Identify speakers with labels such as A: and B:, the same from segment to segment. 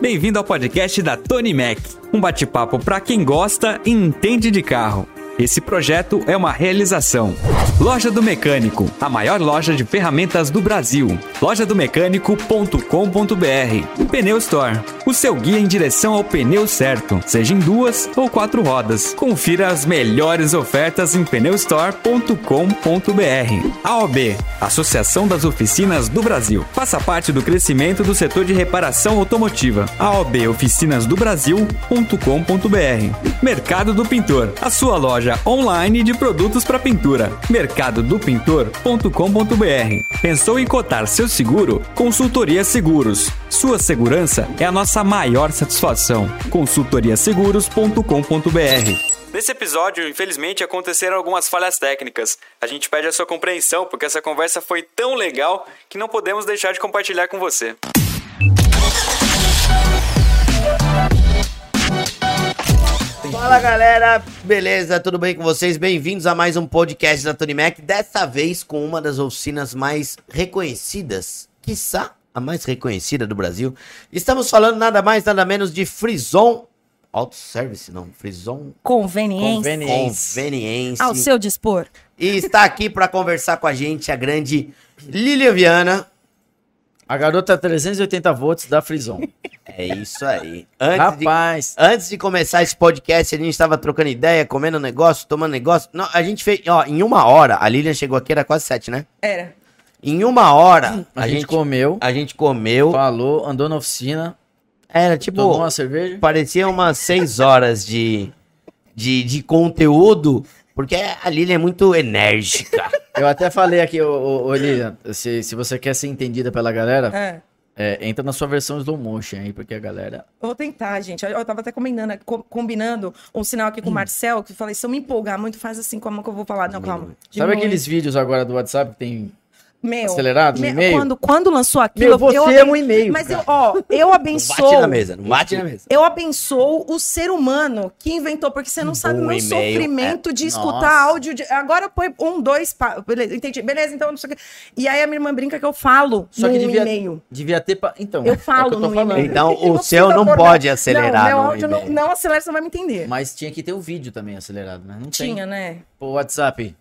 A: Bem-vindo ao podcast da Tony Mac, um bate-papo para quem gosta e entende de carro. Esse projeto é uma realização. Loja do Mecânico, a maior loja de ferramentas do Brasil. Lojadomecânico.com.br. Pneu Store, o seu guia em direção ao pneu certo, seja em duas ou quatro rodas. Confira as melhores ofertas em pneustore.com.br. AOB, Associação das Oficinas do Brasil. Faça parte do crescimento do setor de reparação automotiva. aoboficinasdobrasil.com.br. Mercado do Pintor, a sua loja online de produtos para pintura. mercadodopintor.com.br. Pensou em cotar seu seguro? Consultoria Seguros. Sua segurança é a nossa maior satisfação. consultoriaseguros.com.br. Nesse episódio, infelizmente, aconteceram algumas falhas técnicas. A gente pede a sua compreensão, porque essa conversa foi tão legal que não podemos deixar de compartilhar com você.
B: Fala galera, beleza? Tudo bem com vocês? Bem-vindos a mais um podcast da Tony Mac. Dessa vez com uma das oficinas mais reconhecidas, quiçá a mais reconhecida do Brasil. Estamos falando nada mais, nada menos de Frison Auto Service, não, Frison
C: conveniência,
B: Conveniência.
C: ao seu dispor.
B: E está aqui para conversar com a gente a grande Lilian Viana.
D: A garota tá 380 volts da Frison.
B: É isso aí. Antes de
D: Rapaz,
B: Antes de começar esse podcast, a gente tava trocando ideia, comendo negócio, tomando negócio. Não, a gente fez, ó, em uma hora, a Lilian chegou aqui, era quase sete, né?
C: Era.
B: Em uma hora,
D: a, gente, comeu,
B: a gente comeu.
D: falou, andou na oficina,
B: Era tipo,
D: tomou uma cerveja.
B: parecia umas seis horas de, de, de conteúdo, porque a Lilian é muito enérgica.
D: Eu até falei aqui, ô, ô, ô, Lilian, se, se você quer ser entendida pela galera,
C: É.
D: é, entra na sua versão slow motion aí, porque a galera...
C: Eu Vou tentar, gente. Eu, eu tava até combinando, co- combinando um sinal aqui com o Marcel, que eu falei, se eu me empolgar muito, faz assim, como que eu vou falar? Não, calma. De
D: Sabe
C: novo.
D: aqueles vídeos agora do WhatsApp que tem...
C: Meu,
D: acelerados no
C: meu,
D: e-mail?
C: Quando, quando lançou aquilo,
D: Meu, você é
C: aben-
D: um e-mail,
C: Mas
D: cara.
C: eu, ó, eu
B: Não bate
C: abençoo.
B: na mesa, não bate na mesa.
C: Eu abençoo o ser humano que inventou, porque você não sabe o meu
B: e-mail, é.
C: sofrimento de escutar
D: Um Nossa.
C: áudio. De... Agora põe um, dois, pá. beleza, entendi. Beleza, então não sei o quê. E aí a minha irmã brinca que eu falo
D: Só que
C: no
D: devia,
C: e-mail.
D: devia ter... pa- Então,
C: Eu
D: é o que
C: falo
D: tô
C: no
D: falando.
C: e-mail.
B: Então,
C: Eu
B: o seu
C: fico
B: não
C: acordada.
B: pode acelerar
C: é. Não, meu
B: no
C: áudio não,
B: e-mail.
C: não acelera, você não vai me entender.
D: Mas tinha que ter o vídeo também acelerado, né? Não
C: Tinha,
D: tem.
C: né?
D: Pô, WhatsApp,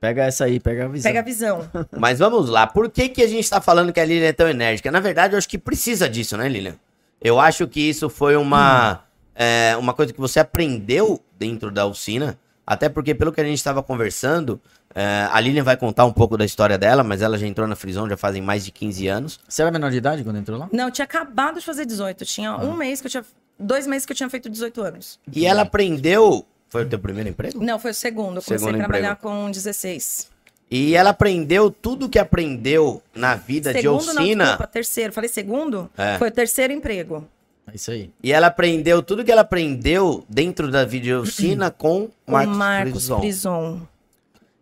D: pega essa aí, pega a visão.
C: Pega a visão.
B: Mas vamos lá, por que, que a gente tá falando que a Lilian é tão enérgica? Na verdade, eu acho que precisa disso, né, Lilian? Eu acho que isso foi uma, é, uma coisa que você aprendeu dentro da oficina, até porque, pelo que a gente estava conversando, é, a Lilian vai contar um pouco da história dela, mas ela já entrou na Frison já fazem mais de 15 anos.
D: Você era menor de idade quando entrou lá?
C: Não, eu tinha acabado de fazer 18. Tinha
D: Ah.
C: um mês que eu tinha. Dois meses que eu tinha feito 18 anos.
B: E ela aprendeu. Foi o teu primeiro emprego?
C: Não, foi o segundo. Eu comecei
B: Segundo
C: a trabalhar com 16.
B: E ela aprendeu tudo que aprendeu na vida de
C: segundo,
B: oficina.
C: desculpa, terceiro. Falei segundo?
B: É.
C: Foi o terceiro emprego.
D: É isso aí.
B: E ela aprendeu tudo que ela aprendeu dentro da videocina com
C: O
B: Marcos,
C: Marcos
B: Frison.
C: Frison.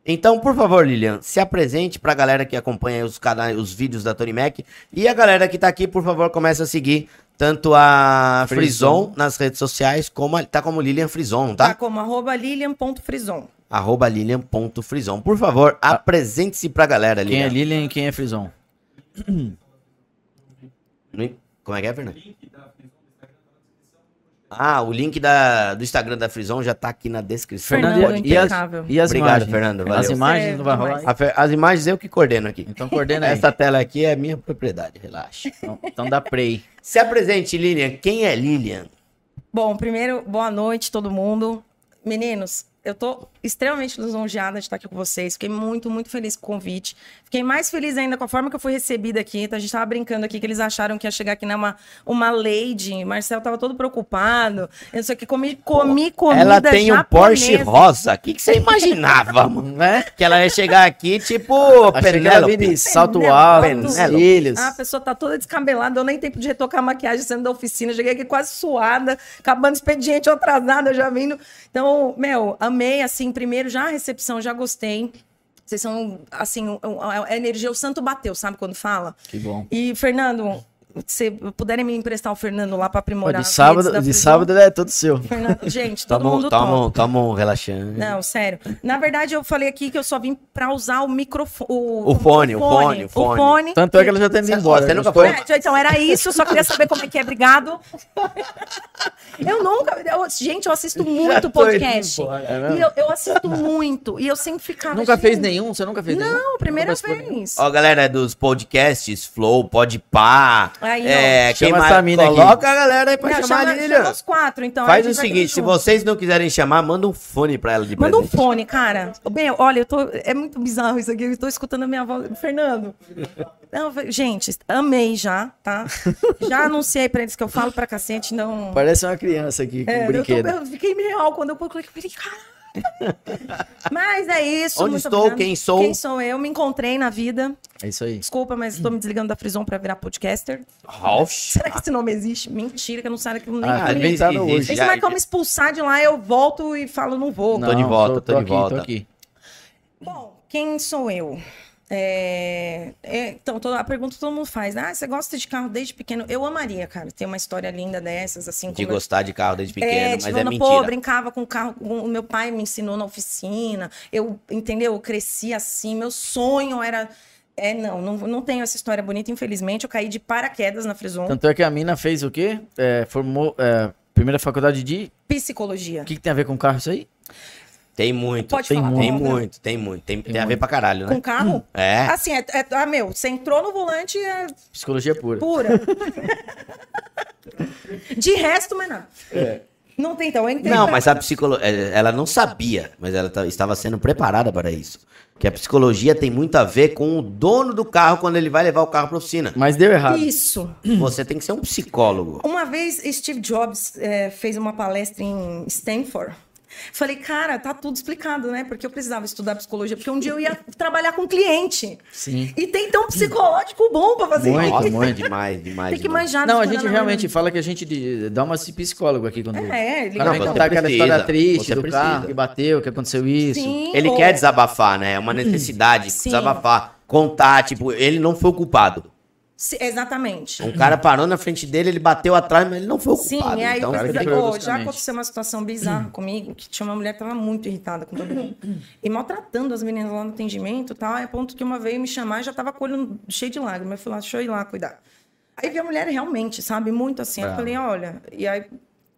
B: Então, por favor, Lilian, se apresente pra galera que acompanha os canais, os vídeos da Tony Mac. E a galera que tá aqui, por favor, comece a seguir tanto a
D: Frison.
B: Frison nas redes sociais, como a, tá como Lilian Frison,
C: Tá,
B: tá?
C: como arroba lilian.frison.
B: Arroba lilian.frison. Por favor, apresente-se pra galera,
D: Tá. Quem é
B: Lilian.
D: Lilian e quem é Frison?
B: No- Como é que é, Fernando? Ah, o link da- do Instagram da Frison já tá aqui na descrição.
C: Fernando,
B: do
C: Fernanda,
B: podcast.
D: e as,
C: impecável.
D: e as
B: Obrigado,
D: imagens?
B: Fernando,
D: As
B: valeu.
D: imagens
C: Você
D: não vai
C: é
D: rolar.
C: demais.
B: A fe- As imagens eu que coordeno aqui.
D: Então coordena aí.
B: Essa tela aqui é minha propriedade, relaxa.
D: Então, então dá play.
B: Se apresente, Lilian. Quem é Lilian?
C: Bom, primeiro, boa noite, todo mundo. Meninos, eu tô extremamente lisonjeada de estar aqui com vocês. Fiquei muito, muito feliz com o convite. Fiquei mais feliz ainda com a forma que eu fui recebida aqui. Então, a gente tava brincando aqui que eles acharam que ia chegar aqui numa uma lady. Marcel tava todo preocupado. Eu não sei o que. Comi, comi comida
B: Ela tem um
C: japonesa.
B: Porsche rosa. O que, que você imaginava, mano?
D: Né?
B: Que ela ia chegar aqui, tipo,
C: Tá
D: Achei que ela vinha
B: Penélope.
D: de salto
C: Penélope.
D: alto, né,
B: Penélope.
D: cílios.
C: Ah, a pessoa tá toda descabelada, deu nem tempo de retocar a maquiagem saindo da oficina. Cheguei aqui quase suada, acabando o expediente, eu atrasada, já vindo. Então, meu, amei, assim, primeiro, já a recepção, já gostei. Vocês são, assim, um- um- a a energia, o santo bateu, sabe quando fala?
D: Que bom.
C: E, Fernando, se puderem me emprestar o Fernando lá pra
D: Ó,
C: aprimorar.
D: de
C: as redes
D: sábado,
C: da
D: de
C: Frisão.
D: sábado é todo seu.
C: Fernando, gente, todo
B: Toma, um-
C: mundo
B: toma, um-
C: topa.
B: toma um relaxante.
C: Não, sério. Na verdade, eu falei aqui que eu só vim pra usar o microfone.
B: O fone, o fone, o fone.
D: Tanto é que ela já tá indo
B: Você-
D: embora.
B: você nunca
D: gostou?
B: foi?
C: É, então, era isso, só queria saber como é que é, obrigado. Eu nunca. eu- gente, eu assisto muito
B: tô indo
C: podcast.
B: embora. né?
D: É mesmo?
C: E eu, eu assisto muito. E eu sempre ficava.
E: Nunca
C: gente,
E: fez nenhum? Você nunca fez nenhum?
C: Ah, Não, primeira
E: Nunca participou
C: vez.
B: Ó, galera dos podcasts, Flow, Podpá.
C: Aí, ó.
B: É, quem
D: Chama
B: mais-
D: essa mina aqui.
B: Coloca a galera aí pra
C: Não,
B: chamar a
C: chama,
B: Lilian.
C: chama os quatro, então.
B: Faz
C: a
B: o
C: gente vai
B: seguinte,
C: tudo
B: se
C: junto.
B: vocês não quiserem chamar, manda um fone pra ela de
C: Manda um
B: presente.
C: fone, cara. Meu, olha, eu tô. É muito bizarro isso aqui. Eu tô escutando a minha voz. Fernando. Não, vai- gente, amei já, tá? Já anunciei pra eles que eu falo pra cacete, não.
D: Parece uma criança aqui com
C: É,
D: um
C: eu, tô-
D: brinquedo.
C: eu fiquei real quando eu procurei. eu Falei, cara. Mas é isso.
B: Onde
C: muito
B: estou?
C: obrigada.
B: Quem sou?
C: Quem sou eu? Me encontrei na vida.
D: É isso aí.
C: Desculpa, mas estou me desligando da Frison pra virar podcaster.
B: Ralph.
C: Será que esse nome existe? Mentira, que eu não sei que eu nem
D: Ah,
C: falei.
D: ele- inventaram hoje.
C: Esse Marcão me expulsar de lá, eu volto e falo, não vou.
B: de
D: Não,
B: volta, tô de
D: aqui,
B: volta.
D: Tô aqui.
C: Bom, quem sou eu? É, é, então, toda- a pergunta que todo mundo faz, né? Ah, você gosta de carro desde pequeno? Eu amaria, cara, ter uma história linda dessas, assim.
B: De
C: como eu-
B: gostar de carro desde pequeno,
C: É,
B: mas
C: tipo,
B: é
C: não,
B: mentira.
C: pô, brincava com o carro, com- o meu pai me ensinou na oficina, eu, entendeu? Eu cresci assim, meu sonho era... É, não, não, não tenho essa história bonita, infelizmente, eu caí de paraquedas na Frison,
D: Tanto é que a mina fez o quê? É, formou é, primeira faculdade de.
C: psicologia.
D: O que, que tem a ver com carro isso aí?
B: Tem muito.
C: Pode
B: tem
C: falar,
B: muito. Tem
C: Paulo.
B: muito, tem muito. Tem, tem a ver pra caralho, né?
C: Com carro?
B: É.
C: Assim, é, é- ah, meu, você entrou no volante, é
D: Psicologia pura.
C: pura. De resto, mas não. Não tem, então. Eu entrei
B: Não,
C: pra-
B: mas a psicologia. Ela não sabia, mas ela ta- estava sendo preparada para isso. Que a psicologia tem muito a ver com o dono do carro quando ele vai levar o carro pra oficina.
D: Mas deu errado.
C: Isso.
B: Você tem que ser um psicólogo.
C: Uma vez Steve Jobs eh, fez uma palestra em Stanford. Falei, cara, tá tudo explicado, né? Porque eu precisava estudar psicologia, porque um dia eu ia trabalhar com cliente.
D: Sim.
C: E tem tão psicológico bom pra fazer
D: Muito,
C: isso.
B: Nossa, demais, demais.
C: Tem que
B: demais.
C: manjar
D: Não, a
C: das
D: gente
C: coisas na
D: realmente
C: hora. né?
D: fala que a gente de- dá uma psicólogo aqui quando.
C: É, ele
D: O cara
B: Não,
D: vai
B: você
D: contar aquela
B: precisa,
D: história triste
B: você
D: do carro
B: precisa.
D: que bateu, que aconteceu isso.
C: Sim,
B: Ele
C: ou- Hum.
B: quer desabafar, né? É uma necessidade.
C: Sim.
B: Desabafar, contar. Tipo, ele não foi o culpado.
C: Se- Exatamente.
B: Um cara parou na frente dele, ele bateu atrás, mas ele não foi o
C: Sim,
B: culpado.
C: e aí
B: então,
C: eu
D: cara,
C: fui-
D: que
C: Pô, já
D: bruscamente.
C: aconteceu uma situação bizarra comigo, que tinha uma mulher que tava muito irritada com todo mundo. E maltratando as meninas lá no atendimento e tal, a ponto que uma veio me chamar e já tava com o olho cheio de lágrimas. Eu falei, lá, deixa eu ir lá cuidar. Aí vi a mulher realmente, sabe, muito assim. Eu falei, olha, e aí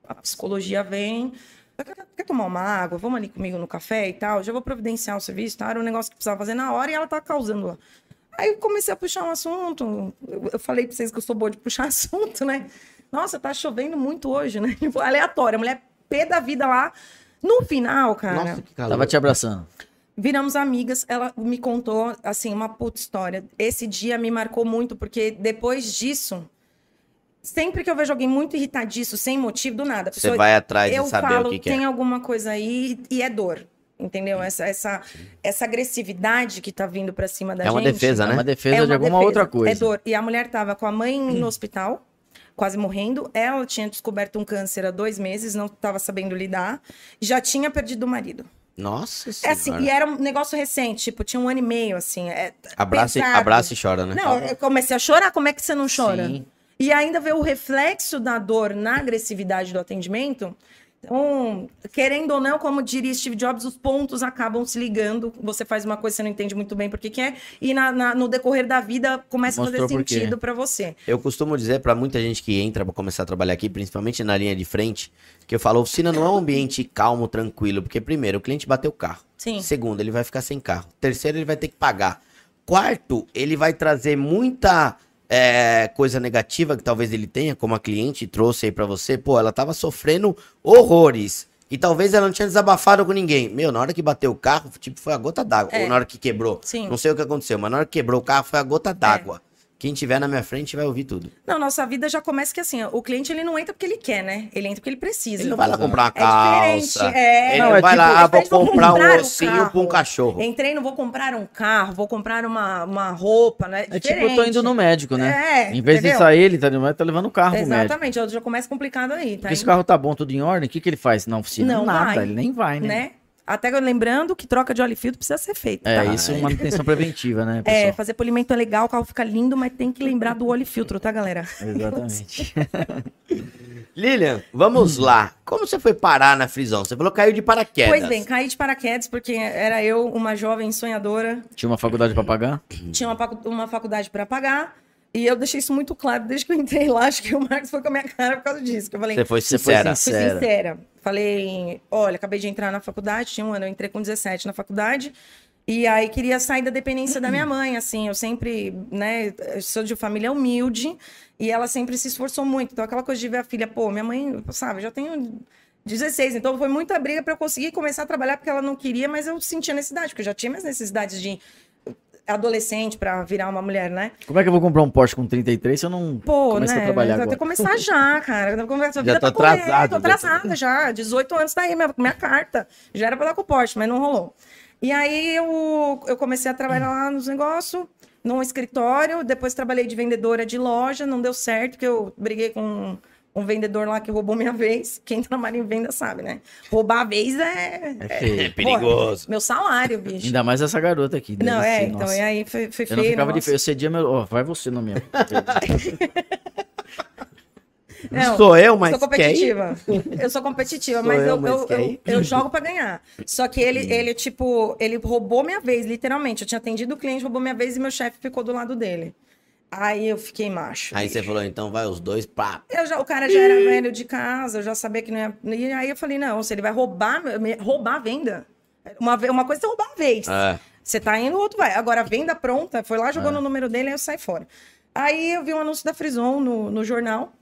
C: a psicologia vem. Quer, quer tomar uma água? Vamos ali comigo no café e tal. Já vou providenciar o serviço, tá? Era um negócio que precisava fazer na hora e ela tava causando lá. Aí eu comecei a puxar um assunto. Eu, eu falei pra vocês que eu sou boa de puxar assunto, né? Nossa, tá chovendo muito hoje, né? Tipo, aleatório. A mulher pé da vida lá. No final, cara,
B: Nossa, que calor. Tá,
D: Tava te abraçando.
C: viramos amigas. Ela me contou, assim, uma puta história. Esse dia me marcou muito, porque depois disso, sempre que eu vejo alguém muito irritadiço, sem motivo, do nada. a
B: Você
C: pessoa-
B: vai atrás
C: eu
B: de saber
C: falo,
B: o que, que é.
C: tem alguma coisa aí e é dor. Entendeu? Essa, essa, essa agressividade que tá vindo pra cima da
B: É
C: gente.
B: uma defesa,
D: É
B: né?
D: uma defesa
C: É uma
D: de alguma
C: defesa,
D: outra coisa. Hum.
C: É dor. E a mulher tava com a mãe no hospital, quase morrendo. Ela tinha descoberto um câncer há dois meses, não tava sabendo lidar. Já tinha perdido o marido.
B: Nossa
C: É assim, e era um negócio recente, tipo, tinha um ano e meio, assim. É
B: abraça, e-
C: pesado.
B: abraça e chora, né?
C: Não, eu comecei a chorar. Como é que você não chora?
D: Sim.
C: E ainda ver o reflexo da dor na agressividade do atendimento. Então, querendo ou não, como diria Steve Jobs, os pontos acabam se ligando. Você faz uma coisa que você não entende muito bem por que que é, e na- na- no decorrer da vida começa a
D: Mostrou
C: fazer
D: por quê.
C: sentido pra você.
B: Eu costumo dizer pra muita gente que entra pra começar a trabalhar aqui, principalmente na linha de frente, que eu falo, oficina não é um ambiente calmo, tranquilo, porque primeiro, o cliente bateu o carro.
C: Sim.
B: Segundo, ele vai ficar sem carro. Terceiro, ele vai ter que pagar. Quarto, ele vai trazer muita é, coisa negativa que talvez ele tenha, como a cliente trouxe aí pra você. Pô, ela tava sofrendo horrores. E talvez ela não tinha desabafado com ninguém. Meu, na hora que bateu o carro, tipo, foi a gota d'água.
C: É.
B: Ou na hora que quebrou.
C: Sim.
B: Não sei o que aconteceu, mas na hora que quebrou o carro, foi a
C: É.
B: gota d'água. Quem tiver na minha frente vai ouvir tudo.
C: Não, nossa vida já começa que assim, ó, o cliente ele não entra porque ele quer, né? Ele entra porque ele precisa.
B: Ele não vai lá comprar uma
C: É diferente,
B: calça.
C: é.
B: Ele
D: Não,
B: não,
D: é
B: vai
D: tipo,
B: lá, ah,
C: eles
B: vou
C: vão
B: comprar
C: comprar
B: um
C: o
B: ursinho
C: carro.
B: pra um cachorro.
C: Entrei, não vou comprar um carro, vou comprar uma, uma roupa, né?
D: É tipo, eu tô indo no médico, né?
C: É,
D: em vez
C: entendeu?
D: de sair, ele tá, no médico, tá levando o carro pro médico.
C: Exatamente, eu já começa complicado aí, tá?
D: Porque se o carro tá bom, tudo em ordem, o que, que ele faz na oficina?
C: Não
D: Nada,
C: vai.
D: ele nem vai, né?
C: né? Até lembrando que troca de óleo e filtro precisa ser feita.
D: É,
C: tá?
D: isso é uma manutenção preventiva, né, pessoal?
C: É, fazer polimento é legal, o carro fica lindo, mas tem que lembrar do óleo e filtro, tá, galera?
D: Exatamente.
B: Lilian, vamos
C: Hum.
B: lá. Como você foi parar na frisão? Você falou que caiu de paraquedas.
C: Pois bem, caí de paraquedas porque era eu, uma jovem sonhadora,
D: Tinha uma faculdade pra pagar?
B: Uhum.
C: tinha uma, facu- uma faculdade pra pagar. E eu deixei isso muito claro desde que eu entrei lá. Acho que o Marcos foi com a minha cara por causa disso. Que eu falei,
B: Você foi
D: Você foi
B: sincera.
C: fui
D: Sincera.
C: sincera. Falei, olha, acabei de entrar na faculdade, tinha um ano, eu entrei com 17 na faculdade. E aí queria sair da dependência da minha mãe, assim, eu sempre, né, eu sou de família humilde e ela sempre se esforçou muito. Então aquela coisa de ver a filha, pô, minha mãe, sabe, eu já tenho 16, então foi muita briga para eu conseguir começar a trabalhar porque ela não queria, mas eu sentia necessidade, porque eu já tinha minhas necessidades de adolescente para virar uma mulher, né?
D: Como é que eu vou comprar um Porsche com 33 se eu não
C: Pô,
D: começo
C: né?
D: a trabalhar
C: eu tenho
D: agora?
C: que começar já, cara. Eu converso- a
B: Já
C: vida
B: tô
C: tá correndo,
B: atrasado,
C: Tô
B: já tô-
C: atrasada já. 18 anos tá aí, minha, minha carta. Já era pra dar com o Porsche, mas não rolou. E aí eu, eu comecei a trabalhar lá nos negócios, num escritório. Depois trabalhei de vendedora de loja, não deu certo, porque eu briguei com um, um vendedor lá que roubou minha vez. Quem trabalha em venda sabe, né? Roubar a vez é.
D: É
C: é-
B: É
D: feio.
B: perigoso.
C: meu salário, bicho.
D: Ainda mais essa garota aqui. deve
C: Não, é,
D: ser,
C: então,
D: nossa.
C: e aí foi, foi
D: Eu
C: feio.
D: não ficava de
C: nossa.
D: feio. Eu cedia meu. Ó, vai você no meu.
C: Não,
B: Sou eu, mas
C: sou
B: quem?
C: competitiva. Eu sou competitiva,
B: Sou
C: mas,
B: eu,
C: eu,
B: mas Hum.
C: eu,
B: quem?
C: eu- eu jogo pra ganhar. Só que ele, ele, tipo, ele roubou minha vez, literalmente. Eu tinha atendido o cliente, roubou minha vez e meu chefe ficou do lado dele. Aí eu fiquei macho.
B: Aí você falou, então vai os dois, pá.
C: Eu já- o cara já era velho de casa, eu já sabia que não ia. E aí eu falei, não, se ele vai roubar, me- roubar a venda. Uma, ve- uma coisa é roubar a vez.
B: É.
C: Você tá indo, o outro vai. Agora, a venda pronta, foi lá,
B: Ah.
C: jogou no número dele, aí eu saí fora. Aí eu vi um anúncio da Frison no, no jornal.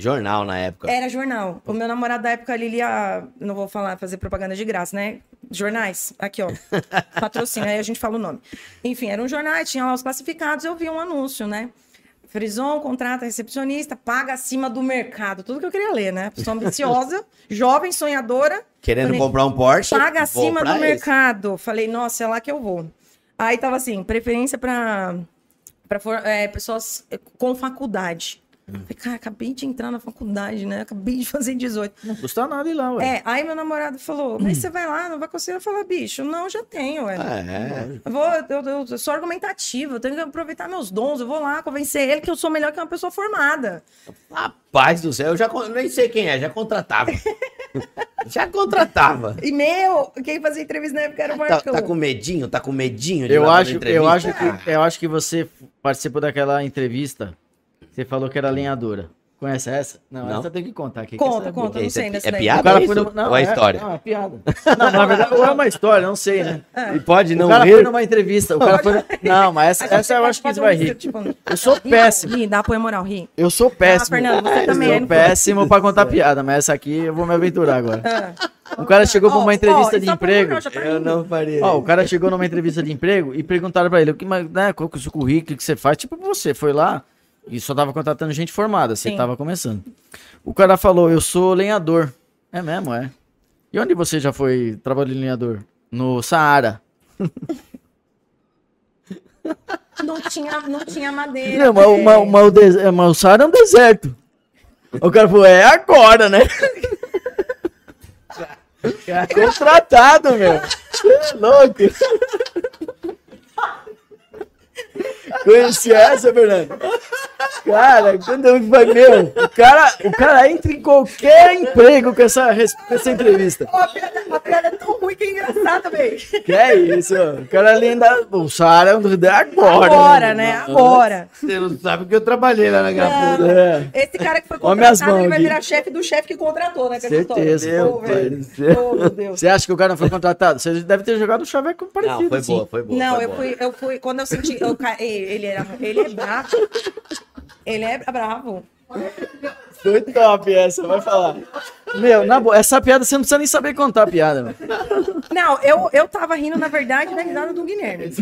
B: Jornal na época.
C: Era jornal. O meu namorado da época, ele lia. Não vou falar, fazer propaganda de graça, né? Jornais. Aqui, ó. Patrocínio, aí a gente fala o nome. Enfim, era um jornal, tinha lá os classificados, eu vi um anúncio, né? Frison, contrata recepcionista, paga acima do mercado. Tudo que eu queria ler, né? Pessoa ambiciosa, jovem, sonhadora.
B: Querendo
C: Falei,
B: comprar um Porsche?
C: Paga
B: vou
C: acima do
B: pra esse.
C: mercado. Falei, nossa, é lá que eu vou. Aí tava assim, preferência pra, pra for- é, pessoas com faculdade.
D: Hum.
C: Falei, cara, acabei de entrar na faculdade, né? Acabei de fazer 18.
D: Não custa nada ir lá, ué.
C: É, aí meu namorado falou, mas você vai lá, não vai conseguir. Eu falei, bicho, não, já tenho, ué.
B: Ah, é.
C: Eu, vou, eu, eu- eu sou argumentativa, eu tenho que aproveitar meus dons, eu vou lá convencer ele que eu sou melhor que uma pessoa formada.
B: Rapaz do céu, eu já con- eu nem sei quem é, já contratava. já contratava.
C: E meu, quem fazia entrevista na época era
D: Ah,
C: o
B: Tá,
C: Marcão.
B: tá com medinho? Tá com medinho de
D: Eu
B: lá fazer
D: acho, eu,
B: entrevista? Ah,
D: acho que, eu acho que você participou daquela entrevista. Você falou que era lenhadora. Conhece essa? Não,
B: Não.
D: essa tem que contar. Que que
C: Conta,
D: essa é
C: conta.
D: boa.
B: Que
C: não
B: isso
C: sei
B: é,
C: dessa
B: é
C: daí.
D: O
B: piada
D: cara
B: isso?
D: foi numa... não,
B: ou é
D: é-
B: história?
D: Não, é piada. Não, na verdade, ou é uma história, não sei, né?
B: E pode
D: o cara foi numa entrevista. O cara foi... no- Não, mas essa, essa eu acho que você vai rir. Eu sou
C: um
D: péssimo.
C: tipo, Ri, dá apoio moral, ri.
D: Eu sou péssimo.
C: Fernando, você
D: eu
C: também, é,
D: sou
C: não foi?
D: péssimo pra contar piada, mas essa aqui eu vou me aventurar agora.
C: Ah.
D: O cara chegou pra
C: Ó,
D: uma
C: ó,
D: entrevista de
C: só pra
D: emprego. É,
C: lembrar, já tá
B: Eu
C: indo.
B: não faria.
D: Ó, o cara chegou numa entrevista de emprego e perguntaram pra ele, o que mais, né, qual que é o seu currículo, o que você faz? Tipo, você foi lá e só tava contratando gente formada, você
C: Sim.
D: tava começando. O cara falou, eu sou lenhador. É mesmo, é. E onde você já foi trabalhando de lenhador? No Saara.
C: Não tinha, não tinha madeira.
D: Não, mas, o-
C: é.
D: mas, mas o des- é, mas o Saara é um deserto. O cara falou, é agora, né? Contratado, meu. Você é louco. Conheci essa, Fernando? Cara, quando eu vai, meu, o cara, o cara entra em qualquer emprego com essa, res- com essa entrevista.
C: Ó, a, piada, a piada é tão ruim que é engraçada, velho.
D: Que é isso, ó. o cara linda. O Saara é um dos agora.
C: Agora, né? Agora.
B: Você não sabe que eu trabalhei lá na gravura.
D: É.
C: Esse cara que foi
D: Ó, minhas
C: contratado, ele
D: mãos
C: vai
D: aqui.
C: virar chefe do chefe que contratou, né? que é a história.
D: Certeza.
C: Pô, velho. Oh, meu Deus.
D: Você acha que o cara não foi contratado? Você deve ter jogado o chaveco parecido.
B: Não, foi
D: assim.
B: boa, foi boa.
C: Não,
B: foi
C: eu
B: boa.
C: fui, eu fui, quando eu senti, eu ca... Ei, ele era, ele é bravo. Ele é bravo.
D: Foi top essa, é vai falar. Meu, na boa, essa piada você não precisa nem saber contar a piada, mano.
C: Não, eu, eu tava rindo, na verdade, da risada do Guilherme.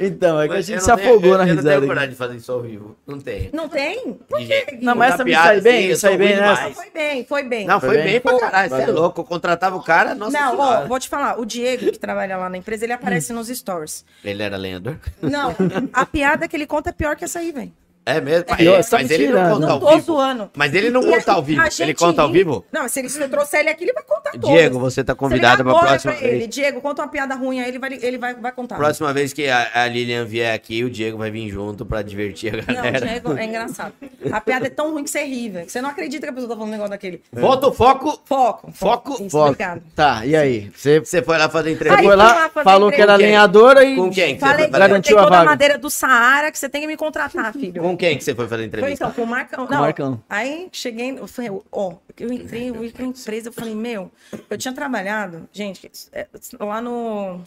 D: Então, é que a
B: Mas eu
D: gente
B: não
D: se
B: tenho-
D: afogou
B: eu-
D: na
B: eu
D: risada.
B: não tenho
D: aqui.
B: coragem de fazer isso ao vivo. Não tenho.
C: Não tem? Por
B: De
C: quê?
B: jeito.
C: Gui?
D: Não, mas
B: Contar
D: essa me
B: piada
D: sai bem,
B: assim, eu
D: sai
B: sou
D: bem
B: ruim
D: nessa.
B: demais.
C: Foi bem, foi bem.
B: Não, foi,
D: Foi
B: bem,
D: bem?
B: pra caralho. Você é
D: Valeu.
B: louco. Eu contratava o cara, nossa Hum.
C: Não, ó,
B: senhora.
C: vou te falar. O Diego, que trabalha lá na empresa, ele aparece nos stories.
B: Ele era lenhador.
C: Não, a piada que ele conta é pior que essa aí, velho.
B: É mesmo? Mas,
D: eu- só
B: mas
D: me
B: ele
D: tirando.
B: não conta
D: Não
B: ao
C: tô
B: vivo.
C: zoando.
B: Mas ele não
C: E a-
B: conta ao vivo.
C: a
B: Ele
C: gente
B: conta ao
C: ri.
B: vivo?
C: Não, se ele se eu trouxer ele aqui, ele vai contar todas.
B: Diego, você tá convidado
C: pra
B: pra próxima
C: pra
B: vez.
C: ele. Diego, conta uma piada ruim aí, ele vai, ele vai, vai contar.
B: Próxima vez que a, a Lilian vier aqui, o Diego vai vir junto pra divertir a
C: Não,
B: galera.
C: Diego, é engraçado. A piada é tão ruim que você ri, velho. que Você não acredita que a pessoa tá falando um negócio daquele.
B: Volta É. o foco.
C: Foco.
B: Foco,
C: Isso,
D: Foco.
C: obrigado.
D: Tá, e aí? Você
B: Você foi lá fazer
C: Aí,
B: entrevista.
D: foi lá,
C: fazer
D: falou que era
B: entrevista.
D: lenhadora e.
B: Com quem? que você
C: Falei
B: foi
C: que
B: fazer...
C: eu
D: Garantiu
C: tenho
D: a
C: toda a
D: vaga.
C: madeira do Saara que você tem que me contratar, filho.
B: Com quem que você foi fazer
C: Foi
B: entrevista?
C: então, com o Marcão.
D: o
C: Não,
D: Marcão.
C: Aí cheguei, eu falei, ó, eu entrei, eu fui pra empresa, eu falei, meu, eu tinha trabalhado, gente, é, lá no,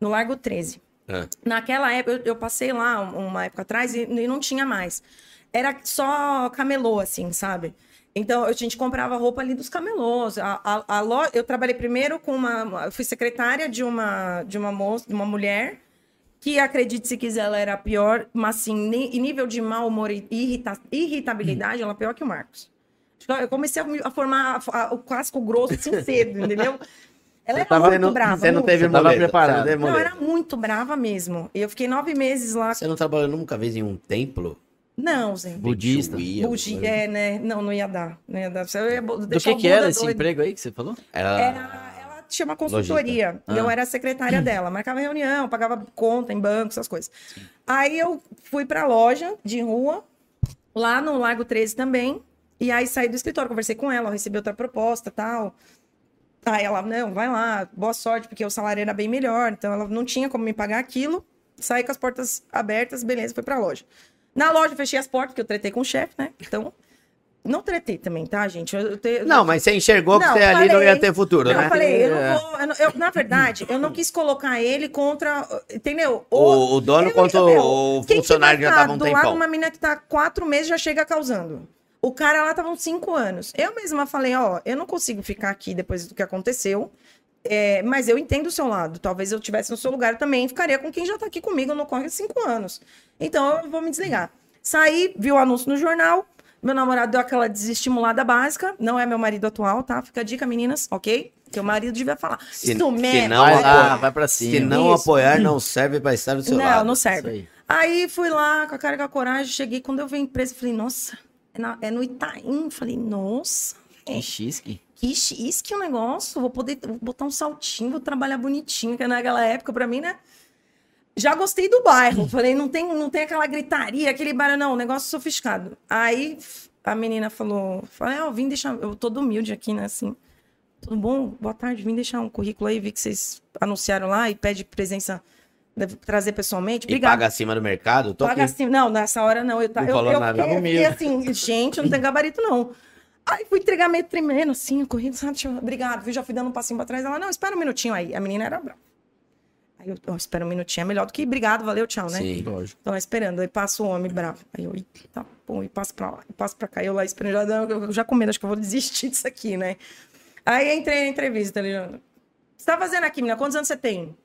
C: no Largo 13.
B: Ah.
C: Naquela época, eu, eu passei lá um- uma época atrás e, e não tinha mais. Era só camelô, assim, sabe? Então, eu- a gente comprava roupa ali dos camelôs. A, a, a lo- Eu trabalhei primeiro com uma... Eu fui secretária de uma, de uma moça, de uma mulher, que, acredite se quiser, ela era a pior, mas assim, ni- em nível de mau humor e irrita- irritabilidade, ela é pior que o Marcos. Acho que Eu eu comecei a, me- a formar a- a- o clássico grosso assim cedo, entendeu? Ela era
D: tava-
C: muito brava.
B: Você não
C: muito.
B: teve
D: Você tava
B: muleta,
D: preparado.
B: Você não, teve
C: Não,
B: muleta.
C: era muito brava mesmo. E eu fiquei nove meses lá.
B: Você não trabalhou nunca vez em um templo?
C: Não, Zé.
D: Budista.
B: Jejuía,
C: Bugi,
B: alguma coisa? assim?
C: é, né? Não, não ia dar. Não ia dar. Você ia bo-
D: Do
C: deixar
D: que
C: o
D: que
C: Buda
D: era esse
C: doido.
D: emprego aí que você falou?
B: Ela...
C: é, Era, ela tinha uma consultoria.
D: Ah.
C: Eu era a secretária dela. Marcava reunião, pagava conta em banco, essas coisas. Aí eu fui pra loja de rua, lá no Largo 13 também. E aí saí do escritório, conversei com ela, ó, recebi outra proposta tal. Aí ela, não, vai lá, boa sorte, porque o salário era bem melhor. Então ela não tinha como me pagar aquilo. Saí com as portas abertas, beleza, fui pra loja. Na loja, eu fechei as portas, porque eu tretei com o chefe, né? Então. Não tretei também, tá, gente? Eu, eu te-
B: Não, mas você enxergou que
C: Não,
B: você ali não
C: falei.
B: ia ter futuro,
C: não,
B: né?
C: eu falei, eu
D: É.
C: não vou. eu não- eu- na verdade, eu não quis colocar ele contra. Entendeu? Ou-
B: O, o dono
C: eu-
B: contra
C: meu,
B: o
C: quem que
B: funcionário
C: vai
B: já tava um
C: tá do lado
B: tempão.
C: de uma menina que tá há quatro meses já chega causando. O cara lá tava uns cinco anos. Eu mesma falei, ó, eu não consigo ficar aqui depois do que aconteceu. é, mas eu entendo o seu lado. Talvez eu tivesse no seu lugar eu também ficaria com quem já tá aqui comigo no corre há cinco anos. Então eu vou me desligar. Saí, vi o anúncio no jornal. Meu namorado deu aquela desestimulada básica. Não é meu marido atual, tá? Fica a dica, meninas, ok? Seu marido devia falar.
B: Se-
C: Isso
B: se
C: mesmo.
B: Não, é ah,
D: vai lá,
B: apoia.
D: vai pra
B: Se
D: cima.
B: não
C: Isso.
B: apoiar, não serve pra estar do seu
C: Não,
B: lado.
C: não
D: Isso
C: serve. Aí. fui lá com a cara e com a coragem, cheguei. Quando eu vi a empresa, falei, nossa, é, na- é no Itaim. Falei, nossa, é,
D: Que xisque.
C: que isso que é um negócio. Vou poder vou botar um saltinho, vou trabalhar bonitinho, que naquela época, pra mim, né? Já gostei do bairro. Falei, não tem, não tem aquela gritaria, aquele barulho, não, um negócio sofisticado. Aí a menina falou, falei, ó, vim deixar, eu tô do humilde aqui, né, assim. Tudo bom? Boa tarde, vim deixar um currículo aí, vi que vocês anunciaram lá e pede presença, deve trazer pessoalmente.
B: E
C: Obrigada.
B: paga acima do mercado? Tô
C: Paga
B: aqui.
C: assim, não, nessa hora não. Eu, tá,
B: Não
C: eu,
B: falou
C: eu,
B: nada.
C: fiquei-
B: Tava
C: fiquei assim, gente, eu não tem gabarito, não. Aí fui entregar meio tremendo, assim, correndo, sabe? Tipo, obrigado, viu? Já fui dando um passinho pra trás. Ela, não, espera um minutinho aí. A menina era brava. Aí eu, ó, espera um minutinho, é melhor do que obrigado, valeu, tchau, né?
B: Sim.
D: Lógico.
C: Então, lá esperando, aí passa o homem bravo. Aí eu, eita, pô, e passo pra lá, e passo pra cá, eu lá esperando, já, dando- eu já com medo, acho que eu vou desistir disso aqui, né? Aí entrei na entrevista, Leandro. O que você tá fazendo aqui, menina? Quantos anos você tem?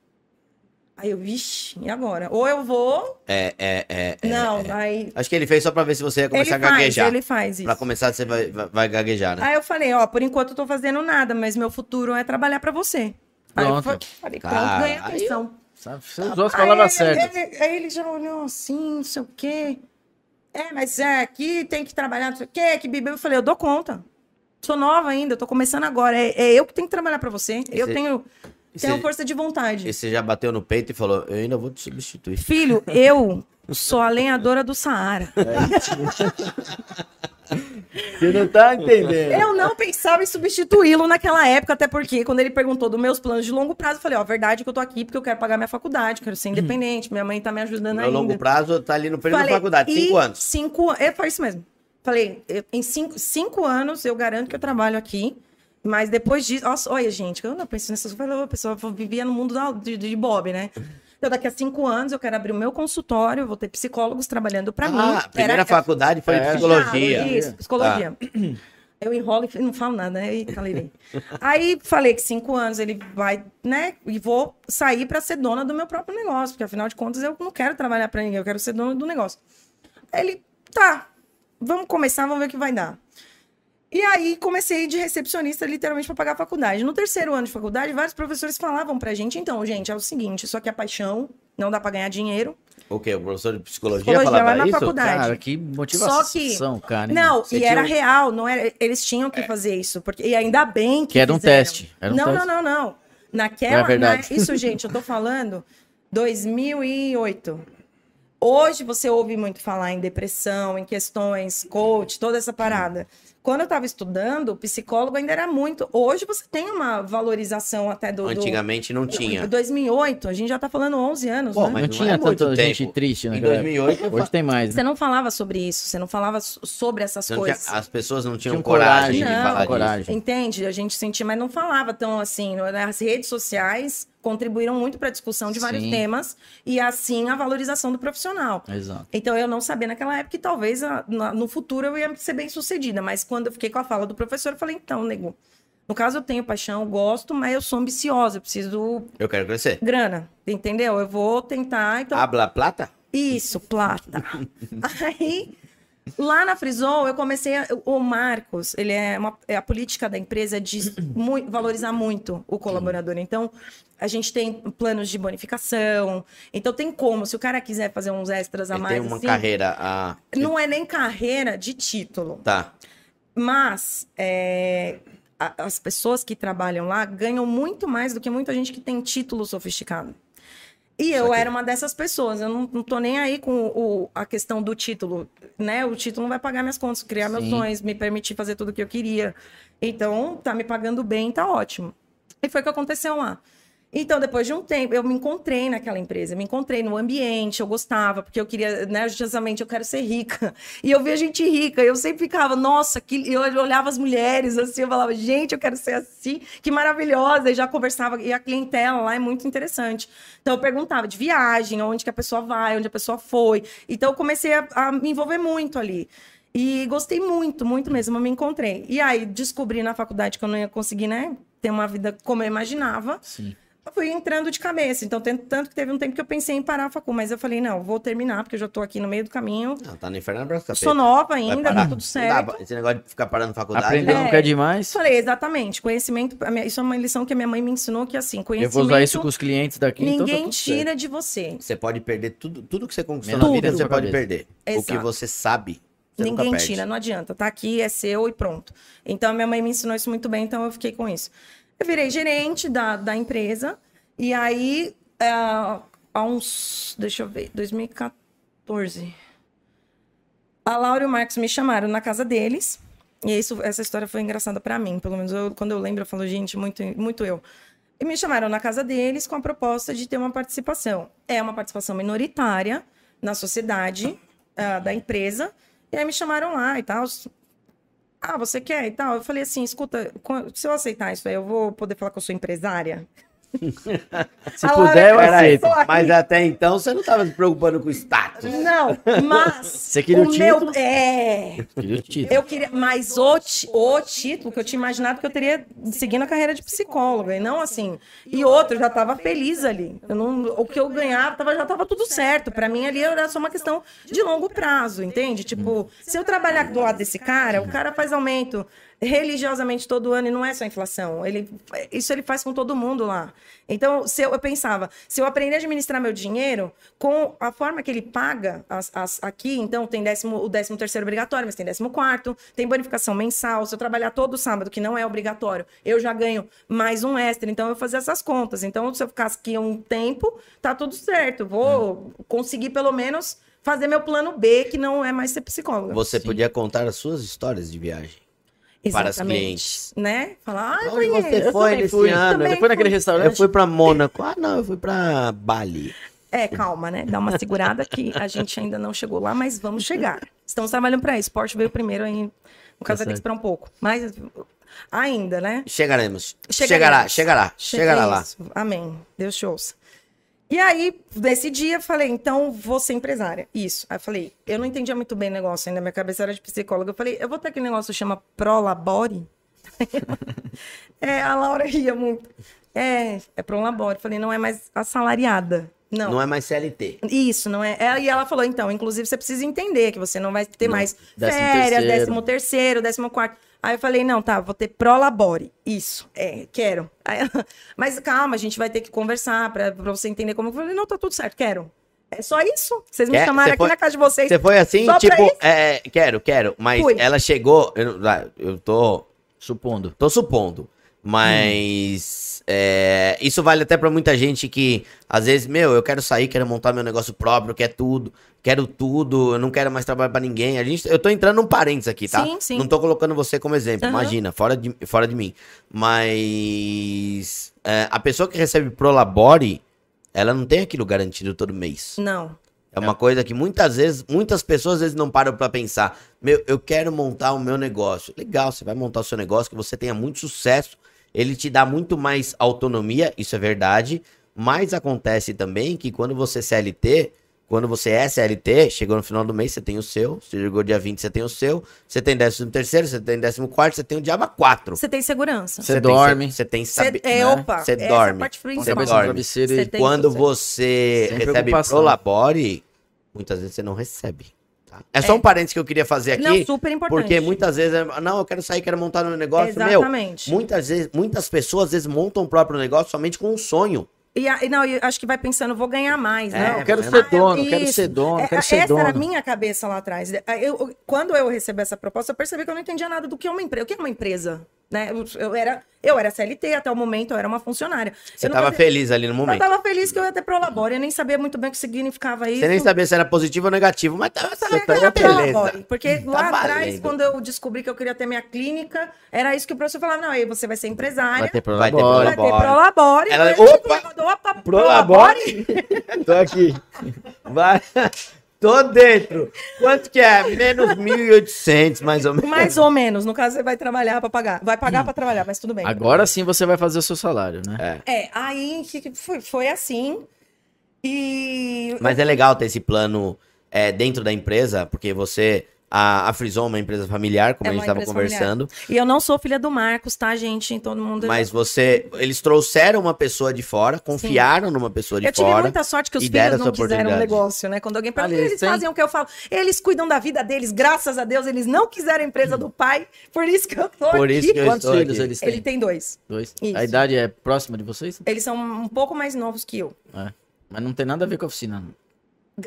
C: Aí eu, vixe, e agora? Ou eu vou.
B: É, é, é, é.
C: não, aí.
B: Acho que ele fez só pra ver se você ia
C: Ele
B: começar a
C: faz,
B: gaguejar.
C: ele faz isso.
B: Pra começar, você vai, vai, vai gaguejar, né?
C: Aí eu falei, ó, por enquanto eu tô fazendo nada, mas meu futuro é trabalhar pra você. Aí eu
D: Pronto.
C: fa- falei, pronto,
B: Cara,
C: ganhei a
B: aí eu-
C: atenção.
D: Sabe, você usou as
C: Aí
D: palavras
C: ele-
D: certas.
C: ele- aí ele já olhou assim, não sei o quê. É, mas é, aqui tem que trabalhar, não sei o quê, que bebê. Eu falei, eu dou conta. Sou nova ainda, eu tô começando agora. É, é eu que tenho que trabalhar pra você. Eu
B: Esse-
C: tenho,
B: esse-
C: tenho força de vontade.
B: E você já bateu no peito e falou, eu ainda vou te substituir.
C: Filho, eu sou a lenhadora do Saara.
D: Você não tá entendendo.
C: Eu não pensava em substituí-lo naquela época, até porque quando ele perguntou dos meus planos de longo prazo, eu falei, ó, a verdade é que eu tô aqui porque eu quero pagar minha faculdade, quero ser independente, minha mãe tá me ajudando
B: Meu
C: ainda.
B: Uhum. longo prazo tá ali no período
C: Falei,
B: da faculdade,
C: e
B: cinco anos.
C: Cinco an- é, foi isso mesmo. Falei, eu- em cinco, cinco anos eu garanto que eu trabalho aqui, mas depois disso. Nossa, olha, gente, eu não penso nessas coisas, eu pessoa vivia no mundo da- de, de Bob, né? Então, daqui a cinco anos eu quero abrir o meu consultório, eu vou ter psicólogos trabalhando pra mim.
B: ah, a primeira
C: Era-
B: faculdade foi
D: É.
B: psicologia.
C: Claro, isso, psicologia. Eu enrolo e não falo nada, né? Eita, Lili. Aí falei que cinco anos ele vai, né? E vou sair pra ser dona do meu próprio negócio, porque afinal de contas eu não quero trabalhar pra ninguém, eu quero ser dona do negócio. Ele, tá, vamos começar, vamos ver o que vai dar. E aí comecei de recepcionista literalmente para pagar a faculdade. No terceiro ano de faculdade, vários professores falavam pra gente, então, gente, é o seguinte, isso aqui é paixão, não dá pra ganhar dinheiro.
B: O quê? Ah, O professor de psicologia,
C: Psicologia lá
B: falava
C: na
B: isso?
C: faculdade.
D: Cara, que motivação, cara. hein?
C: Não,
D: Você
C: e é
D: tinha
C: era
D: um- É.
C: real, não era, eles tinham que fazer isso, porque e ainda bem que
D: Que era um
C: fizeram.
D: teste, era um
C: não,
D: teste.
C: não, não, não. Naquela,
D: Não é verdade.
C: na- isso, gente, eu tô falando 2008. Hoje você ouve muito falar em depressão, em questões, coach, toda essa parada. Quando eu tava estudando, o psicólogo ainda era muito. Hoje você tem uma valorização até do. do-
B: Antigamente não tinha.
C: 2008, a gente já tá falando 11 anos.
B: Pô,
C: né?
B: mas
D: Não
B: não
D: tinha
B: é muito
D: tanta
B: tempo.
D: gente triste, né?
B: Em
D: cara?
B: 2008 eu fa-
D: Hoje tem mais, né?
C: Você não falava sobre isso, você não falava so- sobre essas
B: Você não tinha-
C: coisas.
B: as pessoas não tinham
D: Tinham
B: coragem, de
C: coragem,
B: falar
C: não.
D: um coragem.
C: Entende? A gente sentia, mas não falava tão assim. não era? As redes sociais contribuíram muito para a discussão de vários
D: Sim.
C: temas e assim a valorização do profissional.
D: Exato.
C: Então eu não sabia naquela época que talvez a- na- no futuro eu ia ser bem sucedida, mas quando eu fiquei com a fala do professor, eu falei, então, nego, no caso eu tenho paixão, eu gosto, mas eu sou ambiciosa, eu preciso
B: disso. Eu quero crescer.
C: grana, entendeu? Eu vou tentar, então
B: Habla plata?
C: isso, plata. Aí, lá na Frisol, eu comecei. a- o Marcos, ele é, uma, é a política da empresa de mui- valorizar muito o colaborador. Então, a gente tem planos de bonificação. Então, tem como. Se o cara quiser fazer uns extras a
B: Ele
C: mais.
B: tem uma
C: assim,
B: carreira a...
C: Não é nem carreira de título.
B: Tá.
C: Mas é, a- as pessoas que trabalham lá ganham muito mais do que muita gente que tem título sofisticado. E eu
B: Saquei.
C: era uma dessas pessoas. Eu não, não tô nem aí com o- a questão do título, né? O título não vai pagar minhas contas, criar meus
D: Sim.
C: sonhos, me permitir fazer tudo o que eu queria. Então, tá me pagando bem, tá ótimo. E foi o que aconteceu lá. Então, depois de um tempo, eu me encontrei naquela empresa, me encontrei no ambiente, eu gostava, porque eu queria, né, justamente, eu quero ser rica. E eu via gente rica, eu sempre ficava, nossa, que... eu olhava as mulheres assim, eu falava, gente, eu quero ser assim, que maravilhosa. E já conversava, e a clientela lá é muito interessante. Então, eu perguntava de viagem, onde que a pessoa vai, onde a pessoa foi. Então, eu comecei a, a me envolver muito ali. E gostei muito, muito mesmo, eu me encontrei. E aí, descobri na faculdade que eu não ia conseguir, né, ter uma vida como eu imaginava.
D: Sim.
C: Eu fui entrando de cabeça. Então, tem- tanto que teve um tempo que eu pensei em parar a facu, mas eu falei, não, vou terminar, porque eu já tô aqui no meio do caminho.
B: Não, tá no inferno abraço capeta.
C: Sou nova
B: Vai
C: ainda,
B: parar.
C: tá tudo
B: Não
C: certo.
B: dá pra- esse negócio de ficar parando faculdade.
D: Aprender
B: não.
D: nunca
C: É.
D: é demais.
C: Isso falei, exatamente. Conhecimento, a minha- isso é uma lição que a minha mãe me ensinou, que assim,
B: É,
D: Eu
C: conhecimento
D: vou usar isso com os clientes daqui, então tá
C: ninguém
D: tudo certo.
C: tira de você.
B: Você pode perder tudo, tudo que você conquistou
D: Menos
B: na vida,
D: tudo.
B: você pode
D: Cabeça.
B: perder. O que
C: Exato.
B: você sabe, você nunca
C: Ninguém
B: perde.
C: tira, não adianta. Tá aqui, é seu e pronto. Então, minha mãe me ensinou isso muito bem, então eu fiquei com isso. Eu virei gerente da, da empresa. E aí, ah, há uns. Deixa eu ver, 2014. A Laura e o Marcos me chamaram na casa deles. E isso, essa história foi engraçada pra mim. Pelo menos eu- quando eu lembro, eu falo, gente, muito, muito eu. E me chamaram na casa deles com a proposta de ter uma participação. É uma participação minoritária na sociedade ah, da empresa. E aí me chamaram lá e tal. Ah, você quer e tal? Eu falei assim: escuta, quan- se eu aceitar isso aí, eu vou poder falar que eu sou empresária?
D: Se
C: A Laura-
D: puder, eu
C: Peraí.
D: aceito.
C: Só aqui.
B: Mas até então você não tava se preocupando com o status.
C: Não, mas.
D: Você queria o
C: Meu,
D: título?
C: é.
D: Queria o título.
C: Eu queria. Mas o, ti- o título que eu tinha imaginado que eu teria seguindo a carreira de psicóloga. E não assim. E outro, eu já estava feliz ali. Eu não, o que eu ganhava tava, já estava tudo certo. Para mim, ali era só uma questão de longo prazo, entende? Tipo, se eu trabalhar do lado desse cara, o cara faz aumento religiosamente todo ano e não é só inflação. Ele, isso ele faz com todo mundo lá. Então, se eu, eu pensava, se eu aprender a administrar meu dinheiro, com a forma que ele paga as- as- aqui, então tem décimo, o décimo terceiro obrigatório, mas tem décimo quarto, tem bonificação mensal. Se eu trabalhar todo sábado, que não é obrigatório, eu já ganho mais um extra. Então, eu fazia essas contas. Então, se eu ficasse aqui um tempo, tá tudo certo. Vou conseguir pelo menos fazer meu plano B, que não é mais ser psicóloga.
B: Você podia contar as suas histórias de viagem. para as clientes.
C: Né? Falar, ah,
B: Onde
C: conheço.
B: você foi
D: também
B: nesse
D: fui.
B: ano?
C: Também
D: Você foi naquele
C: fui.
D: restaurante?
B: Eu fui pra Mônaco. Ah, não, eu fui pra Bali.
C: É, calma, né? Dá uma segurada que a gente ainda não chegou lá, mas vamos chegar. Estamos trabalhando para isso. Porsche veio primeiro aí. No caso, vai ter que esperar um pouco. Mas ainda, né?
B: Chegaremos. Chegará,
C: Chegaremos.
B: chegará, chegará lá.
C: Isso. Amém. Deus te ouça. E aí, nesse dia, eu falei, então vou ser empresária. Isso. Aí eu falei, eu não entendia muito bem o negócio ainda, minha cabeça era de psicóloga. Eu falei, eu vou ter aquele negócio que chama Prolabore. é, a Laura ria muito. É, é Prolabore. Eu falei, não é mais assalariada. Não.
B: Não é mais CLT.
C: Isso, não é? é? E ela falou, então, inclusive você precisa entender que você não vai ter
D: Não,
C: mais
D: décimo
C: férias,
D: terceiro.
C: décimo terceiro, décimo quarto. Aí eu falei, não, tá, vou ter prolabore. Isso, é, quero. Aí ela, mas calma, a gente vai ter que conversar pra, pra você entender como. Eu falei, não, tá tudo certo, quero. É só isso? Vocês me
B: É, você
C: chamaram aqui
B: foi-
C: na casa de vocês.
B: Você foi assim,
C: Só pra
B: tipo,
C: isso?
B: é, quero, quero. Mas
C: Fui.
B: ela chegou. Eu, não- ah, eu tô,
D: Supondo.
B: tô supondo. Mas é, isso vale até pra muita gente que, às vezes, meu, eu quero sair, quero montar meu negócio próprio, quero tudo, quero tudo, eu não quero mais trabalhar pra ninguém. A gente, eu tô entrando num parênteses aqui, tá?
C: Sim, sim.
B: Não tô colocando você como exemplo,
C: Aham.
B: imagina, fora de, fora de mim. Mas é, a pessoa que recebe Prolabore, ela não tem aquilo garantido todo mês.
C: Não.
B: É uma coisa que muitas vezes, muitas pessoas às vezes não param pra pensar. Meu, eu quero montar o meu negócio. Legal, você vai montar o seu negócio que você tenha muito sucesso. Ele te dá muito mais autonomia, isso é verdade. Mas acontece também que quando você é CLT, quando você é CLT, chegou no final do mês, você tem o seu. Se chegou dia 20, você tem o seu. Você tem 13 terceiro, você tem 14 quarto, você tem o diabo 4.
C: Você tem segurança.
D: Você
B: tem-
D: dorme.
B: Você tem
C: Você,
B: saber.
C: é,
D: né?
C: opa,
B: Você
C: essa é a
B: dorme.
C: parte
D: Com a
B: Você
C: principal.
D: cabeça no
B: dorme.
D: travesseiro
C: Você
D: e
C: tem
B: Quando
C: sucesso.
B: você
D: Sem
B: recebe
D: preocupação.
B: prolabore, muitas vezes você não recebe. tá? É só um parênteses que eu queria fazer aqui.
C: Não, super importante.
B: Porque muitas vezes, é, não, eu quero sair, quero montar meu negócio.
C: Exatamente.
B: Meu, muitas vezes, muitas pessoas às vezes montam o próprio negócio somente com um sonho.
C: E, a- e não, e acho que vai pensando, vou ganhar mais,
B: É,
C: né?
D: eu quero
B: Ah,
D: ser
C: eu
D: dono,
C: vi
D: quero
C: isso.
D: ser dono,
C: É,
D: quero
C: essa
D: ser dono.
C: era a minha cabeça lá atrás. Eu- eu- quando eu recebi essa proposta, eu percebi que eu não entendia nada do que é uma empresa. O que é uma empresa? Né? Eu, eu era, eu era CLT, até o momento eu era uma funcionária.
B: Você
C: eu não Tá
B: tava
C: fazia-
B: feliz ali no
C: Eu
B: momento.
C: tava feliz que eu ia ter prolabore, eu nem sabia muito bem o que significava isso. tá
B: Você nem sabia se era positivo ou negativo, mas tá, tava,
C: Eu sabia
B: tava,
C: que era prolabore,
B: beleza.
C: porque
B: Tá
C: lá atrás,
B: valendo.
C: quando eu descobri que eu queria ter minha clínica, era isso que o professor falava, não, aí você vai ser empresária,
D: Vai ter
B: Vai ter
C: vai
D: prolabore.
C: ter
B: prolabore.
C: prolabore.
B: Ela-
C: vai ter
B: Opa!
C: prolabore, opa,
D: Prolabore? Tô aqui.
B: Vai. Tô dentro. Quanto que é? Menos 1.800, mais ou menos.
C: Mais ou menos. No caso, você vai trabalhar pra pagar. Vai pagar pra trabalhar, mas tudo bem.
D: Agora sim você vai fazer o seu salário, né?
B: É.
C: É, aí que que foi, foi assim. E.
B: Mas é legal ter esse plano é, dentro da empresa, porque você. A, a Frison é uma empresa familiar, como
C: É
B: a gente
C: uma
B: estava
C: empresa familiar.
B: conversando.
C: E eu não sou filha do Marcos, tá, gente? Todo mundo.
B: Mas você. Eles trouxeram uma pessoa de fora, confiaram numa pessoa de
C: eu tive
B: fora.
C: muita sorte que os
B: e deram
C: filhos não
B: essa
C: quiseram o
B: oportunidade.
C: negócio, né? Quando alguém pergunta,
D: Olha,
C: eles
D: tem-
C: fazem o que eu falo. Eles cuidam da vida deles, graças a Deus, eles não quiseram a empresa do pai, por isso que eu tô
B: Por
C: aqui.
B: isso que É, eu
D: Quantos
B: estou
D: filhos
B: aqui.
D: eles têm?
C: Ele tem dois.
D: Dois.
C: Isso.
D: A idade é próxima de vocês?
C: Eles são um pouco mais novos que eu.
D: É. Mas não tem nada a ver com a oficina. não.
B: Então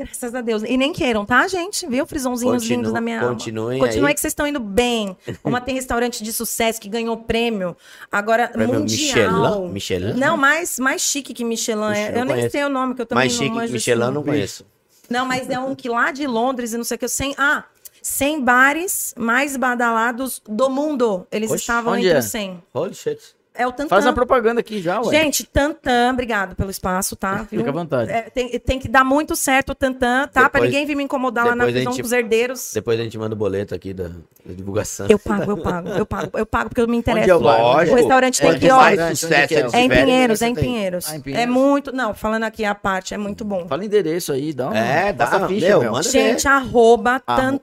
C: Graças a Deus. E nem queiram, tá, gente? Viu, frisonzinhos
B: Continua-
C: lindos da minha
B: continuem
C: alma. Continuem
B: aí.
C: que vocês estão indo bem. Uma tem restaurante de sucesso que ganhou prêmio. Agora,
B: Prêmio
C: mundial.
B: Michelin? Michelin?
C: Não, mais, mais chique que Michelin.
B: Puxa,
C: é.
B: eu
C: eu nem
B: conheço.
C: sei o nome, que eu também
B: Mais
C: não assim,
B: chique que
C: manjo esse
B: Michelin, eu não
C: nome.
B: conheço.
C: Não, mas é um que lá de Londres e não sei o que. Eu sei. Ah, 100 bares mais badalados do mundo. Eles
D: Oxe,
C: estavam
D: onde
C: entre
D: é?
C: os 100.
B: Holy shit.
C: É o Tantan.
D: Faz
B: tá.
D: uma propaganda aqui já, ué.
C: Gente, Tantan, obrigado pelo espaço, tá? Viu?
D: Fica à vontade.
C: É, tem, tem que dar muito certo o Tantan, tá? pra
B: Depois-
C: ninguém vir me incomodar lá na
B: depois a
C: prisão
B: gente-
C: dos herdeiros.
B: Depois a gente manda o boleto aqui da, da divulgação.
C: Eu pago, eu pago, eu pago, eu pago porque eu me interesso.
D: Onde é o bar?
C: O restaurante tem
B: Quanto
C: que, ó,
B: mais
D: Onde é
B: sucesso
D: que é?
B: eles
C: É em
B: tiverem,
C: Pinheiros, é em
B: né? você tem.
C: Pinheiros.
D: Ah, em
C: É
D: Pinheiros.
C: muito. Não, falando aqui a parte, é muito bom.
D: Fala endereço aí, dá uma.
B: É, dá,
D: passa a ficha,
B: meu,
D: meu.
B: manda ver.
C: Gente, arroba
D: Arro-
C: Tantan,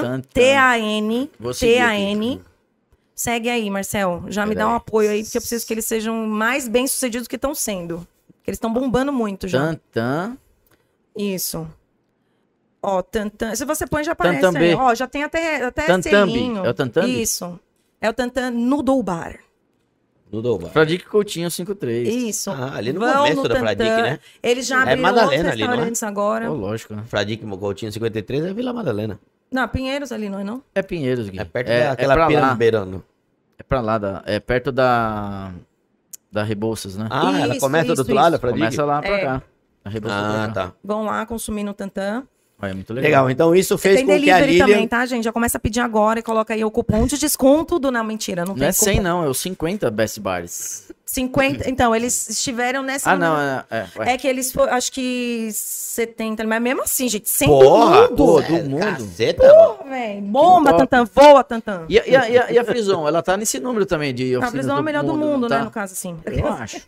D: Tantan.
C: T-A-N,
D: Vou seguir
C: T-A-N. Segue aí, Marcel. Já me dá um
B: Peraí.
C: apoio aí, porque eu preciso que eles sejam mais bem-sucedidos do que estão sendo. Que eles estão bombando muito já.
D: Tantan.
C: Isso. Ó, tantan. Se você põe, já aparece
D: Tantambe.
C: aí. Ó, já tem até, até
D: Tantambe.
C: selinho.
D: É o tantambe?
C: Isso. É o tantan Noodle Bar.
B: No Doba.
D: Fradique Coutinho 53.
C: Isso.
B: Ah, ali no
C: Vão
B: começo da
C: Tantan.
B: Fradique, né?
C: Eles já
B: É
C: abriram
B: Madalena ali,
C: outros
B: não é?
C: restaurantes
D: Pô,
C: agora.
D: lógico, né?
B: Fradique Mogoltinho 53 é Vila Madalena.
C: Não, Pinheiros ali, não é não?
D: É Pinheiros, Gui.
B: É perto
D: é, é
B: daquela
D: pra
B: pira do
D: lá.
B: Beirano.
D: É pra lá, da, é perto da. Da Rebouças, né?
B: Ah, ela
C: Isso,
B: começa do
C: isso,
B: outro lado, a
C: isso.
B: Fradique?
D: Começa lá pra
C: É.
D: cá. A Rebouças
B: Ah,
D: pra cá.
B: tá.
C: Vão lá consumir no Tantan.
D: Olha, é muito legal.
B: Legal, então isso fez
C: Tem
B: com que a
C: delivery
B: Lilian...
C: também, tá, gente? Já começa a pedir agora e coloca aí o cupom de desconto do. Não, mentira, não
D: Não
C: tem
D: é 100,
C: cupom.
D: não, é os 50 Best Bars.
C: 50. Então, eles estiveram nessa.
D: Ah, não, é. é, ué.
C: É que eles foram, acho que 70, mas mesmo assim, gente, 100
B: Porra,
C: do mundo.
B: pô,
D: É,
B: do mundo. Caceta, mano.
C: Véi, Bomba,
D: top.
C: Tantan, voa, Tantan.
D: E, a- e a, e, a, e a Frison, ela tá nesse número também de
C: a
D: oficinas
C: prisão é a melhor do mundo,
D: não
C: né?
D: tá?
C: No caso, assim.
D: Eu acho.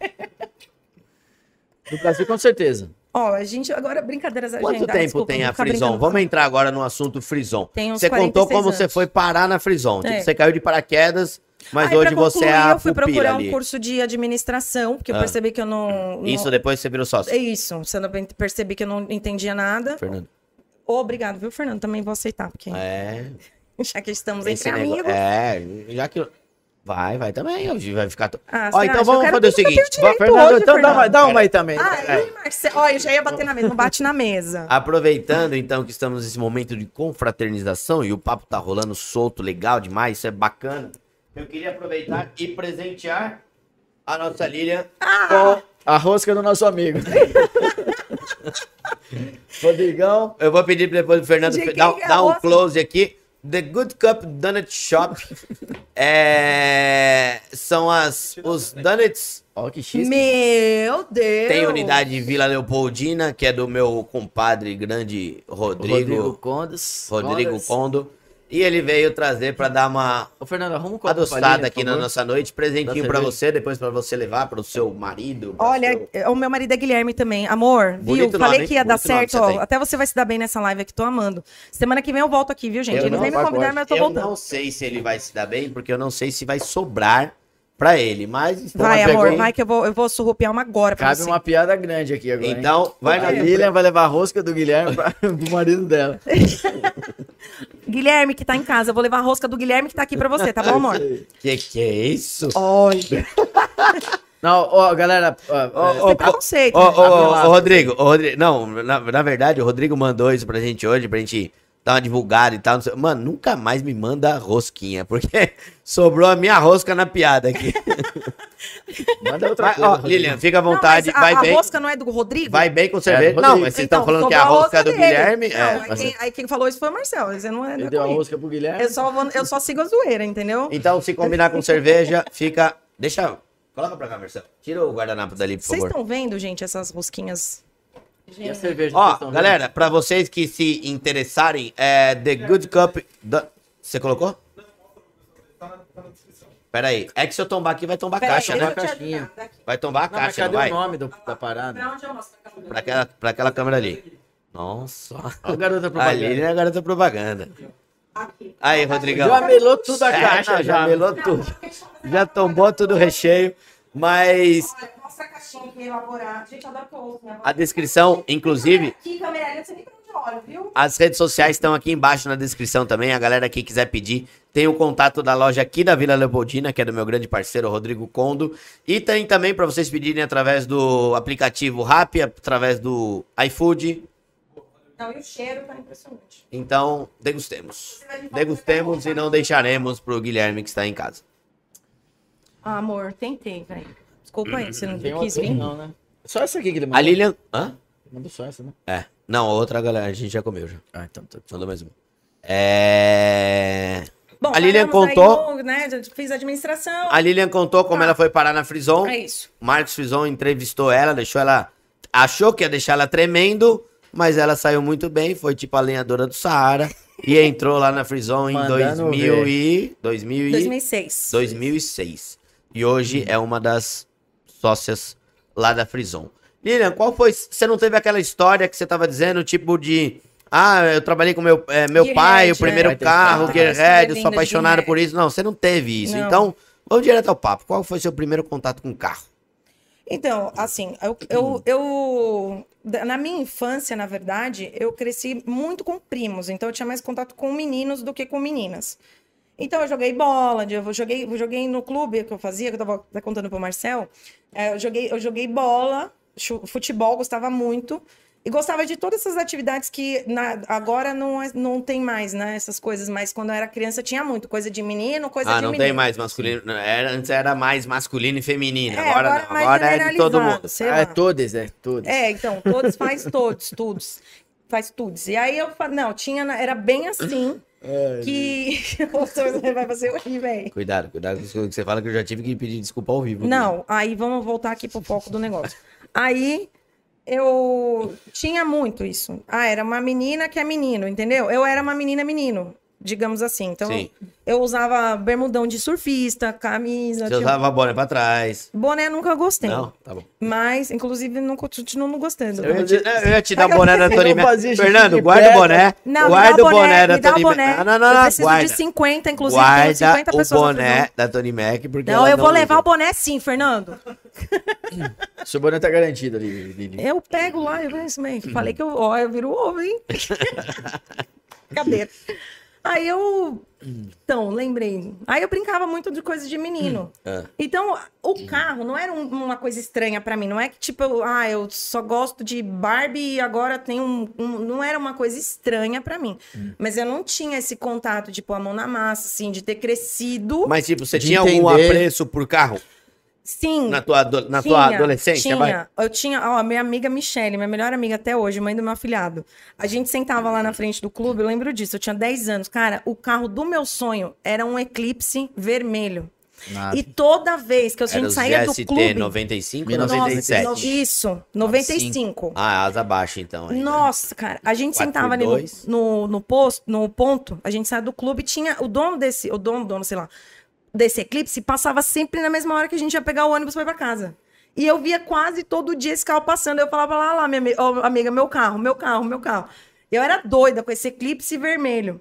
D: Do Brasil, com certeza.
C: Ó, a gente agora, brincadeiras à
B: Quanto
C: gente, ah,
B: tempo
C: desculpa,
B: tem
C: vou
B: a
C: ficar
B: Frison?
C: brincando.
B: Vamos entrar agora no assunto Frison.
C: Tem uns
B: Você contou
C: 46
B: como você
C: anos.
B: foi parar na Frison. Tipo,
C: É.
B: você caiu de paraquedas, Mas
C: Aí,
B: hoje
C: pra
B: você é
C: concluir,
B: a
C: Eu fui
B: pupila
C: procurar um
B: ali.
C: curso de administração, porque eu
B: Ah.
C: percebi que eu não... não-
B: Isso depois você virou sócio.
C: É isso. Você não percebi que eu não entendia nada.
B: Fernando.
C: Obrigado, viu, Fernando? Também vou aceitar, porque
B: É.
C: já que estamos
B: Esse
C: entre
B: negócio.
C: amigos.
B: É, já que. Vai, vai também. hoje Vai ficar. to-
C: Ah,
B: Ó,
C: você
B: então
C: acha?
B: vamos
C: Eu quero
B: fazer o
C: tudo que eu
B: seguinte.
C: tenho direito
D: Fernando,
C: hoje,
D: então dá uma,
C: Fernando. Ah,
D: dá uma aí também.
B: É.
C: Ai, Marcelo. Olha, eu já ia bater na mesa. Não bate na
B: Ah,
C: mesa.
B: Aproveitando então que estamos nesse momento de confraternização e o papo tá rolando solto, legal demais, isso é bacana. Eu queria aproveitar e presentear a nossa Lilian.
D: Com a rosca do nosso amigo. Rodrigão.
B: Eu vou pedir depois do Fernando
C: De quem
B: dar,
C: que é
B: dar
C: a
B: um
C: roça?
B: close aqui. The Good Cup Donut Shop. É, são as, os donuts. Ó, que X.
C: Meu Deus.
B: Tem unidade em Vila Leopoldina, que é do meu compadre grande
D: Rodrigo
B: Rodrigo.
D: Condes.
B: Rodrigo
D: Condes.
B: Condo. E ele veio trazer para dar uma
D: Ô, Fernando, arruma um copo
B: adoçada aqui na né, nossa noite.
D: Dá
B: Presentinho pra
D: cerveja.
B: você, depois pra você levar pro seu marido. pra
C: Olha,
B: seu-
C: o meu marido é Guilherme também. Amor,
B: Bonito nome,
C: viu? Falei
B: hein?
C: que ia dar
B: Bonito nome
C: certo.
B: você
C: ó.
B: tem.
C: até você vai se dar bem nessa live aqui, tô amando. Semana que vem eu volto aqui, viu, gente?
B: Eu
C: Eles
B: não
C: nem me convidaram,
D: pacote.
C: mas eu tô
B: eu
C: voltando.
B: não sei se ele vai se dar bem, porque eu não sei se vai sobrar pra ele. Mas estamos
C: Vai,
B: aqui.
C: amor, vai que eu vou, eu vou surrupiar uma agora pra
D: Cabe
C: você.
D: uma piada grande aqui agora. hein?
B: Então, vai na
D: a Lilian vai levar a rosca do Guilherme pra, pro marido dela.
C: Guilherme, que tá em casa, eu vou levar a rosca do Guilherme que tá aqui pra você, tá bom, amor?
B: Que que é isso?
C: Olha.
D: Não, ó, galera. Ó,
B: Ô,
C: Tem
B: ô,
C: preconceito.
B: Ô,
C: né?
B: ô, ô, Rodrigo, ô, Rodrigo, não, na, na verdade, o Rodrigo mandou isso pra gente hoje, pra gente dar uma divulgada e tal. não sei- Mano, nunca mais me manda rosquinha, porque sobrou a minha rosca na piada aqui.
D: ó, é, manda outra
B: Mas,
D: coisa.
B: ó,
D: Rodrigo.
B: Lilian, fica à
C: Não,
B: vontade,
C: mas a,
B: vai
C: a
B: bem.
C: rosca não é do Rodrigo?
B: Vai bem com cerveja.
D: Rodrigo.
B: não, mas vocês estão falando que a
C: sobrou
B: rosca é do
C: então, dele.
B: Guilherme.
C: Não,
B: é,
C: aí,
B: mas-
C: quem, aí quem falou isso foi o Marcelo, você não é, não
D: Ele
C: é
D: deu a
C: comigo.
D: rosca pro Guilherme.
C: Eu só, vou- eu só sigo a zoeira, entendeu?
B: Então, se combinar com cerveja, fica. Deixa. Coloca pra cá, Marcelo. Tira o guardanapo dali, por
C: Vocês
B: favor.
C: estão vendo, gente, essas rosquinhas?
D: E a cerveja? que vocês
B: Ó,
D: estão vendo?
B: galera, pra vocês que se interessarem, é The Good Cup. da- Você colocou? Pera aí. É que se eu tombar aqui, vai tombar a
C: Peraí,
B: caixa,
C: deixa
B: né?
C: eu te
D: caixinha.
C: ajudar, daqui.
B: Vai tombar a
D: Não, mas
B: caixa, não
D: cadê
B: vai?
D: o nome do- da parada?
C: Pra onde eu mostro a câmera?
B: Pra aquela, pra aquela câmera ali. Nossa.
D: Ó, o garoto da propaganda.
B: Ali é a garota propaganda.
C: Aqui.
B: Aí, Rodrigão.
D: Já melou tudo a
B: É,
D: caixa,
B: não, já
D: já.
B: melou tudo. Já tombou tudo o recheio. Mas
C: Olha, mostra a caixinha que eu ia elaborar. Gente, eu adoro que eu ouço minha voz.
B: a descrição, inclusive,
C: Que câmera ali, eu não sei nem pra onde eu olho, viu?
B: As redes sociais estão aqui embaixo na descrição também. A galera que quiser pedir, tem o contato da loja aqui da Vila Leopoldina, que é do meu grande parceiro Rodrigo Condo. E tem também para vocês pedirem através do aplicativo Rappi, através do iFood.
C: Não, e o cheiro tá impressionante.
B: Então, degustemos. Degustemos e não deixaremos pro Guilherme que está em casa.
C: Ah, amor, tentei, velho. Desculpa aí, você não
D: Tem
C: quis
D: outra
C: vir?
D: não, né? Só essa aqui que ele mandou.
B: A Lilian. Hã?
D: Mandou só essa, né?
B: É. Não, a outra galera, a gente já comeu já.
D: Ah, então tá.
B: Mandou mais uma. É.
C: Bom,
B: a Lilian
C: paramos aí
B: contou.
C: no, né, já fiz administração.
B: A Lilian contou como ela foi parar na Frison.
C: É isso.
B: Marcos Fison entrevistou ela, deixou ela. Achou que ia deixar ela tremendo, mas ela saiu muito bem, foi tipo a lenhadora do Saara. E entrou lá na Frison em
D: Mandando
B: 2000
D: ver.
B: e, 2000 e-
C: 2006.
B: 2006. E hoje é uma das sócias lá da Frison. Lilian, qual foi. Você não teve aquela história que você tava dizendo, tipo de. Ah, eu trabalhei com meu, eh, meu
C: Gearhead,
B: pai, o
C: né?
B: primeiro
D: Vai ter
B: carro,
D: que
C: falar.
B: Gearhead, eu sou
C: Linda de
B: apaixonado por
C: Gearhead.
B: isso. Não, você não teve isso.
C: Não.
B: Então, vamos direto ao papo. Qual foi seu primeiro contato com carro?
C: Então, assim, eu, eu, eu- da- na minha infância, na verdade, eu cresci muito com primos, então eu tinha mais contato com meninos do que com meninas. Então eu joguei bola, eu joguei, eu joguei no clube que eu fazia, que eu tava até contando pro Marcel, é, eu joguei, eu joguei bola, chu- futebol, gostava muito. E gostava de todas essas atividades que na- agora não, é- não tem mais, né? Essas coisas, mas quando eu era criança tinha muito. Coisa de menino, coisa
B: Ah,
C: de
B: não
C: menino.
B: tem mais masculino. não, Era, antes era mais masculino e feminino.
C: É,
B: agora
C: agora é
B: não.
C: mais
B: Agora é de todo mundo.
C: generalizado, sei
D: Ah, é
C: lá.
D: todas, é todas.
C: É, então, todos faz todos, todos. Faz todos. E aí eu falo, não, tinha, na- era bem assim que. Você vai fazer hoje, velho.
B: Cuidado, cuidado com as coisas que você fala que eu já tive que pedir desculpa ao vivo.
C: Não, aí vamos voltar aqui pro foco do negócio. Aí eu tinha muito isso. Ah, era uma menina que é menino, entendeu? Eu era uma menina menino. digamos assim. Então,
B: Sim.
C: eu usava bermudão de surfista, camisa.
B: Você
C: tinha-
B: usava a bola pra trás.
C: Boné nunca gostei.
B: Não, tá bom.
C: Mas, inclusive, não continuo não gostando.
B: Eu ia te, eu ia te
C: Mas
B: dar
C: eu
B: boné da
D: preciso-
B: Tony
D: eu fazia
B: Mac.
D: xixi
B: Fernando,
D: de
B: guarda o
D: pedra.
B: boné.
C: Não,
B: guarda
C: me dá
B: o boné da
C: me dá
B: Tony
C: o boné.
B: Mac. Não, não, não,
C: eu
B: não.
C: preciso
B: Guarda,
C: de 50, inclusive, tenho
B: guarda
C: 50
B: o
C: pessoas na
B: boné
C: prisão.
B: da Tony Mac. Porque
C: Não,
B: ela
C: eu vou
B: usa.
C: levar o boné sim, Fernando.
D: Seu boné tá garantido ali, Lili.
C: Eu pego lá, eu penso, mãe,
B: Uhum.
C: falei que eu, ó, eu viro ovo, hein? Cadê? Aí eu.
B: Uhum.
C: Então, lembrei. Aí eu brincava muito de coisa de menino.
B: Uhum. Ah.
C: Então, o carro não era um- uma coisa estranha pra mim. Não é que, tipo, eu, ah, eu só gosto de Barbie e agora tem um. um- não era uma coisa estranha pra mim.
B: Uhum.
C: Mas eu não tinha esse contato de pôr a mão na massa, assim, de ter crescido.
B: Mas, tipo, você
D: De
B: tinha algum
D: entender.
B: apreço por carro
C: Sim.
B: na tua, ado- na
C: Tinha,
B: tua adolescência?
C: Tinha.
B: Vai.
C: Eu tinha, ó, a minha amiga Michelle, minha melhor amiga até hoje, mãe do meu afilhado. A gente sentava lá na frente do clube, eu lembro disso, eu tinha 10 anos. Cara, o carro do meu sonho era um Eclipse vermelho.
B: É.
D: Nada.
C: E toda vez que a gente
B: Ah. Era os
C: saía do
B: GST
C: clube...
B: 95 e
D: Nossa,
C: Nossa,
B: 97.
C: Isso, 95.
B: Ah, asa baixa, então. ainda.
C: Nossa, cara, a gente
B: Quatro
C: sentava
B: por
C: ali no,
B: dois.
C: no, no posto, no ponto, a gente saía do clube, tinha o dono desse, o dono, dono, sei lá, desse Eclipse, passava sempre na mesma hora que a gente ia pegar o ônibus pra ir pra casa. E eu via quase todo dia esse carro passando, eu falava lá, lá, minha ami- ô, amiga, meu carro, meu carro, meu carro. Eu era doida com esse Eclipse vermelho.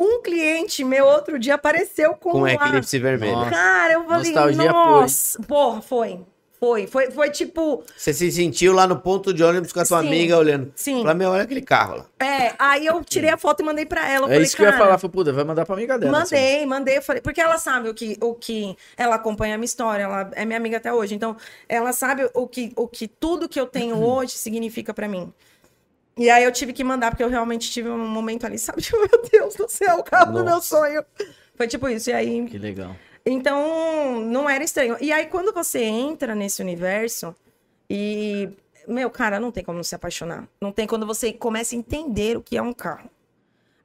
C: Um cliente meu outro dia apareceu com,
B: Com
C: uma-
B: eclipse vermelho.
D: Nossa.
C: Cara, eu falei,
D: Nostalgia pura,
C: nossa, porra, foi. Foi, foi, foi tipo,
B: Você se sentiu lá no ponto de ônibus com a tua
C: Sim.
B: amiga olhando.
C: Sim.
B: Falei, meu, olha aquele carro lá.
C: É, aí eu tirei a foto e mandei pra ela. Eu
D: É
C: falei,
D: isso que eu ia
C: cara,
D: falar. Falei, puta, vai mandar pra amiga dela. assim.
C: Mandei, mandei. eu falei, porque ela sabe o que, o que. Ela acompanha a minha história, ela é minha amiga até hoje. Então, ela sabe o que, o que tudo que eu tenho
D: Uhum.
C: hoje significa pra mim. E aí eu tive que mandar, porque eu realmente tive um momento ali, sabe? Tipo, Meu Deus do céu, o carro do meu
D: Nossa.
C: sonho. Foi tipo isso. E aí.
D: assim. Que legal.
C: Então, não era estranho. E aí, quando você entra nesse universo e. Meu, cara, não tem como não se apaixonar. Não tem quando você começa a entender o que é um carro.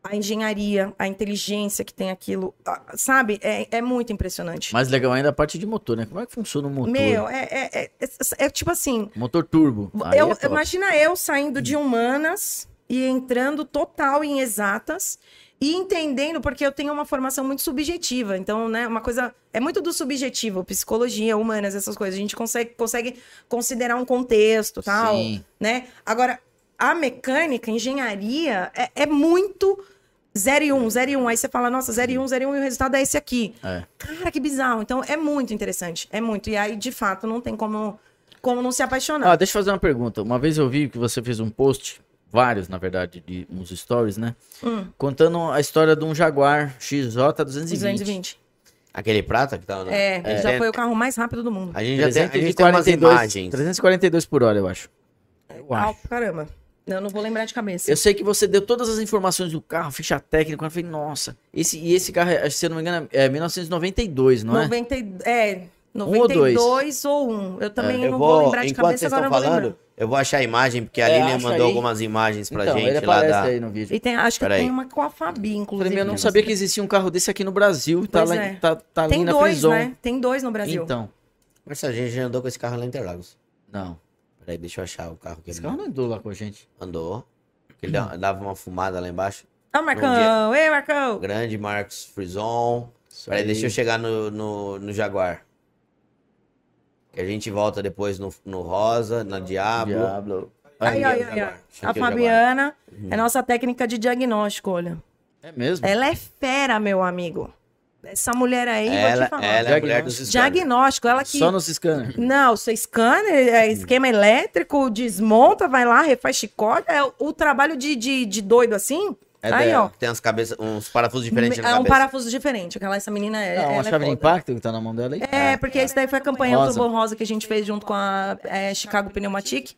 C: A engenharia, a inteligência que tem aquilo. a- Sabe? É, é muito impressionante.
D: Mais legal ainda a parte de motor, né? Como é que funciona o motor?
C: Meu, é, é- é- é- é tipo assim.
D: Motor turbo. Aí
C: Eu,
D: é top.
C: imagina eu saindo de humanas e entrando total em exatas e entendendo, porque eu tenho uma formação muito subjetiva. Então, né, uma coisa. É muito do subjetivo, psicologia, humanas, essas coisas. A gente consegue, consegue considerar um contexto tal.
D: Sim.
C: né? Agora, a mecânica, a engenharia, é, é muito. 0 e 1, 0 e 1. Aí você fala, nossa, 0 e 1, 0 e 1 e o resultado é esse aqui.
D: É.
C: Cara, que bizarro. Então, é muito interessante. É muito. E aí, de fato, não tem como, como não se apaixonar.
D: Ah, deixa eu fazer uma pergunta. Uma vez eu vi que você fez um post, vários, na verdade, de uns stories, né?
C: Hum.
D: Contando a história de um Jaguar XJ220.
C: 220.
B: Aquele prata que tava na...
C: É,
B: É.
C: já foi o carro mais rápido do mundo.
B: A gente já tem, a gente tem umas imagens.
D: 342 por hora, eu acho. Eu acho.
C: Alto, caramba. Eu não vou lembrar de cabeça.
D: Eu sei que você deu todas as informações do carro, ficha técnica. Eu falei, nossa, esse, e esse carro, é, se eu não me engano, é 1992, não é?
C: 90, é,
D: Um ou dois?
C: 92 ou 1. Eu também
B: É, Eu
C: não vou,
B: vou,
C: lembrar de
B: enquanto
C: cabeça,
B: vocês
C: agora
B: estão
C: eu vou lembrar.
B: falando, eu vou achar a imagem, porque a
D: É,
B: Lilian
D: acha
B: mandou
D: aí.
B: algumas imagens pra
D: então, ele
B: gente lá
D: aparece
B: da...
D: aí no vídeo.
C: E tem, acho que
B: Peraí.
C: tem uma com a Fabi,
D: Eu
C: inclusive.
D: falei, eu não
C: né?
D: sabia que existia um carro desse aqui no Brasil. Tá,
C: Pois
D: lá,
C: é.
D: tá, tá ali
C: Tem
D: na
C: dois,
D: Frison.
C: né? Tem dois no Brasil.
D: Então,
B: Mas a gente já andou com esse carro lá em Interlagos.
D: não.
B: Peraí, deixa eu achar o carro que
D: Esse
B: ele
D: carro não andou lá com a gente.
B: andou. Que ele dá- dava uma fumada lá embaixo.
C: Ó, Marcão! Ei, Marcão!
B: Grande Marcos Frison.
D: Isso
B: Peraí,
D: aí. é
B: deixa eu chegar no, no, no Jaguar. Que a gente volta depois no, no Rosa, na Diablo.
D: Diablo.
C: Aí,
D: Aí,
C: aí,
B: ó.
C: aí,
B: Jaguar.
C: ó. A
B: Aqui é o Jaguar.
C: Fabiana é nossa técnica de diagnóstico, olha.
D: É mesmo?
C: Ela é fera, meu amigo. Essa mulher aí, vou
B: Ela,
C: te falar.
B: ela é a mulher
D: Diagnóstico.
B: dos scanners.
C: Diagnóstico, ela que
D: Só nos scanners.
C: Não, você scanner, é esquema elétrico, desmonta, vai lá, refaz chicote. É o, o trabalho de, de, de doido assim.
B: É
C: aí,
B: dela,
C: ó.
B: que Tem umas cabeça, uns parafusos diferentes na
C: É um
B: cabeça.
C: parafuso diferente. Aquela, essa menina é.
D: Não,
C: ela
D: a
C: é
D: chave de
C: foda.
D: impacto que tá na mão dela aí.
C: É, porque isso daí foi a campanha
D: Rosa.
C: do Turbo Rosa que a gente fez junto com a é, Chicago Pneumatic.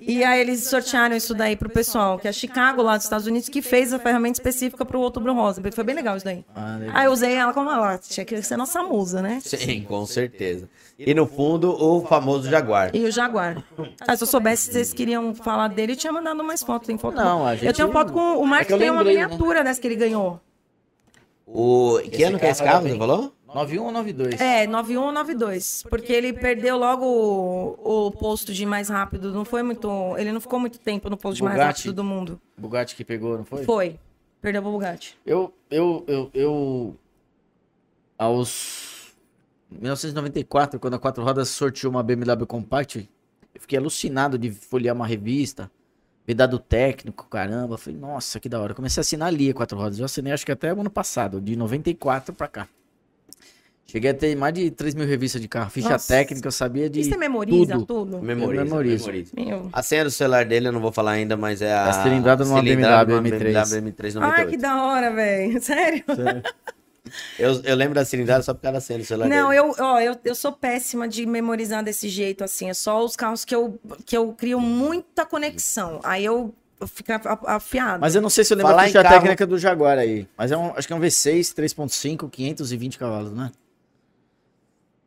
C: E aí eles sortearam isso daí pro pessoal, que é a Chicago lá dos Estados Unidos que fez a ferramenta específica pro Outubro Rosa. Foi bem legal isso daí.
D: Ah, legal.
C: Aí eu usei ela como ela, tinha que ser nossa musa, né?
B: Sim, com certeza. E no fundo, o famoso Jaguar.
C: E o Jaguar. Ah, se eu soubesse que vocês queriam falar dele, eu tinha mandado mais fotos. Tem foto?
D: Não, a
C: Eu
D: gente-
C: tenho foto com. O
D: É
C: Marcos
D: que eu
C: tem uma
D: lembrei, né?
C: miniatura dessa que ele ganhou.
B: O... Que ano que é esse carro,
D: era
B: você
D: bem-
B: falou?
D: 91 ou 92?
C: É, 91 ou 92. Porque ele perdeu logo o, o posto de mais rápido. Não foi muito. Ele não ficou muito tempo no posto de mais
D: Bugatti.
C: rápido do mundo.
D: Bugatti que pegou, não foi?
C: Foi. Perdeu pro Bugatti.
D: Eu, eu, eu, eu. Aos 1994, quando a Quatro Rodas sorteou uma BMW Compact, eu fiquei alucinado de folhear uma revista, ver dado técnico, caramba. Eu Falei, nossa, que da hora. Eu comecei a assinar ali a Quatro Rodas. Eu assinei acho que até o ano passado, de 94 pra cá. Cheguei a ter mais de 3 mil revistas de carro, ficha
C: Nossa.
D: técnica, eu sabia de.
C: E você é memoriza
D: tudo.
C: tudo?
B: Memoriza,
D: memorizo.
B: memoriza.
C: Meu.
B: A senha do celular dele eu não vou falar ainda, mas é a.
D: A cilindrada numa
B: cilindrada numa
D: BMW M3.
B: BMW M3
C: Ai,
D: então,
B: 98.
C: que da hora, velho. Sério?
B: eu, eu lembro da cilindrada só por causa da senha do celular
C: Não,
B: dele.
C: eu, ó, eu, eu sou péssima de memorizar desse jeito, assim. É só os carros que eu, que eu crio muita conexão. Aí eu fico af- afiada.
D: Mas eu não sei se eu lembro
B: Falar
D: a
B: em
D: ficha
B: carro-
D: técnica do Jaguar aí. Mas é um, acho que é um V6, 3.5, 520 cavalos, né?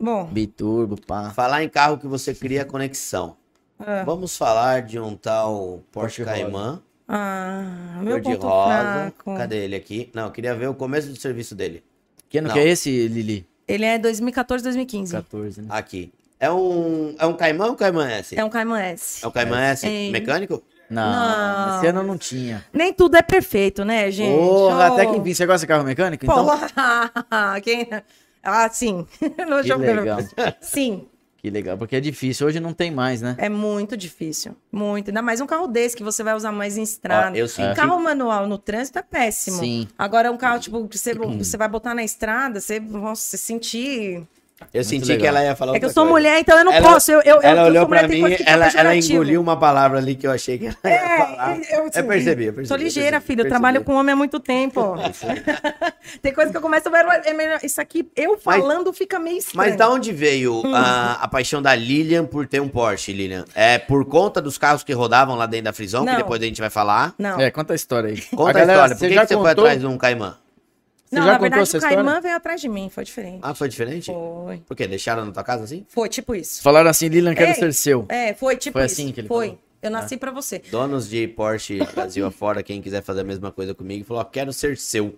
C: Bom,
D: Biturbo, pá.
B: Falar em carro que você cria conexão.
C: ah,
B: Vamos falar de um tal Porsche
D: Porsche rosa.
B: Cayman,
C: ah, meu
B: cor de
C: ponto
B: rosa.
C: fraco.
B: Cadê ele aqui? Não, eu queria ver o começo do serviço dele.
D: Que ano
B: Não.
D: que é esse, Lili?
C: Ele é 2014, 2015.
D: 14, né?
B: Aqui. É um é um Cayman ou um Cayman S?
C: É um Cayman S.
B: É um Cayman S
C: É.
B: mecânico?
D: Não,
C: Não.
D: Ah, esse ano não tinha.
C: Nem tudo é perfeito, né, gente?
D: Porra,
C: Oh.
D: até que enfim. Você gosta de carro mecânico? Então,
C: Porra! Quem... Ah, sim. Não
D: que
C: jogo pelo-
D: legal.
C: Sim,
D: Que legal, porque é difícil. Hoje não tem mais, né?
C: é muito difícil. Muito. Ainda mais um carro desse que você vai usar mais em
B: Ó,
C: estrada.
B: eu senti.
C: Um carro manual no trânsito é péssimo.
D: Sim.
C: Agora, um carro, tipo, que você,
B: Hum.
C: você vai botar na estrada, você, nossa, você sentir.
B: Eu senti
D: legal.
B: que ela ia falar
C: É que eu
B: outra
C: sou
B: coisa.
C: mulher, então eu não
B: Ela-
C: posso. Eu, eu, eu-
B: ela
C: eu
B: olhou
C: sou mulher,
B: pra
C: tem
B: mim,
C: coisa que é
B: ela, ela
C: pejorativo.
B: engoliu uma palavra ali que eu achei que ela ia falar.
C: É, eu,
B: Eu percebi, eu percebi.
C: Sou
B: eu
C: ligeira,
B: percebi,
C: filho. Eu
B: percebi.
C: trabalho com homem há muito tempo. Tem coisa que eu começo a ver. é melhor- Isso aqui, eu falando, fica meio estranho.
B: Mas um- da onde veio a, a paixão da Lilian por ter um Porsche, Lilian? É por conta dos carros que rodavam lá dentro da Frisão, que
C: Não.
B: depois a gente vai falar.
C: Não.
D: É, conta a história aí.
B: Conta a, história, por que, que você foi atrás de um Cayman?
D: Você
C: Não,
D: já
C: na
D: contou
C: verdade,
D: essa
C: o
D: história?
C: Caimã veio atrás de mim, foi diferente.
B: Ah, foi diferente?
C: Foi.
B: Por quê? Deixaram na tua casa assim?
C: Foi tipo isso.
D: Falaram assim, Lilian, quero
C: Ei.
D: ser seu.
C: É, foi tipo
D: Foi
C: isso.
D: assim que ele
C: Foi.
D: falou?
C: Eu nasci pra você.
B: Donos de Porsche Brasil afora, quem quiser fazer a mesma coisa comigo, falou: ó, quero ser seu.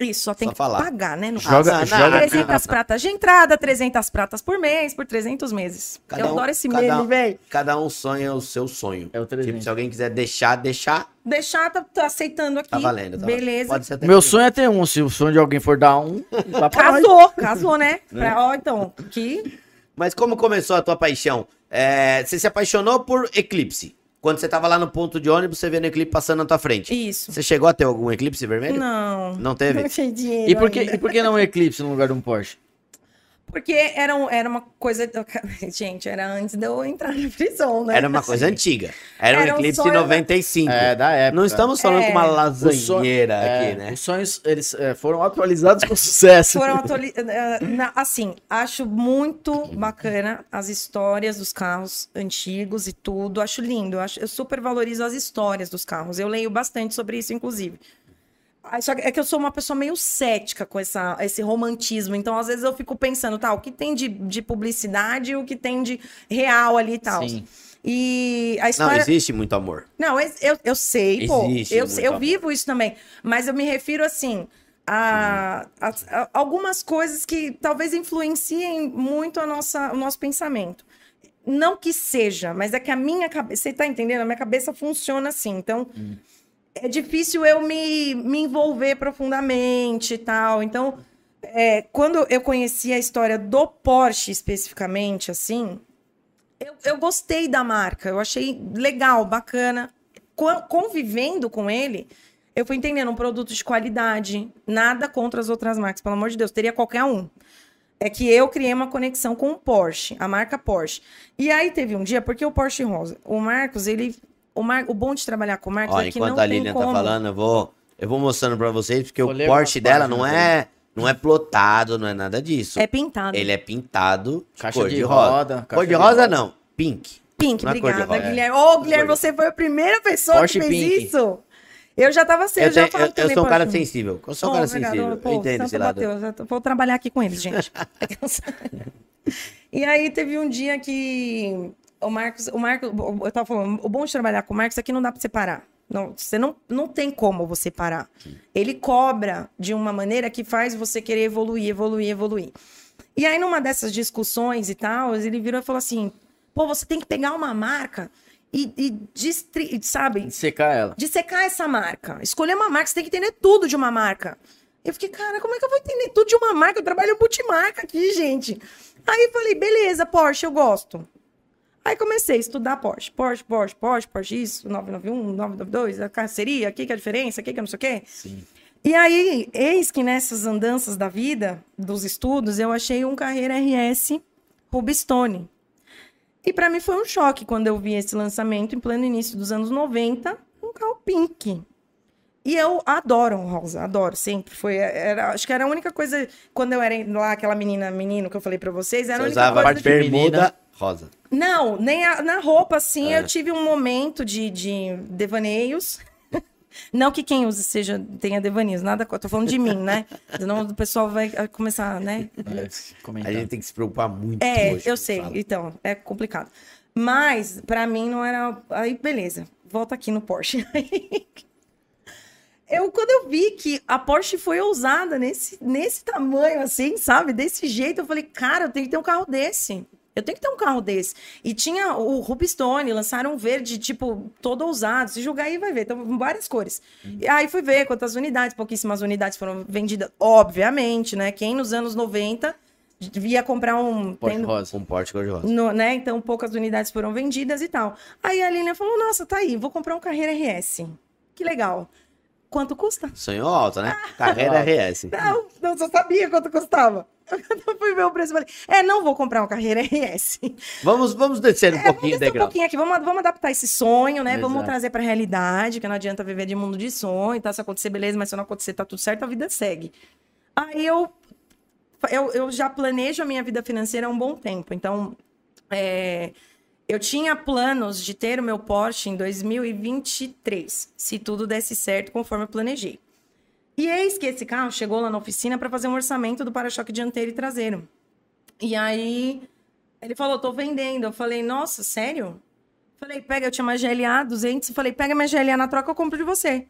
C: Isso, só tem
B: Só
C: que
B: falar.
C: pagar, né? No caso.
D: Joga,
B: Ah,
D: joga.
B: não, não.
C: 300 pratas de entrada, 300 pratas por mês, por 300 meses.
B: Cada
C: eu
B: um-
C: adoro esse
B: cada
C: meme,
B: um-
C: velho.
B: Cada um sonha o seu sonho.
D: É o 300.
B: Tipo, se alguém quiser deixar, deixar,
C: Deixar, tá, tá aceitando aqui.
B: tá valendo. tá valendo.
C: Beleza.
B: Pode ser até
D: Meu
B: comigo.
D: sonho é ter um. Se o sonho de alguém for dar um, dá pra nós.
C: Casou, casou, né? Pra, ó, então, que
B: Mas como começou a tua paixão? É, você se apaixonou por eclipse. Quando você tava lá no ponto de ônibus, você vê no eclipse passando na tua frente.
C: isso.
B: Você chegou a ter algum eclipse vermelho?
C: Não.
B: Não teve?
C: Não tinha dinheiro
D: E por, que,
C: ainda.
D: e por que não um Eclipse no lugar de um Porsche?
C: Porque era, um- era uma coisa... Gente, era antes de eu entrar na prisão, né?
B: Era uma coisa antiga. Era um
C: Era um
B: eclipse
C: sonho-
B: 95.
D: É, da época.
B: Não estamos falando
C: É.
B: com uma
D: O sonho-
B: lasanheira
D: é,
B: aqui, né?
D: Os sonhos, eles é, foram atualizados com sucesso.
C: Foram atuali- eh, na- Assim, acho muito bacana as histórias dos carros antigos e tudo. Acho lindo. Acho... Eu super valorizo as histórias dos carros. Eu leio bastante sobre isso, inclusive. Ah, Só que é que eu sou uma pessoa meio cética com essa, esse romantismo. Então, às vezes, eu fico pensando, tá, o que tem de, de publicidade e o que tem de real ali e tal.
D: Sim.
C: E a
B: Não,
C: história.
B: existe muito amor.
C: Não, ex- eu, eu sei, pô.
B: Existe
C: Eu,
B: muito
C: eu
B: amor.
C: vivo isso também. Mas eu me refiro, assim, a, a- a algumas coisas que talvez influenciem muito a nossa, o nosso pensamento. Não que seja, mas é que a minha cabeça. Você tá entendendo? A minha cabeça funciona assim. Então, é difícil eu me, me envolver profundamente e tal. Então, é, quando eu conheci a história do Porsche especificamente, assim, eu, eu gostei da marca, eu achei legal, bacana. Co- Convivendo com ele, eu fui entendendo um produto de qualidade, nada contra as outras marcas, pelo amor de Deus, teria qualquer um. É que eu criei uma conexão com o Porsche, a marca Porsche. E aí teve um dia, porque o Porsche Rosa, o Marcos, ele. O, Mar... o bom de trabalhar com o Marcos
B: Ó,
C: é que não
B: enquanto a
C: tem
B: Lilian
C: como.
B: tá falando, eu vou, eu vou mostrando pra vocês, porque
D: Vou
B: o
D: ler
B: Porsche
D: algumas
B: dela não
D: páginas
B: é, não é plotado, não é nada disso.
C: É pintado.
B: Ele é pintado de
D: Caixa
B: cor
D: de
B: de rosa.
D: roda,
B: Cor
D: caixa
B: de
D: de
B: rosa
D: roda.
B: não, pink.
C: Pink,
B: Na cor de
C: obrigada,
B: rosa. É.
C: Guilherme. Ô, Guilherme,
B: cor de
C: você foi a primeira pessoa
D: Porsche
C: que fez
D: Pink.
C: isso. Eu já tava sendo,
B: Eu,
C: eu,
B: tenho-
C: já
B: eu-
C: falo
B: eu
C: também.
B: sou um cara
C: Porsche.
B: sensível. Eu sou um
C: Pô,
B: cara
C: obrigada,
B: sensível.
C: pô,
B: eu entendo
C: Santa
B: esse lado.
C: Mateus, eu tô- vou trabalhar aqui com eles, gente. e aí teve um dia que o Marcos, o Marcos, eu tava falando, o bom de trabalhar com o Marcos é que não dá pra você parar. Não, você não, não tem como você parar. Ele cobra de uma maneira que faz você querer evoluir, evoluir, evoluir. E aí, numa dessas discussões e tal, ele virou e falou assim: pô, você tem que pegar uma marca e, e distri- sabe,
D: Secar ela.
C: de secar essa marca. Escolher uma marca, você tem que entender tudo de uma marca. Eu fiquei, cara, como é que eu vou entender tudo de uma marca? Eu trabalho multimarca aqui, gente. Aí eu falei, beleza, Porsche, eu gosto. Aí comecei a estudar Porsche, Porsche, Porsche, Porsche, Porsche, isso, 991, 992, a carroceria, o que que é a diferença, o que que é não sei o quê.
D: Sim.
C: E aí, eis que nessas andanças da vida, dos estudos, eu achei um Carreira RS Rubistone. E para mim foi um choque quando eu vi esse lançamento em pleno início dos anos 90, um carro pink. E eu adoro um rosa, adoro, sempre. Foi, era, acho que era a única coisa, quando eu era lá, aquela menina, menino que eu falei para vocês, era
B: Você
C: a única coisa
B: usava
D: parte de
B: bermuda
D: menina.
B: rosa.
C: não, nem a- na roupa, assim,
B: É.
C: eu tive um momento de, de devaneios. Não que quem use seja, tenha devaneios, nada. co- Tô falando de mim, né? Senão o pessoal vai ah, começar, né?
D: Mas,
B: A
D: comentar.
B: gente tem que se preocupar muito
C: É,
B: hoje,
C: eu sei.
B: fala.
C: Então, é complicado. Mas, pra mim, não era. Aí, beleza. Volta aqui no Porsche. Eu, quando eu vi que a Porsche foi ousada nesse, nesse tamanho, assim, sabe? Desse jeito, eu falei, cara, eu tenho que ter um carro desse. Eu tenho que ter um carro desse. E tinha o Rubistone, lançaram um verde, tipo, todo ousado. Se jogar aí, vai ver. Então, várias cores. E aí fui ver quantas unidades, pouquíssimas unidades foram vendidas. Obviamente, né? Quem nos anos 90 via comprar um...
D: Porsche
C: tendo-
D: rosa.
B: Com porte cor-de-rosa.
C: no- né? Então, poucas unidades foram vendidas e tal. Aí a Lilian falou: Nossa, tá aí, vou comprar um Carreira RS. Que legal. Quanto custa?
B: Sonhou alto, né? Carreira RS.
C: Não, não só sabia quanto custava. Eu fui ver o preço e falei: É, não vou comprar um Carreira RS.
B: Vamos, vamos descer um
C: É, vamos
B: pouquinho o
C: descer um
B: degrau.
C: pouquinho aqui, vamos, vamos adaptar esse sonho, né? Vamos
D: Exato.
C: trazer pra realidade, que não adianta viver de mundo de sonho, tá? Se acontecer, beleza, mas se não acontecer, tá tudo certo, a vida segue. Aí eu, eu, eu já planejo a minha vida financeira há um bom tempo. Então, é, eu tinha planos de ter o meu Porsche em 2023, se tudo desse certo conforme eu planejei. E eis que esse carro chegou lá na oficina para fazer um orçamento do para-choque dianteiro e traseiro. E aí ele falou, tô vendendo. Eu falei, nossa, sério? Falei, pega, eu tinha uma GLA 200. Falei, pega minha GLA na troca, eu compro de você.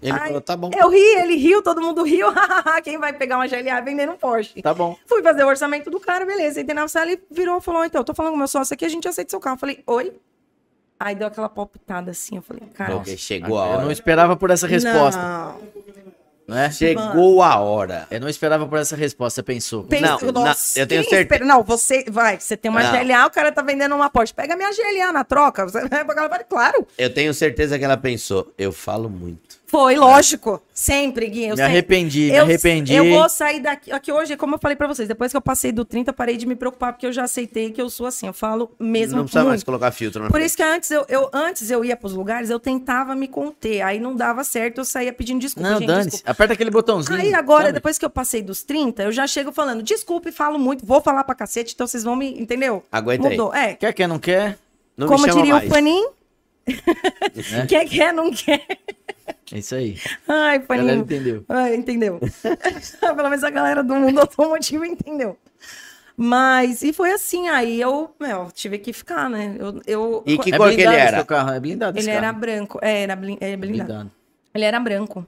B: Ele
C: Ai,
B: falou, tá bom.
C: Eu ri, ele riu, todo mundo riu. "Ah, Quem vai pegar uma GLA vendendo um Porsche?
D: Tá bom.
C: Fui fazer o orçamento do cara, beleza. Entrei na sala e virou e falou: "Ó, então, tô falando com o meu sócio aqui, a gente aceita seu carro. Eu falei, oi? Aí deu aquela palpitada assim, eu falei, cara.
B: é Porque chegou a
D: Ah, eu não
B: hora.
D: esperava por essa resposta,
C: Não.
D: né?
B: Chegou a hora.
D: Eu não esperava por essa resposta, você pensou.
C: Pensa,
B: Não, não,
C: nossa,
B: eu tenho
C: quem
B: certeza.
C: espera- Não, você vai, você tem uma
B: Não.
C: GLA, o cara tá vendendo uma Porsche. Pega minha GLA na troca. Você vai pagar ela claro.
B: Eu tenho certeza que ela pensou, eu falo muito.
C: Foi, lógico. Sempre, Gui. Eu
D: me
C: sempre.
D: arrependi, me
C: eu,
D: arrependi.
C: Eu vou sair daqui. Aqui hoje, como eu falei pra vocês, depois que eu passei do 30, eu parei de me preocupar, porque eu já aceitei que eu sou assim. Eu falo mesmo
B: não precisa
C: muito.
B: mais colocar filtro na
C: Por
B: frente.
C: isso que antes eu, eu- antes eu ia pros lugares, eu tentava me conter. Aí não dava certo, eu saía pedindo desculpa.
D: Não,
C: gente,
D: dane-se.
C: desculpa.
D: Aperta aquele botãozinho.
C: Aí agora,
D: sabe?
C: depois que eu passei dos 30, eu já chego falando, desculpe, falo muito, vou falar pra cacete, então vocês vão me. Entendeu?
B: Aguenta aí.
C: Mudou. É.
D: Quer, quer, não quer?
B: Não
C: como
B: me chama
C: diria
B: mais. É.
C: o Panin,
D: Né?
C: quer, quer, não quer.
D: É isso aí.
C: Ai,
D: A
B: é
D: galera
C: Paninho.
D: entendeu.
C: Ah, entendeu? Pelo menos a galera do mundo automotivo entendeu. Mas, e foi assim, aí eu, meu, tive que ficar, né? Eu, eu-
B: E que
D: é
B: cor que ele
D: blindado
B: era?
D: seu carro, é blindado esse
C: ele era
D: carro.
C: branco. É, era blin- é, blindado. Ele era branco.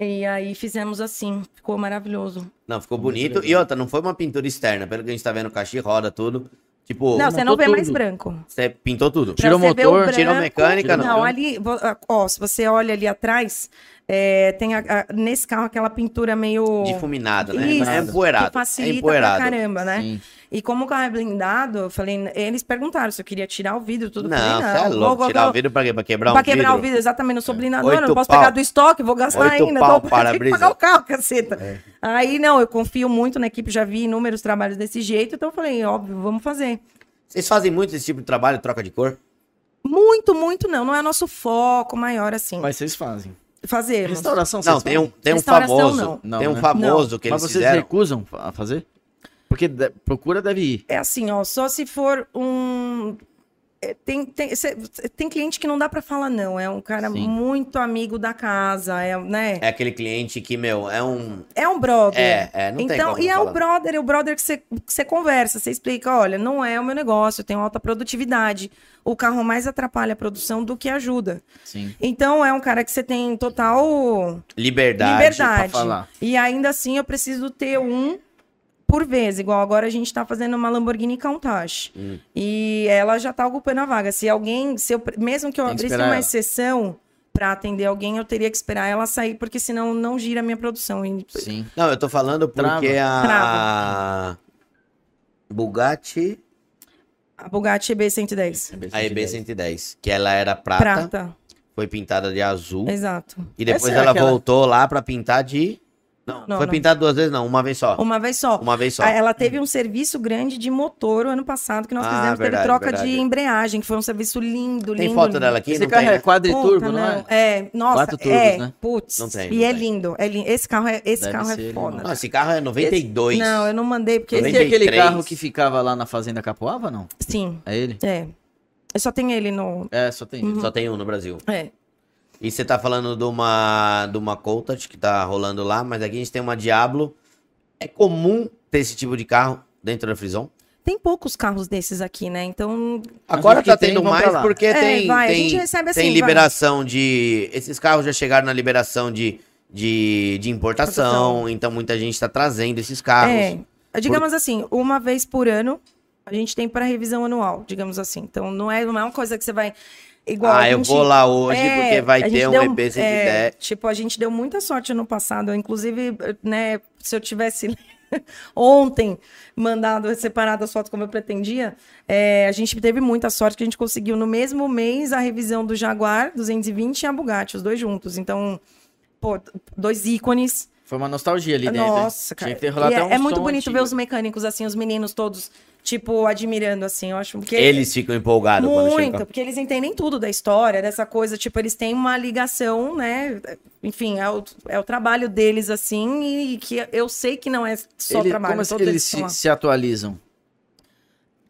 C: E aí fizemos assim, ficou maravilhoso.
B: Não, ficou bonito. E outra, não foi uma pintura externa. Pelo que a gente tá vendo, caixa de roda, tudo. Tipo,
C: não, você não vê
D: tudo.
C: mais branco.
B: você pintou tudo.
D: Tirou
C: Pra você ver o
D: motor,
B: tirou mecânica,
C: não.
B: não.
C: ali, vo- ah, ó, se você olha ali atrás, é, tem a- a- nesse carro aquela pintura meio.
B: Difuminado, né?
C: Isso,
B: é empoeirado.
C: Que facilita
B: é
C: pra
B: empoeirado.
C: caramba, né?
D: Sim.
C: E como o carro é blindado, eu falei, eles perguntaram se eu queria tirar o vidro, tudo eu
B: Não,
C: falei,
B: você é
C: vou-
B: louco.
C: vou-
B: Tirar o
C: vou-
B: vidro pra quê? Pra quebrar
C: pra
B: um
C: quebrar
B: vidro?
C: o vidro, exatamente, eu sou blindadora, eu
B: Oito
C: não posso
B: pau.
C: pegar do estoque, vou gastar
B: Oito
C: ainda,
B: pau, É.
C: então tem que
B: para-brisa.
C: pagar o carro, caceta. Aí, não, eu confio muito na equipe, já vi inúmeros trabalhos desse jeito, então eu falei, óbvio, vamos fazer.
B: Vocês fazem muito esse tipo de trabalho, troca de cor?
C: Muito, muito não, não é nosso foco maior, assim,
D: Mas vocês fazem.
C: fazer.
D: Restauração,
B: Não,
D: vocês
B: tem um,
D: fazem?
B: tem um
C: Restauração,
B: famoso.
D: não.
B: tem um
D: Não, né?
B: famoso que eles
D: Mas vocês
B: fizeram.
D: recusam a fazer? Porque de- procura deve ir.
C: É assim, ó, só se for um... é, Tem, tem, cê- tem cliente que não dá pra falar não, é um cara
D: Sim.
C: muito amigo da casa, é, né?
B: É aquele cliente que, meu, é um.
C: É um brother.
B: É, é, não tem
C: Então,
B: como
C: e é
B: falar.
C: o brother, é o brother que você, que você conversa, você explica, olha, não é o meu negócio, eu tenho alta produtividade. O carro mais atrapalha a produção do que ajuda.
D: Sim.
C: Então, é um cara que você tem total
B: Liberdade.
C: liberdade.
D: falar.
C: E ainda assim, eu preciso ter um por vez, igual agora a gente tá fazendo uma Lamborghini Countach. E ela já tá ocupando a vaga. Se alguém, se eu, pre- mesmo que eu
D: Tem que
C: abrisse
D: esperar
C: uma
D: ela.
C: exceção para atender alguém, eu teria que esperar ela sair, porque senão não gira a minha produção. E-
D: Sim.
B: Não, eu tô falando porque a. Bugatti.
C: A Bugatti EB110.
D: é
B: A EB110, que ela era prata,
C: Prata. É.
B: foi pintada de azul.
C: Exato.
B: E depois
D: Essa é
B: ela
D: aquela-
B: voltou lá pra pintar de. Não,
C: Não,
B: foi
C: não.
B: pintada duas vezes, não, uma vez só. Uma,
C: Uma vez só.
B: vez só.
C: Ah, Ela teve um serviço grande de motor o ano passado que nós
B: Ah,
C: fizemos.
B: verdade,
C: teve troca
B: verdade.
C: de embreagem, que foi um serviço lindo,
B: Tem
C: lindo.
B: foto
C: lindo.
B: dela aqui?
D: Esse
B: Não
D: carro
B: tem,
D: é
B: né?
D: quadriturbo,
C: Puta,
D: não é?
C: É, nossa,
D: Quatro turbos,
C: é,
D: né?
C: putz.
B: Não tem,
C: e
B: não
C: é
B: tem.
C: lindo, é lindo. Esse carro é, esse
D: Deve
C: carro
D: ser
C: é
D: ele,
C: foda.
B: Não, esse carro é 92.
C: Não, eu não mandei porque
D: Esse
C: esse...
D: é aquele
B: 93.
D: carro que ficava lá na Fazenda Capoava, não?
C: sim,
D: É ele?
C: é. Eu só tenho ele no
D: É, só tem
C: Uhum.
D: ele.
B: Só tem um no Brasil.
C: é.
B: E você tá falando de uma, de uma Countach que tá rolando lá, mas aqui a gente tem uma Diablo. É comum ter esse tipo de carro dentro da Frison?
C: Tem poucos carros desses aqui, né? Então,
B: Agora
D: Mas os que
B: tá
D: tem,
B: tendo
D: vão pra
B: mais
D: lá.
B: porque
C: É,
B: tem,
C: vai, a
B: tem,
C: gente recebe assim,
B: tem
C: vai.
B: liberação de... Esses carros já chegaram na liberação de, de, de importação,
C: Importação.
B: então muita gente tá trazendo esses carros.
C: é, digamos assim, uma vez por ano a gente tem para revisão anual, digamos assim. Então não é, não é uma coisa que você vai igual
B: ah,
C: a
B: eu
C: gente-
B: vou lá hoje
C: É,
B: porque vai
C: a gente
B: ter um
C: deu-
B: EP 110.
C: é, Tipo, a gente deu muita sorte ano passado. Eu, inclusive, né, se eu tivesse ontem mandado separado as fotos como eu pretendia, é, a gente teve muita sorte que a gente conseguiu no mesmo mês a revisão do Jaguar 220 e a Bugatti, os dois juntos. Então, pô, dois ícones.
D: Foi uma nostalgia ali dentro. hein?
C: Nossa, cara.
D: Tinha que ter rolado
C: E é,
D: até um
C: é muito
D: som
C: bonito
D: antigo.
C: ver os mecânicos, assim, os meninos todos, tipo, admirando, assim. Eu acho que
B: Eles ficam empolgados quando chegam.
C: muito, porque eles entendem tudo da história, dessa coisa, tipo, eles têm uma ligação, né? Enfim, é o, é o trabalho deles, assim, e que eu sei que não é só
D: Ele-
C: trabalho.
D: Como é que
C: todos
D: eles
C: eles estão
D: se,
C: lá.
D: se atualizam?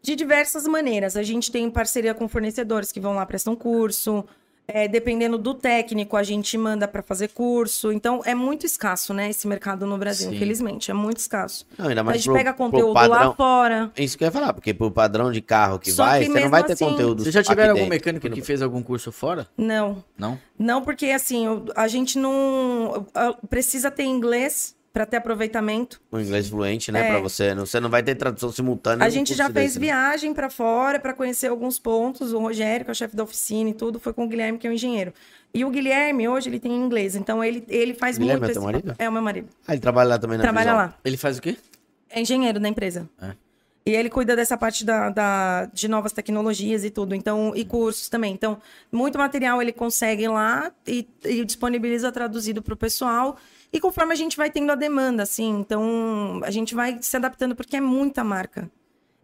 C: De diversas maneiras. A gente tem parceria com fornecedores que vão lá prestam curso. É, dependendo do técnico, a gente manda para fazer curso. Então, é muito escasso, né? Esse mercado no Brasil,
D: Sim. Tá
C: infelizmente. É muito escasso.
B: Não, ainda
C: a
B: mais
C: gente
B: pro-
C: pega
B: pro
C: conteúdo lá
B: padrão-
C: fora.
B: Isso que eu ia falar, porque pro padrão de carro que
C: Só
B: vai,
C: que
B: você não
C: mesmo
B: vai ter
C: assim-
B: conteúdo.
D: Vocês já
B: aqui
D: tiveram algum
B: dentro,
D: mecânico
B: aqui
D: que
B: no-
D: fez algum curso fora?
C: Não.
D: Não?
C: Não, porque assim, eu- a gente não ah, precisa ter inglês para ter aproveitamento.
B: Um inglês fluente, né,
C: É.
B: pra você. Não, você não vai ter tradução simultânea.
C: A
B: num
C: gente
B: curso
C: já fez
B: desse, né?
C: viagem para fora para conhecer alguns pontos. O Rogério, que é o chefe da oficina e tudo, foi com o Guilherme, que é o engenheiro. E o Guilherme hoje ele tem inglês, então ele ele faz
B: Guilherme
C: muito
B: é teu
C: esse-
B: marido?
C: É o meu marido.
B: Ah, ele trabalha lá também na
C: Trabalha
B: Frison.
C: lá.
D: Ele faz o quê?
C: É engenheiro da empresa.
D: É.
C: E ele cuida dessa parte da, da- de novas tecnologias e tudo, então, e cursos também. Então, muito material ele consegue lá e, e disponibiliza traduzido para o pessoal. E conforme a gente vai tendo a demanda, assim, então a gente vai se adaptando porque é muita marca.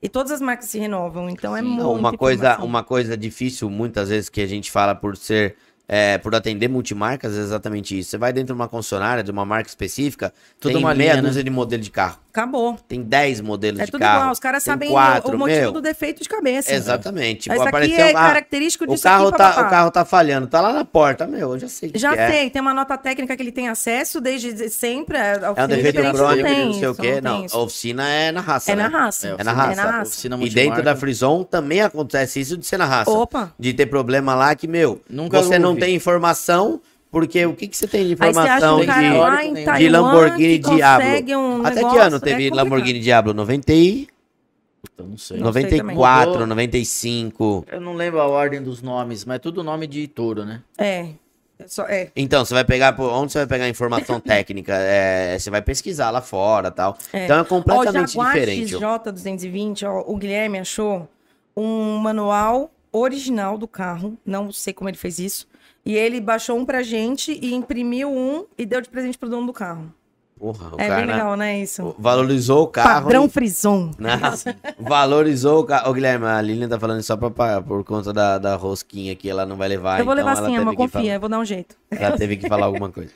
C: E todas as marcas se renovam, então é
D: Sim.
C: muito.
B: Não, uma coisa,
C: informação.
B: uma coisa difícil muitas vezes que a gente fala por ser é, por atender multimarcas é exatamente isso. Você vai dentro de uma concessionária de uma marca específica,
D: Toda
B: tem
D: uma
B: meia
D: linha, né?
B: dúzia de modelo de carro,
C: Acabou.
B: tem 10 modelos
C: É
B: um de
C: tudo
B: carro.
C: igual. Os caras
B: tem
C: sabem o-
B: quatro,
C: o, motivo
B: meu.
C: do defeito de cabeça.
B: Exatamente. Tipo,
C: Mas isso aqui
B: apareceu
C: é
B: ah,
C: característico
B: o
C: disso
B: carro
C: aqui,
B: tá,
C: papapá.
B: o carro tá falhando, tá lá na porta, meu, eu já sei o que
C: Já
B: que é.
C: tem, tem uma nota técnica que ele tem acesso desde sempre. a- a
B: É um
C: oficina
B: defeito
C: diferente,
B: crônico,
C: tem
B: não sei o
C: isso,
B: quê.
C: tem
B: Não,
C: isso.
B: a oficina é na raça,
C: É na
B: né?
C: raça.
D: É,
B: É na raça.
D: Oficina
B: E dentro
D: multimarca.
B: da Frison também acontece isso de ser na raça.
C: Opa.
B: De ter problema lá que, meu,
D: Nunca
B: você não
D: ouvi.
B: tem informação, porque o que, que você tem de
C: Aí você acha
B: informação
C: um
B: de,
C: cara lá em
D: de
C: Taiwan
B: de Lamborghini
C: que consegue
B: Diablo?
C: um
B: Até que
C: negócio,
B: ano teve
C: é complicado.
B: Lamborghini Diablo? 90 e...
D: Puta, não sei.
C: Não sei também.
B: 94,
D: Mudou.
B: 95.
D: Eu não lembro a ordem dos nomes, mas é tudo nome de touro, né?
C: É. É Só, é.
B: Então, você vai pegar, pô, onde você vai pegar a informação técnica? É, você vai pesquisar lá fora tal.
C: É.
B: Então é
C: Ó, o
B: completamente
C: Jaguar
B: diferente. ó.
C: XJ220, ó, o Guilherme achou um manual original do carro. Não sei como ele fez isso. E ele baixou um pra gente e imprimiu um e deu de presente pro dono do carro.
B: Porra, o
C: é
B: cara
C: bem legal, né? Isso.
B: valorizou o carro.
C: Padrão
B: e-
C: Frison.
B: Nossa, valorizou o carro. Ô, Guilherme, a Lilian tá falando só pra, pra- por conta da, da rosquinha que ela não vai
D: Ah,
B: levar.
C: eu vou
B: então
C: levar
B: ela
C: sim,
B: teve
C: amor,
B: que
C: confia,
B: falar-
C: eu vou dar um jeito.
B: ela teve que falar alguma coisa.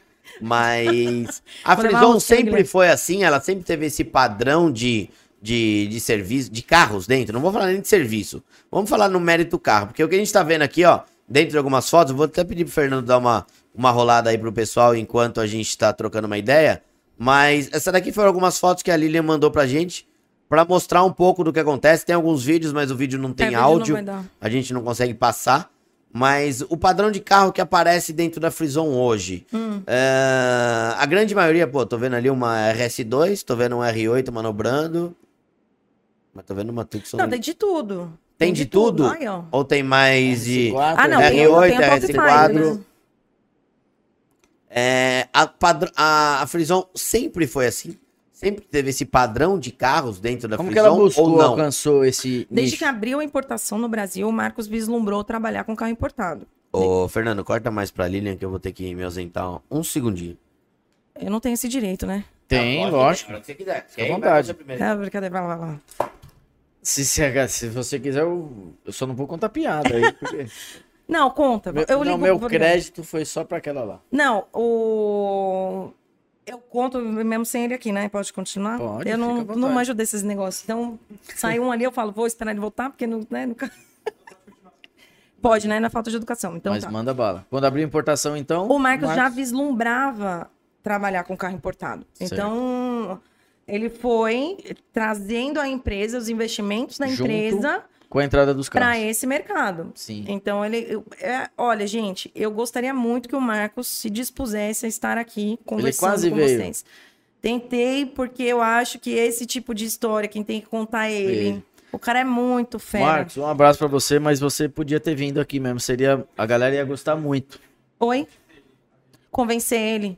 B: Mas a
C: Vou levar a
B: Frison
C: rosquinha,
B: sempre
C: Guilherme.
B: foi assim, ela sempre teve esse padrão de, de, de serviço, de carros dentro. Não vou falar nem de serviço. Vamos falar no mérito carro, porque o que a gente tá vendo aqui, ó, dentro de algumas fotos, eu vou até pedir pro Fernando dar uma, uma rolada aí pro pessoal enquanto a gente tá trocando uma ideia. Mas essa daqui foram algumas fotos que a Lilian mandou pra gente pra mostrar um pouco do que acontece. Tem alguns vídeos, mas o vídeo não
C: É,
B: tem
C: vídeo não
B: áudio.
C: vai dar.
B: a gente não consegue passar. Mas o padrão de carro que aparece dentro da Frison hoje,
C: Hum.
B: é, a grande maioria, pô, tô vendo ali uma RS2, tô vendo um R8 manobrando, mas tô vendo uma Tucson.
D: um-
C: Não, tem de tudo.
B: Tem de tudo?
C: Aí, ó.
B: Ou tem
D: É,
B: mais de...
C: Ah,
D: né?
C: não, tem,
B: R8,
C: tem a Top
B: R4.
C: Five, né?
B: É, a, padr- a, a Frison sempre foi assim? Sempre teve esse padrão de carros dentro da
D: Como que
B: Frison
D: ela
B: ou
D: buscou,
B: não?
D: alcançou esse
C: Desde
D: nicho?
C: que abriu a importação no Brasil, o Marcos vislumbrou trabalhar com carro importado.
B: Ô, Fernando, corta mais pra Lilian que eu vou ter que me ausentar ó, um segundinho.
C: Eu não tenho esse direito, né?
D: Tem, lógico.
B: que você quiser.
D: Fica à vontade.
C: Ah, brincadeira, vai lá, vai lá.
D: Se, se, se você quiser, eu, eu só não vou contar piada aí. Porque...
C: Não, conta.
D: meu,
C: eu
D: não,
C: ligo
D: meu
C: vou ligar.
D: crédito foi só pra aquela lá.
C: Não, o. Eu conto mesmo sem ele aqui, né? Pode continuar?
D: Pode,
C: eu
D: fica
C: não,
D: à vontade.
C: não manjo desses negócios. Então, sai um ali, eu falo, vou esperar ele voltar, porque não, né, nunca. Pode, né? Na falta de educação. Então,
D: mas
C: tá.
D: manda bala. Quando abrir a importação, então.
C: O Marcos, já vislumbrava trabalhar com carro importado.
D: Certo.
C: Então, ele foi trazendo a empresa, os investimentos da
D: Junto
C: empresa,
D: Com a entrada dos
C: para
D: carros.
C: esse mercado.
D: Sim.
C: Então, ele. eu- é, olha, gente, eu gostaria muito que o Marcos se dispusesse a estar aqui conversando
D: quase
C: com
D: veio.
C: vocês. Tentei, porque eu acho que esse tipo de história, quem tem que contar é ele.
D: Ele.
C: O cara é muito fera.
D: Marcos, um abraço pra você, mas você podia ter vindo aqui mesmo. Seria. A galera ia gostar muito.
C: Oi? Convencer ele.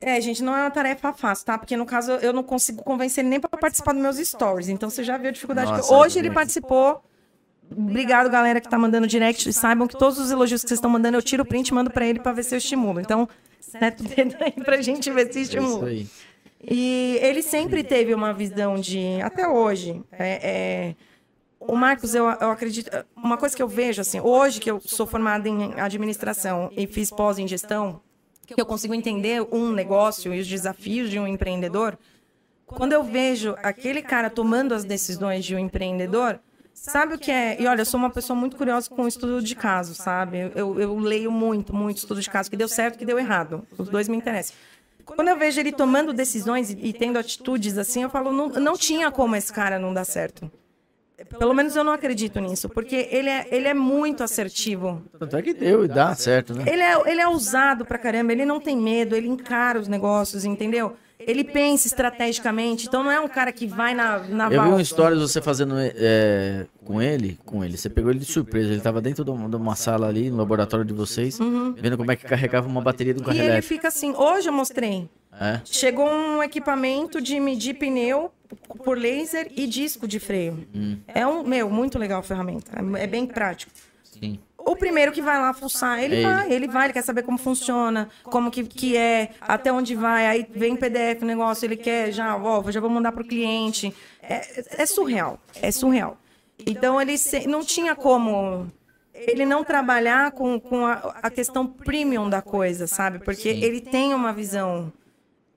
C: É, gente, não é uma tarefa fácil, tá? Porque no caso eu não consigo convencer ele nem para participar dos meus stories. Então você já viu a dificuldade que
D: Nossa,
C: eu- hoje ele
D: gente.
C: participou. Obrigado, galera que tá mandando direct. Saibam que todos os elogios que vocês estão mandando, eu tiro o print e mando para ele para ver se eu estimulo. Então, seta o dedo aí pra gente ver se
D: É isso
C: estimula.
D: aí.
C: E ele sempre teve uma visão de. Até hoje. é- é, o Marcos, eu, eu acredito. Uma coisa que eu vejo, assim, hoje que eu sou formada em administração e fiz pós em gestão, que eu consigo entender um negócio e os desafios de um empreendedor. Quando eu vejo aquele cara tomando as decisões de um empreendedor, sabe o que é? E olha, eu sou uma pessoa muito curiosa com o estudo de caso, sabe? Eu, eu leio muito, muito estudo de caso, que deu certo, que deu errado. Os dois me interessam. Quando eu vejo ele tomando decisões e, e tendo atitudes assim, eu falo, não, não tinha como esse cara não dar certo. Pelo menos eu não acredito nisso, porque ele é, ele é muito assertivo.
D: Tanto é que deu e dá certo, né?
C: Ele é, ele é ousado pra caramba, ele não tem medo, ele encara os negócios, entendeu? Ele pensa estrategicamente, então não é um cara que vai na, na
D: Eu vi um
C: valsa.
D: stories você fazendo é, com ele, com ele. Você pegou ele de surpresa. Ele tava dentro de uma, de uma sala ali, no laboratório de vocês, vendo como é que carregava uma bateria do carro
C: Uhum. E ele
D: elétrico.
C: fica assim, hoje eu mostrei.
D: É.
C: Chegou um equipamento de medir pneu por laser e disco de freio.
D: Hum.
C: É um, meu, muito legal a ferramenta. É, é bem prático.
D: Sim.
C: O primeiro que vai lá fuçar, ele,
D: Ele.
C: vai, ele vai, ele quer saber como funciona, como que, que é, até onde vai, aí vem um PDF o negócio, ele quer já, ó, já vou mandar pro cliente. É, é surreal, é surreal. Então ele se- não tinha como ele não trabalhar com, com a, a questão premium da coisa, sabe? Porque ele tem uma visão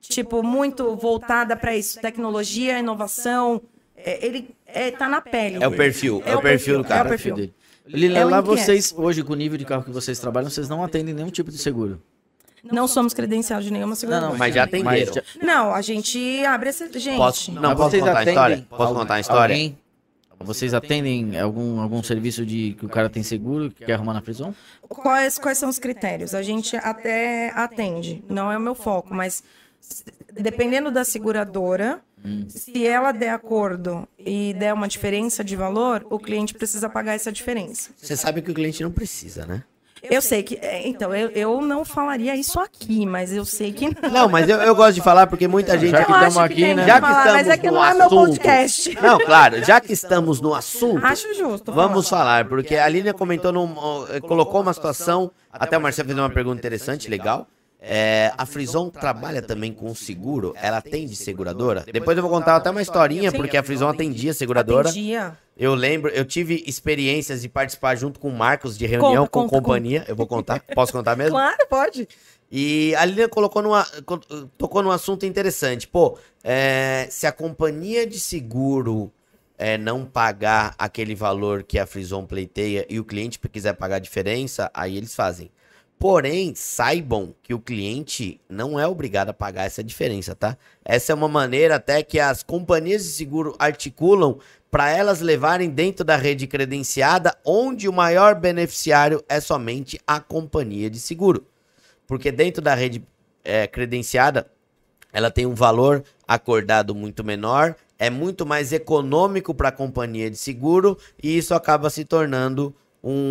C: tipo, muito voltada para isso, tecnologia, inovação. É, ele é, tá na pele.
B: É o perfil, é,
C: É
B: o perfil do
C: o perfil, é o
B: cara.
C: perfil.
D: dele. Lila,
C: É o
D: lá
C: inquieto.
D: vocês, hoje, com o nível de carro que vocês trabalham, vocês não atendem nenhum tipo de seguro.
C: Não somos credenciados de nenhuma seguradora.
B: mas já atenderam.
C: Não, a gente abre essa. Gente,
B: Posso- não,
D: Mas
B: posso
D: vocês
B: contar a
D: atendem
B: história? Posso contar a história?
D: alguém? Vocês atendem algum, algum serviço de que o cara tem seguro que quer arrumar na prisão?
C: quais, quais são os critérios? A gente até atende, não é o meu foco, mas se- dependendo da seguradora, se ela der acordo e der uma diferença de valor, o cliente precisa pagar essa diferença.
B: Você sabe que o cliente não precisa, né?
C: Eu sei que. é, Então, eu, eu não falaria isso aqui, mas eu sei que não.
B: Não, mas eu, eu gosto de falar porque muita gente.
D: Já
C: Eu
D: que
C: acho
D: tamo aqui,
C: tem
D: né?
C: que
B: Já que
C: falar, mas é
B: estamos
C: que
B: no
C: não é meu
B: assunto.
C: podcast.
B: Não, claro, já que estamos no assunto,
C: Acho justo.
B: vamos
C: falar.
B: falar, porque a Lilian comentou, num, eh, colocou uma situação, até o Marcelo fez uma pergunta interessante, legal. É, a Frison trabalha também com seguro? Ela atende seguradora? Depois eu vou contar até uma historinha,
C: Sim.
B: porque a Frison atendia seguradora.
C: Atendia.
B: Eu lembro, eu tive experiências de participar junto com o Marcos de reunião
C: Conta,
B: com
C: conta,
B: companhia. Eu vou contar, posso contar mesmo?
C: Claro, pode.
B: E a Lilian colocou numa, co- tocou num assunto interessante. Pô, é, se a companhia de seguro é, não pagar aquele valor que a Frison pleiteia e o cliente quiser pagar a diferença, aí eles fazem. Porém, saibam que o cliente não é obrigado a pagar essa diferença, tá? Essa é uma maneira até que as companhias de seguro articulam para elas levarem dentro da rede credenciada, onde o maior beneficiário é somente a companhia de seguro. Porque dentro da rede eh, credenciada, ela tem um valor acordado muito menor, é muito mais econômico para a companhia de seguro e isso acaba se tornando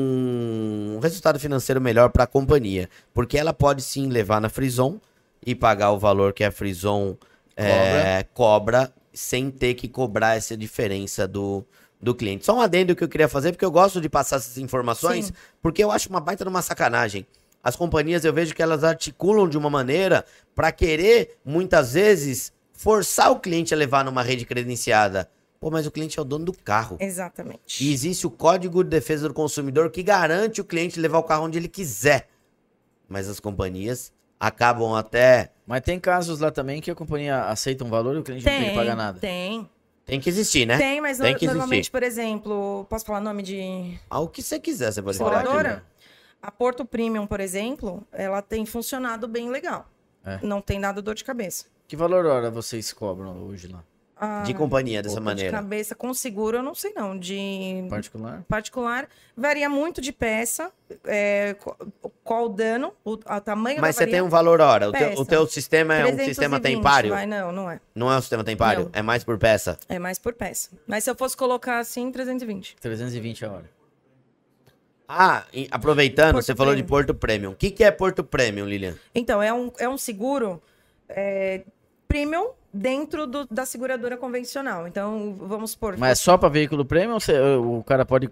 B: um resultado financeiro melhor para a companhia, porque ela pode sim levar na Frison e pagar o valor que a Frison eh, cobra sem ter que cobrar essa diferença do, do cliente. Só um adendo que eu queria fazer, porque eu gosto de passar essas informações,
C: Sim.
B: porque eu acho uma baita de uma sacanagem. As companhias, eu vejo que elas articulam de uma maneira para querer, muitas vezes, forçar o cliente a levar numa rede credenciada. Pô, mas o cliente é o dono do carro.
C: Exatamente.
B: E existe o Código de Defesa do Consumidor que garante o cliente levar o carro onde ele quiser. Mas as companhias acabam até.
D: Mas tem casos lá também que a companhia aceita um valor e o cliente não tem que pagar nada.
C: Tem.
B: Tem que existir, né?
C: Tem, mas
B: Tem
C: no-
B: que
C: normalmente,
B: existir.
C: por exemplo, posso falar nome de
B: Ao que você quiser, você pode falar. aqui, né?
C: seguradora? A Porto Premium, por exemplo, ela tem funcionado bem legal.
D: É.
C: Não tem dado dor de cabeça.
D: Que valor hora vocês cobram hoje lá?
C: Ah,
B: né? De companhia, dessa
C: dor
B: maneira.
C: De cabeça com seguro, eu não sei não. De
D: Particular?
C: particular, varia muito de peça, é, co- qual o dano, o a- o tamanho
B: Mas
C: da
B: você
C: varia-
B: tem um valor hora. O teu,
C: Peça.
B: o teu sistema é um
C: 320
B: sistema tempário?
C: vai, não, não é.
B: Não é um sistema tempário?
C: Não.
B: É mais por peça.
C: É mais por peça. Mas se eu fosse colocar assim, 320.
D: 320 a hora.
B: Ah, e aproveitando,
C: Porto
B: você falou de
C: Premium.
B: Porto Premium. O que, que é Porto Premium, Lilian?
C: Então, é um, é um seguro é, premium dentro do- da seguradora convencional. Então, vamos supor.
D: Mas é só pra veículo premium ou você- o cara pode.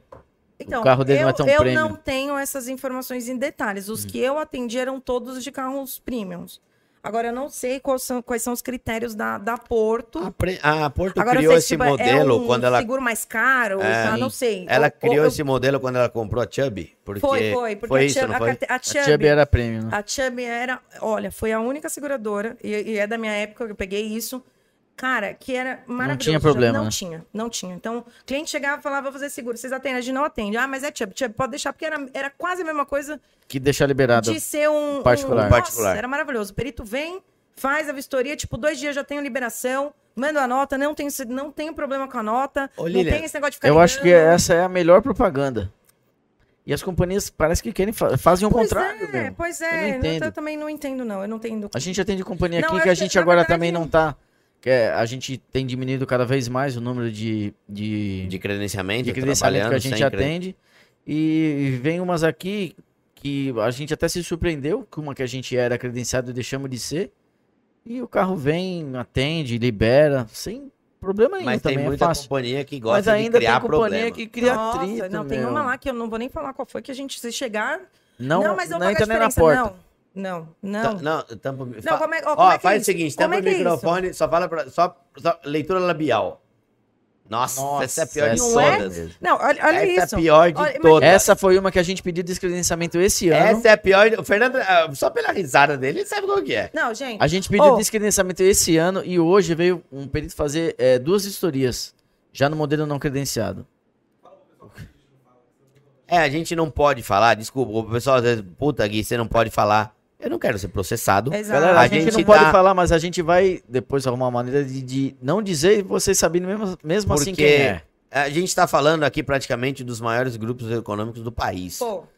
C: então,
D: carro dele não é tão
C: eu
D: premium.
C: não tenho essas informações em detalhes.
B: Hum.
C: Os que eu atendi eram todos de carros premiums. Agora, eu não sei quais são, quais são os critérios da, da Porto.
B: A, Pre- a Porto Ah,
C: Agora, eu
B: criou
C: sei
B: esse
C: se tipo,
B: modelo
C: é um
B: quando ela.
C: seguro mais caro,
B: É.
C: eu não sei.
B: Ela
C: Eu-
B: criou
C: eu-
B: esse modelo quando ela comprou a Chubb? Porque
C: Foi, foi, porque
B: foi
C: a,
B: isso,
C: Chubb,
B: não
C: a
B: foi?
C: carte- a
D: A
C: Chubb-
D: Chubb era premium, né?
C: a Chubb era, olha, foi a única seguradora, e, e é da minha época que eu peguei isso. Cara, que era maravilhoso.
D: tinha problema,
C: Não
D: né?
C: tinha, não tinha. Então, o cliente chegava e falava, vou fazer seguro. Vocês atendem? A gente não atende. Ah, mas é Chubb. Chubb, pode deixar, porque era, era quase a mesma coisa
D: Que deixa liberado.
C: de ser um... um-
D: particular.
C: Nossa,
B: Particular.
C: era maravilhoso. O perito vem, faz a vistoria, tipo, dois dias já tenho liberação, mando a nota, não tenho, não tenho problema com a nota,
B: Ô,
C: não
B: Lilian,
C: tem esse negócio de ficar
D: Eu acho que
C: ligando.
D: essa é a melhor propaganda. E as companhias parece que querem fa- fazem o
C: Pois
D: contrário,
C: é,
D: meu.
C: Pois
D: Eu não
C: é, eu,
D: entendo.
C: eu também não entendo, não. Eu não entendo.
D: A gente atende companhia
C: Não,
D: aqui
C: eu
D: que a
C: acho que,
D: gente
C: na
D: agora
C: verdade-
D: também não tá. Que é, a gente tem diminuído cada vez mais o número de, de,
B: De credenciamento,
D: de credenciamento que a
B: trabalhando
D: gente
B: sem cre-
D: atende. E vem umas aqui que a gente até se surpreendeu, que uma que a gente era credenciado e deixamos de ser. E o carro vem, atende, libera, sem problema nenhum.
B: Mas tem
D: também é
B: muita
D: fácil.
B: companhia que
D: Mas
B: gosta
D: ainda
B: de criar
D: tem companhia
B: problema.
D: que cria
C: Nossa,
D: atrito,
C: não, tem
D: meu.
C: uma lá que eu não vou nem falar qual foi, que a gente, se chegar.
D: Não,
C: mas é eu
D: não
C: vou pagar
D: entra
C: a
D: nem na
C: diferença.
D: porta.
C: Não,
B: Tá-
C: não. Não,
B: Não, tampa...
C: não
B: fa-
C: como é, ó, como
B: Ó,
C: é que
B: faz
C: é
B: o seguinte,
C: isso? Como
B: tampa
C: é
B: o
C: que é isso?
B: microfone, só fala pra... Só, só leitura labial. Nossa, essa é a pior de
C: Não é?
B: todas.
C: Não, olha, olha
B: essa
C: isso.
B: é a pior de
C: Olha, imagina-
B: todas.
D: Essa foi uma que a gente pediu descredenciamento esse ano.
B: Essa é a pior. de- O Fernando, ah, só pela risada dele, ele sabe qual que é.
C: Não, gente.
D: A gente pediu
C: Ô.
D: descredenciamento esse ano e hoje veio um perito fazer eh, duas vistorias, já no modelo não credenciado.
B: É, a gente não pode falar, desculpa, o pessoal às vezes, puta Gui, você não pode falar. Eu não quero ser processado.
C: Exato.
D: Ah, Galera, a,
B: A
D: gente,
B: gente
D: não
B: tá-
D: pode falar, mas a gente vai depois arrumar uma maneira de, de não dizer e vocês saberem mesmo, mesmo assim
B: Porque
D: quem é.
B: A gente tá falando aqui praticamente dos maiores grupos econômicos do país.
C: Pô,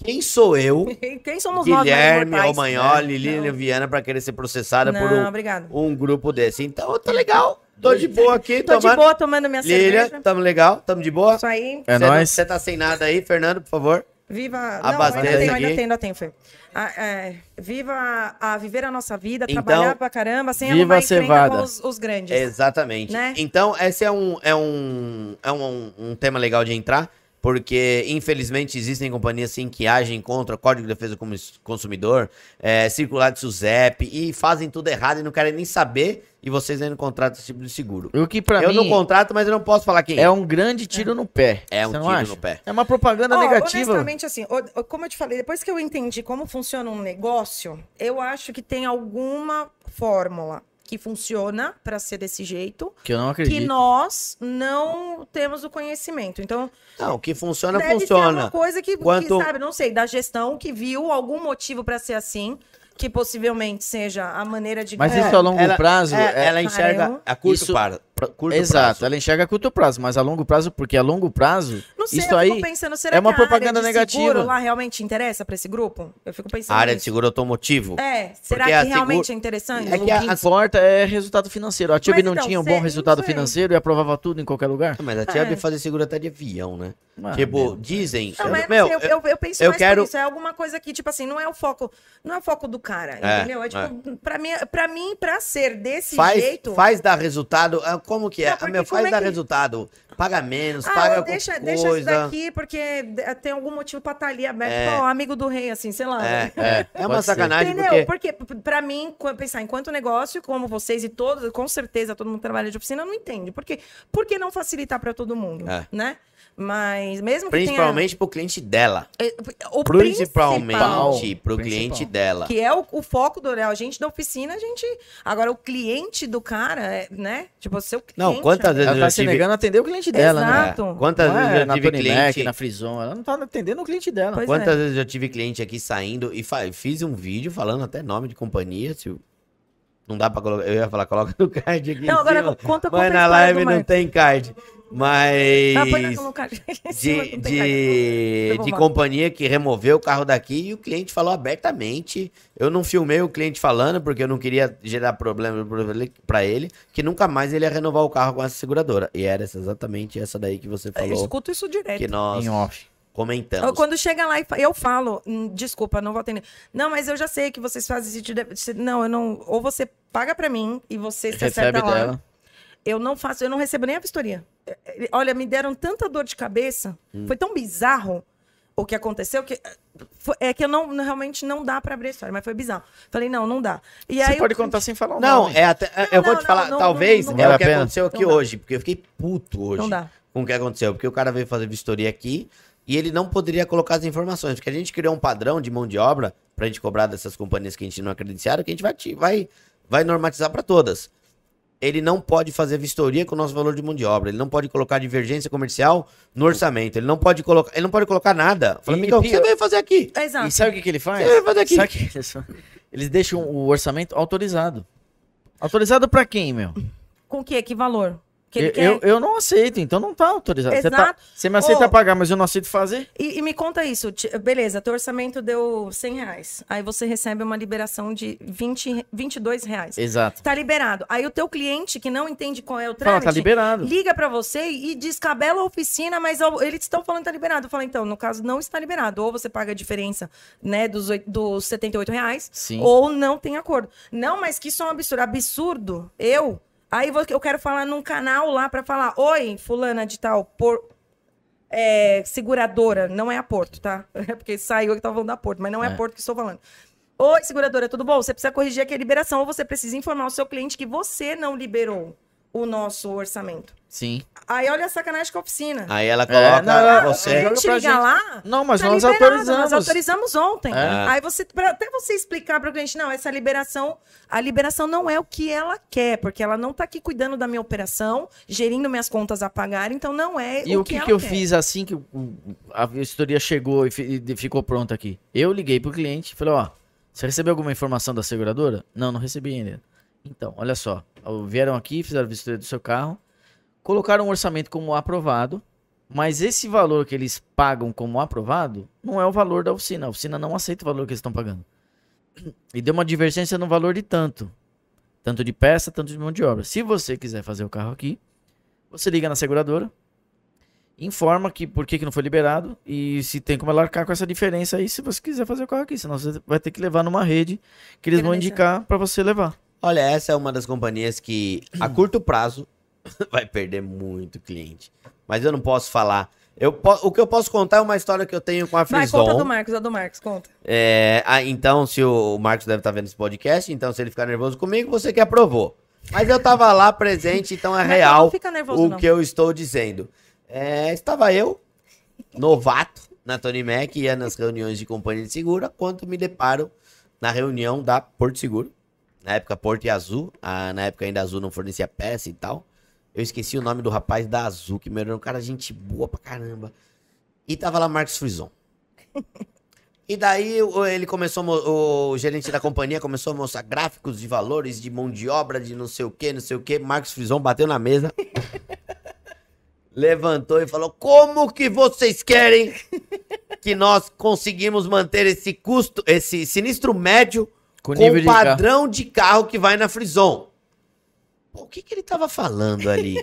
B: Quem sou eu,
C: quem somos
B: Guilherme
C: nós?
B: Romagnoli,
C: Lilian
B: Lilian Viana, pra querer ser processada
C: Não,
B: por um,
C: obrigado.
B: um grupo desse? Então, eu tô legal, tô de boa aqui,
C: Tô de
B: tomando.
C: boa tomando minha
B: Lilian,
C: cerveja.
B: tamo legal, tamo de boa.
C: Isso aí,
D: É
B: Cê não-
D: nóis.
B: Você tá sem nada aí, Fernando, por favor.
C: Viva. Não,
B: Abastece
C: ainda tenho,
B: aqui.
C: ainda tenho, ainda tenho, Fê. A- é, viva a viver a nossa vida,
B: Então,
C: trabalhar pra caramba, sem
D: viva
C: arrumar
D: a
C: encrenca
D: cevada.
C: com os, os grandes.
B: Exatamente.
C: Né?
B: Então, esse é um, é um, é um, um tema legal de entrar, porque, infelizmente, existem companhias sim, que agem contra o Código de Defesa do Comus- Consumidor, é, circular de SUSEP, e fazem tudo errado e não querem nem saber, e vocês ainda não contratam esse tipo de seguro.
D: O que pra
B: eu não
D: mim
B: contrato, mas eu não posso falar quem
D: é um grande tiro no pé.
B: É um
D: você não
B: tiro
D: acha?
B: no pé.
D: É uma propaganda
C: Ó,
D: negativa.
C: Honestamente, assim, o- o- como eu te falei, depois que eu entendi como funciona um negócio, eu acho que tem alguma fórmula que funciona pra ser desse jeito,
D: Que eu não acredito.
C: que nós não temos o conhecimento. Então,
B: Não, o que funciona,
C: deve ser
B: funciona.
C: uma coisa que, que,
B: Quanto-
C: sabe, não sei, da gestão que viu algum motivo pra ser assim, que possivelmente seja a maneira de
D: Mas
C: ganhar.
D: isso a longo prazo
B: é,
D: é,
B: ela enxerga
C: Cara,
B: a curto
D: isso-
B: par- prazo. pra- curto
D: Exato,
B: prazo.
D: ela enxerga a curto prazo, mas a longo prazo, porque a longo prazo,
C: Não sei,
D: isso
C: eu
D: aí
C: fico pensando, será
D: é uma
C: que a
D: propaganda
C: área de seguro
D: negativa.
C: lá realmente interessa pra esse grupo? Eu fico pensando
B: A área de
C: nisso.
B: seguro automotivo.
C: É,
B: Porque
C: será que
B: a
C: realmente
B: seguro-
C: é interessante?
B: É
D: o
B: que
D: que
B: a- as-
D: importa é resultado financeiro. A Chubb
C: Mas
D: não
C: então,
D: tinha um
C: cê-
D: bom
C: não
D: resultado
C: sei.
D: financeiro e aprovava tudo em qualquer lugar?
B: Mas a tia
C: É.
B: deve fazer seguro até de avião, né?
D: Ah,
B: tipo,
D: meu.
B: dizem.
C: Não, mas
B: meu,
C: assim, eu,
B: eu-
C: eu, eu penso
B: eu
C: mais
B: quero-
C: por isso. É alguma coisa que, tipo assim, não é o foco. Não é o foco do cara,
B: É,
C: entendeu? É tipo, pra, mim, pra mim, pra ser desse
B: faz,
C: jeito.
B: faz dar resultado. ah, Como que é?
C: Não,
B: Ah,
C: porque
B: meu,
C: como
B: faz
C: é
B: dar
C: que-
B: resultado. Paga menos,
C: Ah,
B: paga
C: eu
B: com
C: deixa,
B: coisa.
C: deixa isso daqui, porque d- tem algum motivo pra estar ali aberto. Pô, amigo do rei, assim, sei lá.
B: É, é, é uma
D: Pode ser.
B: sacanagem
C: Entendeu?
B: porque.
C: Porque, p- pra mim, qu- pensar enquanto negócio, como vocês e todos, com certeza todo mundo que trabalha de oficina, não entende. Por quê? Por que não facilitar pra todo mundo,
B: É.
C: né? Mas mesmo que tenha-
B: Principalmente pro cliente dela.
C: É, O principal,
B: Principalmente pro
D: Principal.
B: cliente dela.
C: que é o, o foco do Orel. A gente da oficina, a gente... Agora, o cliente do cara, é, né? Tipo, seu cliente...
B: Não, quantas vezes
D: Ela tá
B: eu
D: se
B: tive.
D: negando a atender o cliente dela, né?
C: Exato.
B: Quantas
D: Não é
B: vezes eu
D: na
B: tive
D: Tony Mac,
B: cliente.
D: na Frison, ela não tá atendendo o cliente dela.
C: Pois
B: Quantas
C: é.
B: vezes eu tive cliente aqui saindo e fa- fiz um vídeo falando até nome de companhia, se o- não dá pra colocar, eu ia falar, coloca no card aqui. em
C: Não, agora
B: cima,
C: conta- conta a
B: Mas na
C: história
B: live
C: do
B: não
C: Marcos.
B: tem card. Mas
C: Ah, põe na- no cara- em cima,
B: de,
C: não tem cara.
B: de,
C: Levou
B: de
C: mal.
B: companhia que removeu o carro daqui e o cliente falou abertamente. Eu não filmei o cliente falando porque eu não queria gerar problema pro- pra ele, que nunca mais ele ia renovar o carro com essa seguradora. E era essa- exatamente essa daí que você
C: Eu
B: falou,
C: escuto É, isso direto.
B: que nós
D: Em off.
B: comentamos.
C: Eu- Quando chega lá e fa- eu falo, "Hum, desculpa, não vou atender. Não, mas eu já sei que vocês fazem isso. de- se- Não, eu não. Ou você paga pra mim e você tá se
D: Recebe
C: acerta lá.
D: dela.
C: Eu não faço, eu não recebo nem a vistoria. Eh, eh, Olha, me deram tanta dor de cabeça.
D: Hum.
C: Foi tão bizarro o que aconteceu que eh, foi- é que eu não não- realmente não dá pra abrir a história, mas foi bizarro. Falei, não, não dá. E aí
D: Você
C: eu-
D: pode contar sem falar o
B: Não,
D: nome.
B: é até, eu
C: Não,
B: vou
C: não,
B: te falar,
C: não, não,
B: talvez
C: não,
D: não.
B: é
D: Vale
B: o
D: a
B: que
D: pena?
B: aconteceu aqui
C: Não dá.
B: hoje, porque eu fiquei puto hoje
C: Não dá.
B: com o que aconteceu, porque o cara veio fazer vistoria aqui e ele não poderia colocar as informações, porque a gente criou um padrão de mão de obra pra gente cobrar dessas companhias que a gente não é credenciado, que a gente vai, te- vai, vai normatizar pra todas. Ele não pode fazer vistoria com o nosso valor de mão de obra, ele não pode colocar divergência comercial no orçamento, ele não pode colocar, ele não pode colocar nada. Falei,
D: E
B: Miguel, o que você
D: pior-
B: veio fazer aqui?
C: Exato.
D: E sabe o que, que ele faz?
B: é- Você vai fazer aqui.
D: Sabe o que que eles fazem? Eles deixam o orçamento autorizado. Autorizado pra quem, meu?
C: Com o quê? Que valor? Que ele
D: Eu,
C: quer?
D: eu, eu não aceito, então não tá autorizado. Você, tá-
C: Exato.
D: você me aceita
C: Ô.
D: pagar, mas eu não aceito fazer?
C: E, e me conta isso, ti- beleza, teu orçamento deu 100 reais, aí você recebe uma liberação de 20, re- 22 reais.
D: Exato.
C: Tá liberado. Aí o teu cliente, que não entende qual é o
D: Fala,
C: trâmite,
D: tá liberado.
C: liga pra você e descabela a oficina, mas ó, eles estão falando que tá liberado. Eu falo, então, no caso, não está liberado. Ou você paga a diferença né, dos, oit- dos 78 reais,
D: Sim.
C: ou não tem acordo. Não, mas que isso é um absurdo. Absurdo, eu... Aí vou- eu quero falar num canal lá pra falar, oi, fulana de tal, por, é, seguradora, não é a Porto, tá? É porque saiu que tava falando da Porto, mas não é, a
D: É.
C: Porto que estou falando. Oi, seguradora, tudo bom? Você precisa corrigir aqui a liberação ou você precisa informar o seu cliente que você não liberou o nosso orçamento.
D: Sim.
C: Aí olha a sacanagem com a oficina.
B: Aí ela
D: É,
B: coloca
D: não, ela-
B: você.
D: joga
C: a gente
D: pra
C: liga
D: gente.
C: lá.
D: Não, mas
C: tá
D: nós
C: liberado,
D: autorizamos.
C: Nós autorizamos ontem.
D: É.
C: Aí você, pra, até você explicar para o cliente, não, essa liberação, a liberação não é o que ela quer, porque ela não tá aqui cuidando da minha operação, gerindo minhas contas a pagar, então não é
D: E o que,
C: ela
D: que eu
C: quer.
D: fiz assim que o- o- a vistoria chegou e, fi- e ficou pronta aqui? Eu liguei pro cliente e falei, ó, você recebeu alguma informação da seguradora? Não, não recebi ainda. Então, olha só, ó, vieram aqui, fizeram a vistoria do seu carro, colocaram o orçamento como aprovado, mas esse valor que eles pagam como aprovado não é o valor da oficina. A oficina não aceita o valor que eles estão pagando. E deu uma divergência no valor de tanto. Tanto de peça, tanto de mão de obra. Se você quiser fazer o carro aqui, você liga na seguradora, informa que por que, que não foi liberado e se tem como alarcar com essa diferença aí se você quiser fazer o carro aqui. Senão você vai ter que levar numa rede que eles vão
C: Credencial.
D: indicar pra você levar.
B: Olha, essa é uma das companhias que a curto prazo vai perder muito cliente. Mas eu não posso falar. Eu po- o que eu posso contar é uma história que eu tenho com a
C: Vai, conta do
B: Frison.
C: Marcos, a do Marcos, conta.
B: É, ah, então, se o, o Marcos deve estar vendo esse podcast, então se ele ficar nervoso comigo, você que aprovou. Mas eu tava lá presente, então é
C: Mas não
B: real
C: fica nervoso,
B: o
C: não.
B: que eu estou dizendo. É, estava eu, novato, na Tony Mac, ia nas reuniões de companhia de segura, quando me deparo na reunião da Porto Seguro. Na época, Porto e Azul. Ah, na época ainda Azul não fornecia peça e tal. Eu esqueci o nome do rapaz da Azul, que meu, era um cara gente boa pra caramba. E tava lá Marcos Frison. E daí o- ele começou, a mo- o gerente da companhia começou a mostrar gráficos de valores, de mão de obra, de não sei o que, não sei o que. Marcos Frison bateu na mesa, levantou e falou: Como que vocês querem que nós conseguimos manter esse custo, esse sinistro médio
D: Com
B: com,
D: nível de
B: o padrão de carro que vai na Frison? Pô, o que, que ele tava falando ali?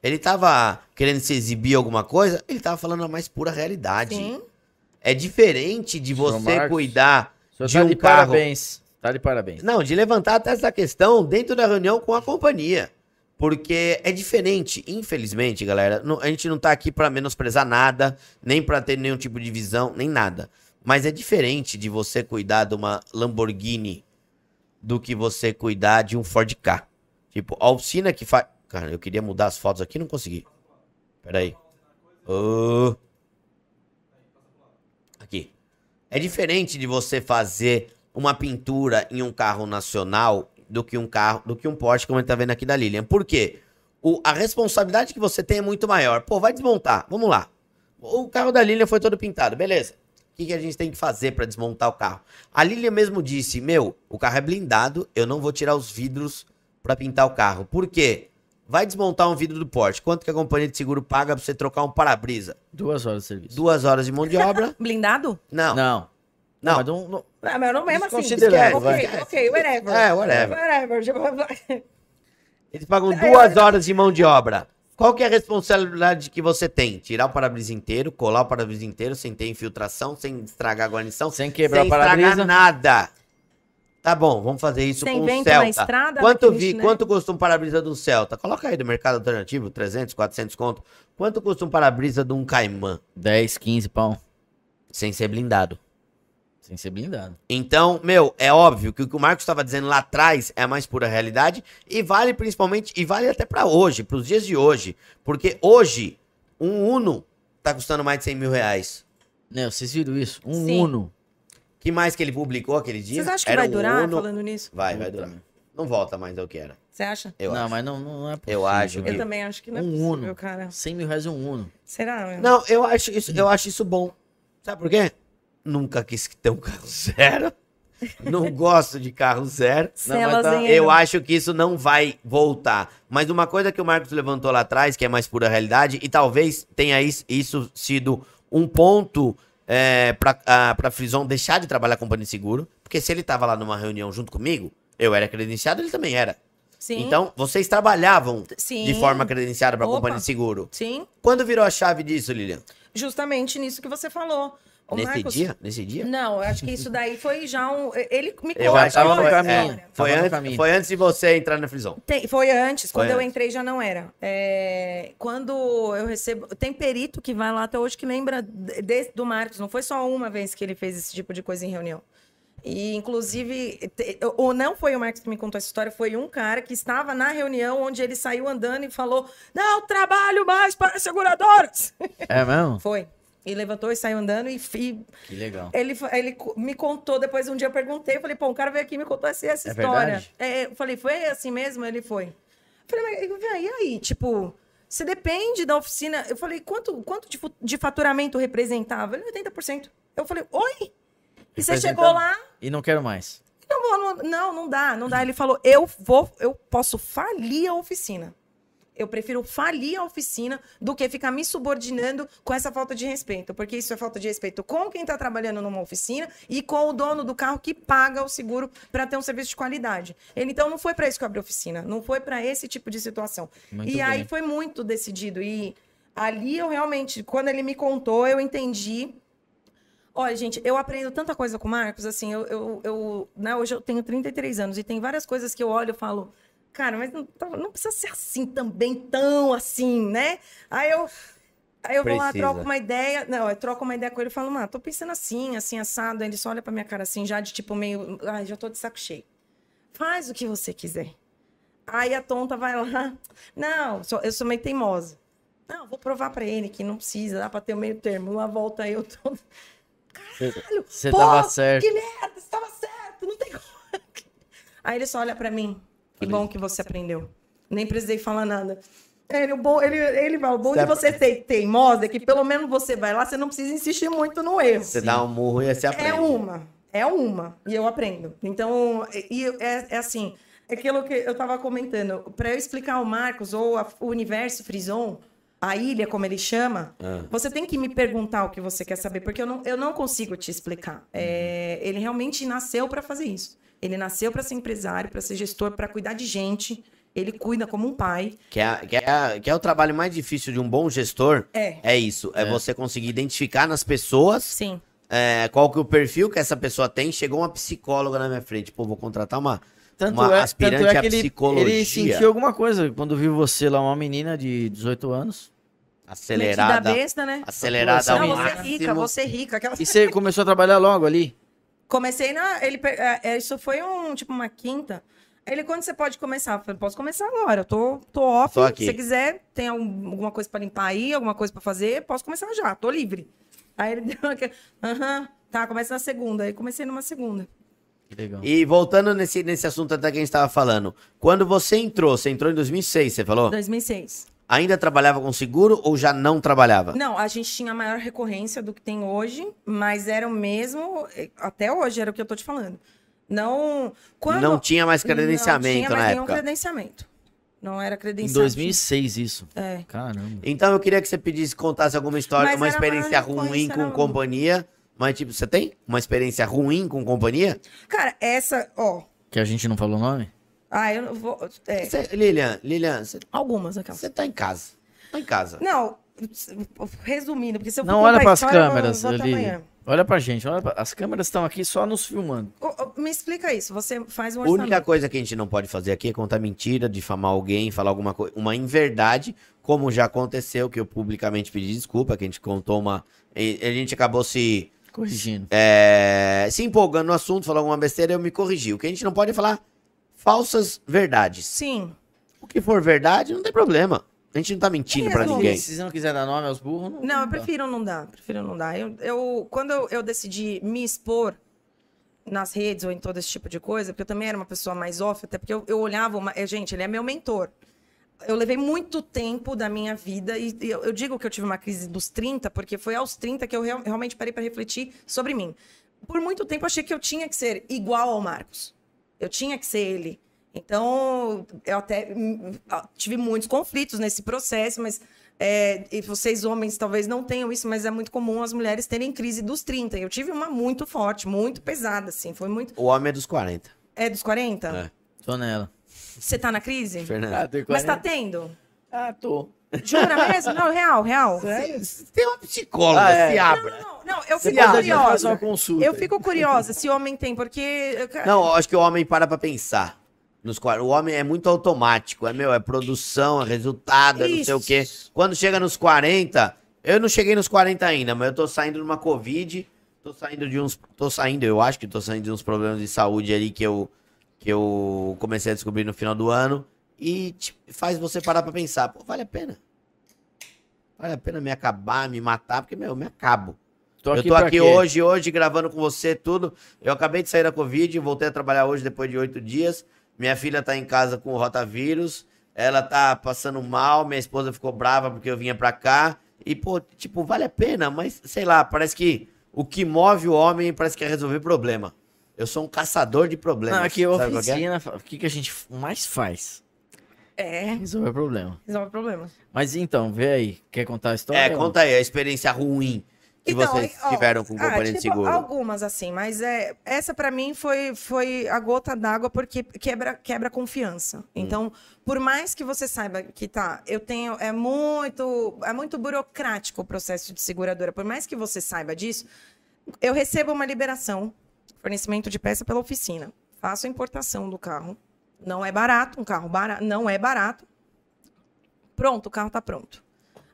B: ele tava querendo se exibir alguma coisa? Ele tava falando a mais pura realidade.
C: Sim.
B: É diferente de
D: Senhor
B: você
D: Marcos,
B: cuidar
D: Só
B: de
D: tá
B: um
D: de
B: carro.
D: parabéns. Tá de parabéns.
B: Não, de levantar até essa questão dentro da reunião com a companhia. Porque é diferente, infelizmente, galera. não- a gente não tá aqui pra menosprezar nada, nem pra ter nenhum tipo de visão, nem nada. Mas é diferente de você cuidar de uma Lamborghini do que você cuidar de um Ford K. Tipo, a oficina que faz. Cara, eu queria mudar as fotos aqui, não consegui. Peraí. Ô. Aqui. É diferente de você fazer uma pintura em um carro nacional do que um carro, do que um Porsche, como a gente tá vendo aqui da Lilian. Por quê? O- a responsabilidade que você tem é muito maior. Pô, vai desmontar. Vamos lá. O carro da Lilian foi todo pintado, beleza. O que, que a gente tem que fazer pra desmontar o carro? A Lilian mesmo disse: Meu, o carro é blindado, eu não vou tirar os vidros pra pintar o carro. Por quê? Vai desmontar um vidro do Porsche. Quanto que a companhia de seguro paga pra você trocar um para-brisa?
D: Duas horas de serviço.
B: Duas horas de mão de obra?
C: Blindado?
B: Não. Não.
D: Não. Mas não, não-
C: Não, mas não mesmo assim.
D: Desconsiderando,
C: ok,
B: vai.
C: ok, whatever.
B: É, whatever.
C: Whatever. tipo,
B: Eles pagam
C: É.
B: duas horas de mão de obra. Qual que é a responsabilidade que você tem? Tirar o para-brisa inteiro, colar o para-brisa inteiro, sem ter infiltração, sem estragar a guarnição,
D: Sem quebrar o para-brisa.
B: estragar nada. Tá bom, vamos fazer isso
C: Sem
B: com o
C: vento
B: Celta.
C: na estrada, né?
B: quanto
C: naquele
B: vi,
C: chinelo.
B: quanto custa um para-brisa de um Celta? Coloca aí do mercado alternativo, 300, 400 conto. Quanto custa um para-brisa de um Caimã,
D: 10, 15 pão.
B: sem ser blindado?
D: Sem ser blindado.
B: Então, meu, é óbvio que o que o Marcos estava dizendo lá atrás é a mais pura realidade e vale principalmente, e vale até pra hoje, pros dias de hoje. Porque hoje, um Uno tá custando mais de 100 mil reais.
D: Não, vocês viram isso? Um
C: Sim.
D: Uno.
B: que mais que ele publicou aquele dia?
C: Vocês acham que
B: Era
C: vai
B: um
C: durar
B: Uno-
C: falando nisso?
B: Vai, vai durar. Não volta mais ao que era.
C: Você acha?
B: Eu
D: não,
B: acho.
D: mas não, não é possível.
B: Eu acho
D: velho.
C: Eu
B: que-
C: também acho que não é
D: Um
C: possível,
D: Uno.
C: cara.
D: 100 mil reais um Uno.
C: Será? meu?
B: Não, eu acho isso,
C: Hum.
B: eu acho isso bom. Sabe por quê? Nunca quis ter um carro zero. Não gosto de carro zero.
C: Celas
D: tá-
C: em
B: Eu
C: euro.
B: acho que isso não vai voltar. Mas uma coisa que o Marcos levantou lá atrás, que é mais pura realidade, e talvez tenha is- isso sido um ponto é, pra, a, pra Frison deixar de trabalhar com o Plano de Seguro, porque se ele tava lá numa reunião junto comigo, eu era credenciado, ele também era.
C: Sim.
B: Então, vocês trabalhavam
C: Sim.
B: de forma credenciada pra
C: Opa.
B: companhia de seguro.
C: Sim,
B: Quando virou a chave disso, Lilian?
C: justamente nisso que você falou. Ô,
B: Nesse
C: Marcos,
B: dia? Nesse dia?
C: Não, eu acho que isso daí foi já um. Ele me
B: Eu
C: contou
B: acho que
C: a
D: tava no
B: foi,
C: história.
D: caminho.
B: é, foi,
D: Tava no
B: antes,
D: caminho.
B: foi antes de você entrar na Frison.
C: Tem- foi antes,
B: Foi
C: quando eu
B: antes.
C: entrei já não era. É, quando eu recebo. Tem perito que vai lá até hoje que lembra de- de- do Marcos. Não foi só uma vez que ele fez esse tipo de coisa em reunião. E, inclusive, te- ou não foi o Marcos que me contou essa história, foi um cara que estava na reunião onde ele saiu andando e falou: Não trabalho mais para seguradoras!
D: É mesmo?
C: Foi. E levantou e saiu andando e, e
D: Que legal.
C: ele, fa- ele co- me contou, depois um dia eu perguntei, eu falei, pô, um cara veio aqui e me contou essa, essa
D: É
C: história.
D: verdade?
C: É, eu falei, foi assim mesmo? Ele foi. Eu falei, mas eu falei, e aí? Tipo, você depende da oficina. Eu falei, quanto, quanto de, fu- de faturamento representava? Ele, 80%. Eu falei, oi? E você chegou lá?
D: E não quero mais.
C: Não, vou, não, não, não dá, não dá. Ele falou, eu vou, eu posso falir a oficina. Eu prefiro falir a oficina do que ficar me subordinando com essa falta de respeito. Porque isso é falta de respeito com quem está trabalhando numa oficina e com o dono do carro que paga o seguro para ter um serviço de qualidade. Ele, então, não foi para isso que eu abri a oficina. Não foi para esse tipo de situação.
D: Muito
C: e
D: bem.
C: aí foi muito decidido. E ali eu realmente, quando ele me contou, eu entendi Olha, gente, eu aprendo tanta coisa com o Marcos, assim, eu, eu, eu- né, hoje eu tenho 33 anos e tem várias coisas que eu olho e falo, cara, mas não, tá- não precisa ser assim também, tão assim, né? Aí eu, aí eu vou lá,
B: Precisa.
C: troco uma ideia, não, eu troco uma ideia com ele e falo, mano, tô pensando assim, assim, assado, aí ele só olha pra minha cara assim, já de tipo meio, ai, já tô de saco cheio. Faz o que você quiser. Aí a tonta vai lá, não, sou- eu sou meio teimosa. Não, vou provar pra ele que não precisa, dá pra ter o meio termo, uma volta aí eu tô... Caralho,
D: Você
C: pô,
D: tava certo.
C: Que merda, você tava certo, não tem como. Aí ele só olha pra mim. Que bom que você aprendeu. Nem precisei falar nada. É, Ele, o bom, ele, ele fala, o bom de
B: Certo.
C: você ser teimosa é que pelo menos você vai lá, você não precisa insistir muito no erro.
B: Você dá um murro e você aprende.
C: É uma, é uma, e eu aprendo. Então, e, e é, é assim, é aquilo que eu tava comentando, para eu explicar o Marcos ou a- o universo Frison, a ilha, como ele chama,
B: Ah.
C: você tem que me perguntar o que você quer saber, porque eu não, eu não consigo te explicar. É,
B: Uhum.
C: ele realmente nasceu para fazer isso. Ele nasceu para ser empresário, para ser gestor, para cuidar de gente. Ele cuida como um pai.
B: Que é, que, é, a- que é o trabalho mais difícil de um bom gestor.
C: É.
B: É isso. É, você conseguir identificar nas pessoas
C: Sim.
B: é, qual que é o perfil que essa pessoa tem. Chegou uma psicóloga na minha frente. Pô, vou contratar uma,
D: Tanto
B: uma
D: é,
B: aspirante
D: tanto é que
B: à
D: ele,
B: psicologia.
D: ele sentiu alguma coisa quando viu você lá, uma menina de 18 anos.
B: Acelerada.
C: Metida besta, né?
B: Acelerada
D: Dá
B: ao
C: não, você é
B: máximo.
C: rica, você é rica. Aquela...
D: E você começou a trabalhar logo ali?
C: Comecei na. Ele, pe- é, é, isso foi um tipo uma quinta. Ele, quando você pode começar? Eu falei, posso começar agora, eu tô, tô off.
B: Tô aqui.
C: Se você quiser, tem algum- alguma coisa pra limpar aí, alguma coisa pra fazer, posso começar já, tô livre. Aí ele deu aquele. Aham, tá, começa na segunda. Aí comecei numa segunda.
D: Que legal.
B: E voltando nesse, nesse assunto até que a gente estava falando. Quando você entrou, você entrou em 2006, você falou?
C: 2006.
B: Ainda trabalhava com seguro ou já não trabalhava?
C: Não, a gente tinha maior recorrência do que tem hoje, mas era o mesmo. Até hoje era o que eu tô te falando. Não. Quando...
B: Não tinha mais
C: Não
B: credenciamento
C: tinha
B: na
C: mais nenhum
B: época.
C: credenciamento. Não era
D: Em
C: credenciamento.
D: 2006 isso.
C: É.
D: Caramba.
B: Então eu queria que você pedisse, contasse alguma história,
C: Mas
B: uma
C: era
B: experiência
C: uma coisa,
B: ruim com
C: era um-
B: companhia. Mas, tipo, você tem uma experiência ruim com companhia?
C: Cara, essa, ó.
D: Que a gente não falou o nome?
C: Ah, eu não vou. é,
B: Você- Lilian, Lilian, você-
C: algumas aquelas.
B: você tá em casa. Tá em casa.
C: Não, resumindo, porque se eu for
D: Não
C: contar
D: olha
C: a
D: pras
C: história, eu vou-
D: câmeras,
C: vou até
D: ali.
C: amanhã.
D: Olha pra gente, olha pra- as câmeras estão aqui só nos filmando.
C: Ô, ô, Me explica isso. Você faz
B: A
C: um
B: única
C: orçamento.
B: coisa que a gente não pode fazer aqui é contar mentira, difamar alguém, falar alguma coisa, uma inverdade, como já aconteceu, que eu publicamente pedi desculpa, que a gente contou uma. e- A gente acabou se,
D: Corrigindo.
B: é, se empolgando no assunto, falou alguma besteira, eu me corrigi. O que a gente não pode é falar falsas verdades.
C: Sim.
B: O que for verdade, não tem problema. A gente não tá mentindo pra
C: Resumo.
B: ninguém.
D: Se não quiser dar nome aos burros, não.
C: Não, eu
D: dá.
C: prefiro não dar. Prefiro não dar. Eu, eu- quando eu, eu decidi me expor nas redes ou em todo esse tipo de coisa, porque eu também era uma pessoa mais off, até porque eu, eu olhava. Uma, eh, gente, ele é meu mentor. Eu levei muito tempo da minha vida, e e eu, eu digo que eu tive uma crise dos 30, porque foi aos 30 que eu real- realmente parei para refletir sobre mim. Por muito tempo eu achei que eu tinha que ser igual ao Marcos. Eu tinha que ser ele. Então, eu até hum, ah, tive muitos conflitos nesse processo, mas é, e vocês homens talvez não tenham isso, mas é muito comum as mulheres terem crise dos 30. Eu tive uma muito forte, muito pesada, assim. Foi muito.
B: O homem é dos 40.
C: É dos 40?
B: É.
D: Tô nela.
C: Você tá na crise?
B: Fernando.
D: tem
C: Mas tá tendo?
D: Ah, tô.
C: Jura mesmo? Não, real, real.
B: Você tem uma psicóloga,
D: Ah, é.
B: se
C: Não,
B: abra.
C: não, não. Eu
D: Você
C: fico
D: pode fazer uma
C: curiosa.
D: consulta.
C: Eu fico curiosa se homem tem, porque.
B: Não, eu acho que o homem para pra pensar. Nos quar- o homem é muito automático, é meu, é produção, é resultado, é não sei o quê. Quando chega nos 40, eu não cheguei nos 40 ainda, mas eu tô saindo de uma Covid, tô saindo de uns. Tô saindo, eu acho que tô saindo de uns problemas de saúde ali que eu, que eu comecei a descobrir no final do ano. E te- faz você parar pra pensar, pô, vale a pena. Vale a pena me acabar, me matar, porque, meu, eu me acabo
D: Tô
B: eu tô
D: pra
B: aqui
D: quê?
B: hoje, hoje, gravando com você tudo. Eu acabei de sair da Covid, voltei a trabalhar hoje depois de oito dias. Minha filha tá em casa com o rotavírus. Ela tá passando mal, minha esposa ficou brava porque eu vinha pra cá. E, pô, tipo, vale a pena, mas sei lá, parece que o que move o homem parece que é resolver problema. Eu sou um caçador de problemas.
D: Não, aqui
B: sabe qual que é?
D: oficina, fa- o que, que a gente mais faz?
C: É,
D: Resolver o problema.
C: resolve o problema.
D: Mas então, vê aí, quer contar a história?
B: É, conta aí a experiência ruim que vocês
C: ó,
B: tiveram com o
C: ah,
B: companheiro de
C: tipo,
B: seguro.
C: Algumas, assim, mas é, essa pra mim foi, foi a gota d'água porque quebra, quebra a confiança.
B: Hum.
C: Então, por mais que você saiba que tá, eu tenho. É muito, é muito burocrático o processo de seguradora. Por mais que você saiba disso, eu recebo uma liberação, fornecimento de peça pela oficina. Faço a importação do carro. Não é barato, um carro barato, não é barato. Pronto, o carro tá pronto.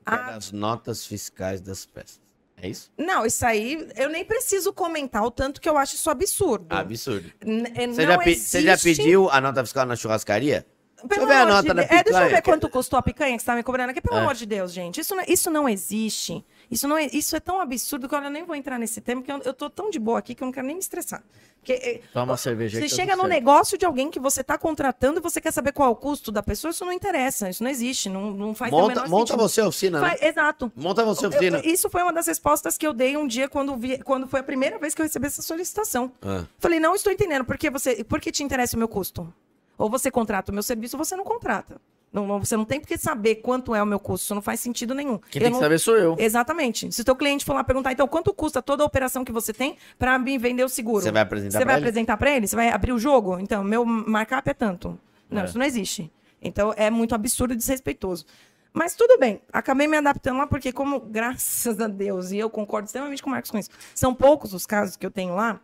B: Era As notas fiscais das peças. É isso?
C: Não, isso aí eu nem preciso comentar o tanto que eu acho isso absurdo.
B: Absurdo.
C: N- é,
B: Você
C: não
B: já, pe- você já
C: existe-
B: pediu a nota fiscal na churrascaria?
C: Pelo
B: ver a
C: amor
B: nota
C: de
B: da
C: Deus. É, deixa eu
B: picanha. É.
C: ver quanto custou a picanha que você tá me cobrando aqui. Pelo amor de Deus, gente. Isso não, isso não existe. Isso, não é, isso é tão absurdo que olha, eu nem vou entrar nesse tema, porque eu, eu tô tão de boa aqui que eu não quero nem me estressar. Porque, eh,
D: Toma uma cerveja
C: você
D: aí que tá
C: chega
D: tudo
C: no
D: certo.
C: negócio de alguém que você tá contratando e você quer saber qual é o custo da pessoa, isso não interessa, isso não existe, não, não faz o
B: Monta,
C: menor
B: monta
C: sentido.
B: você a oficina, né?
C: Faz- Exato.
B: Monta você a
C: Eu-
B: oficina.
C: isso foi uma das respostas que eu dei um dia quando, vi- quando foi a primeira vez que eu recebi essa solicitação.
B: Ah.
C: Falei, não estou entendendo, por que, você, por que te interessa o meu custo? Ou você contrata o meu serviço ou você não contrata. Não- não- você não tem por que saber quanto é o meu custo, isso não faz sentido nenhum.
D: Quem
C: Eu
D: tem
C: não-
D: que saber sou eu.
C: Exatamente. Se o teu cliente for lá perguntar, então, quanto custa toda a operação que você tem para me vender o seguro?
B: Você vai apresentar
C: Você
B: pra
C: vai
B: ele?
C: apresentar para ele? Você vai abrir o jogo? Então, meu markup é tanto. Não,
D: É.
C: isso não existe. Então, é muito absurdo e desrespeitoso. Mas tudo bem, acabei me adaptando lá porque, como, graças a Deus, e eu concordo extremamente com o Marcos com isso, são poucos os casos que eu tenho lá,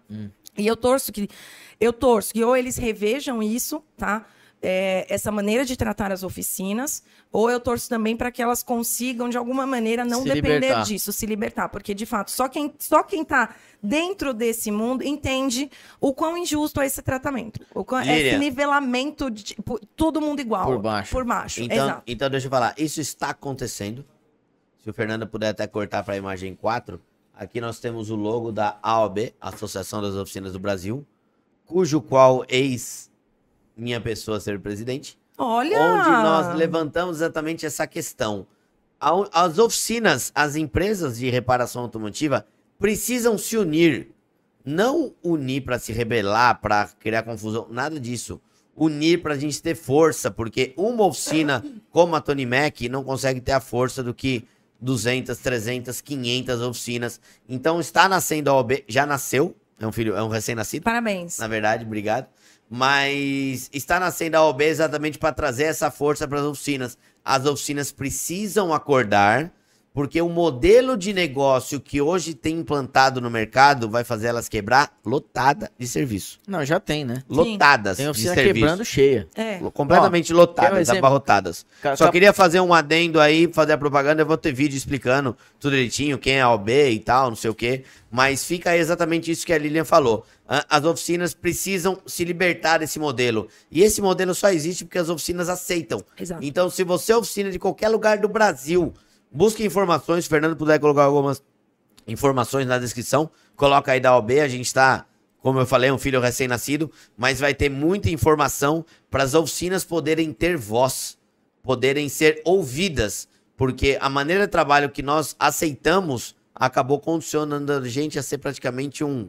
C: e eu torço que eu torço que ou eles revejam isso, tá? É, essa maneira de tratar as oficinas, ou eu torço também para que elas consigam, de alguma maneira, não
D: Se
C: depender
D: libertar.
C: disso, se libertar. Porque, de fato, só quem só quem tá dentro desse mundo entende o quão injusto é esse tratamento. O quão, é
B: Lília.
C: esse nivelamento de tipo, todo mundo igual.
D: Por baixo.
C: Por baixo.
B: Então,
C: Exato.
B: então, deixa eu falar. Isso está acontecendo. Se o Fernando puder até cortar para a imagem 4, aqui nós temos o logo da AOB, Associação das Oficinas do Brasil, cujo qual ex minha pessoa ser presidente,
C: Olha!
B: onde nós levantamos exatamente essa questão. Ao- As oficinas, as empresas de reparação automotiva precisam se unir, não unir para se rebelar, para criar confusão, nada disso. Unir para a gente ter força, porque uma oficina como a Tony Mac não consegue ter a força do que 200, 300, 500 oficinas. Então está nascendo a OB, já nasceu, é um filho, é um recém-nascido
C: Parabéns.
B: na verdade, obrigado. Mas está nascendo a OB exatamente para trazer essa força para as oficinas. As oficinas precisam acordar, porque o modelo de negócio que hoje tem implantado no mercado vai fazer elas quebrar lotada de serviço.
D: Não, já tem, né?
B: Lotadas
D: Tem
B: de
D: oficina
B: serviço.
D: quebrando cheia. tá-
C: É.
B: Completamente
D: quer um
B: lotadas,
D: exemplo?
B: abarrotadas.
D: Ca-
B: Só
D: ca-
B: queria fazer um adendo aí, fazer a propaganda. Eu vou ter vídeo explicando tudo direitinho, quem é a OB e tal, não sei o quê. Mas fica aí exatamente isso que a Lilian falou. A- As oficinas precisam se libertar desse modelo. E esse modelo só existe porque as oficinas aceitam.
C: Exato.
B: Então, se você é oficina de qualquer lugar do Brasil, busque informações. Se o Fernando puder colocar algumas informações na descrição. Coloca aí da OB, a gente tá, como eu falei, um filho recém-nascido, mas vai ter muita informação para as oficinas poderem ter voz, poderem ser ouvidas, porque a maneira de trabalho que nós aceitamos acabou condicionando a gente a ser praticamente um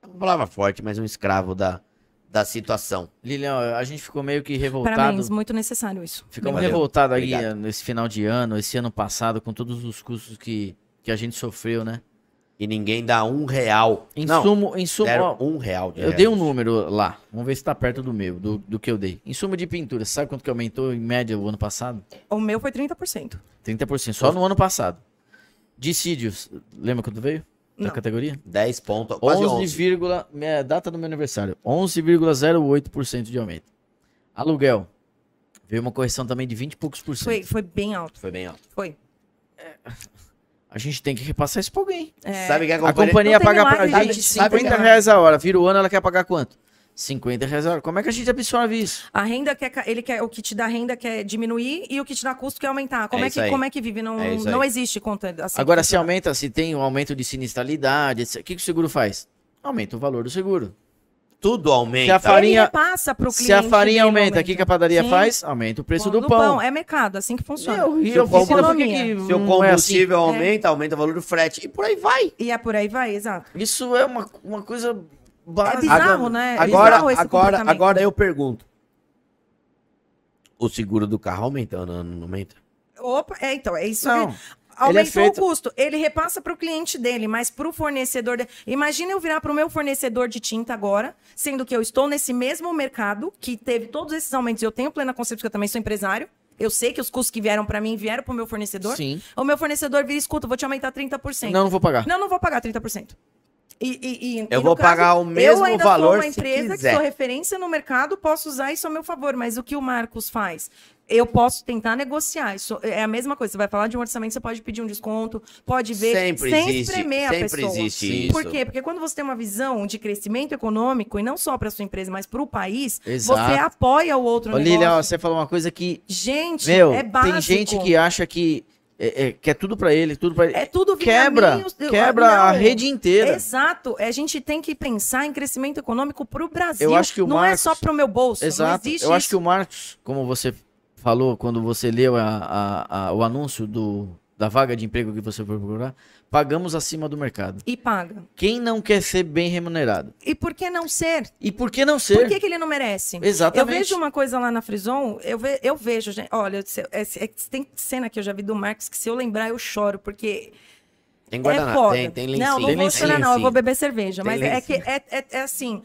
B: é uma palavra forte, mas um escravo da, da situação.
D: Lilian, a gente ficou meio que revoltado.
C: Parabéns, muito necessário isso.
D: Ficamos
B: Valeu.
D: revoltados aí
B: Obrigado.
D: eh, nesse final de ano, esse ano passado, com todos os custos que, que a gente sofreu, né?
B: E ninguém dá um real. Não,
D: Insumo, insumo.
B: deram
D: ó,
B: um real. de
D: eu dei um
B: reais.
D: número lá. Vamos ver se tá perto do meu, do, do que eu dei. Insumo de pintura, sabe quanto que aumentou em média o ano passado?
C: O meu foi 30%.
D: 30%, só no ano passado. Dissídios, lembra quanto veio? Da
C: Não.
D: categoria?
B: 10 pontos, quase 11.
D: 11, vírgula- minha data do meu aniversário, 11,08% de aumento. Aluguel, veio uma correção também de 20 e poucos por cento.
C: Foi, foi bem alto.
B: Foi bem alto.
C: Foi.
D: A gente tem que repassar isso pra alguém.
C: É.
B: Sabe o que é
D: A
B: acompanha?
D: companhia
C: Não tem
D: paga pra
C: milagre,
D: gente
C: gente,
D: 50
C: sabe?
D: reais a hora. Vira o ano, ela quer pagar quanto? 50 reais a hora. Como é que a gente absorve isso?
C: A renda quer, ca- ele quer, o que te dá renda quer diminuir e o que te dá custo quer aumentar. Como
B: É
C: é,
B: isso aí.
C: que, como é que vive? Não,
B: É isso aí.
C: não existe conta assim.
D: Agora, se aumenta, se tem um aumento de sinistralidade, etc. o que, que o seguro faz? Aumenta o valor do seguro.
B: Tudo
D: Se
B: aumenta.
D: a farinha,
C: passa pro cliente.
D: se a farinha
C: dele,
D: aumenta, o que, que a padaria
C: Sim.
D: faz? Aumenta o preço
C: Pão
D: do pão.
C: É mercado, assim que funciona.
D: Meu, e
B: Se o
D: a oficina, por que
C: combustível-
D: que
B: Seu
D: não é assim?
B: combustível aumenta, aumenta o valor do frete e por aí vai.
C: E é por aí vai, exato.
D: Isso é uma, uma coisa
C: É
D: básica.
C: bizarro, né? É
B: Agora,
C: bizarro esse
B: agora,
C: comportamento.
B: agora eu pergunto. O seguro do carro aumenta ou não, não aumenta?
C: Opa, é, então, é isso
D: Não,
C: que. Aumentou
D: feito-
C: o custo, ele repassa pro cliente dele, mas pro fornecedor. De... Imagina eu virar pro meu fornecedor de tinta agora, sendo que eu estou nesse mesmo mercado que teve todos esses aumentos. Eu tenho plena consciência que eu também sou empresário. Eu sei que os custos que vieram para mim vieram pro meu fornecedor.
D: Sim.
C: O meu fornecedor vira, escuta, eu vou te aumentar 30%.
D: Não, não vou pagar.
C: Não, não vou pagar 30%. E, e- e- e
B: Eu
C: no
B: vou
C: caso,
B: pagar o mesmo
C: eu ainda
B: valor
C: sou uma
B: se
C: empresa que
B: quiser.
C: sou referência no mercado, posso usar isso a meu favor, mas o que o Marcos faz? Eu posso tentar negociar. Isso é a mesma coisa. Você vai falar de um orçamento, você pode pedir um desconto, pode ver
B: Sempre
C: sem
B: existe,
C: espremer a
B: sempre
C: pessoa.
B: existe isso.
C: Por quê? Porque quando você tem uma visão de crescimento econômico, e não só para sua empresa, mas para o país,
D: Exato.
C: você apoia o outro
D: Ô,
C: negócio.
D: Lilian, ó, você falou uma coisa que.
C: Gente,
D: Meu,
C: é básico.
D: tem gente que acha que é, é- que é tudo pra ele, tudo pra ele.
C: É tudo via
D: quebra,
C: mim, os-
D: quebra
C: Ah, Não.
D: a rede inteira.
C: Exato. É, A gente tem que pensar em crescimento econômico pro Brasil.
D: Eu acho que o
C: não
D: Marcos-
C: é só pro meu bolso.
D: Exato.
C: Não existe
D: Eu acho
C: isso.
D: que o Marcos, como você falou quando você leu a- a- a- o anúncio do, da vaga de emprego que você foi procurar, pagamos acima do mercado.
C: E paga.
D: Quem não quer ser bem remunerado?
C: E por que não ser?
D: E por que não ser?
C: Por que, que ele não merece?
D: Exatamente.
C: Eu vejo uma coisa lá na Frison, eu, ve- eu vejo, gente. Olha, se- é- se- é- tem cena que eu já vi do Marcos que se eu lembrar eu choro, porque
B: Tem
C: é
B: guardanapo,
C: foda.
B: tem, tem lencinho.
C: não, não
D: Tem
C: vou
D: lencinho.
C: chorar, não. Eu vou
B: lencinho.
C: beber cerveja.
B: Tem
C: mas é que
B: lencinho.
C: é, é- é assim: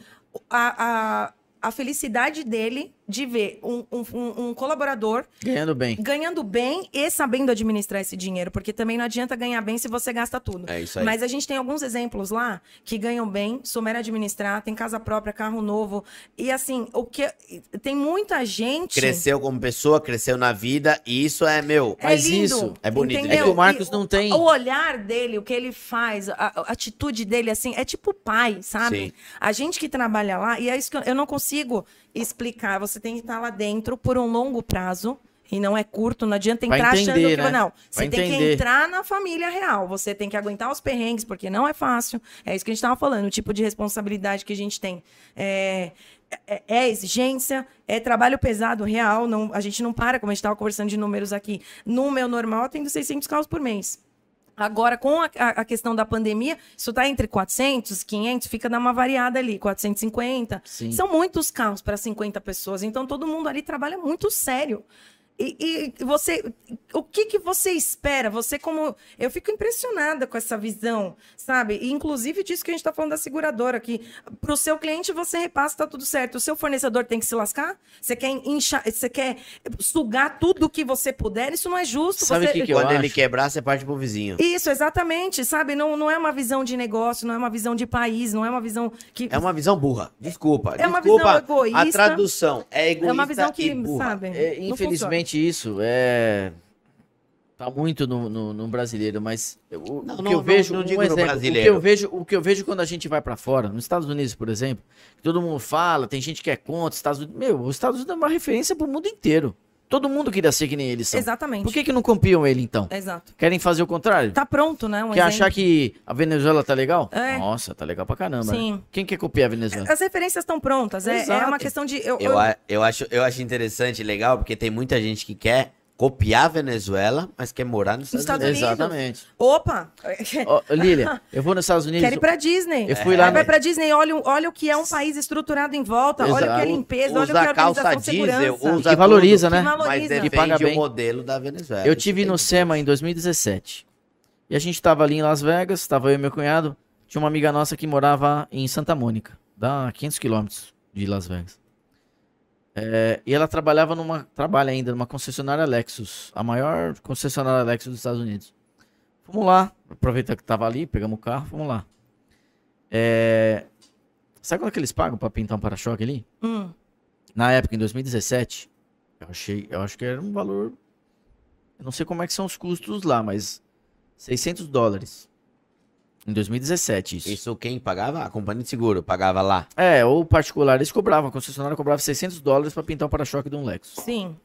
C: a, a, a felicidade dele de ver um- um- um- um colaborador
D: Ganhando bem.
C: ganhando bem e sabendo administrar esse dinheiro, porque também não adianta ganhar bem se você gasta tudo.
B: É isso aí.
C: Mas a gente tem alguns exemplos lá que ganham bem, souberam administrar, tem casa própria, carro novo e assim, o que tem muita gente
B: Cresceu como pessoa, cresceu na vida, e isso é, meu,
C: é
D: Mas
C: lindo,
D: isso
B: é bonito.
C: entendeu?
B: É que o
D: Marcos
C: E
D: não tem-
C: O olhar dele, o que ele faz, a, a atitude dele, assim, é tipo pai, sabe?
B: Sim.
C: A gente que trabalha lá, e é isso que eu, eu não consigo explicar. Você tem que estar lá dentro por um longo prazo. E não é curto, não adianta
D: Pra
C: entrar achando
D: entender,
C: que.
D: né?
C: Não,
D: Pra
C: você tem que
D: entender.
C: entrar na família real. Você tem que aguentar os perrengues, porque não é fácil. É isso que a gente estava falando, o tipo de responsabilidade que a gente tem. É, é- é exigência, é trabalho pesado, real. Não, a gente não para, como a gente estava conversando de números aqui. No meu normal, eu atendo 600 carros por mês. Agora, com a, a- a questão da pandemia, isso está entre 400, 500, fica dá uma variada ali, 450.
D: Sim.
C: São muitos carros para 50 pessoas, então todo mundo ali trabalha muito sério. E, e você, o que, que você espera? Você como, eu fico impressionada com essa visão, sabe? E, inclusive disso que a gente está falando da seguradora, que para o seu cliente você repassa tá tudo certo, o seu fornecedor tem que se lascar, você quer inchar, você quer sugar tudo que você puder, isso não é justo.
D: Sabe o
C: você...
D: que que eu
B: quando ele
D: acho.
B: quebrar, você parte pro vizinho.
C: Isso, exatamente, sabe? Não, não é uma visão de negócio, não é uma visão de país, não é uma visão que.
B: É uma visão burra. Desculpa.
C: É uma
B: desculpa.
C: visão egoísta.
B: A tradução é egoísta
C: É uma visão que,
B: e burra.
C: sabe?
D: É,
C: não
D: infelizmente isso é tá muito no, no- no brasileiro, mas eu- o,
B: Não,
D: o que
B: não,
D: eu
B: não-
D: vejo
B: não
D: um
B: digo no
D: exemplo, o que
B: brasileiro.
D: eu vejo, o que eu vejo quando a gente vai pra fora, nos Estados Unidos, por exemplo, que todo mundo fala, tem gente que é contra, Estados Unidos, meu, os Estados Unidos é uma referência pro mundo inteiro. Todo mundo queria ser que nem eles
C: funciona.
D: são.
C: Exatamente.
D: Por que que não copiam ele então?
C: Exato.
D: Querem fazer o contrário?
C: Tá pronto, né? Um
D: Quer achar que a Venezuela tá legal?
C: É.
D: Nossa, tá legal pra caramba. né?
C: Sim.
D: Quem quer copiar a Venezuela?
C: As referências estão prontas. É, é
D: Exato.
C: uma questão de. Eu,
B: Eu,
C: eu-
B: a- eu acho, eu acho interessante e legal, porque tem muita gente que quer copiar a Venezuela, mas quer morar nos
C: Nos
B: Estados
C: Estados
B: Unidos.
C: Unidos.
D: Exatamente.
C: Opa!
D: Ó, Lilia, eu vou nos Estados Unidos.
C: Quer ir pra Disney.
D: Eu fui
C: Aí
D: lá
C: vai
D: no-
C: pra Disney, olha, o- olha o que é um país estruturado em volta, olha o que é
D: Exato.
C: limpeza, olha o que é
B: Usa calça
C: organização,
B: diesel,
C: segurança.
B: usa
D: Que valoriza,
B: tudo,
D: né?
C: Que
B: Mas
C: valoriza.
B: defende
D: Que paga
B: o
D: bem.
B: modelo da Venezuela.
D: Eu
B: Isso
D: tive
B: tem
D: no
B: que-
D: SEMA em 2017. E a gente tava ali em Las Vegas, tava eu e meu cunhado. Tinha uma amiga nossa que morava em Santa Mônica, dá 500 quilômetros de Las Vegas. É, e ela trabalhava numa, trabalha ainda numa concessionária Lexus, a maior concessionária Lexus dos Estados Unidos. Fomos lá, aproveita que tava ali, pegamos o carro, fomos lá. É, sabe quanto é que eles pagam pra pintar um para-choque ali?
C: Hum,
D: na época, em 2017, eu achei, eu acho que era um valor. Eu não sei como é que são os custos lá, mas 600 dólares. Em 2017, isso.
B: Isso quem pagava? A companhia de seguro pagava lá.
D: É, ou particular, eles cobravam, a concessionária cobrava 600 dólares pra pintar o para-choque de um Lexus.
C: sim.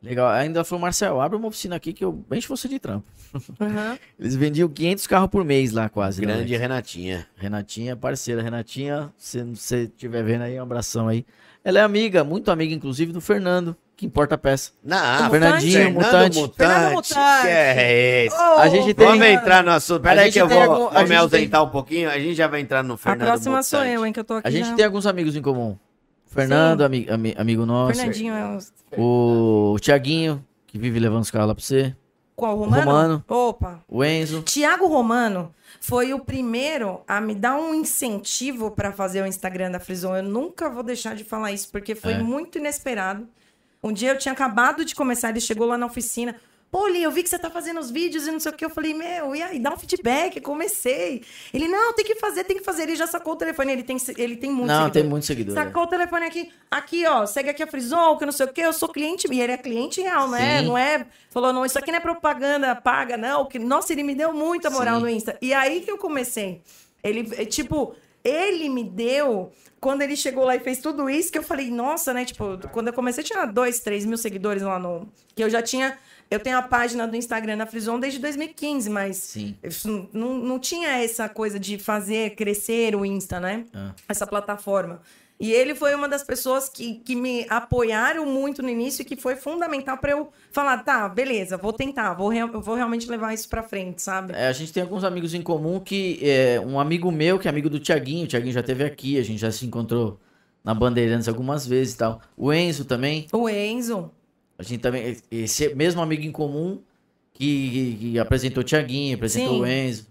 D: Legal. Ainda falou, Marcel, abre uma oficina aqui que eu enche você de trampo.
C: Uhum.
D: Eles vendiam 500 carros por mês lá, quase. né,
B: Grande
D: Lexus.
B: Renatinha.
D: Renatinha, parceira. Renatinha, se você estiver vendo aí, um abração aí. Ela é amiga, muito amiga, inclusive, do Fernando, que importa a peça.
B: Na Ah,
C: O Fernandinho,
B: Fernando
D: Mutante.
C: Fernando Mutante.
B: Que é esse?
C: Oh,
D: A gente tem-
B: Vamos entrar no assunto.
D: A
B: Peraí
D: gente
B: que eu
D: tem
B: vou,
D: algum- a
B: vou me
D: gente
B: ausentar um pouquinho. A gente já vai entrar no
C: A
B: Fernando
C: próxima sou
B: Mutante.
C: eu, hein, que eu tô aqui.
D: A gente
C: já.
D: tem alguns amigos em comum. O Fernando, ami- ami- amigo nosso.
C: Fernandinho é o.
D: O Tiaguinho, que vive levando os carros lá pra você.
C: Qual, Romano?
D: Romano.
C: Opa.
D: O Enzo.
C: Tiago Romano foi o primeiro a me dar um incentivo para fazer o Instagram da Frison. Eu nunca vou deixar de falar
D: É.
C: isso, porque foi muito inesperado. Um dia eu tinha acabado de começar, ele chegou lá na oficina. Pô, Li, eu vi que você tá fazendo os vídeos e não sei o que. Eu falei, meu, e aí? Dá um feedback, comecei. Ele, não, tem que fazer, tem que fazer. Ele já sacou o telefone, ele tem, ele tem muito
D: Não,
C: seguidor.
D: tem muito seguidor, né? é.
C: Sacou o telefone aqui, aqui, ó, segue aqui a Frisol, que não sei o que. Eu sou cliente, e ele é cliente real, né?
D: Sim.
C: Não é, falou, não, isso aqui não é propaganda paga, não. Que, nossa, ele me deu muita moral
D: Sim.
C: no Insta. E aí que eu comecei. Ele, é, tipo, ele me deu. Quando ele chegou lá e fez tudo isso, que eu falei, nossa, né? Tipo, quando eu comecei, tinha dois, três mil seguidores lá no. Que eu já tinha. Eu tenho a página do Instagram na Frison desde 2015, mas.
D: Sim.
C: isso Não, não tinha essa coisa de fazer crescer o Insta, né?
D: Ah.
C: Essa plataforma. E ele foi uma das pessoas que, que me apoiaram muito no início e que foi fundamental pra eu falar, tá, beleza, vou tentar, vou, real- eu vou realmente levar isso pra frente, sabe?
D: É, a gente tem alguns amigos em comum que. é, um amigo meu, que é amigo do Tiaguinho, o Tiaguinho já esteve aqui, a gente já se encontrou na Bandeirantes algumas vezes e tal. O Enzo também.
C: O Enzo,
D: A gente também. Esse mesmo amigo em comum que, que- que apresentou o Tiaguinho, apresentou
C: Sim.
D: o Enzo.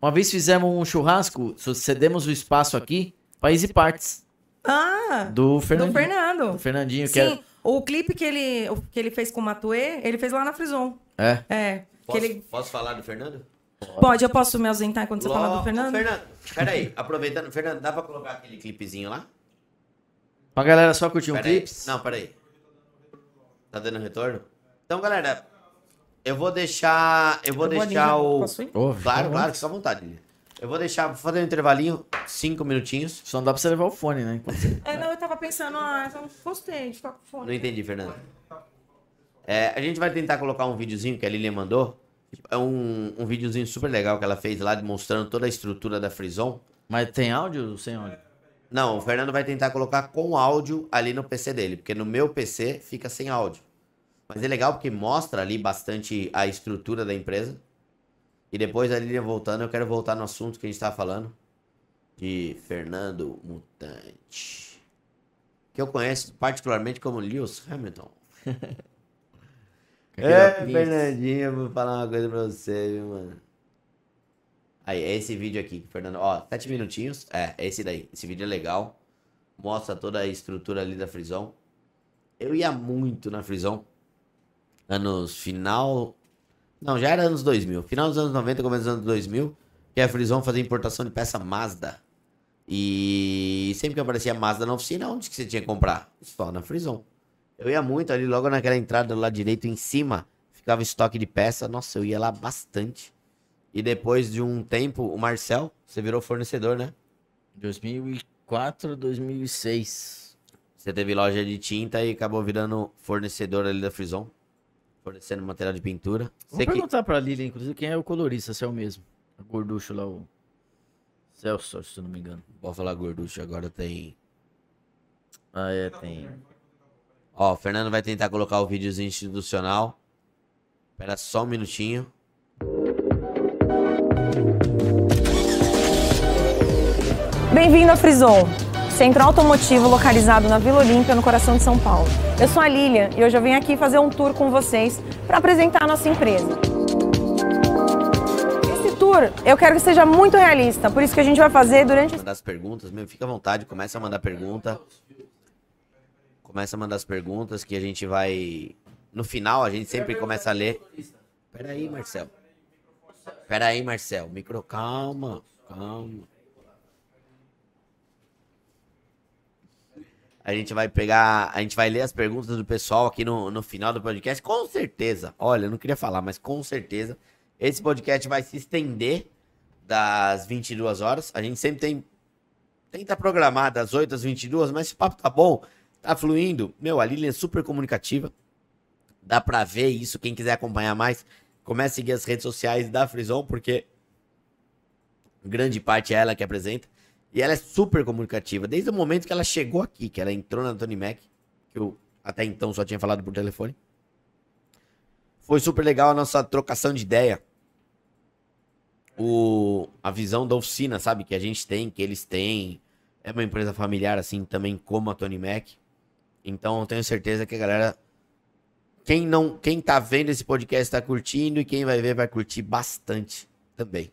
D: Uma vez fizemos um churrasco, so- cedemos o espaço aqui, País e Partes,
C: ah,
D: do
C: do
D: Fernandinho.
C: Fernando.
D: Do Fernandinho, que é-
C: Sim, o clipe que ele, o- que ele fez com o Matuê, ele fez lá na Frison.
D: era. É.
C: É. que
B: Posso,
C: ele-
B: posso falar do Fernando?
C: Pode, eu posso me ausentar quando você
B: Ló-
C: falar do
B: Ô,
C: Fernando?
B: Fernando, peraí, aproveitando. Fernando, dá pra colocar aquele clipezinho lá?
D: Pra galera só curtir um
B: Peraí.
D: clipe.
B: Não, peraí. Tá dando retorno? Então, galera, eu vou deixar. Eu vou
C: Eu vou ali
B: deixar
C: já.
B: o.
C: Posso ir?
D: Ô, fica
B: Claro,
D: bom.
B: claro, fica à vontade. Lili. Eu vou deixar, vou fazer um intervalinho, cinco minutinhos.
D: Só não dá pra você levar o fone, né? Enquanto você-
C: É, não, eu tava pensando, ah, eu não gostei de ficar com fone.
B: Não entendi, Fernando. É, a gente vai tentar colocar um videozinho que a Lilian mandou. É um, um videozinho super legal que ela fez lá, demonstrando toda a estrutura da Frison.
D: Mas tem áudio ou sem áudio?
B: Não, o Fernando vai tentar colocar com áudio ali no PC dele, porque no meu PC fica sem áudio. Mas é legal porque mostra ali bastante a estrutura da empresa. E depois a Lilian voltando, eu quero voltar no assunto que a gente estava falando de Fernando Mutante, que eu conheço particularmente como Lewis Hamilton. É,
D: Aquele óculos.
B: Fernandinho, eu vou falar uma coisa pra você, viu, mano. Aí, é esse vídeo aqui, Fernando. Ó, sete minutinhos. É, é esse daí. Esse vídeo é legal. Mostra toda a estrutura ali da Frisão. Eu ia muito na Frisão. Anos final. Não, já era anos 2000. Final dos anos 90, começo dos anos 2000. Que a Frisão fazia importação de peça Mazda. E sempre que aparecia Mazda na oficina, onde que você tinha que comprar? Só na Frisão. Eu ia muito ali, logo naquela entrada do lado direito, em cima, ficava estoque de peça. Nossa, eu ia lá bastante. E depois de um tempo, o Marcel, você virou fornecedor, né?
D: 2004, 2006.
B: Você teve loja de tinta e acabou virando fornecedor ali da Frison, fornecendo material de pintura.
D: Vou
B: Você que...
D: perguntar pra Lilian, inclusive, quem é o colorista, se é o mesmo. O gorducho lá, o Celso, se eu não me engano.
B: Vou falar gorducho, agora tem...
D: Ah, é, tem.
B: Ó, o Fernando vai tentar colocar o videozinho institucional. Espera só um minutinho.
E: Bem-vindo à Frison, centro automotivo localizado na Vila Olímpia, no coração de São Paulo. Eu sou a Lilian e hoje eu vim aqui fazer um tour com vocês para apresentar a nossa empresa. Esse tour eu quero que seja muito realista, por isso que a gente vai fazer durante
B: Mandar as perguntas, meu, fica à vontade, começa a mandar pergunta. Começa a mandar as perguntas que a gente vai... No final, a gente sempre começa a ler. Pera aí, Marcel. Pera aí, Marcel. Micro, calma, calma. A gente vai pegar, a gente vai ler as perguntas do pessoal aqui no, no final do podcast, com certeza. Olha, eu não queria falar, mas com certeza esse podcast vai se estender das 22 horas. A gente sempre tem tenta programar das 8 às 22, mas esse papo tá bom, tá fluindo. Meu, a Lilian é super comunicativa. Dá pra ver isso, quem quiser acompanhar mais, comece a seguir as redes sociais da Frison, porque grande parte é ela que apresenta. E ela é super comunicativa. Desde o momento que ela chegou aqui, que ela entrou na Tony Mac, que eu até então só tinha falado por telefone. Foi super legal a nossa trocação de ideia. O, a visão da oficina, sabe? Que a gente tem, que eles têm. É uma empresa familiar, assim, também como a Tony Mac. Então eu tenho certeza que a galera. Quem não, quem tá vendo esse podcast tá curtindo e quem vai ver vai curtir bastante também.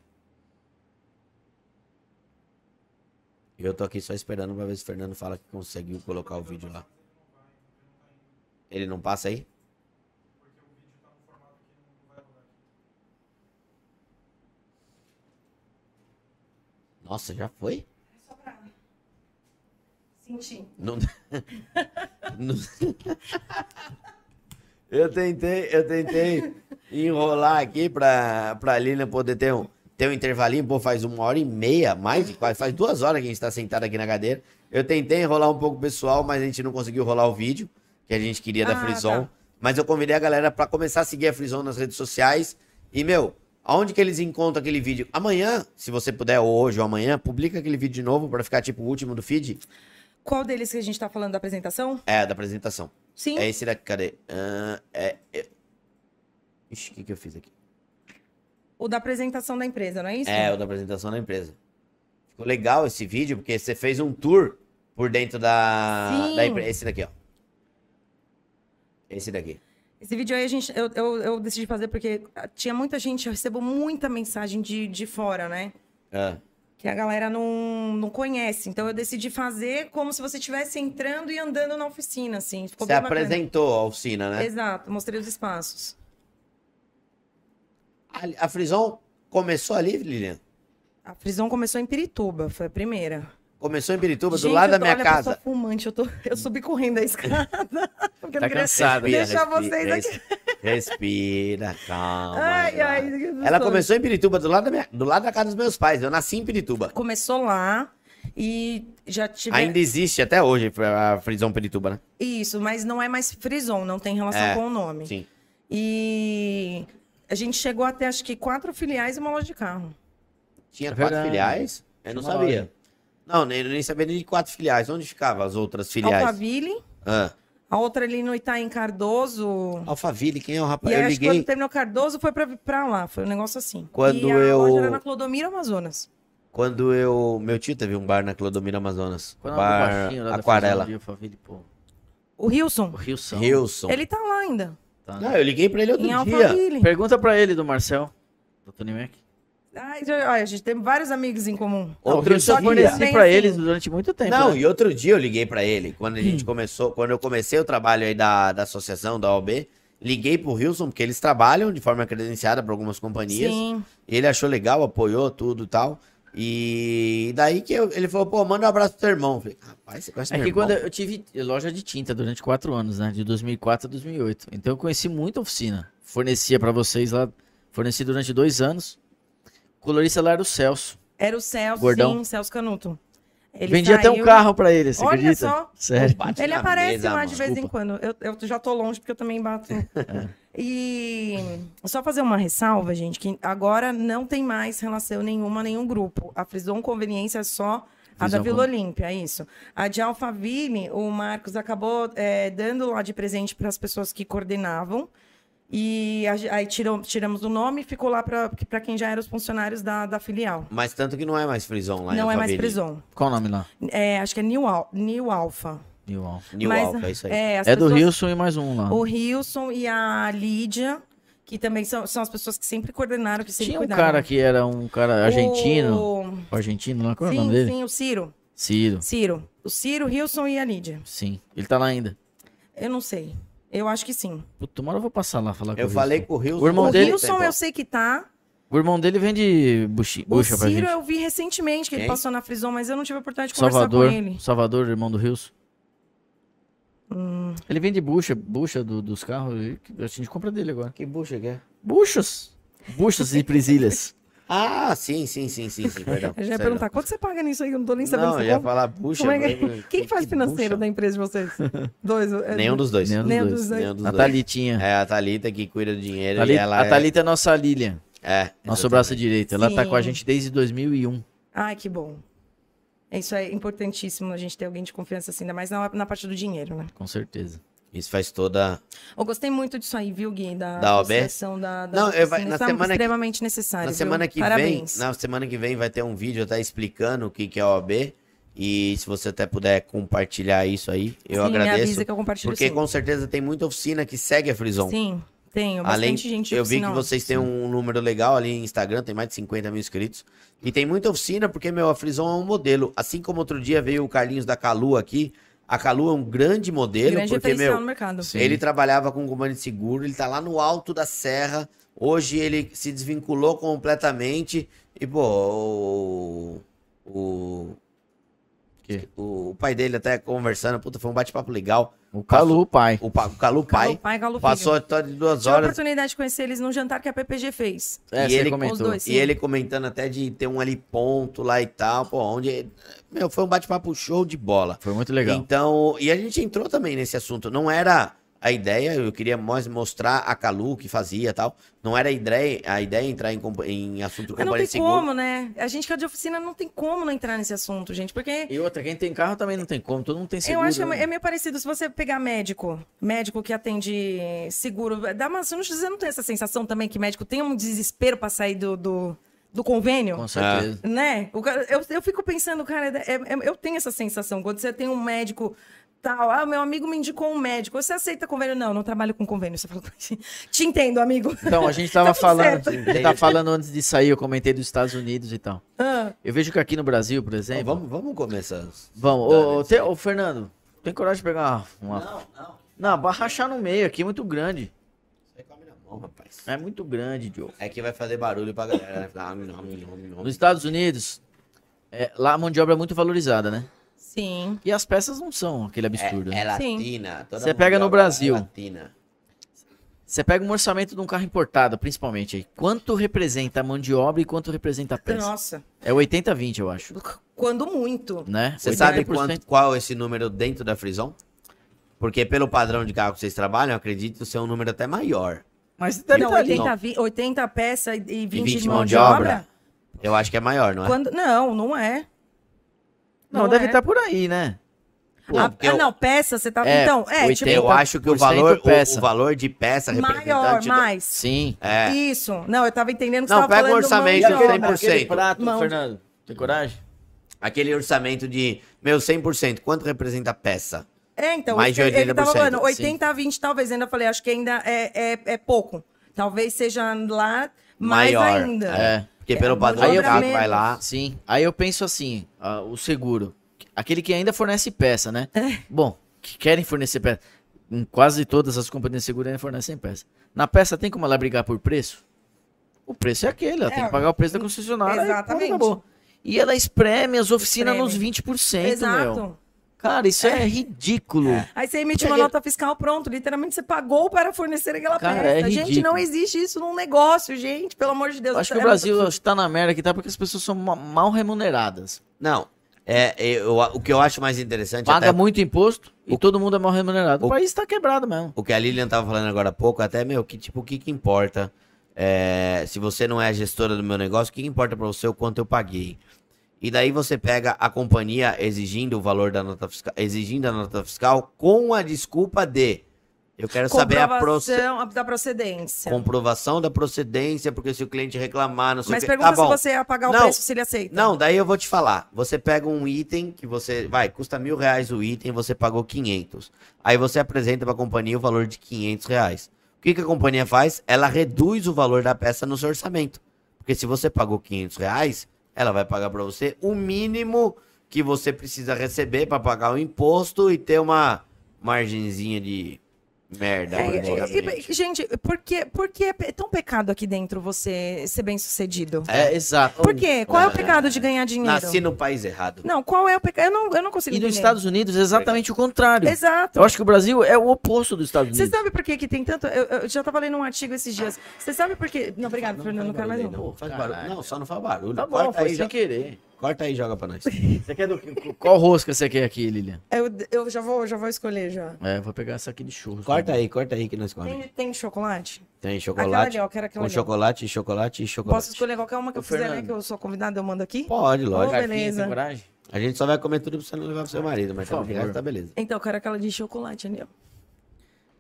B: Eu tô aqui só esperando pra ver se o Fernando fala que conseguiu colocar o vídeo lá. Ele não passa aí? Nossa, já foi?
C: Só pra sentir.
B: Não... Não- eu tentei, eu tentei enrolar aqui pra, pra Lilian poder ter um, ter um intervalinho, pô, faz uma hora e meia, mais de quase, faz duas horas que a gente tá sentado aqui na cadeira. Eu tentei enrolar um pouco o pessoal, mas a gente não conseguiu rolar o vídeo que a gente queria da
C: Ah,
B: Frison.
C: tá.
B: Mas eu convidei a galera pra começar a seguir a Frison nas redes sociais. E, meu, aonde que eles encontram aquele vídeo? Amanhã, se você puder, ou hoje ou amanhã, publica aquele vídeo de novo pra ficar tipo o último do feed.
C: Qual deles que a gente tá falando da apresentação?
B: É, da apresentação.
C: Sim.
B: É esse daqui, cadê? Ah, é, é- Ixi, o que, que eu fiz aqui?
C: O da apresentação da empresa, não é isso?
B: É, o da apresentação da empresa. Ficou legal esse vídeo, porque você fez um tour por dentro da,
C: Sim.
B: da empresa. Esse daqui, ó. Esse daqui.
C: Esse vídeo aí a gente, eu, eu, eu decidi fazer porque tinha muita gente, eu recebo muita mensagem de, de fora, né?
B: Ah,
C: Que a galera não, não conhece. Então eu decidi fazer como se você estivesse entrando e andando na oficina, assim. Ficou
B: Você
C: bem bacana.
B: apresentou a oficina, né?
C: Exato, mostrei os espaços.
B: A, a Frison começou ali, Lilian?
C: A prisão começou em Pirituba, foi a primeira.
B: Começou em Pirituba,
C: Gente,
B: do lado
C: eu
B: da
C: tô-
B: minha
C: olha,
B: casa.
C: Eu tô fumante, eu, tô- eu subi correndo a escada. Porque eu
D: Tá
C: não queria
D: cansado. é
C: deixar vocês aqui.
B: aqui. Respira, calma.
C: Ai, ai,
B: relaxa.
C: que
B: Ela
C: sono.
B: começou em Pirituba, do lado, da minha- do lado da casa dos meus pais. Eu nasci em Pirituba.
C: Começou lá e já tive.
B: Ainda existe até hoje a Frisão Pirituba, né?
C: Isso, mas não é mais Frison, não tem relação
B: É,
C: com o nome.
B: Sim.
C: E a gente chegou até acho que quatro filiais e uma loja de carro.
B: Tinha
D: É
B: quatro
D: verdade.
B: filiais? Eu não
D: Tinha uma
B: sabia.
D: loja.
B: Não, nem, nem sabia nem de quatro filiais. Onde ficavam as outras filiais? Alphaville.
C: Alphaville,
B: Ah.
C: a outra ali no Itaim Cardoso.
B: Alphaville, quem é o
C: E
D: Ah,
B: rapaz?
C: aí,
B: Eu
C: acho que quando
B: liguei.
C: terminou Cardoso, foi pra, pra lá. Foi um negócio assim.
B: Quando
C: e a
B: eu-
C: loja era na Clodomiro Amazonas.
B: Quando eu. Meu tio teve um bar na Clodomiro Amazonas.
D: Qual é o nome do
B: bar
D: baixinho lá da
B: Aquarela.
D: Fazenda de Alphaville, pô?
C: O Rilson.
D: O Rio São.
B: Hilson.
C: Ele tá lá ainda.
D: Tá.
B: Não, eu liguei pra ele outro
C: em
B: dia.
C: Alphaville.
D: Pergunta pra ele do Marcel, do Tony Mac.
C: Ai, já- olha, a gente tem vários amigos em comum.
D: Não, o
B: Outro
D: Rio São
B: dia.
D: forneci
C: Bem
D: pra
C: assim.
D: eles durante muito tempo.
B: Não,
D: né?
B: e outro dia eu liguei pra ele,
C: Hum.
B: quando a gente começou, quando eu comecei o trabalho aí da, da associação, da OB, liguei pro Wilson, porque eles trabalham de forma credenciada para algumas companhias.
C: Sim.
B: Ele achou legal, apoiou tudo e tal. E daí que eu- ele falou, pô, manda um abraço pro teu irmão. Eu falei, rapaz, você conhece
D: É
B: meu
D: que
B: irmão?
D: quando eu tive loja de tinta durante quatro anos, né? De 2004 a 2008. Então eu conheci muita oficina. Fornecia pra vocês lá. Forneci durante dois anos. Colorista lá era o Celso.
C: Era o Celso,
D: Gordão.
C: sim, Celso Canuto. Ele
D: Vendi até um
C: saiu-
D: carro pra ele, você
C: Olha
D: acredita?
C: só.
D: Sério.
B: Bate
C: Ele
B: na
C: aparece
B: mesa,
C: lá
B: mano.
C: de vez em
D: Desculpa.
C: quando. Eu, eu já tô longe porque eu também bato. e só fazer uma ressalva, gente, que agora não tem mais relação nenhuma, nenhum grupo. A Frison Conveniência é só a
D: Frison
B: um
C: da Vila
D: Con-
C: Olímpia, é isso. A de Alphaville, o Marcos acabou é, dando lá de presente para as pessoas que coordenavam. E a- aí tirou- tiramos o nome e ficou lá para quem já era os funcionários da, da filial.
B: Mas tanto que não é mais Frison lá em
C: não é mais
B: Alphaville.
C: Frison.
D: Qual o nome lá?
C: É, acho que é New, Al New Alpha.
D: New Alpha.
B: New
C: Mas-
B: Alpha, é isso aí.
C: É, as
D: É do
C: pessoas-
D: Wilson e mais um lá.
C: O Rilson e a Lídia, que também são, são as pessoas que sempre coordenaram, que sempre
D: Tinha um
C: cuidaram.
D: cara que era um cara argentino.
C: O...
D: Argentino lá, qual é o
C: Sim,
D: nome dele?
C: sim, o Ciro.
D: Ciro.
C: Ciro. O Ciro, o Rilson e a Lídia.
D: Sim. Ele tá lá ainda.
C: Eu não sei. Eu acho que sim.
D: Puta, uma hora eu vou passar lá falar com
B: Eu
D: o
B: falei
D: Wilson.
B: com o Hilson.
D: O irmão
C: o
B: há um
D: dele-
C: Rilson
B: tempo, ó.
C: eu sei que tá.
D: O irmão dele vende buchi- bucha
C: o
D: pra gente.
C: Ciro eu vi recentemente, que ele
B: Quem?
C: passou na Frison, mas eu não tive a oportunidade de conversar
D: Salvador,
C: com ele.
D: Salvador, irmão do Rios.
C: Hum.
D: Ele vende bucha, bucha do- dos carros. ele- A gente compra dele agora.
B: Que bucha que é?
D: Buchas. Buchas e presilhas.
B: Ah, sim, sim, sim, sim, sim, perdão.
C: Eu já ia
B: Sério.
C: perguntar, quanto você paga nisso aí? Eu não tô nem sabendo.
B: Não, eu
C: se
B: ia
C: como-
B: falar bucha.
C: como é
B: mas-
C: que... Quem faz
B: que
C: financeiro
B: bucha?
C: da empresa de vocês? Dois. é,
B: Nenhum dos dois.
D: Nenhum dos
C: Nenhum
D: dois.
C: dos dois.
B: Nenhum dos
D: A
B: dois.
D: Thalitinha.
B: É, a Thalita que cuida do dinheiro.
D: Thali-
B: e ela
D: a Thalita é nossa Lilian.
B: É, é,
D: Nosso
B: exatamente.
D: braço direito. Ela tá
C: Sim.
D: com a gente desde 2001.
C: Ai, que bom. Isso é importantíssimo, a gente ter alguém de confiança assim, ainda mais na, na parte do dinheiro, né?
D: Com certeza.
B: Isso faz toda.
C: Eu gostei muito disso aí, viu, Gui? Da,
B: Da OAB?
C: associação da, da
B: Não, eu vai-
C: oficina.
B: na
C: Isso é
B: semana que-
C: extremamente necessário.
B: Na
C: viu?
B: semana que
C: Parabéns.
B: vem, na semana que vem vai ter um vídeo tá explicando o que que é OAB e se você até puder compartilhar isso aí, eu
C: Sim, Me
B: agradeço.
C: avisa que eu compartilho
B: Porque
C: sim.
B: com certeza tem muita oficina que segue a Frison.
C: Sim, tenho. Bastante
B: Além,
C: gente de
B: eu vi que
C: oficina, ó.
B: vocês têm um número legal ali no Instagram, tem mais de 50 mil inscritos. E tem muita oficina, porque, meu, a Frison é um modelo. Assim como outro dia veio o Carlinhos da Calu aqui, a Calu é um grande modelo,
C: Grande
B: porque,
C: referencial
B: meu,
C: no mercado.
D: Sim.
B: ele trabalhava com comando de seguro, ele tá lá no alto da serra. Hoje ele se desvinculou completamente. E, pô, o, O,
D: Que?
B: o, o pai dele até conversando, puta, foi um bate-papo legal.
D: O Calu, pai.
B: O, pa- o Calu pai
C: pai, Galo
B: passou
C: Filho.
B: a história de duas
C: Tive a
B: horas
C: oportunidade de conhecer eles num jantar que a PPG fez.
D: É,
B: E
D: você
B: ele-
D: comentou.
C: Os dois.
B: E ele comentando até de ter um ali ponto lá e tal, pô, onde. Meu, foi um bate-papo show de bola.
D: Foi muito legal.
B: Então, e a gente entrou também nesse assunto. Não era a ideia, eu queria mais mostrar a Calu que fazia e tal. Não era a ideia, a ideia é entrar em, compa- em assunto
C: Mas não
B: companhia
C: tem
B: de seguro.
C: como, né? A gente que é de oficina não tem como não entrar nesse assunto, gente. Porque
D: E outra, quem tem carro também não tem como, todo mundo tem seguro.
C: eu acho que é
D: né?
C: é meio parecido. Se você pegar médico, médico que atende seguro, é, dá uma, você não- você não tem essa sensação também que médico tem um desespero pra sair do, do, do convênio?
D: Com
B: Ah.
D: certeza.
C: Né? O cara- eu, eu fico pensando, cara, é- é- eu tenho essa sensação. Quando você tem um médico tal, ah, meu amigo me indicou um médico. Você aceita convênio? Não, não trabalho com convênio. Você fala, te entendo, amigo.
D: Então, a gente tava
C: Tá tudo
D: falando.
C: certo.
D: A gente tava falando antes de sair, eu comentei dos Estados Unidos e tal.
C: Ah,
D: Eu vejo que aqui no Brasil, por
B: Então,
D: exemplo.
B: vamos, vamos começar.
D: Vamos,
B: Dá,
D: ô,
B: né?
D: te- ô, Fernando, tem coragem de pegar uma. Não,
B: não.
D: vai rachar no meio aqui, é muito grande.
B: Você come na mão, rapaz.
D: É muito grande, Diogo.
B: É que vai fazer barulho pra galera, né? Falar, "Ah, não, não, não,
D: Nos
B: não."
D: Estados Unidos, é, lá a mão de obra é muito valorizada, né?
C: sim.
D: E as peças não são aquele absurdo.
B: É, é
D: né?
B: latina. toda
D: Você pega no
B: mundial é
D: Brasil.
B: latina.
D: Você pega um orçamento de um carro importado, principalmente aí. Quanto representa a mão de obra e quanto representa a peça?
C: Nossa,
D: É 80-20, eu acho.
C: quando muito.
D: Né?
B: Você sabe
D: 80%.
B: quanto, qual é esse número dentro da Frison? Porque pelo padrão de carro que vocês trabalham, eu acredito ser um número até maior.
D: Mas deve
C: Não,
D: tá ali.
C: 80, vi- 80 peça e 20,
B: E 20
C: de mão de obra.
B: Eu acho que é maior, não é?
C: Quando, não, não é.
D: Não, deve
C: é.
D: estar por aí, né?
B: Pô,
C: Ah,
B: porque
C: ah,
B: eu,
C: não, peça, você tá.
D: É,
C: então, é,
D: 80,
C: tipo,
B: eu acho que o
D: 80%
B: valor, o- o,
D: peça.
B: valor de peça
C: maior,
B: representante. da-
C: mais.
D: Sim.
B: É.
C: Isso. Não, eu tava entendendo que
B: Não,
C: você tava
B: pega o
C: falando do mão de
B: orçamento,
C: obra.
B: 100%.
D: prato,
C: Mão de-
D: Fernando. Tem coragem?
B: Aquele orçamento de, meu, 100%, quanto representa a peça?
C: É, então,
B: Mais de
C: ele- ele tava
B: 80%,
C: falando 80 a 20, talvez. Ainda falei, acho que ainda é, é, é pouco. Talvez seja lá mais
B: Maior.
C: ainda.
D: É.
B: Porque pelo
C: É,
B: padrão
D: aí
B: de
D: eu
B: carro
C: vi-
B: vai lá.
D: Sim. Aí eu penso assim, ah, o seguro, aquele que ainda fornece peça, né?
C: É.
D: Bom, que querem fornecer peça. Em quase todas as companhias de seguro ainda fornecem peça. Na peça tem como ela brigar por preço? O preço é aquele, ela tem
C: É,
D: que pagar o preço da concessionária. e pronto,
C: exatamente.
D: acabou. E ela espreme as oficinas
C: Espreme.
D: nos 20%, meu.
C: Exato.
D: Cara, isso é, ridículo.
C: Aí você emite uma nota fiscal, pronto. Literalmente você pagou para fornecer aquela
D: Cara,
C: peça.
D: é
C: gente,
D: ridículo.
C: não existe isso num negócio, gente. Pelo amor de Deus.
D: Eu acho que
C: É
D: o Brasil
C: muito-
D: acho que tá na merda que tá porque as pessoas são ma- mal remuneradas.
B: Não, é, eu- o que eu acho mais interessante...
D: Paga
B: até-
D: muito imposto e todo mundo é mal remunerado. O,
B: o-
D: país tá quebrado mesmo.
B: o que a Lilian tava falando agora há pouco, até, meu, que tipo, o que que importa? É, se você não é a gestora do meu negócio, o que que importa pra você o quanto eu paguei? E daí você pega a companhia exigindo o valor da nota fiscal, exigindo a nota fiscal com a desculpa de eu quero saber a proce-
C: Comprovação da procedência.
B: comprovação da procedência, porque se o cliente reclamar, não sei
C: Mas
B: o que,
C: pergunta
B: tá bom.
C: se você ia pagar o
B: Não.
C: preço, se ele aceita.
B: Não, daí eu vou te falar. Você pega um item que você. Vai, custa mil reais o item, você pagou 500. Aí você apresenta pra companhia o valor de 500 reais. O que, que a companhia faz? Ela reduz o valor da peça no seu orçamento. Porque se você pagou 500 reais, ela vai pagar pra você o mínimo que você precisa receber pra pagar o imposto e ter uma margenzinha de merda.
C: É, e-
B: praticamente.
C: e- gente, por que, por que é pe- tão pecado aqui dentro você ser bem sucedido?
D: É, exato.
C: Por quê? Qual é o pecado de ganhar dinheiro?
B: um Nasci no país errado.
C: Não, qual é o pecado? Eu não, eu não consigo
D: E nos
C: entender.
D: Estados Unidos é exatamente o contrário.
C: Exato.
D: Eu acho que o Brasil é o oposto dos Estados
C: Você
D: Unidos.
C: sabe por que, que tem tanto. Eu, eu já tava lendo um artigo esses dias. Você sabe por que. Não, obrigado, Fernando, não quero mais
B: barulho,
C: um.
B: aí, não. Faz
D: Caralho.
B: barulho. Não, só não faz barulho.
D: Tá bom,
B: Corta
D: foi
B: aí,
D: sem
B: já-
D: querer.
B: Corta aí e joga pra nós.
D: Você quer do Qual rosca você quer aqui, Lilian?
C: Eu, eu já, vou, já vou escolher já.
D: É, eu vou pegar essa aqui de churros.
B: Corta aí, corta aí que nós comemos.
C: Tem, tem chocolate?
B: Tem
C: Aquela
B: chocolate.
C: ali, ó, quero aquela
B: Com
C: ali.
B: chocolate, chocolate e chocolate.
C: Posso escolher qualquer uma que
D: Ô,
C: eu fizer, né?
D: Fernando.
C: Que eu sou convidada, eu mando aqui?
B: Pode,
C: Ô,
B: lógico.
C: velho. beleza.
D: Tem coragem?
B: A gente só vai comer tudo pra você não levar pro seu marido, mas
D: Por
B: tá, beleza,
D: favor.
B: tá beleza.
C: Então, eu quero aquela de chocolate, Anil.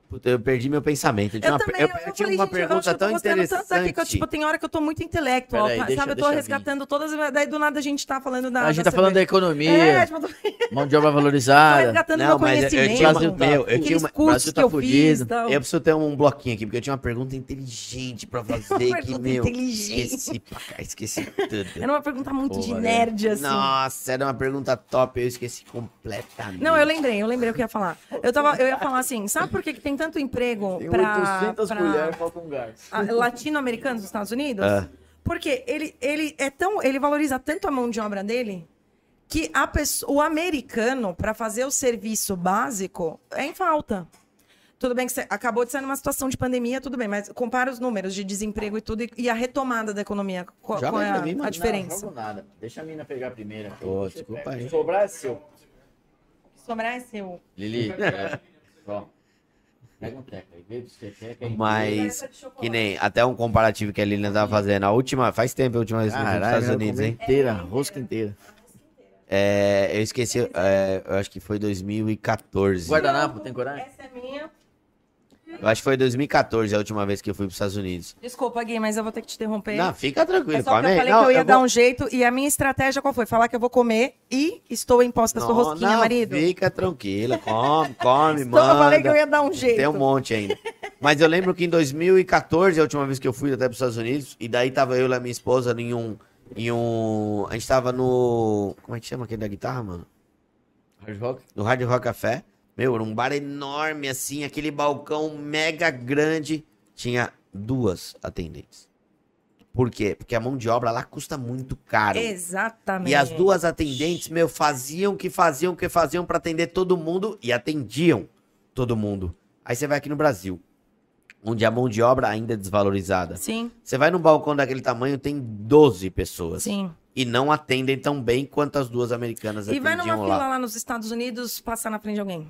B: Puta, eu perdi meu pensamento. Eu, tinha
C: Eu
B: uma,
C: também,
B: eu-
C: eu,
B: eu tinha
C: eu
B: uma
C: falei, gente, eu acho que
B: pergunta
C: eu tô
B: tão
C: mostrando
B: interessante.
C: tanto aqui que eu, tipo, tem hora que eu tô muito intelectual,
D: Pera aí,
C: pa-
D: deixa-
C: sabe? Eu tô
D: deixa eu
C: resgatando todas, as- daí do nada a gente tá falando da...
D: a gente tá falando da
C: cerveja. É,
D: economia,
C: tipo, eu tô,
D: mão de obra
C: tô
D: valorizada.
C: resgatando
B: Não,
C: meu
B: mas eu- eu tinha
C: conhecimento,
B: uma-
D: Brasil tá-
B: meu, eu tinha
C: aqueles
B: uma-
C: cursos
D: Brasil
C: que
D: tá
C: eu
D: fudido.
C: fiz, então. tal.
B: Eu preciso ter um bloquinho aqui, porque eu tinha uma pergunta inteligente pra fazer que,
C: pergunta
B: meu,
C: inteligente.
B: esqueci, pra cá, esqueci tudo.
C: Era uma pergunta muito de
D: Porra,
C: nerd, assim.
B: Nossa, era uma pergunta top, eu esqueci completamente.
C: Não, eu lembrei, eu lembrei o que eu ia falar. Eu, tava, eu ia falar assim, sabe por que, que tem tanto emprego pra, pra
D: falta um gás.
C: a- latino-americanos nos Estados Unidos?
B: Ah.
C: é Porque ele, ele é tão. ele valoriza tanto a mão de obra dele que a pessoa, o americano, para fazer o serviço básico, é em falta. Tudo bem que você acabou de sair numa situação de pandemia, tudo bem, mas compara os números de desemprego e tudo e, e a retomada da economia. Qual, qual é a, a diferença?
D: Não, jogo nada. Deixa a mina pegar a primeira. aqui.
B: Ô,
D: Você
B: desculpa
D: pega.
B: aí.
D: Se Sobrar é seu.
C: Sobrar é seu.
D: Lili, é, só. Pega um teco aí. Vê se você quer. que aí-
B: Mas, que nem até um comparativo que a Lilian tava fazendo. A última, faz tempo a última vez que eu fui nos
D: Caralho,
B: Estados Unidos, hein?
D: tá Inteira, rosca inteira.
B: É, eu esqueci, é, eu acho que foi 2014.
D: Guardanapo, tem coragem?
C: Essa é minha.
B: Eu acho que foi 2014 a última vez que eu fui pros Estados Unidos.
C: Desculpa, Gui, mas eu vou ter que te interromper.
B: Não, fica tranquilo,
C: É só porque eu
B: aí.
C: falei
B: Não,
C: que eu ia dar
B: vou-
C: um jeito e a minha estratégia qual foi? Falar que eu vou comer e estou em posse da sua
B: Não,
C: rosquinha,
B: não,
C: marido.
B: Fica tranquila, come, come,
C: Então
B: manda.
C: eu falei que eu ia dar um jeito.
B: Tem um monte ainda. Mas eu lembro que em 2014, a última vez que eu fui até para os Estados Unidos, e daí tava eu e a minha esposa em um, em um. A gente tava no. Como é que chama aquele da guitarra, mano?
D: Hard rock.
B: No Hard Rock Café. Meu, era um bar enorme, assim, aquele balcão mega grande. Tinha duas atendentes. Por quê? Porque a mão de obra lá custa muito caro.
C: Exatamente.
B: E as duas atendentes, meu, faziam o que faziam, o que faziam pra atender todo mundo e atendiam todo mundo. Aí você vai aqui no Brasil, onde a mão de obra ainda é desvalorizada.
C: Sim,
B: Você vai num balcão daquele tamanho, tem 12 pessoas.
C: sim.
B: E não atendem tão bem quanto as duas americanas
C: E vai numa
D: um
B: atendiam
C: fila
B: lá.
C: lá nos Estados Unidos passar na frente de alguém.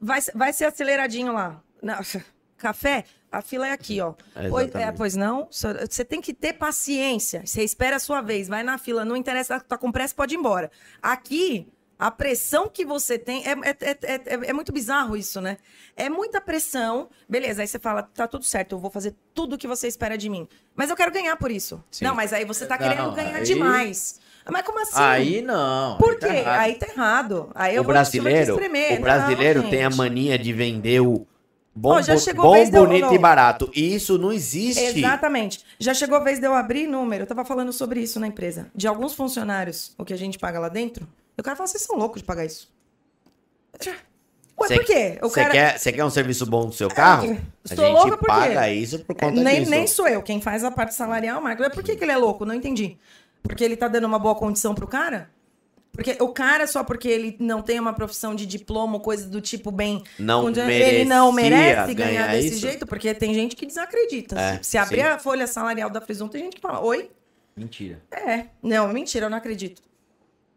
C: Vai, se- vai ser aceleradinho lá. Na- Café, a fila é aqui, ó. Pois, é,
B: Exatamente.
C: pois não, senhora, você tem que ter paciência. Você espera a sua vez, vai na fila, não interessa, tá com pressa, pode ir embora. Aqui, a pressão que você tem. É, é- é- é- é muito bizarro isso, né? É muita pressão. Beleza, aí você fala, tá tudo certo, eu vou fazer tudo o que você espera de mim. Mas eu quero ganhar por isso.
B: Sim.
C: Não, mas aí você tá
D: Não,
C: querendo ganhar
D: aí-
C: demais. Mas como assim?
D: Aí não.
C: Por
D: aí tá
C: quê?
D: errado.
C: aí tá errado. Aí eu
B: o
C: vou te- vou te
B: brasileiro,
C: espremer.
B: o brasileiro
C: Não,
B: tem a
C: gente.
B: mania de vender o bom,
C: Ó, já
B: bo-
C: chegou
B: bom
C: vez do-
B: bonito e
C: não.
B: barato. E isso não existe.
C: Exatamente. Já chegou a vez de eu abrir número. Eu tava falando sobre isso na empresa. De alguns funcionários, o que a gente paga lá dentro. E o cara fala, vocês são loucos de pagar isso. Ué,
B: Cê-
C: por quê? O
B: Você
C: cara...
B: quer, você quer um serviço bom do seu carro? A
C: Sou
B: gente
C: louca por
B: paga
C: quê?
B: isso por
C: É,
B: conta
C: nem,
B: disso.
C: nem sou eu. Quem faz a parte salarial, Marco. Mas por que, que ele é louco? Não entendi. Porque ele tá dando uma boa condição pro cara? Porque o cara, só porque ele não tem uma profissão de diploma, coisa do tipo bem.
B: Não
C: condi- ele
B: merecia
C: não merece ganhar,
B: ganhar
C: desse
B: isso.
C: jeito, porque tem gente que desacredita.
B: É,
C: Se- Se abrir
B: sim.
C: a folha salarial da Frison, tem gente que fala: Oi?
D: Mentira.
C: É. Não, mentira, eu não acredito.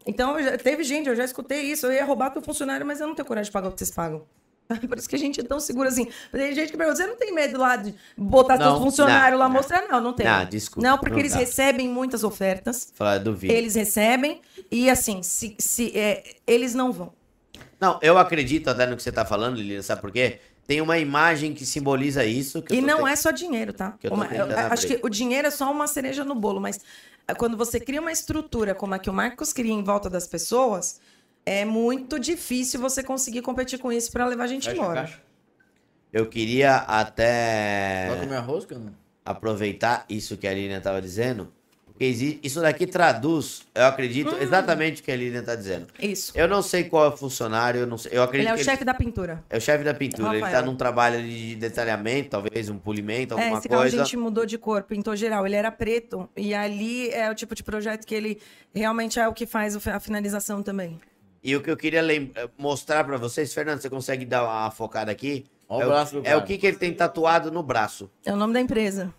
C: Então, eu já- teve gente, eu já escutei isso, eu ia roubar teu funcionário, mas eu não tenho coragem de pagar o que vocês pagam. Por isso que a gente é tão seguro assim. Tem gente que pergunta, você não tem medo lá de botar
B: Não,
C: seus funcionários lá
B: não,
C: mostrar? Não, não tem.
B: Não, desculpa,
C: Não, porque
B: não
C: eles
B: dá.
C: recebem muitas ofertas,
B: Fala, duvido.
C: eles recebem, e assim, se, se é, eles não vão.
B: Não, eu acredito até no que você tá falando, Lilian, sabe por quê? Tem uma imagem que simboliza isso. Que eu
C: E
B: tô
C: não
B: te-
C: é só dinheiro, tá?
B: que eu tô
C: Uma- eu-
B: tentando
C: acho
B: abrir.
C: que o dinheiro é só uma cereja no bolo, mas ah, quando você cria uma estrutura como a que o Marcos cria em volta das pessoas, é muito difícil você conseguir competir com isso pra levar a gente
D: Fecha a
C: embora.
D: caixa.
B: Eu queria
D: Vai
B: até
D: comer arroz, que eu não.
B: aproveitar isso que a Lilian tava dizendo. Porque exi- isso daqui traduz, eu acredito,
C: Hum.
B: exatamente o que a Lilian tá dizendo.
C: Isso.
B: Eu não sei qual é o funcionário, eu não sei. Eu
C: Ele
B: acredito
C: é o
B: que
C: chefe da pintura.
B: é o chefe da pintura. Ele tá
C: Rafael.
B: num trabalho ali de detalhamento, talvez um polimento,
C: É,
B: alguma
C: esse carro a
B: coisa.
C: gente mudou de cor, pintou geral. Ele era preto. E ali é o tipo de projeto que ele realmente é o que faz o fi- a finalização também.
B: E o que eu queria lem- eh, mostrar pra vocês, Fernando, você consegue dar uma focada aqui?
D: Ó o
B: é
D: braço do
B: é
D: cara.
B: o que, que ele tem tatuado no braço.
C: É o nome da empresa.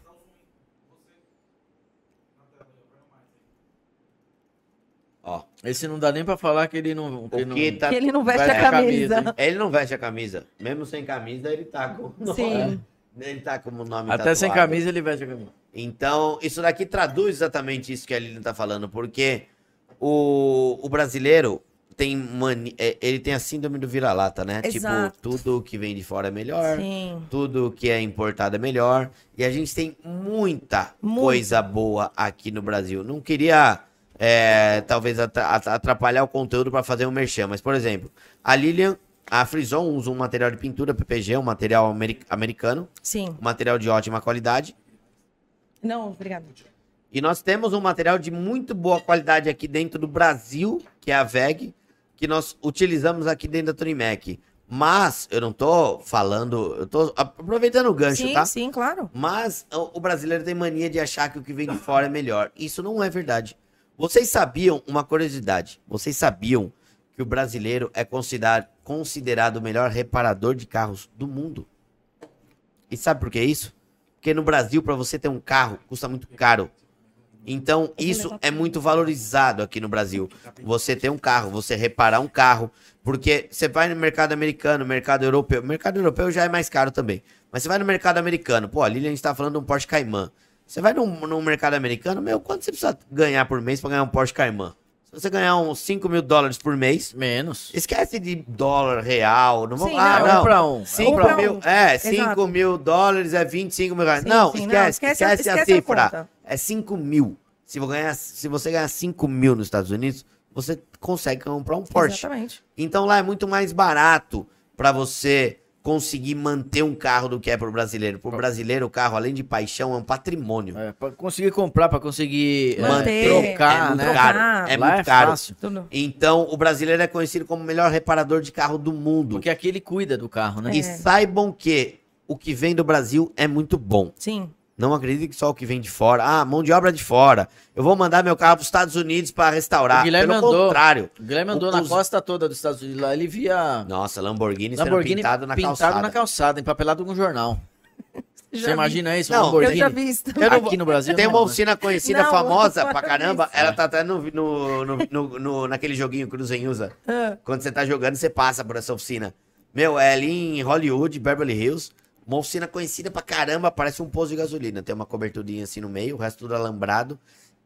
B: Ó.
D: Esse não dá nem pra falar que ele não.
B: O
D: não...
B: que tá...
C: Que ele não
D: Veste
C: veste,
D: a
C: a camisa.
D: camisa,
B: Ele não veste a camisa. Mesmo sem camisa, ele tá com o nome.
C: Sim.
B: Ele tá com o nome
D: Até sem
B: tatuado.
D: camisa ele veste a camisa.
B: Então, isso daqui traduz exatamente isso que a Lilian tá falando, porque o, o brasileiro tem mani... é, ele tem a síndrome do vira-lata, né?
C: Exato.
B: Tipo, tudo que vem de fora é melhor,
C: Sim.
B: tudo que é importado é melhor. E a gente tem muita
C: Muito.
B: coisa boa aqui no Brasil. Não queria, é, talvez, atra- at- atrapalhar o conteúdo para fazer um merchan, mas, por exemplo, a Lilian, a Frison usa um material de pintura, PPG, um material ameri- americano,
C: Sim.
B: um material de ótima qualidade.
C: Não, obrigada.
B: E nós temos um material de muito boa qualidade aqui dentro do Brasil, que é a VEG, que nós utilizamos aqui dentro da Trimec. Mas eu não tô falando, eu tô aproveitando o gancho,
C: Sim,
B: tá?
C: sim, claro.
B: Mas o o brasileiro tem mania de achar que o que vem de fora é melhor. Isso não é verdade. Vocês sabiam, uma curiosidade, vocês sabiam que o brasileiro é considerado, considerado o melhor reparador de carros do mundo? E sabe por que isso? Porque no Brasil, para você ter um carro, custa muito caro. Então, isso é muito valorizado aqui no Brasil. Você ter um carro, você reparar um carro. Porque você vai no mercado americano, mercado europeu. Mercado europeu já é mais caro também. Mas você vai no mercado americano. Pô, ali a gente tá falando de um Porsche Cayman. Você vai num, num mercado americano, meu, quanto você precisa ganhar por mês pra ganhar um Porsche Cayman? Se você ganhar uns 5 mil dólares por mês,
D: Menos.
B: esquece de dólar real. Não vamos.
C: Sim,
B: ah,
C: não,
B: não.
D: um pra um.
C: um
B: 5
C: pra
B: mil,
C: um.
B: é,
C: Exato.
B: 5 mil dólares é 25 mil reais.
C: Sim,
B: não,
C: sim, não,
B: esquece,
C: esquece a-
B: esquece, a
C: esquece a
B: cifra.
C: conta.
B: é 5 mil. Se, vou ganhar, se você ganhar 5 mil nos Estados Unidos, você consegue comprar um Porsche.
C: Exatamente.
B: Então lá é muito mais barato pra você conseguir manter um carro do que é pro brasileiro.
D: Tá.
B: Pro brasileiro, o carro, além de paixão, é um patrimônio.
D: É, pra conseguir comprar, pra conseguir é,
C: Manter.
D: trocar,
B: é muito
D: né?
B: caro. É
D: Lá
B: muito caro.
D: fácil.
C: Tudo.
B: Então, o brasileiro é conhecido como o melhor reparador de carro do mundo.
D: Porque aqui ele cuida do carro, né?
C: É.
B: E saibam que o que vem do Brasil é muito bom.
C: Sim.
B: Não acredito que só o que vem de fora. Ah, mão de obra de fora. Eu vou mandar meu carro para os Estados Unidos para restaurar.
D: O Guilherme
B: Pelo
D: andou.
B: contrário.
D: O Guilherme andou na
B: Os-
D: costa toda dos Estados Unidos lá, ele via
B: Nossa, Lamborghini, sendo
D: Lamborghini
B: pintado na calçada.
D: empapelado com jornal.
C: Já
D: Você
C: vi.
D: imagina isso?
B: Não,
C: Eu
D: Lamborghini?
C: já vi isso.
B: Eu não
D: Aqui
B: vou-
D: no Brasil,
B: Tem
D: não,
B: uma
D: né?
B: oculina conhecida,
C: Não,
B: famosa
C: não
B: pra
C: fala
B: caramba.
C: isso.
B: Ela tá até no, no, no, no- no- naquele joguinho Cruzen usa. Quando você tá jogando, você passa por essa oficina. Meu, é ali em Hollywood, Beverly Hills. Uma oficina conhecida pra caramba, parece um posto de gasolina. Tem uma coberturinha assim no meio, o resto tudo alambrado.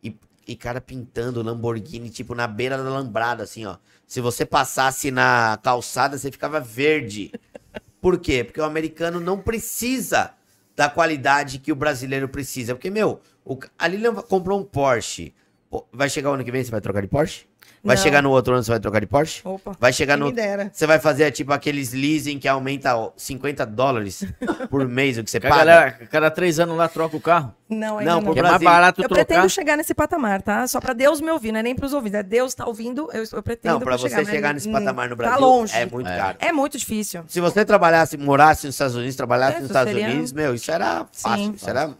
B: E, e cara pintando Lamborghini, tipo, na beira da alambrada, assim, ó. Se você passasse na calçada, você ficava verde. Por quê? Porque o americano não precisa da qualidade que o brasileiro precisa. Porque, meu, o, ca- a Lilian comprou um Porsche. Pô, Vai chegar o ano que vem, você vai trocar de Porsche? Vai
C: Não.
B: chegar no outro ano, você vai trocar de Porsche?
C: Opa.
B: Vai chegar
C: Quem
B: no.
C: me dera.
B: Você vai fazer tipo aqueles leasing que aumenta ó, 50 dólares por mês o que você
D: Que a
B: paga.
D: galera, a cada três anos lá troca o carro.
C: Não, ainda
B: Não,
C: não.
B: pro
D: Que é mais
B: Brasil.
D: barato
C: Eu
D: trocar.
C: pretendo chegar nesse patamar, tá? Só pra Deus me ouvir, não é nem pros ouvidos. É Deus tá ouvindo, eu, eu pretendo
B: Não, pra você chegar,
C: mas
B: nesse
C: hum,
B: patamar no Brasil
C: Tá longe.
B: é muito caro.
C: É muito difícil.
B: Se você trabalhasse, morasse nos Estados Unidos, trabalhasse
C: É,
B: nos
C: isso
B: Estados
C: seria-
B: Unidos, meu, isso era fácil.
C: Sim.
B: Isso era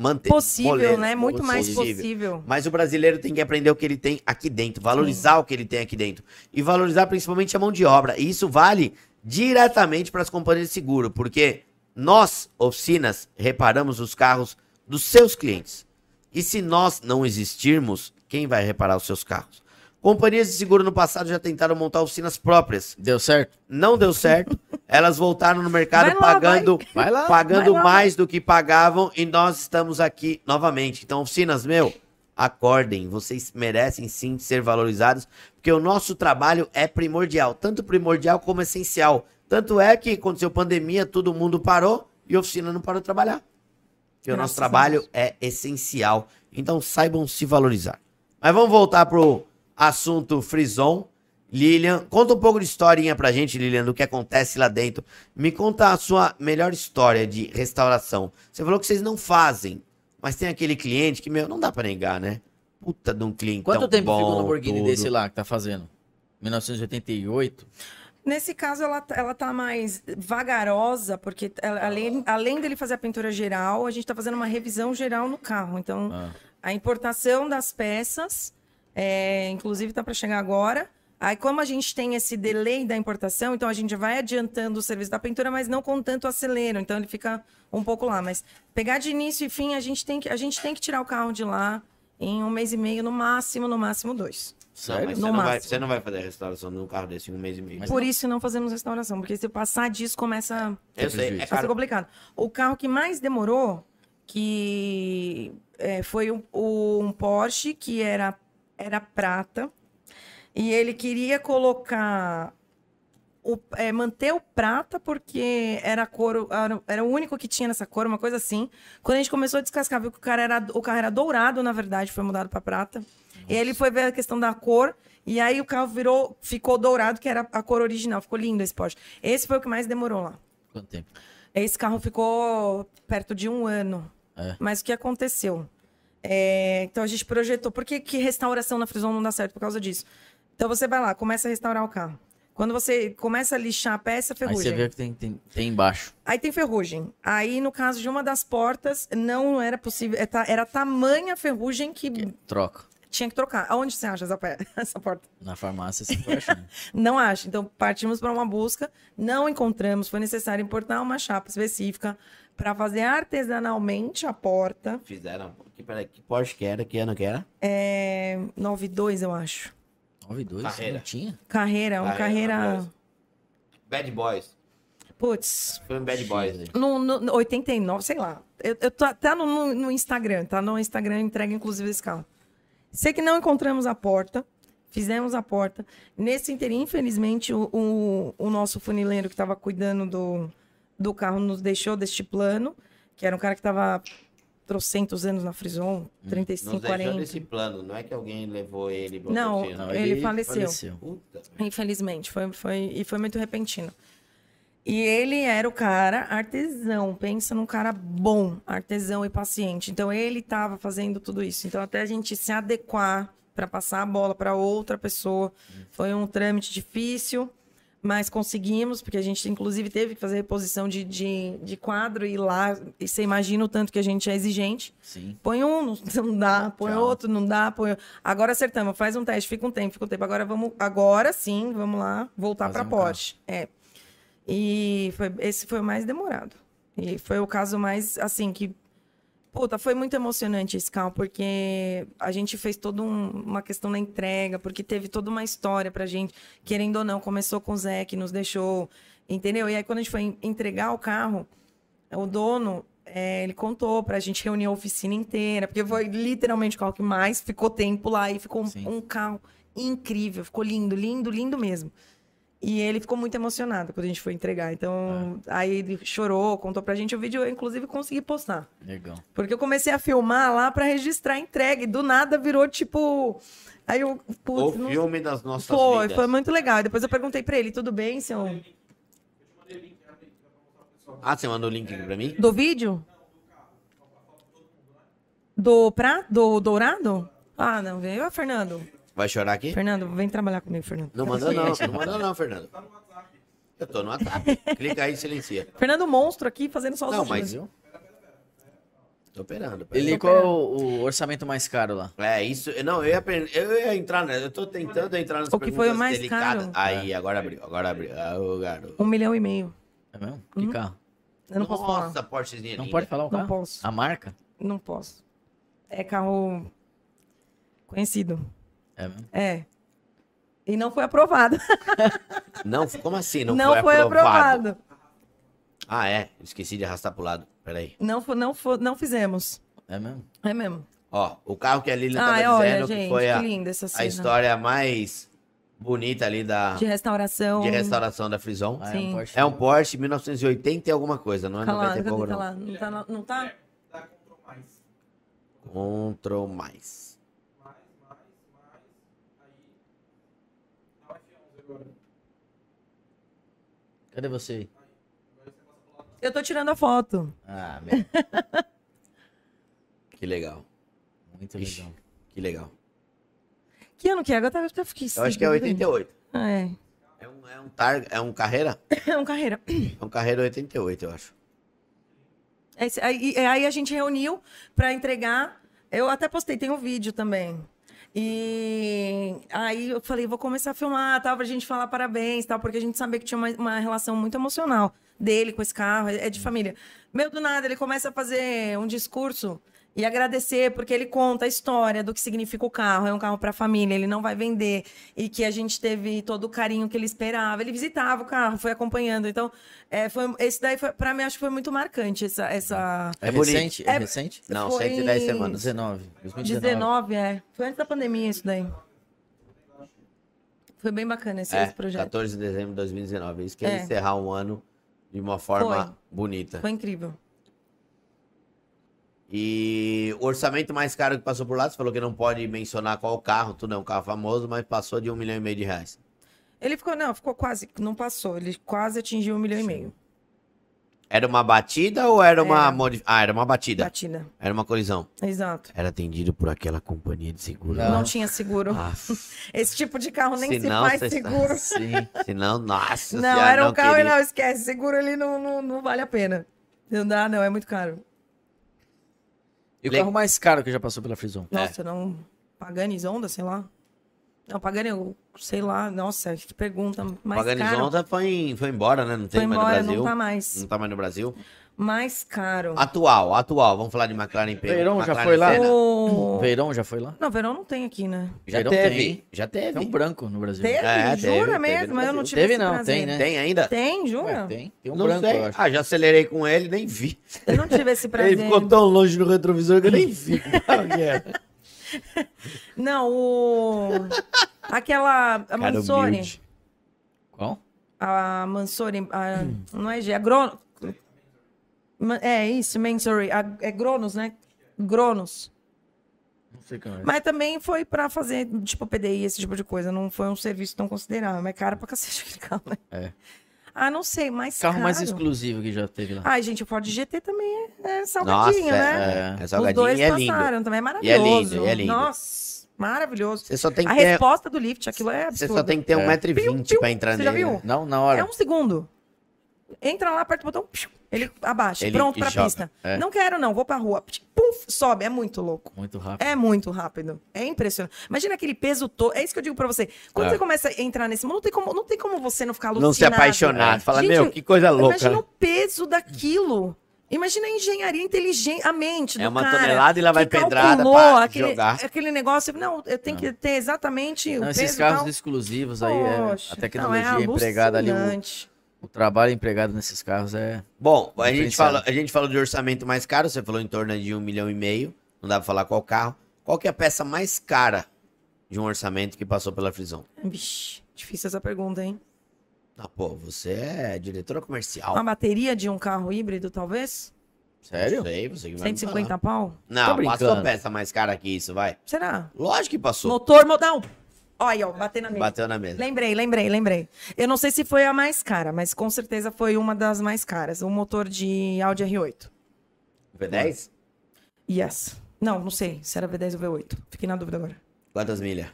B: manter.
C: Possível,
B: boleiro,
C: né? Muito mais possível.
B: Mas o brasileiro tem que aprender o que ele tem aqui dentro, valorizar o que ele tem aqui dentro. E valorizar principalmente a mão de obra. E isso vale diretamente para as companhias de seguro, porque nós, oficinas, reparamos os carros dos seus clientes. E se nós não existirmos, quem vai reparar os seus carros? Companhias de seguro no passado já tentaram montar oficinas próprias
D: Deu certo?
B: não deu certo. Elas voltaram no mercado
C: Vai lá,
B: pagando,
D: vai. Vai lá,
B: pagando
C: vai lá,
B: mais do que pagavam e nós estamos aqui novamente. Então, oficinas, meu, acordem. Vocês merecem sim ser valorizados, porque o nosso trabalho é primordial, tanto primordial como essencial. Tanto é que aconteceu pandemia, todo mundo parou e a oficina não parou de trabalhar. Porque o
C: Graças
B: nosso
C: a
B: trabalho é essencial. Então saibam se valorizar. Mas vamos voltar pro assunto Frison. Lilian, conta um pouco de historinha pra gente, Lilian, do que acontece lá dentro. Me conta a sua melhor história de restauração. Você falou que vocês não fazem, mas tem aquele cliente que, meu, não dá pra negar, né? Puta de um cliente
D: Quanto
B: tão
D: tempo
B: bom,
D: ficou o Lamborghini
B: tudo.
D: desse lá que tá fazendo? 1988?
C: Nesse caso, ela, tá- ela tá mais vagarosa, porque ela- além, além dele fazer a pintura geral, a gente tá fazendo uma revisão geral no carro. Então,
D: Ah.
C: a importação das peças, é, inclusive tá para chegar agora. Aí, como a gente tem esse delay da importação, então a gente vai adiantando o serviço da pintura, mas não com tanto acelero. Então ele fica um pouco lá. Mas pegar de início e fim, a gente tem que, a gente tem que tirar o carro de lá em um mês e meio, no máximo, no máximo dois.
B: Não, mas
D: Sério?
B: você,
C: No
B: não vai,
C: máximo.
B: você não vai fazer a restauração de um carro desse em um mês e meio.
C: Por isso não fazemos restauração, porque se passar disso, começa.
B: Eu sei, é
C: Vai ser
B: caro.
C: complicado. O carro que mais demorou, que é, foi um, o- um Porsche que era, era prata. E ele queria colocar. O, é, manter o prata, porque era a cor, era, era o único que tinha nessa cor, uma coisa assim. Quando a gente começou a descascar, viu que o, cara era, o carro era dourado, na verdade, foi mudado para prata. E aí ele foi ver a questão da cor, e aí o carro virou, ficou dourado, que era a cor original. Ficou lindo esse Porsche. Esse foi o que mais demorou lá.
D: Quanto tempo?
C: Esse carro ficou perto de um ano.
D: É.
C: Mas o que aconteceu? É, então a gente projetou. Por que, que restauração na Frison não dá certo? Por causa disso. Então você vai lá, começa a restaurar o carro. Quando você começa a lixar a peça, é
D: Aí
C: ferrugem.
D: você vê que tem, tem, tem embaixo.
C: Aí tem ferrugem. Aí, no caso de uma das portas, não era possível. é ta- Era tamanha ferrugem que
D: Troca.
C: Tinha que trocar. Aonde você acha essa, pe- essa porta?
D: Na farmácia você vai achando.
C: Não acho. Então, partimos para uma busca, não encontramos. Foi necessário importar uma chapa específica para fazer artesanalmente a porta.
B: Fizeram. Que, peraí, que Porsche que era? Que ano que era?
C: É, 92, eu acho.
D: 9 e 2,
B: Carreira.
D: não tinha?
C: Carreira, um
B: Ah, é, Bad
C: carreira.
B: Boys. Bad Boys.
C: Putz,
B: Foi um Bad Boys. né?
C: no, no- no 89, sei lá. Eu, eu tô até no, no- no Instagram, tá? No Instagram entrega inclusive esse carro. Sei que não encontramos a porta, fizemos a porta. Nesse interim, infelizmente, o, o- o nosso funileiro que estava cuidando do, do carro nos deixou deste plano, que era um cara que estava trocentos anos na Frison, 35,
B: Nos deixou
C: 40.
B: nesse plano. Não é que alguém levou ele e botou
C: Não, é
B: assim,
C: Não, Ele faleceu.
B: Puta.
C: Infelizmente, foi, foi, e foi muito repentino. E ele era o cara artesão, pensa num cara bom, artesão e paciente. Então ele estava fazendo tudo isso. Então até a gente se adequar para passar a bola para outra pessoa, foi um trâmite difícil, mas conseguimos, porque a gente inclusive teve que fazer reposição de, de, de quadro e lá, e você imagina o tanto que a gente é exigente.
D: Sim.
C: Põe um, não- não dá. Põe
D: Tchau.
C: outro, não dá. Põe... Agora acertamos, faz um teste, fica um tempo, fica um tempo. Agora vamos, agora sim, vamos lá, voltar para
D: Fazer um
C: Porsche. É. E foi- esse foi o mais demorado. E foi o caso mais, assim, que. Puta, foi muito emocionante esse carro, porque a gente fez toda um- uma questão da entrega, porque teve toda uma história pra gente, querendo ou não, começou com o Zé, que nos deixou, entendeu? E aí, quando a gente foi en- entregar o carro, o dono, eh, ele contou pra gente reunir a oficina inteira, porque foi literalmente o carro que mais ficou tempo lá e ficou
D: Sim.
C: um, um carro incrível, ficou lindo, lindo, lindo mesmo. E ele ficou muito emocionado quando a gente foi entregar. Então, aí ele chorou, contou pra gente. O vídeo eu, inclusive, consegui postar.
D: Legal.
C: Porque eu comecei a filmar lá pra registrar a entrega. E do nada virou tipo. Aí eu.
B: O
C: Putz, não-
B: filme das nossas
C: foi,
B: vidas.
C: foi muito legal. E depois eu perguntei pra ele: tudo bem, senhor?
B: Ah, você mandou o link aqui pra mim?
C: Do vídeo? Do pra, do dourado? Ah, não, veio. Ah, Fernando.
B: Vai chorar aqui?
C: Fernando, vem trabalhar comigo, Fernando. Tá
B: Não mandou não, não mandou não, Fernando. Eu tô no WhatsApp. Clica aí e silencia.
C: Fernando Monstro aqui fazendo só os
B: Não,
C: vídeos.
B: mas eu... Tô operando. peraí.
D: Ele, qual é o, o orçamento mais caro lá?
B: É, isso... Não, eu ia, per- eu ia entrar, né? Eu tô tentando entrar nas
C: O que foi o
B: perguntas
C: mais
B: delicadas.
C: caro? É.
B: Aí, agora abriu, agora abriu. Ah, ô, garoto.
C: Um milhão e meio.
D: É mesmo? Que carro?
C: Eu não
B: Nossa,
C: posso falar.
B: Porschezinha
D: Não
B: linda.
D: pode falar o
C: Uhum. Não
D: carro?
C: posso.
D: A marca?
C: Não posso. É carro conhecido.
D: É mesmo?
C: É. E não foi aprovado.
B: Não, como assim?
C: Não,
B: Não,
C: foi, aprovado.
B: Ah, é. Esqueci de arrastar pro lado. Peraí.
C: Não, fo- não, fo- não fizemos.
D: É mesmo?
C: É mesmo.
B: Ó, o carro que a Lilian tava
C: Ai, Ah, é, olha,
B: tá dizendo
C: gente,
B: que foi a,
C: que linda essa
B: a
C: cena.
B: história mais bonita ali da,
C: De
B: Ah. de,
C: restauração.
B: restauração da Frison.
D: Ah,
C: Sim.
D: Porsche.
B: É um Porsche 1980 e alguma coisa, não é
C: Tá lá,
B: 90 e
C: cadê?
B: pouco
C: Tá
B: não.
C: lá. Não tá? na- Não tá?
B: Control mais.
D: Cadê você?
C: Eu tô tirando a foto.
D: Ah, meu.
B: Que legal,
D: Muito
B: Ixi.
D: legal.
B: que legal.
C: Que ano que é? Agora eu até fiquei
B: Eu acho que é 88.
C: É.
B: É um, é um, tar, é um carreira?
C: É um carreira.
B: É um carreira 88, eu acho.
C: É Esse- Aí, e- aí a gente reuniu pra entregar. Eu até postei, tem um vídeo também. E aí eu falei, vou começar a filmar, tal, pra gente falar parabéns, tal, porque a gente sabia que tinha uma, uma relação muito emocional dele com esse carro, é é de família. Meu, do nada, ele começa a fazer um discurso e agradecer, porque ele conta a história do que significa o carro, é um carro pra família, ele não vai vender, e que a gente teve todo o carinho que ele esperava. Ele visitava o carro, foi acompanhando. Então, é, foi, esse daí, foi, pra mim, acho que foi muito marcante essa. essa...
D: É,
B: É bonito.
D: recente? É,
C: É-
D: recente?
B: Não,
C: Foi
B: 110 semanas.
D: 19. 2019.
C: 19, é. Foi antes da pandemia isso daí. Foi bem bacana esse,
B: É,
C: esse projeto.
B: 14 de dezembro de 2019. Isso que
C: É.
B: é encerrar um ano de uma forma
C: Foi.
B: bonita.
C: Foi incrível.
B: E o orçamento mais caro que passou por lá, você falou que não pode mencionar qual carro, tudo é um carro famoso, mas passou de um milhão e meio de reais.
C: Ele ficou, não, ficou quase, não passou. Ele quase atingiu um milhão e meio.
B: Era uma batida ou era uma.
C: Era.
B: modi- Ah, era uma batida.
C: Batida.
B: Era uma colisão.
C: Exato.
B: Era atendido por aquela companhia de seguro.
D: Ah.
C: Não tinha seguro.
B: Ah,
C: Esse tipo de carro nem
B: Se
C: se,
B: não,
C: faz
B: você está-
C: seguro.
D: Sim.
B: senão, nossa
C: Não,
B: senhora,
C: era um carro
B: Assim,
C: e
B: ah, queria.
C: não, esquece. Seguro ele não, não, não vale a pena. Não dá, não, é muito caro.
D: E o
B: Le- É.
D: carro mais caro que já passou pela Frison?
C: Nossa, não. Pagani Zonda, sei lá. Não, Pagani, eu sei lá. Nossa, que pergunta mais
B: Pagani
C: caro.
B: Zonta foi, em- foi embora, né? Não tem
C: Foi
B: mais
C: embora,
B: no Brasil. Ah,
C: não tá mais.
B: Não tá mais no Brasil.
C: Mais caro.
B: Atual, atual. Vamos falar de McLaren Pe-
D: Verão já
B: McLaren
D: foi lá?
B: Senna. Hum,
C: O...
D: Verão já foi lá?
C: Não, verão não tem aqui, né?
B: Já
D: Verão
B: teve.
D: tem.
B: Já teve.
D: Tem um branco no Brasil.
C: Teve?
B: É, teve,
C: jura
B: teve no
C: mesmo? Mas eu
B: Brasil.
C: não tive
D: Teve
C: esse
D: não,
C: prazer.
D: tem, né?
B: Tem ainda?
C: Tem, jura?
D: Ué, tem. Tem um
B: Não
D: branco,
B: sei.
D: eu acho.
B: Ah, já acelerei com ele, nem vi.
C: Eu não tive esse prazer.
B: Ele ficou tão longe no retrovisor que eu nem vi. Claro que é. era.
C: Não, o... Aquela... A Mansone.
B: humilde.
D: Qual?
C: A Mansone... a- Não é G, a Gronos. É isso, Mansory. A- É Gronos, né? Gronos.
D: Não sei quem é.
C: Mas também foi pra fazer, tipo, PDI, esse tipo de coisa. Não foi um serviço tão considerável. Mas cara pra cacete aquele carro, né?
D: É.
C: Ah, não sei, mais
D: Carro mais
C: caro.
D: exclusivo que já teve lá.
C: Ai, gente, o Ford GT também é, é
B: Nossa,
C: salgadinho, né?
B: é, é,
C: Os
B: salgadinho
C: dois
B: e é lindo.
C: passaram também, é
B: E é lindo,
C: maravilhoso.
B: e é lindo.
C: Nossa, maravilhoso.
B: Você só tem
C: a
B: que ter,
C: resposta do lift, aquilo é
B: você
C: absurdo.
B: só tem que ter
D: É.
B: 1,20m
C: Piu,
B: pra
C: piu.
B: entrar
C: Você
B: nele. né?
C: já viu?
D: Não, na
C: É
D: hora.
C: um segundo. Entra lá, aperta o botão, psiu, ele abaixa,
B: Ele
C: pronto pra
B: joga,
C: pista.
D: é.
C: Não quero não, vou pra rua. psiu, Pum, sobe, é muito louco.
D: Muito rápido.
C: É muito rápido. É impressionante. Imagina aquele peso todo. É isso que eu digo pra você. Quando
D: É.
C: você começa a entrar nesse mundo, não tem como, não tem como você não ficar alucinado.
B: Não se apaixonar. Fala,
C: Gente,
B: meu, que coisa louca.
C: Imagina o peso daquilo. Imagina a engenharia inteligente, a mente do
B: É uma
C: cara
B: tonelada e lá vai
C: que
B: pedrada
C: calculou
B: pra
C: aquele, É.
B: jogar.
C: aquele negócio. Não, eu tenho que ter exatamente o
D: Não,
C: peso
D: esses
C: e
D: carros
C: tal.
D: exclusivos aí, é-
C: Poxa,
D: a tecnologia
C: não, é
D: empregada
B: um
D: ali, o,
C: alucinante.
D: o trabalho empregado nesses carros é.
B: Bom, a gente,
D: Diferenciado.
B: fala, a gente falou de orçamento mais caro, você falou em torno de um milhão e meio, não dá pra falar qual carro. Qual que é a peça mais cara de um orçamento que passou pela Frisão?
C: Vixe, difícil essa pergunta, hein?
B: Ah, pô, você é diretora comercial.
C: Uma bateria de um carro híbrido, talvez?
B: Sério? Sei, você que vai me falar.
C: 150 pau?
B: Não,
D: Tô
B: passou
D: brincando.
B: a peça mais cara que isso, vai.
C: Será?
B: Lógico que passou.
C: Motor, modal. Olha, aí, ó, batei na mesa.
B: Bateu na mesa.
C: Lembrei, lembrei, lembrei. Eu não sei se foi a mais cara, mas com certeza foi uma das mais caras. O motor de Audi R8.
B: V10?
C: Yes. Não, não sei se era V10 ou V8. Fiquei na dúvida agora.
B: Quantas milhas?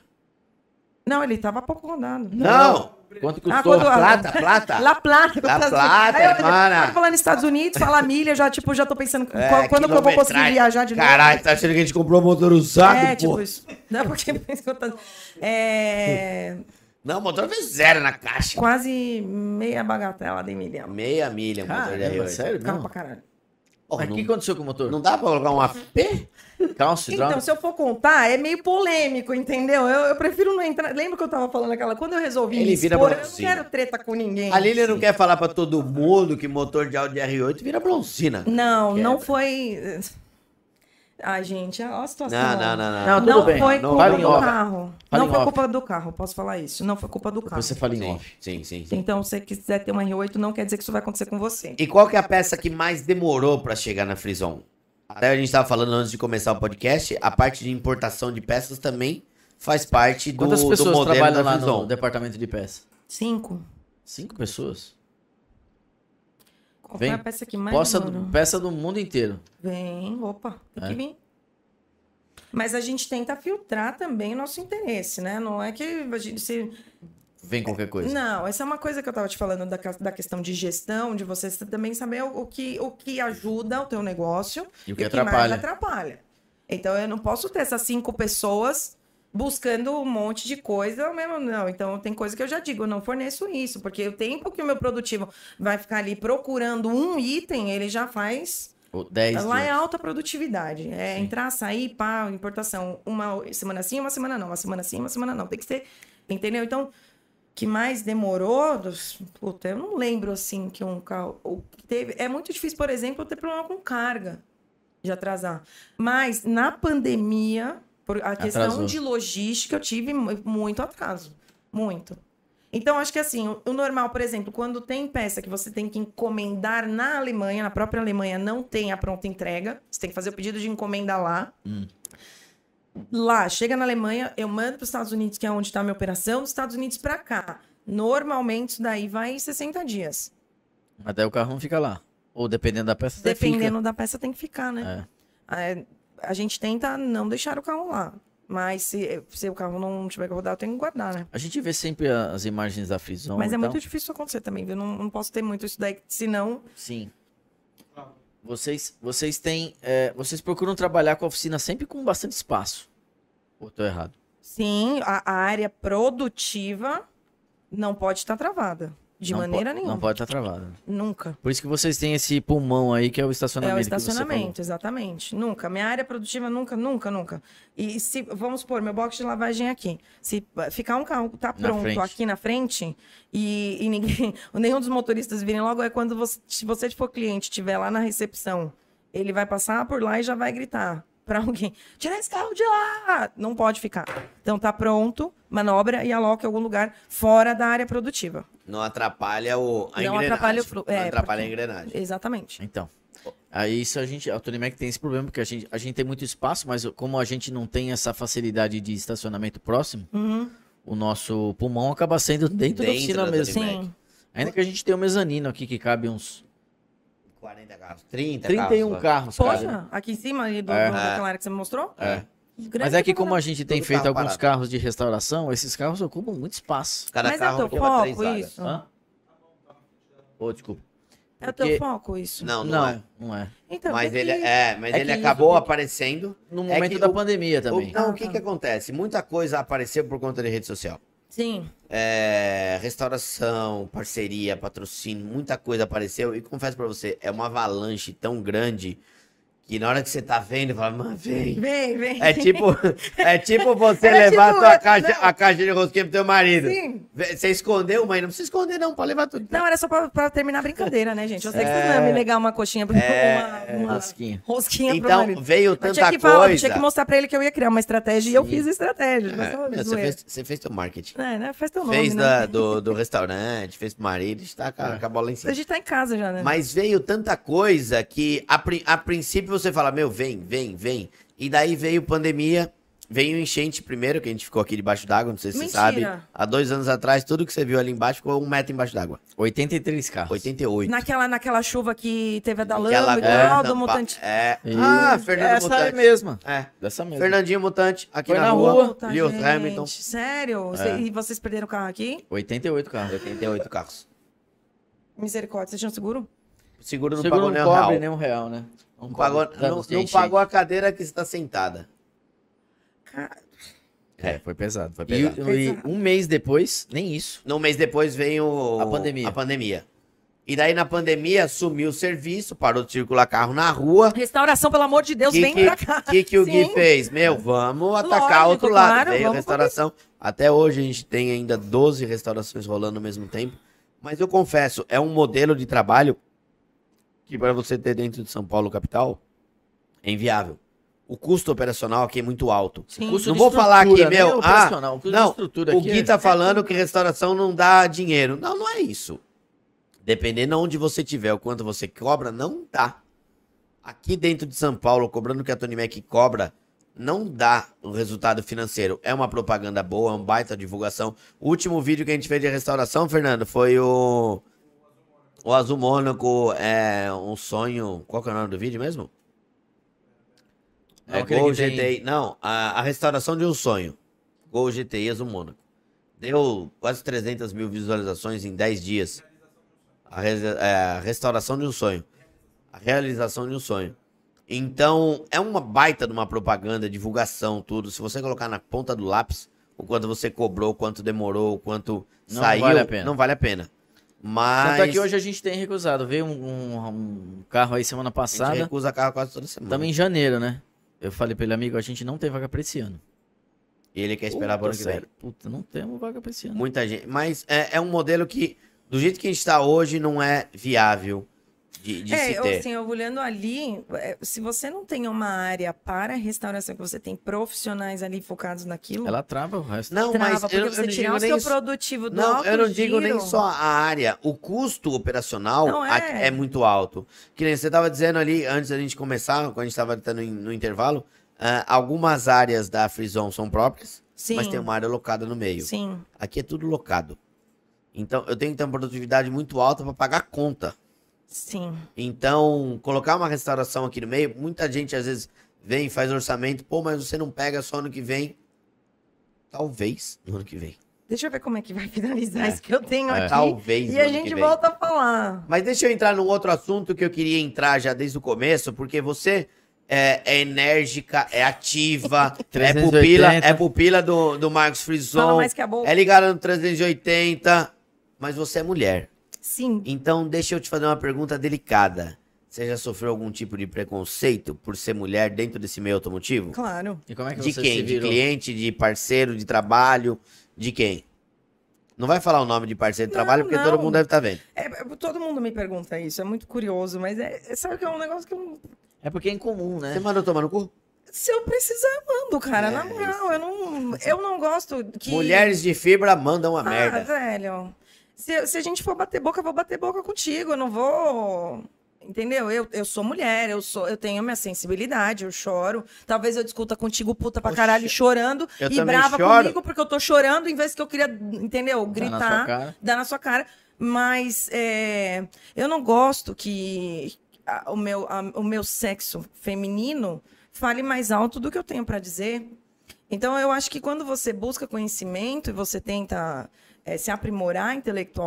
C: Não, ele tava pouco rodado.
B: Não!
D: Quanto custou?
C: Ah, quando a-
B: Plata, plata.
C: La Plata.
B: La
C: Estados
B: Plata,
C: Unidos. Aí eu-
B: hermana.
C: eu tô falando nos Estados Unidos, fala milha, eu já, tipo, já tô pensando
B: É,
C: qual- quando que eu vou conseguir
B: quilometragem.
C: viajar de novo.
B: Caralho, tá achando que a gente comprou motor usado,
C: É,
B: pô?
C: tipo isso. Não, porque é,
B: Não, o motor fez zero na caixa.
C: quase meia bagatela de milha.
B: Meia milha, o motor de
D: Caramba,
B: R8.
D: sério?
C: Carro
D: Não.
C: pra caralho.
D: Mas o que aconteceu com o motor? Tá, um
B: Não dá pra colocar um AP?
D: Calcio, droga.
C: Então, se eu for contar, é meio polêmico, entendeu? Eu, eu prefiro não entrar. Lembra que eu tava falando aquela. Quando eu resolvi
B: Ele
C: me
B: vira
C: expor, eu não
B: bronzina.
C: quero treta com ninguém.
B: A Lilian não quer falar pra todo mundo que motor de Audi R8 vira bronzina.
C: Não, não
B: Quebra.
C: foi. Ai, gente, olha a situação.
B: Não, não, não,
D: Não,
B: não.
D: tudo
C: Não
D: bem.
C: foi
D: Não,
C: culpa
D: fala em
C: do
D: off.
C: carro.
D: Fala
C: não
D: em
C: foi
D: off.
C: culpa do carro, posso falar isso. Não foi culpa do carro.
D: Depois você fala em
B: Sim,
D: off.
B: sim, sim, sim.
C: Então, se você quiser ter um R8, não quer dizer que isso vai acontecer com você.
B: E qual que é a peça que mais demorou pra chegar na Frison? Até a gente tava falando antes de começar o podcast, a parte de importação de peças também faz parte do,
D: Quantas
B: do
D: pessoas
B: modelo
D: trabalham
B: da
D: lá
B: Frison.
D: no departamento de peça?
C: Cinco.
D: Cinco pessoas?
C: Qual
D: Vem.
C: foi a peça que mais um
D: Poça
C: demorou?
D: do, peça do mundo inteiro.
C: Vem, opa, tem
D: É.
C: que vir. Mas a gente tenta filtrar também o nosso interesse, né? Não é que a gente se...
D: Vem qualquer coisa.
C: Não, essa é uma coisa que eu estava te falando da, ca- da questão de gestão, de você também saber o, o que, o que ajuda o teu negócio
D: E o que
C: mais
D: atrapalha.
C: atrapalha. Então eu não posso ter essas cinco pessoas buscando um monte de coisa mesmo, não. Então tem coisa que eu já digo, eu não forneço isso, porque o tempo que o meu produtivo vai ficar ali procurando um item, ele já faz
D: Ou dez
C: Lá é
D: dias.
C: alta produtividade. É entrar, sair, pá, importação. Uma semana sim, uma semana não. Uma semana sim, uma semana não. Tem que ser. Entendeu? Então, o que mais demorou. dos- Puta, eu não lembro assim que um carro. o que teve. É muito difícil, por exemplo, eu ter problema com carga de atrasar. Mas na pandemia, por a questão
D: Atrasou.
C: de logística, eu tive mu- muito atraso. Muito. Então, acho que assim, o- o normal, por exemplo, quando tem peça que você tem que encomendar na Alemanha, na própria Alemanha não tem a pronta entrega, você tem que fazer o pedido de encomenda lá. Lá, chega na Alemanha, eu mando para os Estados Unidos, que é onde está a minha operação, dos Estados Unidos para cá. Normalmente, isso daí vai 60 dias.
D: Mas daí o carro não fica lá. Ou dependendo da peça, até
C: Dependendo da peça, tem que ficar, né?
D: fica. É.
C: É, A, gente tenta não deixar o carro lá. Mas se, se o carro não tiver que rodar, eu tenho que guardar, né?
D: A gente vê sempre as imagens da Frison.
C: Mas é
D: e tal.
C: muito difícil isso acontecer também. Eu não, não posso ter muito isso daí, senão.
D: Sim. Vocês, vocês têm, é, vocês procuram trabalhar com a oficina sempre com bastante espaço. Pô, tô errado.
C: Sim, a, a área produtiva não pode estar travada. De
D: Não po-
C: maneira nenhuma.
D: Não pode estar travado.
C: Nunca.
D: Por isso que vocês têm esse pulmão aí, que é o
C: É
D: estacionamento.
C: o
D: que você
C: estacionamento, exatamente. Nunca. Minha área produtiva nunca, nunca, nunca. E se, vamos supor, meu box de lavagem é aqui. Se p- ficar um carro tá pronto
D: frente.
C: aqui na frente e, e ninguém, nenhum dos motoristas virem logo, é quando você, se você for cliente, estiver lá na recepção, ele vai passar por lá e já vai gritar para alguém: tirar esse carro de lá! Não pode ficar. Então tá pronto, manobra e aloca em algum lugar fora da área produtiva.
B: Não atrapalha o, a
C: Não
B: engrenagem.
C: atrapalha o flu-
B: não
C: é,
B: atrapalha a
C: porque-
B: engrenagem.
C: Exatamente.
D: Então. Aí isso a gente. A Tonemec tem esse problema, porque a gente, a gente tem muito espaço, mas como a gente não tem essa facilidade de estacionamento próximo,
C: Uhum.
D: o nosso pulmão acaba sendo dentro,
B: Dentro
D: da oficina
B: da
D: mesmo.
B: Tonemec.
C: Sim.
D: Ainda que a gente tenha um mezanino aqui que cabe uns
B: 40 carros,
D: É
B: 30
D: 31
B: carros.
D: carros, cara.
C: Poxa, aqui em cima ali do,
D: É.
C: do- daquela área que você me mostrou?
D: É.
B: Uhum.
C: Grande
D: Mas é que
C: pra
D: como a gente tem
B: Todo
D: feito
B: carro
D: alguns
B: parado.
D: carros de restauração, esses carros ocupam muito espaço.
B: Cada
C: Mas é
B: carro
C: teu
B: ocupa
C: foco
B: tá três vagas.
C: isso?
D: Hã? Ô, desculpa.
C: É o teu
D: Porque-
C: foco isso?
B: Não,
D: Não,
B: não, é.
D: não é.
C: Então,
B: Mas
C: tem
B: ele,
C: que-
B: é, mas
D: é
B: ele
D: que isso
B: acabou
D: tem que-
B: aparecendo.
D: No
B: É
D: momento
B: que
D: da
B: o-
D: pandemia também.
B: O- não, o que
C: Ah,
B: que
C: tá.
B: acontece? Muita coisa apareceu por conta de rede social.
C: Sim.
B: É, restauração, parceria, patrocínio, muita coisa apareceu. E confesso pra você, é uma avalanche tão grande que na hora que você tá vendo, fala, mano, vem.
C: Vem, vem.
B: É tipo, é tipo você
C: Era
B: levar a,
C: tipo
B: tua
C: eu-
B: caixa,
C: não.
B: a caixa de rosquinha pro teu marido.
C: Sim.
B: Vê- Você escondeu, mas não precisa esconder, não, pode levar tudo.
C: Não, era só pra, pra terminar a brincadeira, né, gente? Eu sei que vocês não
B: É.
C: iam me legar uma coxinha, pra- uma, uma
D: Rosquinha.
C: rosquinha pro
B: Então,
C: marido.
B: veio
C: Eu
B: tanta
C: tinha, que falar, eu
B: coisa.
C: tinha que mostrar pra ele que eu ia criar uma estratégia e eu fiz a estratégia. mas
B: É,
C: só
B: você,
C: zoeira.
B: fez, você fez teu marketing.
C: É, né? Faz teu nome,
B: fez
C: né?
B: da- do, do restaurante, fez pro marido, está com a, com a bola em
C: A
B: cima.
C: gente tá em casa já, né?
B: Mas veio tanta coisa que a, pri- a princípio você fala, meu, vem, vem, vem. E daí veio pandemia, veio enchente primeiro, que a gente ficou aqui debaixo d'água, não sei se
C: Mentira.
B: você sabe. Há dois anos atrás, tudo que você viu ali embaixo ficou um metro embaixo d'água.
D: 83 carros.
B: 88.
C: Naquela, naquela chuva que teve a da
B: Aquela
C: lama e tal,
B: grande
C: do
B: pa-
C: mutante.
B: É.
D: E-
B: Ah, Fernando
D: Essa é
B: Mutante.
D: mesma.
B: É.
D: Dessa mesma.
B: Fernandinho Mutante, aqui
D: Foi
B: na,
D: na
B: rua.
C: Puta,
B: Lewis
C: gente,
B: Hamilton. É.
C: Sério? E vocês perderam o carro aqui?
D: 88 carros.
B: 88 carros.
C: Misericórdia, vocês tinham seguro?
B: O seguro não pagou
D: Seguro não
B: nem o real.
D: cobre nem um real, né?
B: Não pagou,
D: Danos
B: não,
D: de
B: não
D: enchente.
B: pagou a cadeira que está sentada.
C: Cara,
D: É, foi pesado, foi
B: pesado.
D: E, e um mês depois, nem isso.
B: No mês depois veio
D: A pandemia.
B: a pandemia. E daí na pandemia sumiu o serviço, parou de circular carro na rua.
C: Restauração, pelo amor de Deus,
B: Que
C: vem
B: que-
C: pra cá.
B: O que, que o Gui
C: Sim.
B: fez? Meu, vamos atacar
C: Lógico,
B: outro lado.
C: claro,
B: veio a
C: vamos
B: restauração. Até hoje a gente tem ainda 12 restaurações rolando ao mesmo tempo. Mas eu confesso, é um modelo de trabalho que para você ter dentro de São Paulo capital é inviável. O custo operacional aqui é muito alto.
C: Sim.
D: Custo
B: Não
D: de
B: vou falar aqui,
D: estrutura,
B: meu,
D: nem
B: ah,
D: operacional, o custo de
B: não,
D: estrutura
B: o
D: aqui
B: Gui
D: é-
B: tá falando que restauração não dá dinheiro. Não, não é isso. Dependendo onde você tiver, o quanto você cobra, não dá. Aqui dentro de São Paulo, cobrando o que a Tony Mac cobra, não dá o resultado financeiro. É uma propaganda boa, é um baita divulgação. O último vídeo que a gente fez de restauração, Fernando, foi o. O Azul Mônaco é um sonho. Qual que é o nome do vídeo mesmo?
D: É
B: É,
D: aquele
B: Gol
D: que tem-
B: GTI. Não, a, a restauração de um sonho. Gol GTI Azul Mônaco. Deu quase 300 mil visualizações em 10 dias. A, reza- é, a restauração de um sonho. A realização de um sonho. Então, é uma baita de uma propaganda, divulgação, tudo. Se você colocar na ponta do lápis o quanto você cobrou, o quanto demorou, o quanto
D: Não
B: saiu,
D: vale a pena.
B: não vale a pena. Mas
D: Tanto é que hoje a gente tem recusado. Veio um, um- um carro aí semana
B: a gente
D: passada.
B: recusa carro quase toda semana.
D: Estamos em janeiro, né? Eu falei pra ele, amigo, a gente não tem vaga pra esse ano.
B: E ele quer esperar por ano
D: Puta,
B: que vem.
D: sério. Puta, não temos vaga pra esse ano.
B: Muita gente. Mas é, é um modelo que, do jeito que a gente está hoje, não é viável de, de
C: é,
B: se
C: eu,
B: ter.
C: assim, eu olhando ali, é, se você não tem uma área para restauração, que você tem profissionais ali focados naquilo,
D: Ela trava o resto.
B: não,
C: trava,
B: mas
C: porque
B: eu, eu
C: você
B: não
C: tirar
B: digo
C: o seu
B: nem só-
C: produtivo do
B: Não,
C: alto
B: eu não digo
C: giro,
B: nem só a área. O custo operacional
C: Não,
B: a-
C: é.
B: é. muito alto. Que nem você estava dizendo ali, antes da gente começar, quando a gente estava no, no intervalo, ah, algumas áreas da Frison são próprias,
C: Sim,
B: mas tem uma área locada no meio.
C: sim,
B: Aqui é tudo locado. Então, eu tenho que ter uma produtividade muito alta para pagar conta.
C: sim.
B: Então, colocar uma restauração aqui no meio, muita gente às vezes vem, faz orçamento, pô, mas você não pega só ano que vem. Talvez no ano que vem.
C: Deixa eu ver como é que vai finalizar
B: É.
C: isso que eu tenho
D: É.
C: aqui.
B: Talvez
C: E
B: no
C: a
B: ano que
C: gente
B: vem.
C: volta a falar.
B: Mas deixa eu entrar num outro assunto que eu queria entrar já desde o começo, porque você é, é enérgica, é ativa, é
D: 380.
B: pupila, é pupila do, do Marcos Frison,
C: Fala mais um que a boca.
B: é ligada no 380, mas você é mulher.
C: Sim.
B: Então, deixa eu te fazer uma pergunta delicada. Você já sofreu algum tipo de preconceito por ser mulher dentro desse meio automotivo?
C: Claro.
D: E como é que
B: De
D: você
B: quem?
D: se
B: De
D: virou?
B: cliente, de parceiro, de trabalho? De quem? Não vai falar o nome de parceiro de
C: Não,
B: trabalho, porque
C: não.
B: todo mundo deve estar vendo.
C: É, é, todo mundo me pergunta isso, é muito curioso, mas é, é- sabe que é um negócio que eu,
D: É porque é incomum, né?
B: Você mandou tomar no cu?
C: se eu precisar, eu mando, cara.
B: É,
C: na moral, eu não, eu não gosto que...
B: Mulheres de fibra mandam uma
C: ah,
B: merda.
C: velho. Se, se a gente for bater boca, eu vou bater boca contigo, eu não vou... Entendeu? Eu, eu sou mulher, eu sou, eu tenho a minha sensibilidade, eu choro. Talvez eu discuta contigo puta pra
B: Oxe,
C: caralho chorando
B: eu
C: e
B: também
C: brava
B: choro.
C: comigo porque eu tô chorando em vez que eu queria, entendeu?
D: Tá na
C: Gritar.
D: sua cara.
C: dá na sua cara. Mas é, eu não gosto que a- o, meu, a- o meu sexo feminino fale mais alto do que eu tenho para dizer. Então, eu acho que quando você busca conhecimento e você tenta é, se aprimorar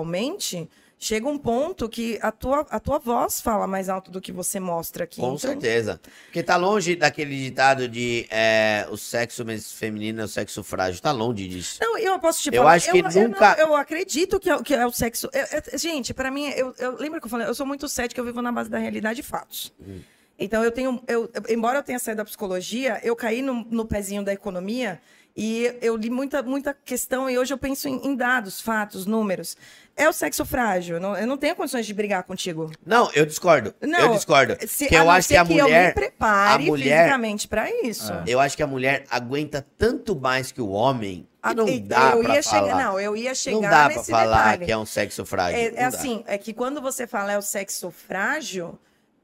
C: intelectualmente, chega um ponto que a tua, a tua voz fala mais alto do que você mostra aqui.
B: Com
C: Então,
B: certeza. Porque tá longe daquele ditado de é, o sexo mes- feminino é o sexo frágil. Tá longe disso.
C: Não, eu posso te
B: Eu
C: falar.
B: acho que
C: não-
B: nunca-
C: Eu, acredito que é, o- que é o sexo. eu- eu- gente, pra mim, eu, eu lembro que eu falei, eu sou muito cética, eu vivo na base da realidade e fatos.
B: Uhum.
C: Então, eu tenho. Eu, eu- embora eu tenha saído da psicologia, eu caí no, no pezinho da economia e eu li muita, muita questão e hoje eu penso em, em dados, fatos, números. É o sexo frágil. não- eu não tenho condições de brigar contigo.
B: Não, eu discordo.
C: Não,
B: eu discordo.
C: Se,
B: Porque eu
C: não
B: acho que
C: ser
B: a
C: eu me
B: mulher.
C: prepare
B: a mulher-
C: fisicamente pra isso.
D: Ah.
B: eu acho que a mulher aguenta tanto mais que o homem.
C: Ah,
B: que não
C: e-
B: dá
C: eu
B: pra
C: ia
B: falar.
C: chegar, não, eu ia chegar
B: não dá pra
C: nesse
B: falar
C: detalhe.
B: que é um sexo frágil.
C: É,
B: não
C: é
B: dá.
C: assim, é que quando você fala é o sexo frágil,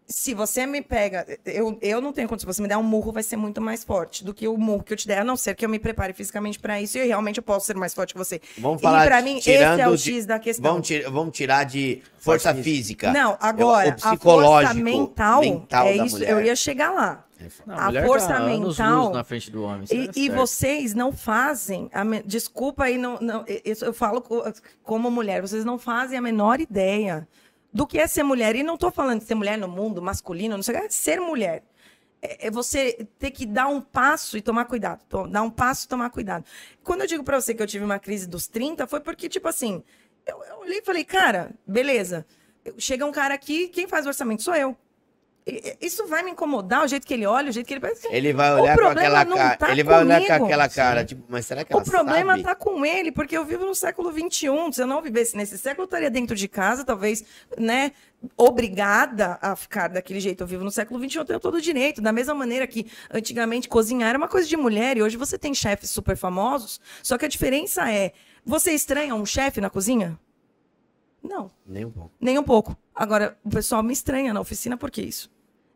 C: se você me pega, eu, eu não tenho condição, se você me der um murro, vai ser muito mais forte do que o murro que eu te der, a não ser que eu me prepare fisicamente pra isso e realmente eu posso ser mais forte que você.
B: Vamos
C: e
B: falar
C: pra mim, esse é
B: tirando
C: o
B: de-
C: X da questão.
B: Vamos, ti- vamos tirar de força física.
C: Não, agora,
B: o
C: a força
B: psicológico,
C: mental,
B: mental
C: é
B: da
C: isso,
B: mulher.
C: eu ia chegar lá.
D: Não,
C: A
D: mulher
C: força
D: tá anos
C: mental-
D: luz na frente do homem. isso
C: E,
D: é
C: e
D: certo.
C: vocês não fazem. a me- Desculpa aí, não, não, e- isso eu falo co- como mulher, vocês não fazem a menor ideia do que é ser mulher. E não estou falando de ser mulher no mundo, masculino, não sei o que, é ser mulher. É é você ter que dar um passo e tomar cuidado. to- Dar um passo e tomar cuidado. Quando eu digo pra você que eu tive uma crise dos 30, foi porque, tipo assim, eu, eu olhei e falei, cara, beleza. Eu- Chega um cara aqui, quem faz o orçamento sou eu. E- e- Isso vai me incomodar, o jeito que ele olha, o jeito que ele pensa.
B: Ele vai
C: O
B: olhar com
C: problema
B: aquela
C: não
B: cara.
C: tá
B: ele vai olhar com
C: comigo.
B: aquela cara, tipo, mas será que ela
C: O problema
B: sabe?
C: está tá com ele, porque eu vivo no século XXI. Se eu não vivesse nesse século, eu estaria dentro de casa, talvez, né, obrigada a ficar daquele jeito. Eu vivo no século XXI, eu tenho todo o direito. Da mesma maneira que antigamente cozinhar era uma coisa de mulher, e hoje você tem chefes super famosos. Só que a diferença é, você estranha um chefe na cozinha? Não.
B: Nem um pouco.
C: Nem um pouco. Agora, o pessoal me estranha na oficina por que isso?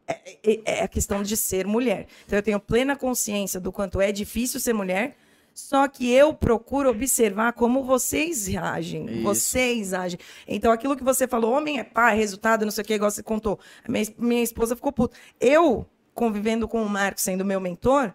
C: É, é- é a questão de ser mulher. Então, eu tenho plena consciência do quanto é difícil ser mulher, só que eu procuro observar como vocês reagem.
D: Isso.
C: Vocês agem. Então, aquilo que você falou, homem é pai, resultado, não sei o que, igual você contou. A Minha, minha esposa ficou puta. Eu, convivendo com o Marco, sendo meu mentor,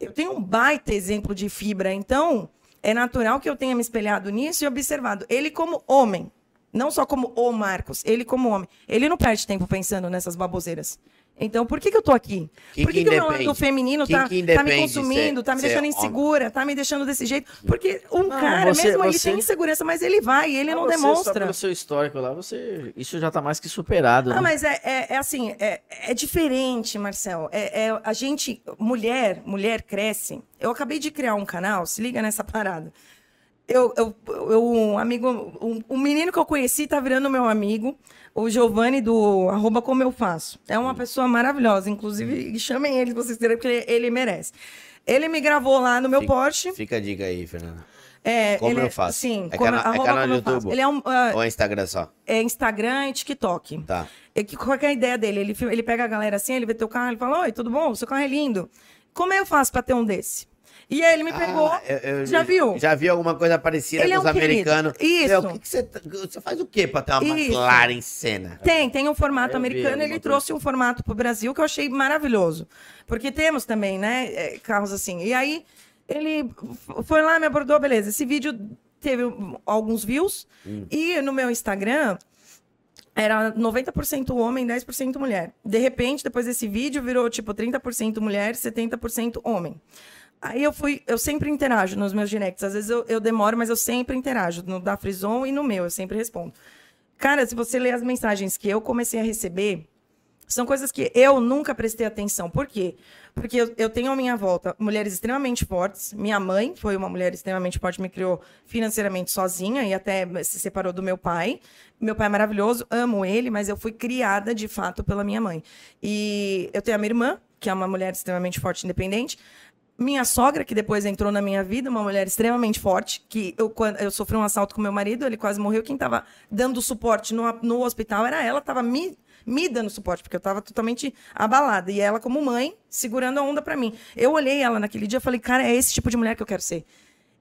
C: eu tenho um baita exemplo de fibra. Então, é natural que eu tenha me espelhado nisso e observado. Ele, como homem, não só como o Marcos, ele como homem, ele não perde tempo pensando nessas baboseiras. Então, por que, que eu tô aqui?
B: Que
C: por que,
B: que
C: que, o meu lado
B: independe?
C: feminino
B: Que que
C: tá, tá me
B: independe
C: consumindo,
B: ser-
C: tá me
B: ser
C: deixando
B: homem?
C: insegura, tá me deixando desse jeito? Porque um
D: Não,
C: cara,
D: você-
C: mesmo ele
D: você-
C: tem insegurança, mas ele vai, ele
D: Ah,
C: não
D: você, Só
C: demonstra.
D: pelo seu histórico lá, você... Isso já tá mais que superado,
C: Ah,
D: né?
C: mas é, é- é assim, é, é diferente, Marcel. É, é- a gente, mulher, mulher cresce. Eu acabei de criar um canal, se liga nessa parada. Eu, eu, eu- um amigo, um, um menino que eu conheci tá virando meu amigo, o Giovanni do arroba como eu faço. É
B: Hum.
C: uma pessoa maravilhosa, inclusive chamem ele, se vocês quiserem, porque ele merece. Ele me gravou lá no meu
B: Fica-
C: Porsche.
B: Fica a dica aí, Fernanda.
C: É,
B: Como
C: ele-
B: eu faço?
C: Sim,
B: É
C: como-
B: cana- é
C: arroba
B: canal
C: como
B: no
C: eu faço.
B: YouTube?
C: Ele é um ah,
B: Ou é Instagram só?
C: é Instagram e TikTok.
B: Tá.
C: É que qual que é a ideia dele? Ele, filma- ele pega a galera assim, ele vê teu carro, ele fala: Oi, tudo bom? Seu carro é lindo. Como é que eu faço pra ter um desse? E aí ele me pegou.
B: Ah, eu- eu-
C: já viu?
B: Já vi alguma coisa parecida
C: Ele
B: com
C: é
B: os
C: um querido.
B: americanos.
C: Isso.
B: Meu, o que que você, tá- você faz o quê pra ter uma
C: Isso.
B: McLaren em cena?
C: Tem, tem um formato
D: Tá Eu vi
C: americano.
D: alguma
C: Ele
D: coisa.
C: trouxe um formato pro Brasil que eu achei maravilhoso. Porque temos também, né? eh, Carros assim. E aí ele f- foi lá, me abordou, beleza.
D: Hum.
C: Esse vídeo teve um- alguns views. E no meu Instagram. eh, Era 90% homem, 10% mulher. De repente, depois desse vídeo, virou tipo 30% mulher, 70% homem. Aí eu fui, eu sempre interajo nos meus directs. Às vezes eu, eu demoro, mas eu sempre interajo no da Frison e no meu, eu sempre respondo. Cara, se você ler as mensagens que eu comecei a receber, são coisas que eu nunca prestei atenção. Por quê? Porque eu, eu tenho à minha volta mulheres extremamente fortes. Minha mãe foi uma mulher extremamente forte, me criou financeiramente sozinha e até se separou do meu pai. Meu pai é maravilhoso, amo ele, mas eu fui criada de fato pela minha mãe. E eu tenho a minha irmã, que é uma mulher extremamente forte e independente. Minha sogra, que depois entrou na minha vida, uma mulher extremamente forte, que eu, quando- eu sofri um assalto com meu marido, ele quase morreu. Quem estava dando suporte no, no hospital era ela, estava me, me dando suporte, porque eu estava totalmente abalada. E ela, como mãe, segurando a onda para mim. Eu olhei ela naquele dia e falei, cara, é esse tipo de mulher que eu quero ser.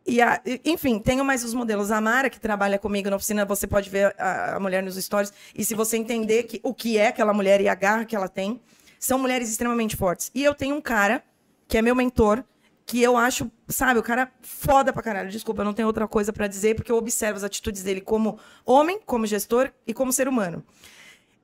C: E a- e- enfim, tenho mais os modelos. A Mara, que trabalha comigo na oficina, você pode ver a, a mulher nos stories. E se você entender que, o que é aquela mulher e a garra que ela tem, são mulheres extremamente fortes. E eu tenho um cara, que é meu mentor, que eu acho, sabe, o cara foda pra caralho. Desculpa, eu não tenho outra coisa pra dizer, porque eu observo as atitudes dele como homem, como gestor e como ser humano.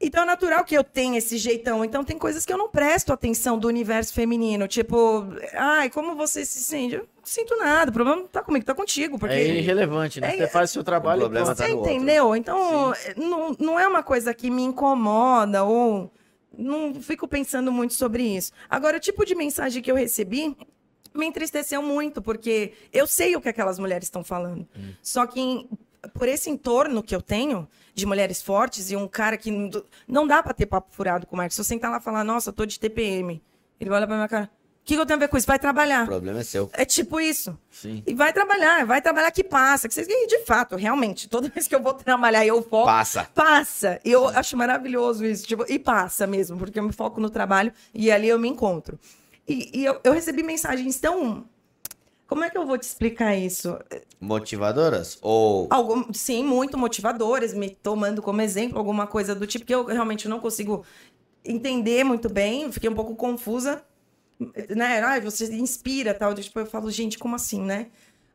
C: Então é natural que eu tenha esse jeitão. Então tem coisas que eu não presto atenção do universo feminino. Tipo, ai, como você se sente? Eu não sinto nada. O problema não tá comigo, tá contigo. Porque
D: É irrelevante, né?
C: É-
D: Você faz o seu trabalho.
B: O problema
D: e pronto.
B: tá
C: você
B: no outro.
C: entendeu? Então, não, não é uma coisa que me incomoda ou não fico pensando muito sobre isso. Agora, o tipo de mensagem que eu recebi me entristeceu muito, porque eu sei o que aquelas mulheres estão falando.
B: Hum.
C: Só que em- por esse entorno que eu tenho de mulheres fortes e um cara que não- não dá pra ter papo furado com o Marcos. Se eu sentar lá e falar, nossa, eu tô de TPM, ele vai olhar pra minha cara. O que, que eu tenho a ver com isso? Vai
B: O
C: trabalhar.
B: problema é seu.
C: É tipo isso.
D: Sim.
C: E vai trabalhar, vai trabalhar que passa. Que vocês, e de fato, realmente, toda vez que eu vou trabalhar e eu foco,
B: Passa.
C: passa. E eu acho maravilhoso isso. Tipo, e passa mesmo, porque eu me foco no trabalho e ali eu me encontro. E, e eu, eu recebi mensagens tão. Como é que eu vou te explicar isso?
B: Motivadoras? Ou.
C: Algum, sim, muito motivadoras, me tomando como exemplo, alguma coisa do tipo que eu realmente não consigo entender muito bem, fiquei um pouco confusa, né? Ah, você inspira tal. Tipo, eu falo, gente, como assim, né?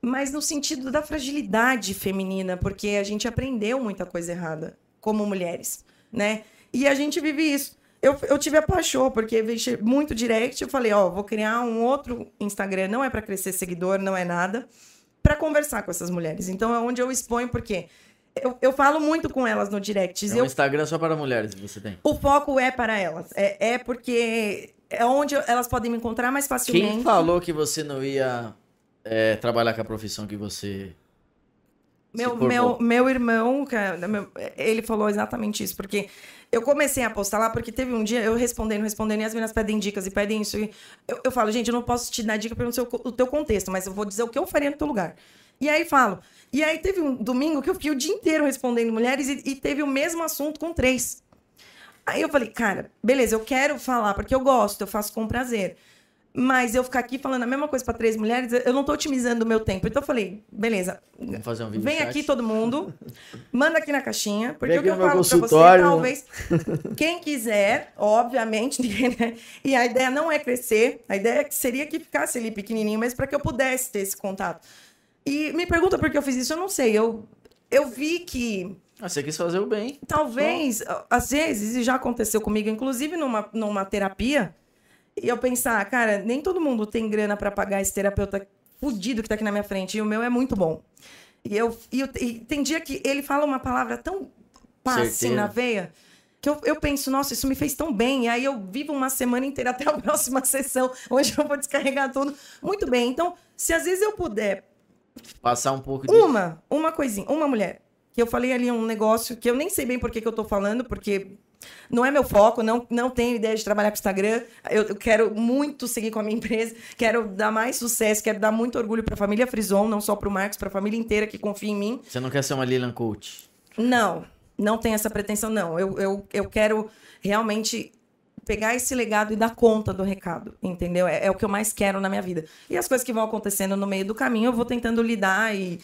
C: Mas no sentido da fragilidade feminina, porque a gente aprendeu muita coisa errada como mulheres, né? E a gente vive isso. Eu, eu tive a paixão, porque vixe, muito direct, eu falei, ó, vou criar um outro Instagram, não é para crescer seguidor, não é nada, para conversar com essas mulheres. Então é onde eu exponho, porque eu, eu falo muito com elas no direct.
D: É um
C: eu
D: Instagram só para mulheres que você tem.
C: o foco é para elas. É, é porque é onde elas podem me encontrar mais facilmente.
D: Quem falou que você não ia é, trabalhar com a profissão que você.
C: Meu,
D: se formou?
C: meu, meu irmão, que é- meu- ele falou exatamente isso, porque eu comecei a postar lá, porque teve um dia eu respondendo, respondendo, e as meninas pedem dicas e pedem isso. E eu, eu falo, gente, eu não posso te dar dica pelo seu, co- o teu contexto, mas eu vou dizer o que eu faria no teu lugar. E aí falo. E aí teve um domingo que eu fiquei o dia inteiro respondendo mulheres e- e teve o mesmo assunto com três. Aí eu falei, cara, beleza, eu quero falar porque eu gosto, eu faço com prazer. Mas eu ficar aqui falando a mesma coisa para três mulheres, eu não tô otimizando o meu tempo. Então eu falei, beleza.
D: Vamos fazer um vídeo
C: Vem
D: chat?
C: aqui todo mundo, manda aqui na caixinha, porque
D: Pega
C: o que eu
D: no meu
C: falo pra você,
D: consultório.
C: talvez, quem quiser, obviamente, né? e a ideia não é crescer, a ideia é que seria que ficasse ali pequenininho, mas para que eu pudesse ter esse contato. E me pergunta por que eu fiz isso, eu não sei, eu, eu vi que
D: Ah, você quis fazer o bem.
C: talvez, às vezes, e já aconteceu comigo, inclusive numa, numa terapia, e eu pensar, cara, nem todo mundo tem grana pra pagar esse terapeuta fudido que tá aqui na minha frente, e o meu é muito bom. E, eu, e, eu- e tem dia que ele fala uma palavra tão pá, assim,
D: Certeira.
C: na veia, que eu, eu penso, nossa, isso me fez tão bem, e aí eu vivo uma semana inteira até a próxima sessão, onde eu vou descarregar tudo. Muito bem, então, se às vezes eu puder
D: Passar um pouco disso.
C: uma, uma coisinha, uma mulher. Que eu falei ali um negócio que eu nem sei bem por que, que eu tô falando, porque não é meu foco, não, não tenho ideia de trabalhar com Instagram. Eu, eu quero muito seguir com a minha empresa, quero dar mais sucesso, quero dar muito orgulho pra família Frison, não só pro Marcos, pra família inteira que confia em mim.
D: Você não quer ser uma Lilian Coach.
C: Não, não tem essa pretensão, não. Eu, eu, eu quero realmente pegar esse legado e dar conta do recado, entendeu? É, é o que eu mais quero na minha vida. E as coisas que vão acontecendo no meio do caminho, eu vou tentando lidar e.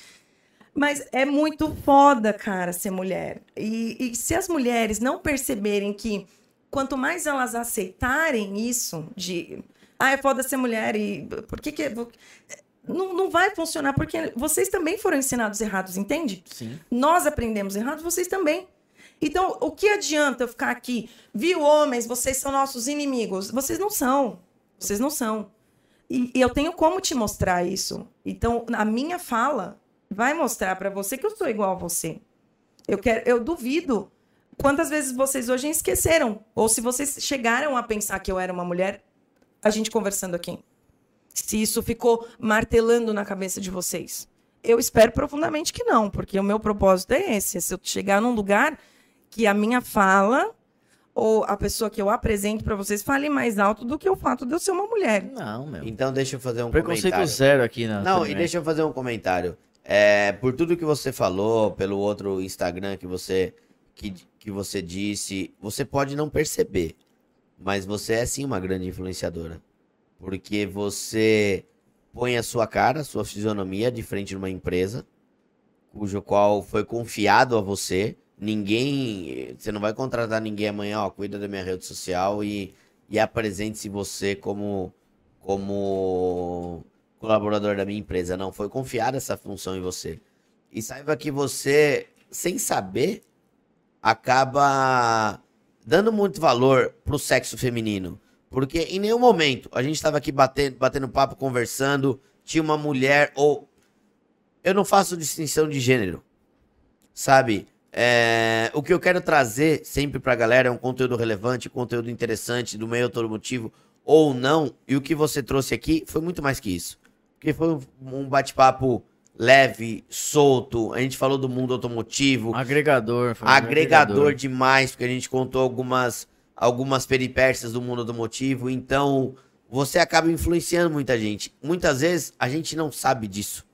C: Mas é muito foda, cara, ser mulher. E, e se as mulheres não perceberem que quanto mais elas aceitarem isso de. Ah, é foda ser mulher e. Por que que. Não, não vai funcionar, porque vocês também foram ensinados errados, entende?
D: Sim.
C: Nós aprendemos errado, vocês também. Então, o que adianta eu ficar aqui? Viu, homens, vocês são nossos inimigos. Vocês não são. Vocês não são. E, e eu tenho como te mostrar isso. Então, a minha fala vai mostrar para você que eu sou igual a você. Eu, quero, eu duvido quantas vezes vocês hoje esqueceram. Ou se vocês chegaram a pensar que eu era uma mulher, a gente conversando aqui. Se isso ficou martelando na cabeça de vocês. Eu espero profundamente que não, porque o meu propósito é esse. É se eu chegar num lugar que a minha fala ou a pessoa que eu apresento para vocês fale mais alto do que o fato de eu ser uma mulher.
D: Não, meu.
B: Então deixa eu fazer um
D: Preconceito
B: comentário.
D: zero aqui na.
B: Não, e
D: Tony Mac.
B: deixa eu fazer um comentário. É, por tudo que você falou, pelo outro Instagram que você, que, que você disse, você pode não perceber, mas você é sim uma grande influenciadora. Porque você põe a sua cara, a sua fisionomia de frente de uma empresa, cujo qual foi confiado a você. Ninguém. Você não vai contratar ninguém amanhã, ó, cuida da minha rede social e, e apresente-se você como. como colaborador da minha empresa, não. Foi confiada essa função em você. E saiba que você, sem saber, acaba dando muito valor pro sexo feminino. Porque em nenhum momento a gente tava aqui batendo, batendo papo, conversando, tinha uma mulher ou. Eu não faço distinção de gênero. Sabe? É, o que eu quero trazer sempre pra galera é um conteúdo relevante, conteúdo interessante, do meio todo motivo ou não. E o que você trouxe aqui foi muito mais que isso. Porque foi um- um bate-papo leve, solto. A gente falou do mundo automotivo,
D: Agregador. foi um
B: agregador demais, porque a gente contou algumas, algumas peripécias do mundo automotivo. Então, você acaba influenciando muita gente. Muitas vezes a gente não sabe disso.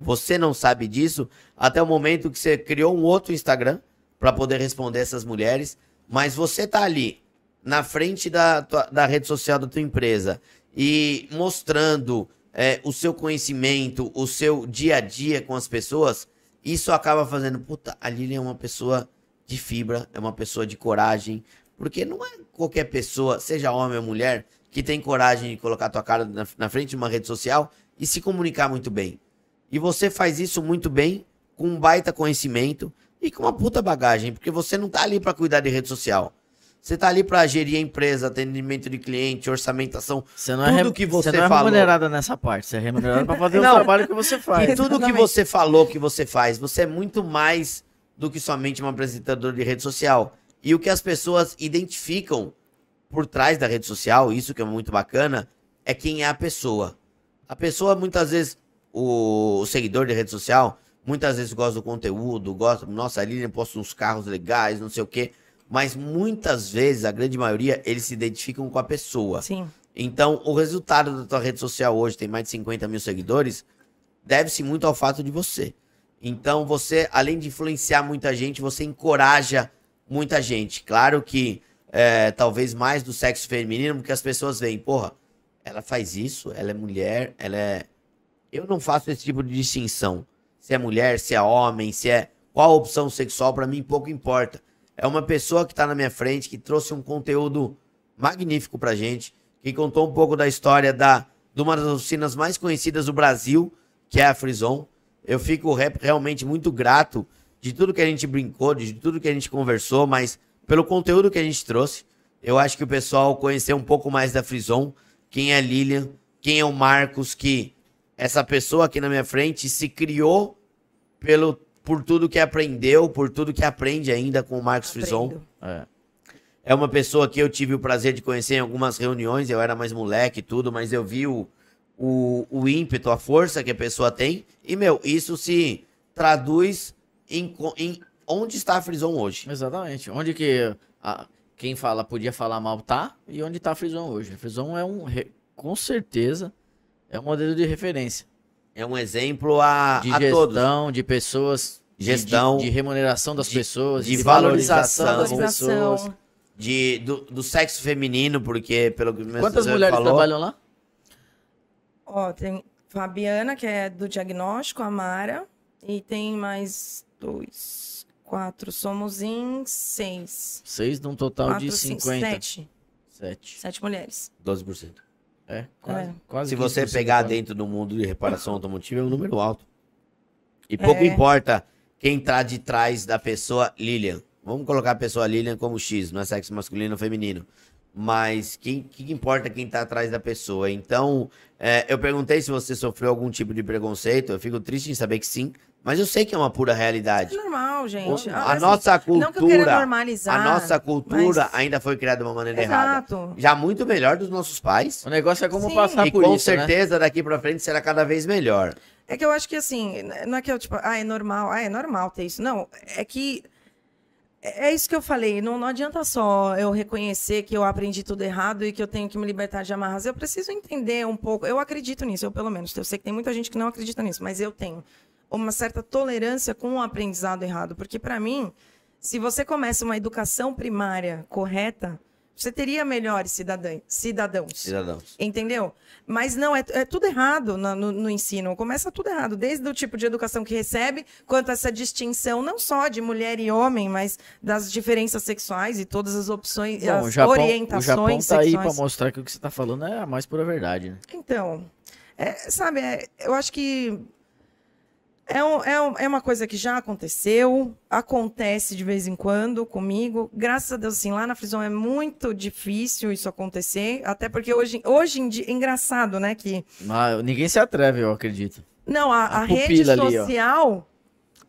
B: Você não sabe disso até o momento que você criou um outro Instagram para poder responder essas mulheres, mas você tá ali na frente da, tua- da rede social da tua empresa e mostrando é, o seu conhecimento, o seu dia a dia com as pessoas, isso acaba fazendo, puta, a Lilian é uma pessoa de fibra, é uma pessoa de coragem, porque não é qualquer pessoa, seja homem ou mulher, que tem coragem de colocar tua cara na, na frente de uma rede social e se comunicar muito bem. E você faz isso muito bem, com um baita conhecimento e com uma puta bagagem, porque você não tá ali pra cuidar de rede social. Você tá ali pra gerir a empresa, atendimento de cliente, orçamentação,
D: Você não é,
B: Tudo
D: rem-
B: que você
D: não é
B: falou.
D: remunerada nessa parte. Você é remunerada pra fazer
B: Não.
D: o trabalho que você faz.
B: E tudo que
C: Exatamente.
B: você falou que você faz, você é muito mais do que somente um apresentador de rede social. E o que as pessoas identificam por trás da rede social, isso que é muito bacana, é quem é a pessoa. A pessoa, muitas vezes, o, o seguidor de rede social, muitas vezes gosta do conteúdo, gosta, nossa, ali ele posta uns carros legais, não sei o quê. Mas muitas vezes, a grande maioria, eles se identificam com a pessoa.
C: Sim.
B: Então, o resultado da tua rede social hoje tem mais de 50 mil seguidores, deve-se muito ao fato de você. Então, você, além de influenciar muita gente, você encoraja muita gente. Claro que é, talvez mais do sexo feminino, porque as pessoas veem, porra, ela faz isso, ela é mulher, ela é. Eu não faço esse tipo de distinção. Se é mulher, se é homem, se é. Qual a opção sexual, pra mim pouco importa. É uma pessoa que tá na minha frente, que trouxe um conteúdo magnífico pra gente, que contou um pouco da história da, de uma das oficinas mais conhecidas do Brasil, que é a Frison. Eu fico re- realmente muito grato de tudo que a gente brincou, de tudo que a gente conversou, mas pelo conteúdo que a gente trouxe. Eu acho que o pessoal conheceu um pouco mais da Frison, quem é a Lilian, quem é o Marcos, que essa pessoa aqui na minha frente se criou pelo, por tudo que aprendeu, por tudo que aprende ainda com o Marcos Frison.
C: Aprendo.
D: É.
B: É uma pessoa que eu tive o prazer de conhecer em algumas reuniões, eu era mais moleque e tudo, mas eu vi o, o, o ímpeto, a força que a pessoa tem. E, meu, isso se traduz em, co- em onde está a Frison hoje.
D: Exatamente. Onde que a- quem fala podia falar mal tá e onde tá a Frison hoje. A Frison é um, re- com certeza, é um modelo de referência.
B: É um exemplo a,
D: De
B: a todos.
D: gestão, de pessoas, de- de-
B: Gestão,
D: de, remuneração das
B: de-
D: pessoas,
B: de Tá
D: das
C: Valorização.
D: pessoas.
B: De, do, do sexo feminino, porque, pelo que o meu
D: Quantas
B: senhor
D: mulheres
B: falou,
D: trabalham lá?
C: Ó, tem Fabiana, que é do diagnóstico, a Mara. E tem mais dois, quatro. Somos em seis.
D: Seis num total
C: Quatro,
D: de
C: cinco,
D: 50.
C: sete.
D: Sete.
C: Sete mulheres.
B: 12%.
D: É, quase, quase
B: Se você
D: 15%
B: pegar
D: quase.
B: dentro do mundo de reparação automotiva, é um número alto. E pouco
C: É.
B: importa quem tá de trás da pessoa, Lilian. Vamos colocar a pessoa Lilian como X, não é sexo masculino ou feminino. Mas quem que importa quem tá atrás da pessoa? Então, é, eu perguntei se você sofreu algum tipo de preconceito. Eu fico triste em saber que sim, mas eu sei que é uma pura realidade.
C: É normal, gente.
B: A
C: Assim,
B: nossa cultura.
C: Não que eu queira normalizar.
B: a nossa cultura
C: mas-
B: ainda foi criada de uma maneira errada.
C: Exato.
B: Já muito melhor dos nossos pais.
D: O negócio é como
C: Sim.
D: passar
B: e
D: por
B: com
D: isso, né?
B: certeza daqui pra frente será cada vez melhor.
C: É que eu acho que assim, não é que eu, tipo, ah, é normal, ah, é normal ter isso. Não, é que. É é isso que eu falei. Não, não adianta só eu reconhecer que eu aprendi tudo errado e que eu tenho que me libertar de amarras. Eu preciso entender um pouco. Eu acredito nisso, eu pelo menos. Eu sei que tem muita gente que não acredita nisso, mas eu tenho uma certa tolerância com o aprendizado errado. Porque, para mim, se você começa uma educação primária correta, você teria melhores cidadã- cidadãos.
B: Cidadãos.
C: Entendeu? Mas não, é, é tudo errado na- no, no ensino. Começa tudo errado, desde o tipo de educação que recebe, quanto a essa distinção, não só de mulher e homem, mas das diferenças sexuais e todas as opções,
D: Bom, o
C: as
D: Japão, o
C: orientações
D: Japão tá aí pra
C: sexuais.
D: mostrar que o que você tá falando é a mais pura verdade, né?
C: Então, é, sabe, é, eu acho que é, um- é um- é uma coisa que já aconteceu, acontece de vez em quando comigo. Graças a Deus, assim, lá na Frison é muito difícil isso acontecer, até porque hoje, hoje em dia, engraçado, né, que
D: Ah, ninguém se atreve, eu acredito.
C: Não, a,
D: A
C: a rede
D: pupila ali, ó.
C: social.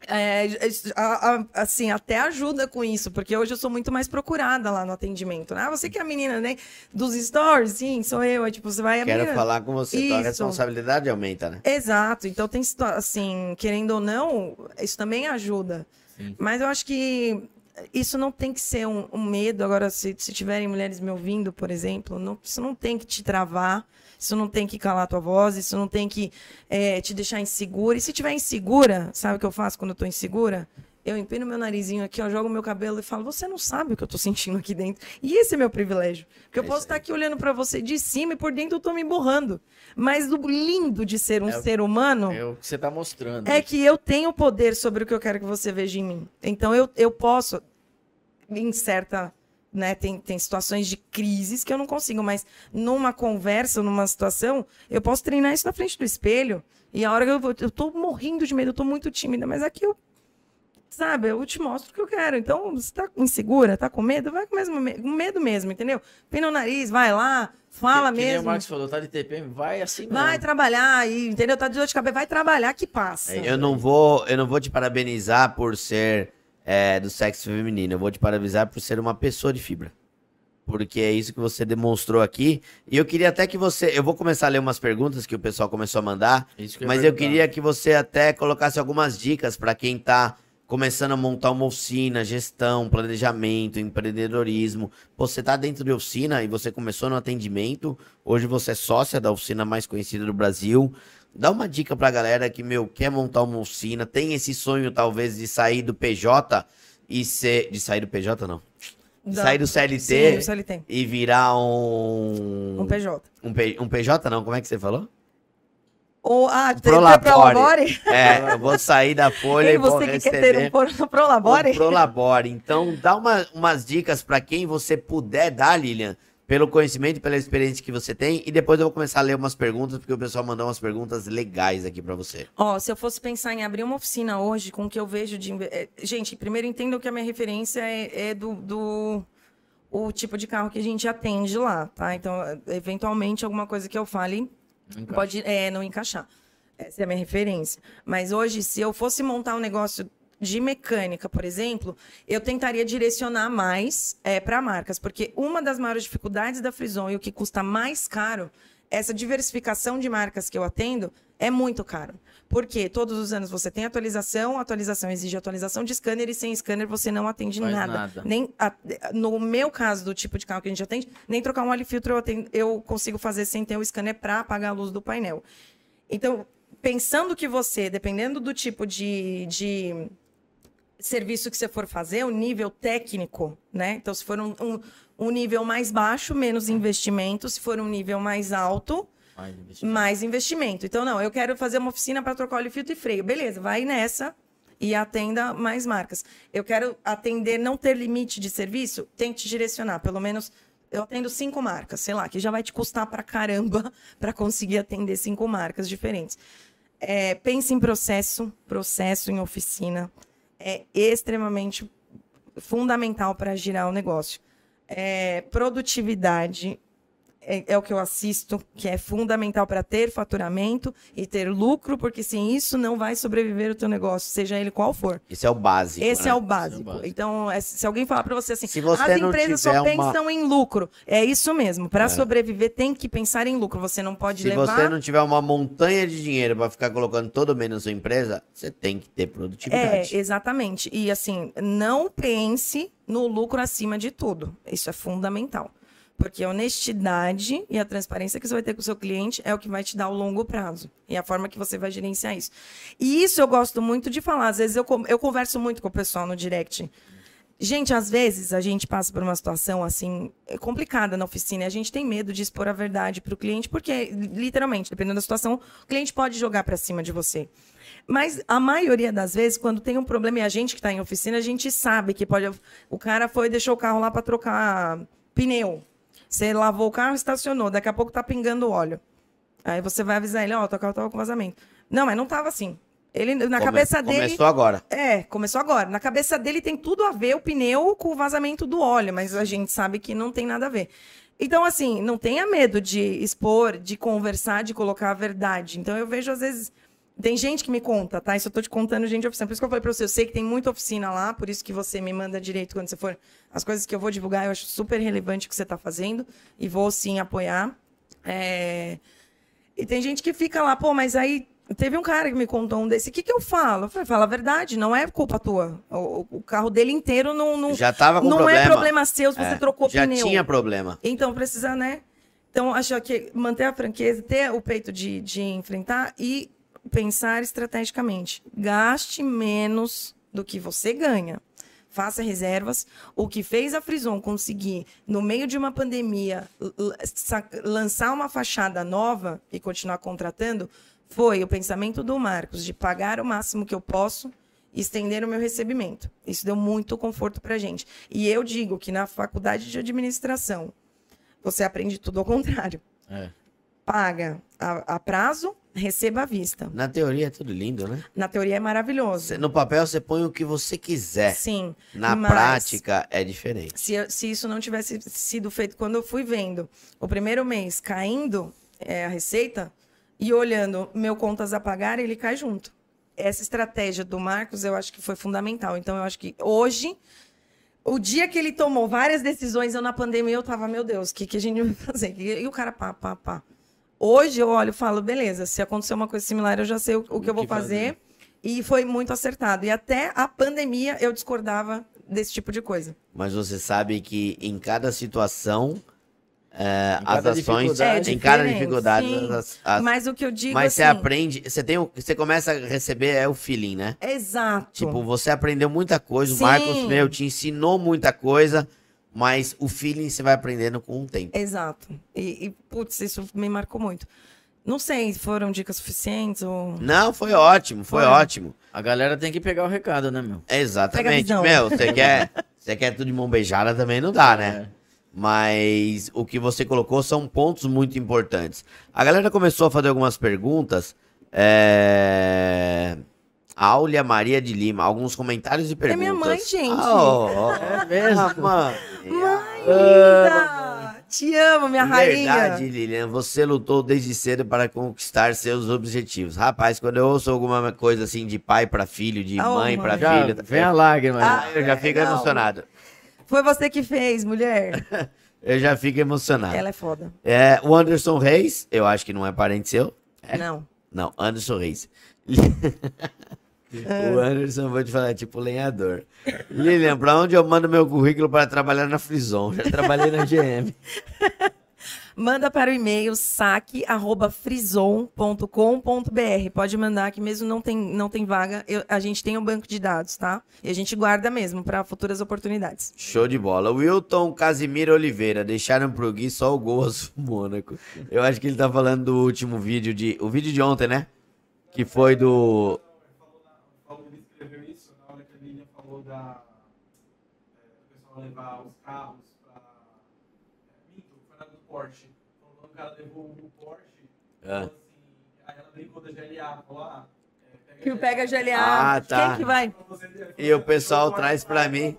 C: é, é, a- a- assim, até ajuda com isso, porque hoje eu sou muito mais procurada lá no atendimento. né? Ah, você que é a menina, né? Dos stories, sim, sou eu. É, tipo, você vai a
B: Quero
C: menina.
B: falar com você. Então a
C: Isso.
B: responsabilidade aumenta, né?
C: Exato. Então tem situa- assim, querendo ou não, isso também ajuda.
D: Sim.
C: Mas eu acho que isso não tem que ser um, um medo. Agora, se, se tiverem mulheres me ouvindo, por exemplo, não- isso não tem que te travar, isso não tem que calar tua voz, isso não tem que eh, te deixar insegura. E se tiver insegura, sabe o que eu faço quando eu tô insegura? Eu empino meu narizinho aqui, ó, jogo meu cabelo e falo: você não sabe o que eu tô sentindo aqui dentro. E esse é meu privilégio.
D: É
C: Porque eu posso estar aqui olhando pra você de cima e por dentro eu tô me borrando. Mas o lindo de ser um
D: É-
C: ser humano
D: É o que você tá mostrando.
C: é que eu tenho poder sobre o que eu quero que você veja em mim. Então eu, eu posso, em certa. Né, tem, tem situações de crises que eu não consigo, mas numa conversa, numa situação, eu posso treinar isso na frente do espelho. E a hora que eu vou. Eu tô morrendo de medo, eu tô muito tímida, mas aqui eu. Sabe, eu te mostro o que eu quero. Então, você tá insegura, tá com medo? Vai com, mesmo, me- com medo mesmo, entendeu? Pina o nariz, vai lá, fala
D: é que, Que nem o
C: mesmo.
D: Marcos falou, tá de TPM, vai assim mesmo.
C: Vai tá. trabalhar aí, entendeu? Tá de dor de cabeça, vai trabalhar que passa.
D: É,
B: Eu não vou, eu não vou te parabenizar por ser é, do sexo feminino. Eu vou te parabenizar por ser uma pessoa de fibra. Porque é isso que você demonstrou aqui. E eu queria até que você. Eu vou começar a ler umas perguntas que o pessoal começou a mandar.
D: É Isso que eu ia
B: Mas eu
D: perguntar.
B: queria que você até colocasse algumas dicas para quem tá começando a montar uma oficina, gestão, planejamento, empreendedorismo. Pô, Você tá dentro de oficina e você começou no atendimento, hoje você é sócia da oficina mais conhecida do Brasil. Dá uma dica pra galera que, meu, quer montar uma oficina, tem esse sonho talvez de sair do PJ e ser de sair do PJ não, de
C: Da-
B: sair do
C: Sim,
B: CLT
C: isso ele tem.
B: e virar um
C: Um PJ.
B: um, P- um PJ não, como é que você falou?
C: Ou, ah, tem
B: um Prolabore.
C: tem Prolabore?
B: É, eu vou sair da folha
C: Ei,
B: e vou
C: você que quer ter um
B: receber
C: pro- Prolabore?
B: um Prolabore. Então, dá uma- umas dicas pra quem você puder dar, Lilian, pelo conhecimento e pela experiência que você tem. E depois eu vou começar a ler umas perguntas, porque o pessoal mandou umas perguntas legais aqui pra você.
C: Ó, se eu fosse pensar em abrir uma oficina hoje, com o que eu vejo de. inve- eh, Gente, primeiro entendam que a minha referência é, é do, do- o tipo de carro que a gente atende lá, tá? Então, eh, eventualmente, alguma coisa que eu fale
D: Nunca.
C: pode é, não encaixar. Essa é a minha referência. Mas hoje, se eu fosse montar um negócio de mecânica, por exemplo, eu tentaria direcionar mais para marcas, porque uma das maiores dificuldades da Frison e o que custa mais caro, essa diversificação de marcas que eu atendo é muito caro. Porque todos os anos você tem atualização, atualização exige atualização de scanner e sem scanner você não atende
D: Faz
C: nada.
D: nada.
C: Nem a- no meu caso, do tipo de carro que a gente atende, nem trocar um óleo filtro eu, atendo- eu consigo fazer sem ter o scanner para apagar a luz do painel. Então, pensando que você, dependendo do tipo de, de serviço que você for fazer, o nível técnico, né? Então, se for um, um- um nível mais baixo, menos investimento. Se for um nível mais alto,
D: Vai, bicho.
C: mais investimento. Então, não, eu quero fazer uma oficina para trocar óleo, filtro e freio. Beleza, vai nessa e atenda mais marcas. Eu quero atender, não ter limite de serviço, tente direcionar. Pelo menos eu atendo cinco marcas, sei lá, que já vai te custar pra caramba para conseguir atender cinco marcas diferentes. É, pense em processo, processo em oficina. É extremamente fundamental para girar o negócio. É, produtividade é, é o que eu assisto, que é fundamental para ter faturamento e ter lucro, porque sem isso não vai sobreviver o teu negócio, seja ele qual for.
B: Esse é o básico.
C: Esse
B: né?
C: é o básico.
D: básico.
C: Então, é- se alguém falar para você assim,
B: Se você
C: as
B: não
C: empresas só
B: tiver uma-
C: pensam em lucro, é isso mesmo. Para sobreviver tem que pensar em lucro. Você não pode
B: Se
C: levar.
B: você não tiver uma montanha de dinheiro pra ficar colocando todo mês na sua empresa, você tem que ter
C: É,
B: produtividade.
C: exatamente. E assim, não pense no lucro acima de tudo. Isso é fundamental. Porque a honestidade e a transparência que você vai ter com o seu cliente é o que vai te dar o longo prazo. E a forma que você vai gerenciar isso. E isso eu gosto muito de falar. Às vezes eu, con- eu converso muito com o pessoal no direct. Gente, às vezes a gente passa por uma situação assim é complicada na oficina. e A gente tem medo de expor a verdade para o cliente, porque literalmente, dependendo da situação, o cliente pode jogar para cima de você. Mas a maioria das vezes, quando tem um problema e a gente que está em oficina, a gente sabe que pode. O cara foi e deixou o carro lá para trocar pneu. Você lavou o carro, estacionou. Daqui a pouco tá pingando óleo. Aí você vai avisar ele, ó, teu carro tava com vazamento. Não, mas não tava assim. Ele na
B: Come-
C: cabeça dele.
B: Começou agora.
C: É, começou agora. Na cabeça dele tem tudo a ver o pneu com o vazamento do óleo, mas a gente sabe que não tem nada a ver. Então, assim, não tenha medo de expor, de conversar, de colocar a verdade. Então, eu vejo, às vezes. Tem gente que me conta, tá? Isso eu tô te contando, gente de oficina. Por isso que eu falei pra você, eu sei que tem muita oficina lá, por isso que você me manda direito quando você for. As coisas que eu vou divulgar, eu acho super relevante o que você tá fazendo e vou sim apoiar. É, e tem gente que fica lá, pô, mas aí teve um cara que me contou um desse, o que, que eu falo? Eu falei, fala a verdade, não é culpa tua. O, o carro dele inteiro não, não,
B: Já tava com
C: não
B: problema.
C: é problema seu se
B: É,
C: você trocou
B: Já
C: pneu.
B: tinha problema.
C: Então precisa, né? Então, acho que manter a franqueza, ter o peito de, de enfrentar e pensar estrategicamente. Gaste menos do que você ganha. Faça reservas. O que fez a Frison conseguir, no meio de uma pandemia, l- l- sa- lançar uma fachada nova e continuar contratando, foi o pensamento do Marcos de pagar o máximo que eu posso e estender o meu recebimento. Isso deu muito conforto pra gente. E eu digo que na faculdade de administração, você aprende tudo ao contrário.
D: É.
C: Paga a, a prazo, receba à vista.
B: Na teoria é tudo lindo, né?
C: Na teoria é maravilhoso.
B: Cê- No papel você põe o que você quiser.
C: Sim.
B: Na
C: mas-
B: prática é diferente.
C: se, eu- se isso não tivesse sido feito quando eu fui vendo o primeiro mês caindo é, a receita e olhando meu contas a pagar, ele cai junto. Essa estratégia do Marcos eu acho que foi fundamental. Então eu acho que hoje, o dia que ele tomou várias decisões, eu na pandemia eu tava, meu Deus, o que, que a gente vai fazer? E, e o cara, pá, pá, pá. Hoje eu olho e falo, beleza, se acontecer uma coisa similar, eu já sei o, o que eu vou
D: que
C: fazer.
D: fazer.
C: E foi muito acertado. E até a pandemia eu discordava desse tipo de coisa.
B: Mas você sabe que em cada situação, é,
D: Em
B: as
D: cada
B: ações,
D: dificuldade.
B: em cada
C: É diferente,
B: dificuldade,
C: sim.
B: as- as-
C: Mas o que eu digo
B: mas
C: assim,
B: você aprende, você tem, o- você começa a receber é o feeling, né?
C: Exato.
B: Tipo, você aprendeu muita coisa,
C: Sim.
B: o Marcos meu te ensinou muita coisa, mas o feeling você vai aprendendo com o tempo.
C: Exato. E, e, putz, isso me marcou muito. Não sei se foram dicas suficientes ou...
B: Não, foi ótimo, foi
C: Foi.
B: ótimo. É,
D: A galera tem que pegar o recado, né, meu?
B: Exatamente.
C: Pega a visão.
B: Meu, você quer, você quer tudo de mão beijada também não dá,
D: É.
B: né? Mas o que você colocou são pontos muito importantes. A galera começou a fazer algumas perguntas. É... Áulia Maria de Lima, alguns comentários e
C: É
B: perguntas.
C: minha mãe, gente.
B: Ah, ó, ó.
D: É mesmo?
B: Ah, mãe.
C: Mãe linda! Te amo, minha
B: Verdade,
C: rainha.
B: Lilian, você lutou desde cedo para conquistar seus objetivos. Rapaz, quando eu ouço alguma coisa assim de pai para filho, de
C: Oh,
B: mãe para
C: mãe.
D: Já
B: filho,
D: vem a lágrima.
C: Ah,
B: eu já fico
C: não.
B: emocionado.
C: Foi você que fez, mulher.
B: Eu já fico emocionado.
C: Ela é foda.
B: É, o Anderson Reis, eu acho que não é parente seu.
C: Não.
B: Não, Anderson Reis. o Anderson, vou te falar, é tipo lenhador. Lilian, pra onde eu mando meu currículo para trabalhar na Frison? Já trabalhei na GM.
C: Manda para o e-mail saque@frison.com.br. Pode mandar que mesmo não tem não tem vaga, eu- a gente tem um banco de dados, tá? E a gente guarda mesmo para futuras oportunidades.
B: Show de bola. Wilton Casimiro Oliveira, deixaram pro Gui só o gol azul Mônaco. Eu acho que ele tá falando do último vídeo de. O vídeo de ontem, né? Que foi do.
F: Paulo ele escreveu isso na hora que a Lilian falou da é, do pessoal levar os carros para é, minto, foi na do Porsche. Então quando o cara levou o Porsche,
B: Ah.
F: falou assim, aí ela brincou da GLA, falou, ah, é, pega
C: Que o Pega GLA.
B: Ah, tá.
C: Quem que vai?
B: E o pessoal traz pra mim.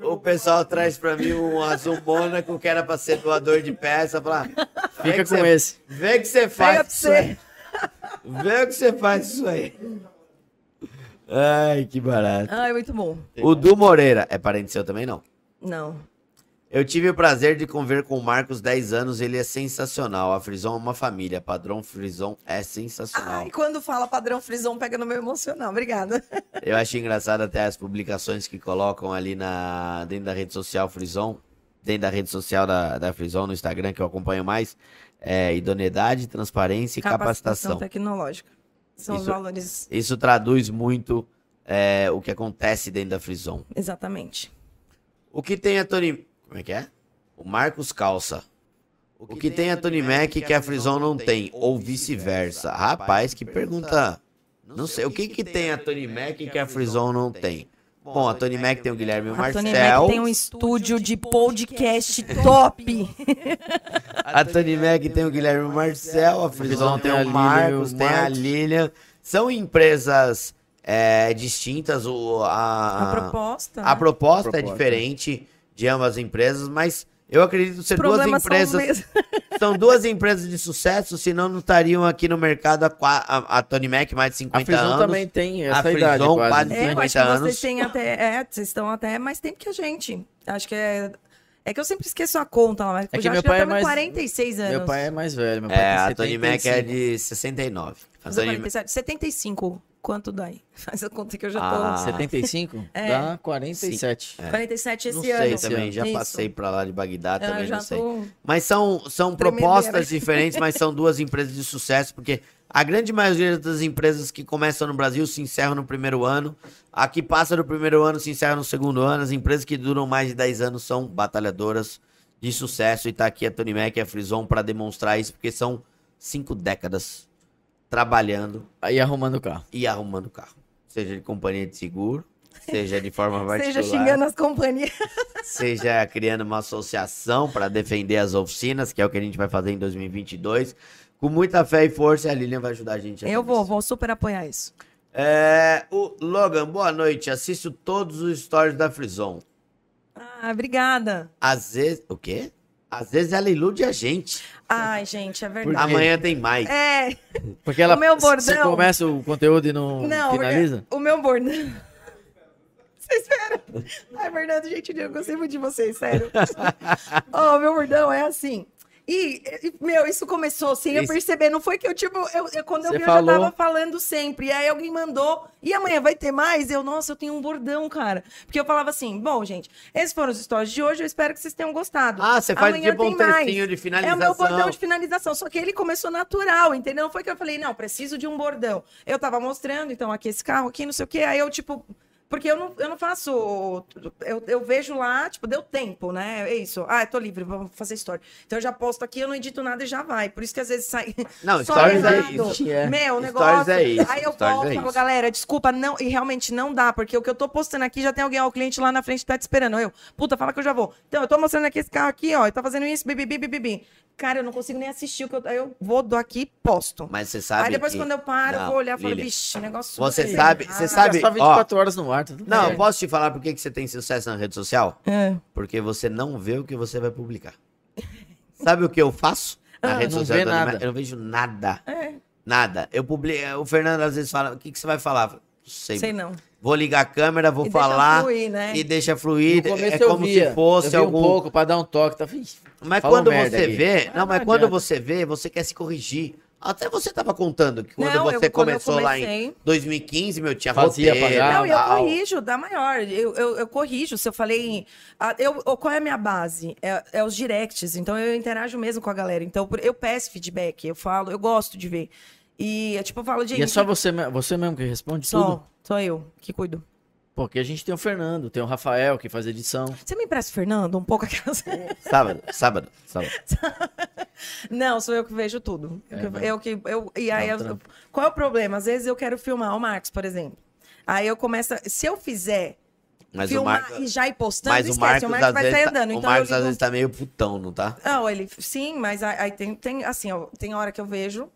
B: O pessoal traz pra mim um azul mônaco que era pra ser doador de peça. Fala, vê
D: Fica
B: que
D: com
B: cê-
D: esse.
B: Vê o que você faz.
C: Pega pra
B: com isso aí.
C: você.
B: Vê o que você faz com isso aí. Ai, que barato.
C: Ah, é muito bom.
B: O Du Moreira. É parente seu também, não?
C: Não.
B: Eu tive o prazer de conviver com o Marcos 10 anos, ele é sensacional. A Frison é uma família, padrão Frison é sensacional.
C: Ai, quando fala padrão frisão, pega no meu emocional. Obrigada.
B: Eu acho engraçado até as publicações que colocam ali na dentro da rede social Frison, dentro da rede social da, da Frison no Instagram, que eu acompanho mais, é idoneidade, transparência e capacitação.
C: tecnológica. São os
B: Isso-
C: valores.
B: Isso traduz muito é, o que acontece dentro da Frison.
C: Exatamente.
B: O que tem a Tony... Como é que é? O Marcos Calça. O que, tem, a Tony Mac que a Frison não tem, ou vice-versa. Rapaz, que pergunta... Não sei, o que, que tem a Tony Mac que a Frison não tem? Bom, a Tony Mac tem o Guilherme
C: A Tony
B: Marcel.
C: Mac tem um estúdio de podcast top.
B: A Tony Mac tem o Guilherme Marcel, a Frison tem o
D: Lilian,
B: Marcos,
D: o
B: tem a
D: Marcos.
B: Lilian. São empresas é, distintas. O, a,
C: A proposta.
B: Ah. a proposta é
D: Proposta.
B: diferente de ambas empresas, mas eu acredito ser duas
C: Problemas são os
B: empresas.
C: mesmos.
B: São duas empresas de sucesso, senão não estariam aqui no mercado a, qua- a, a Tony Mac mais de
D: A
B: 50
D: Frison
B: anos.
D: também tem essa
B: A
D: idade
B: Frison
D: quase.
B: quase-
D: né?
C: É, eu acho
B: 50
C: que
B: anos.
C: vocês têm até. É, vocês estão até mais tempo que a gente. Acho que é. É que eu sempre esqueço a conta, mas
D: que
C: eu já
D: meu
C: acho que
D: pai
C: já
D: é
C: estamos em
D: mais-
C: 46 anos.
D: Meu pai é mais velho, meu pai
B: É,
D: tem
B: a Tony Mac é
D: 75.
B: de 69. A
C: Fazer
B: Tony Mac-
C: 47, 75. Quanto dá aí? Faz a conta que eu já tô.
B: Ah, é.
D: 75?
C: É.
D: Dá 47.
C: 47 esse
B: não sei
C: ano.
B: também, já
C: Isso.
B: passei pra lá de Bagdá,
C: Eu
B: também
C: já
B: não sei.
C: tô-
B: Mas são, são
C: Tremedeira.
B: propostas diferentes, mas são duas empresas de sucesso, porque a grande maioria das empresas que começam no Brasil se encerram no primeiro ano, a que passa do primeiro ano se encerra no segundo ano, as empresas que duram mais de 10 anos são batalhadoras de sucesso, e tá aqui a Tony Mac e a Frison para demonstrar isso, porque são cinco décadas trabalhando
D: Aí arrumando o carro.
B: e arrumando carro, seja de companhia de seguro, seja de forma particular
C: Seja xingando as companhias.
B: seja criando uma associação para defender as oficinas, que é o que a gente vai fazer em 2022. Com muita fé e força, a Lilian vai ajudar a gente. a
C: Eu
B: fazer
C: vou,
B: isso.
C: vou super apoiar isso.
B: É, o Logan, boa noite. Assisto todos os stories da Frison.
C: Ah, obrigada.
B: Às vezes... O quê? Às vezes ela ilude a gente.
C: Ai, gente, é verdade.
B: Amanhã tem mais.
C: É,
D: Porque ela
C: meu bordão-
D: você começa o conteúdo e não,
C: não,
D: finaliza?
C: o meu bordão. Você espera? Ai, Fernando, gente, eu gostei muito de vocês, sério. Ó, o meu bordão é assim. E, e, meu, isso começou sem eu
B: Isso.
C: perceber. Não foi que eu, tipo, eu, eu- quando eu
D: Você
C: vi, eu já
D: falou.
C: tava falando sempre. E aí alguém mandou. E amanhã vai ter mais? Eu, nossa, eu tenho um bordão, cara. Porque eu falava assim: bom, gente, esses foram os stories de hoje. Eu espero que vocês tenham gostado.
B: Ah, você faz
C: Amanhã
B: tipo um
C: tem mais.
B: textinho de
C: É o
B: finalização.
C: meu bordão de finalização, só que ele começou natural, entendeu? Não foi que eu falei, não, preciso de um bordão. Eu tava mostrando, então, aqui esse carro, aqui, não sei o quê. Aí eu, tipo, porque eu não, eu não faço. Eu, eu vejo lá, tipo, deu tempo, né? É isso. Ah, eu tô livre, vamos fazer story. Então eu já posto aqui, eu não edito nada e já vai. Por isso que às vezes sai.
B: Não,
C: só
B: stories é
C: errado.
B: isso.
D: É.
C: Meu, o
B: Stories
C: negócio.
B: é isso,
C: Aí eu
B: stories
C: volto
B: é
C: e falo,
B: isso.
C: galera, desculpa, não. E realmente não dá, porque o que eu tô postando aqui já tem alguém, ó, o cliente lá na frente tá te esperando. Eu, puta, fala que eu já vou. Então, eu tô mostrando aqui esse carro aqui, ó, e tá fazendo isso, bibibi, bibibi. Cara, eu não consigo nem assistir o que eu. Aí eu vou do aqui e posto.
B: Mas você sabe
C: Aí Ah, depois,
B: que-
C: quando eu paro, eu
B: Não,
C: vou olhar e falo,
B: Lilian,
C: vixe, o negócio.
B: Você
C: é
B: sabe-
C: errado."
B: você sabe-
D: Só
B: ó.
D: 24 horas no ar. tá tudo
B: Não,
D: bem.
B: eu posso te falar por que que você tem sucesso na rede social?
C: É.
B: Porque você não vê o que você vai publicar. Sabe o que eu faço? Na
D: Ah,
B: rede
D: não
B: social
D: vê
B: do Animais?
D: nada.
B: Eu não vejo nada.
C: É.
B: Nada. Eu publico. O Fernando às vezes fala: o que, que você vai falar? Eu falo, Não sei.
C: Sei não.
B: Vou ligar a câmera, vou
C: E deixa
B: falar.
C: fluir, né?
B: E deixa
D: No
B: fluir.
D: começo
B: É
D: eu
B: como
D: via,
B: se fosse
D: eu vi
B: algum.
D: um pouco pra dar um toque. Tá... Ih,
B: Mas
D: fala um
B: quando
D: merda
B: você
D: aqui.
B: vê.
D: Ah,
B: Não, mas
D: não
B: quando
D: adianta.
B: você vê, você quer se corrigir. Até você tava contando que quando
C: Não, eu-
B: você
C: quando eu
B: começou lá em
C: comecei-
B: 2015, meu, tinha
D: Fazia pra
B: roteiro,
D: Ah,
C: Não, e eu
B: tal.
C: corrijo, dá maior. Eu, eu, eu corrijo. Se eu falei. ah, Eu, eu- qual é a minha base? É, é os directs. Então eu interajo mesmo com a galera. Então por- eu peço feedback, eu falo, eu gosto de ver. E é tipo, eu falo, gente.
D: E é só você, me- você mesmo que responde tudo?
C: só, só eu que cuido.
D: Porque a gente tem o Fernando, tem o Rafael que faz edição.
C: Você me empresta o Fernando um pouco aquelas.
B: É. Sábado, sábado, sábado.
C: Não, sou eu que vejo tudo. Eu
D: É,
C: que-
D: mas-
C: eu que. Eu, e aí,
D: Dá um
C: eu-
D: trampo.
C: qual é o problema? Às vezes eu quero filmar o Marcos, por exemplo. Aí eu começo. a- Se eu fizer
B: Mas o
C: filmar
B: Marcos.
C: e já ir postando,
B: Mas o
C: esquece.
B: Marcos,
C: O Marcos
B: às
C: vai
B: vezes,
C: sair
B: tá-
C: andando.
B: o
C: Então eu
B: Marcos às
C: ligo-
B: vezes tá meio putão, não tá?
C: Não, ele. Sim, mas aí aí tem, tem assim, ó, tem hora que eu vejo.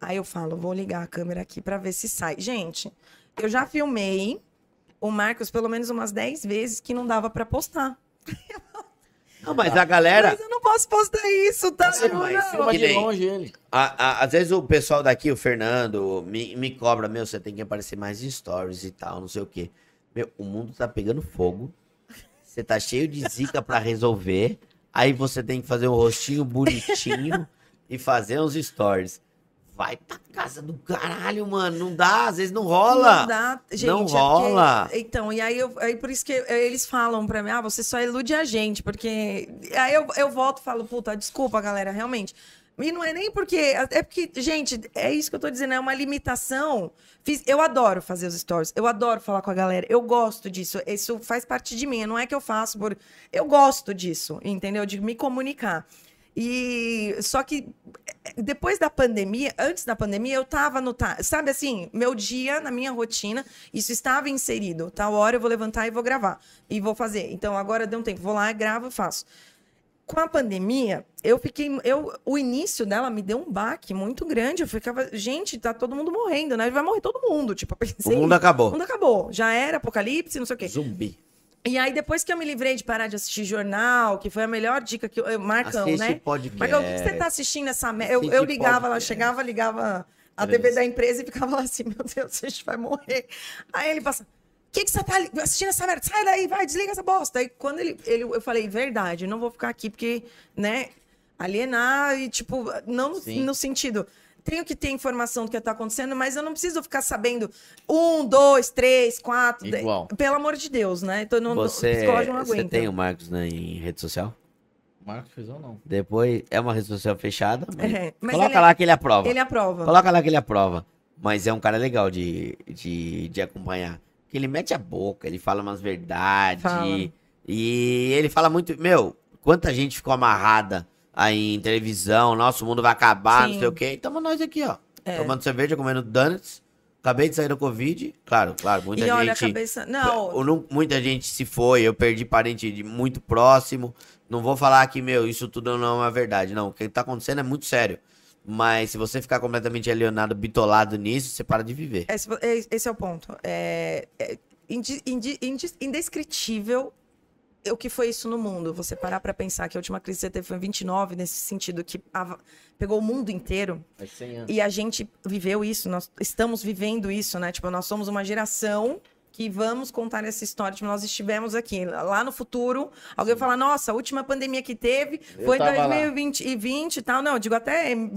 C: Aí eu falo, vou ligar a câmera aqui pra ver se sai. Gente, eu já filmei o Marcos pelo menos umas 10 vezes que não dava pra postar.
B: Não, mas a galera.
C: Tá. Mas é- eu não posso postar isso, tá?
B: Você
C: Ju?
B: vai,
C: Não.
B: filma
D: Filma
B: que
D: de
B: nem-
D: longe ele.
B: a- a- às vezes o pessoal daqui, o Fernando, me, me cobra, meu, você tem que aparecer mais em stories e tal, não sei o quê. Meu, o mundo tá pegando fogo. Você tá cheio de zica pra resolver. Aí você tem que fazer um rostinho bonitinho e fazer uns stories. Vai pra casa do caralho, mano. Não dá, às vezes não rola.
C: Não dá, gente.
B: Não
C: é porque-
B: rola.
C: então, e aí, eu, aí por isso que eh, eles falam pra mim, ah, você só ilude a gente, porque... Aí eu, eu volto e falo, puta, desculpa, galera, realmente. E não é nem porque... É porque, gente, é isso que eu tô dizendo, é uma limitação. Fiz- eu adoro fazer os stories, eu adoro falar com a galera, eu gosto disso, isso faz parte de mim, não é que eu faço por... Eu gosto disso, entendeu? De me comunicar. E só que eh, depois da pandemia, antes da pandemia, eu tava no. ta- Sabe assim, meu dia, na minha rotina, isso estava inserido. Tal hora eu vou levantar e vou gravar. E vou fazer. Então agora deu um tempo, vou lá, gravo e faço. Com a pandemia, eu fiquei. Eu, o início dela me deu um baque muito grande. Eu ficava, gente, tá todo mundo morrendo, né? Vai morrer todo mundo. Tipo, eu
B: O
C: pensei.
B: mundo
C: o
B: acabou.
C: mundo acabou. Já era apocalipse, não sei o quê.
B: Zumbi.
C: E aí, depois que eu me livrei de parar de assistir jornal, que foi a melhor dica que eu. eu- Marcão,
B: Assiste
C: né?
B: podcast.
C: Marcão, o que, que
B: é
C: você tá assistindo essa merda? Eu,
B: Assiste
C: eu ligava lá,
B: podcast.
C: chegava, ligava a
B: Beleza.
C: TV da empresa e ficava lá assim, meu Deus, a gente vai morrer. Aí ele passa. O que, que você tá li- assistindo essa merda? Sai daí, vai, desliga essa bosta. Aí quando ele, ele. Eu falei, verdade, eu não vou ficar aqui, porque, né? Alienar e, tipo, não
B: Sim.
C: no sentido. Tenho que ter informação do que tá acontecendo, mas eu não preciso ficar sabendo um, dois, três, quatro. dez.
D: Igual.
C: Pelo amor de Deus, né? Tô no, no
B: Você,
C: psicológico não
B: você
C: aguenta.
B: tem o Marcos né, em rede social?
D: Marcos fez ou não?
B: Depois é uma rede social fechada. mas-
C: É, mas
B: Coloca
C: ele-
B: lá que ele aprova.
C: Ele é aprova.
B: Coloca lá que ele aprova. Mas é um cara legal de, de, de acompanhar. Porque ele mete a boca, ele fala umas verdades.
C: Fala.
B: E ele fala muito. Meu, quanta gente ficou amarrada aí em televisão, nosso mundo vai acabar, não
C: Sim.
B: sei o quê. E tamo nós aqui, ó.
C: É.
B: Tomando cerveja, comendo donuts. Acabei de sair do Covid. Claro, claro, muita
C: e
B: gente.
C: olha a cabeça. Não,
B: Ou não- muita gente se foi, eu perdi parente de muito próximo. Não vou falar que, meu, isso tudo não é uma verdade. Não, o que tá acontecendo é muito sério. Mas se você ficar completamente alienado, bitolado nisso, você para de viver.
C: esse, esse é o ponto. É, é indi- indi- indi- indescritível o que foi isso no mundo. Você parar pra pensar que a última crise que você teve foi em 29, nesse sentido que ava- pegou o mundo inteiro.
D: Faz 100 anos.
C: E a gente viveu isso, nós estamos vivendo isso, né? Tipo, nós somos uma geração que vamos contar essa história. Tipo, nós estivemos aqui. Lá no futuro, alguém vai falar, nossa, a última pandemia que teve
D: Eu
C: foi em
D: tava lá.
C: 2020 e 20 e tal. Não, eu digo até em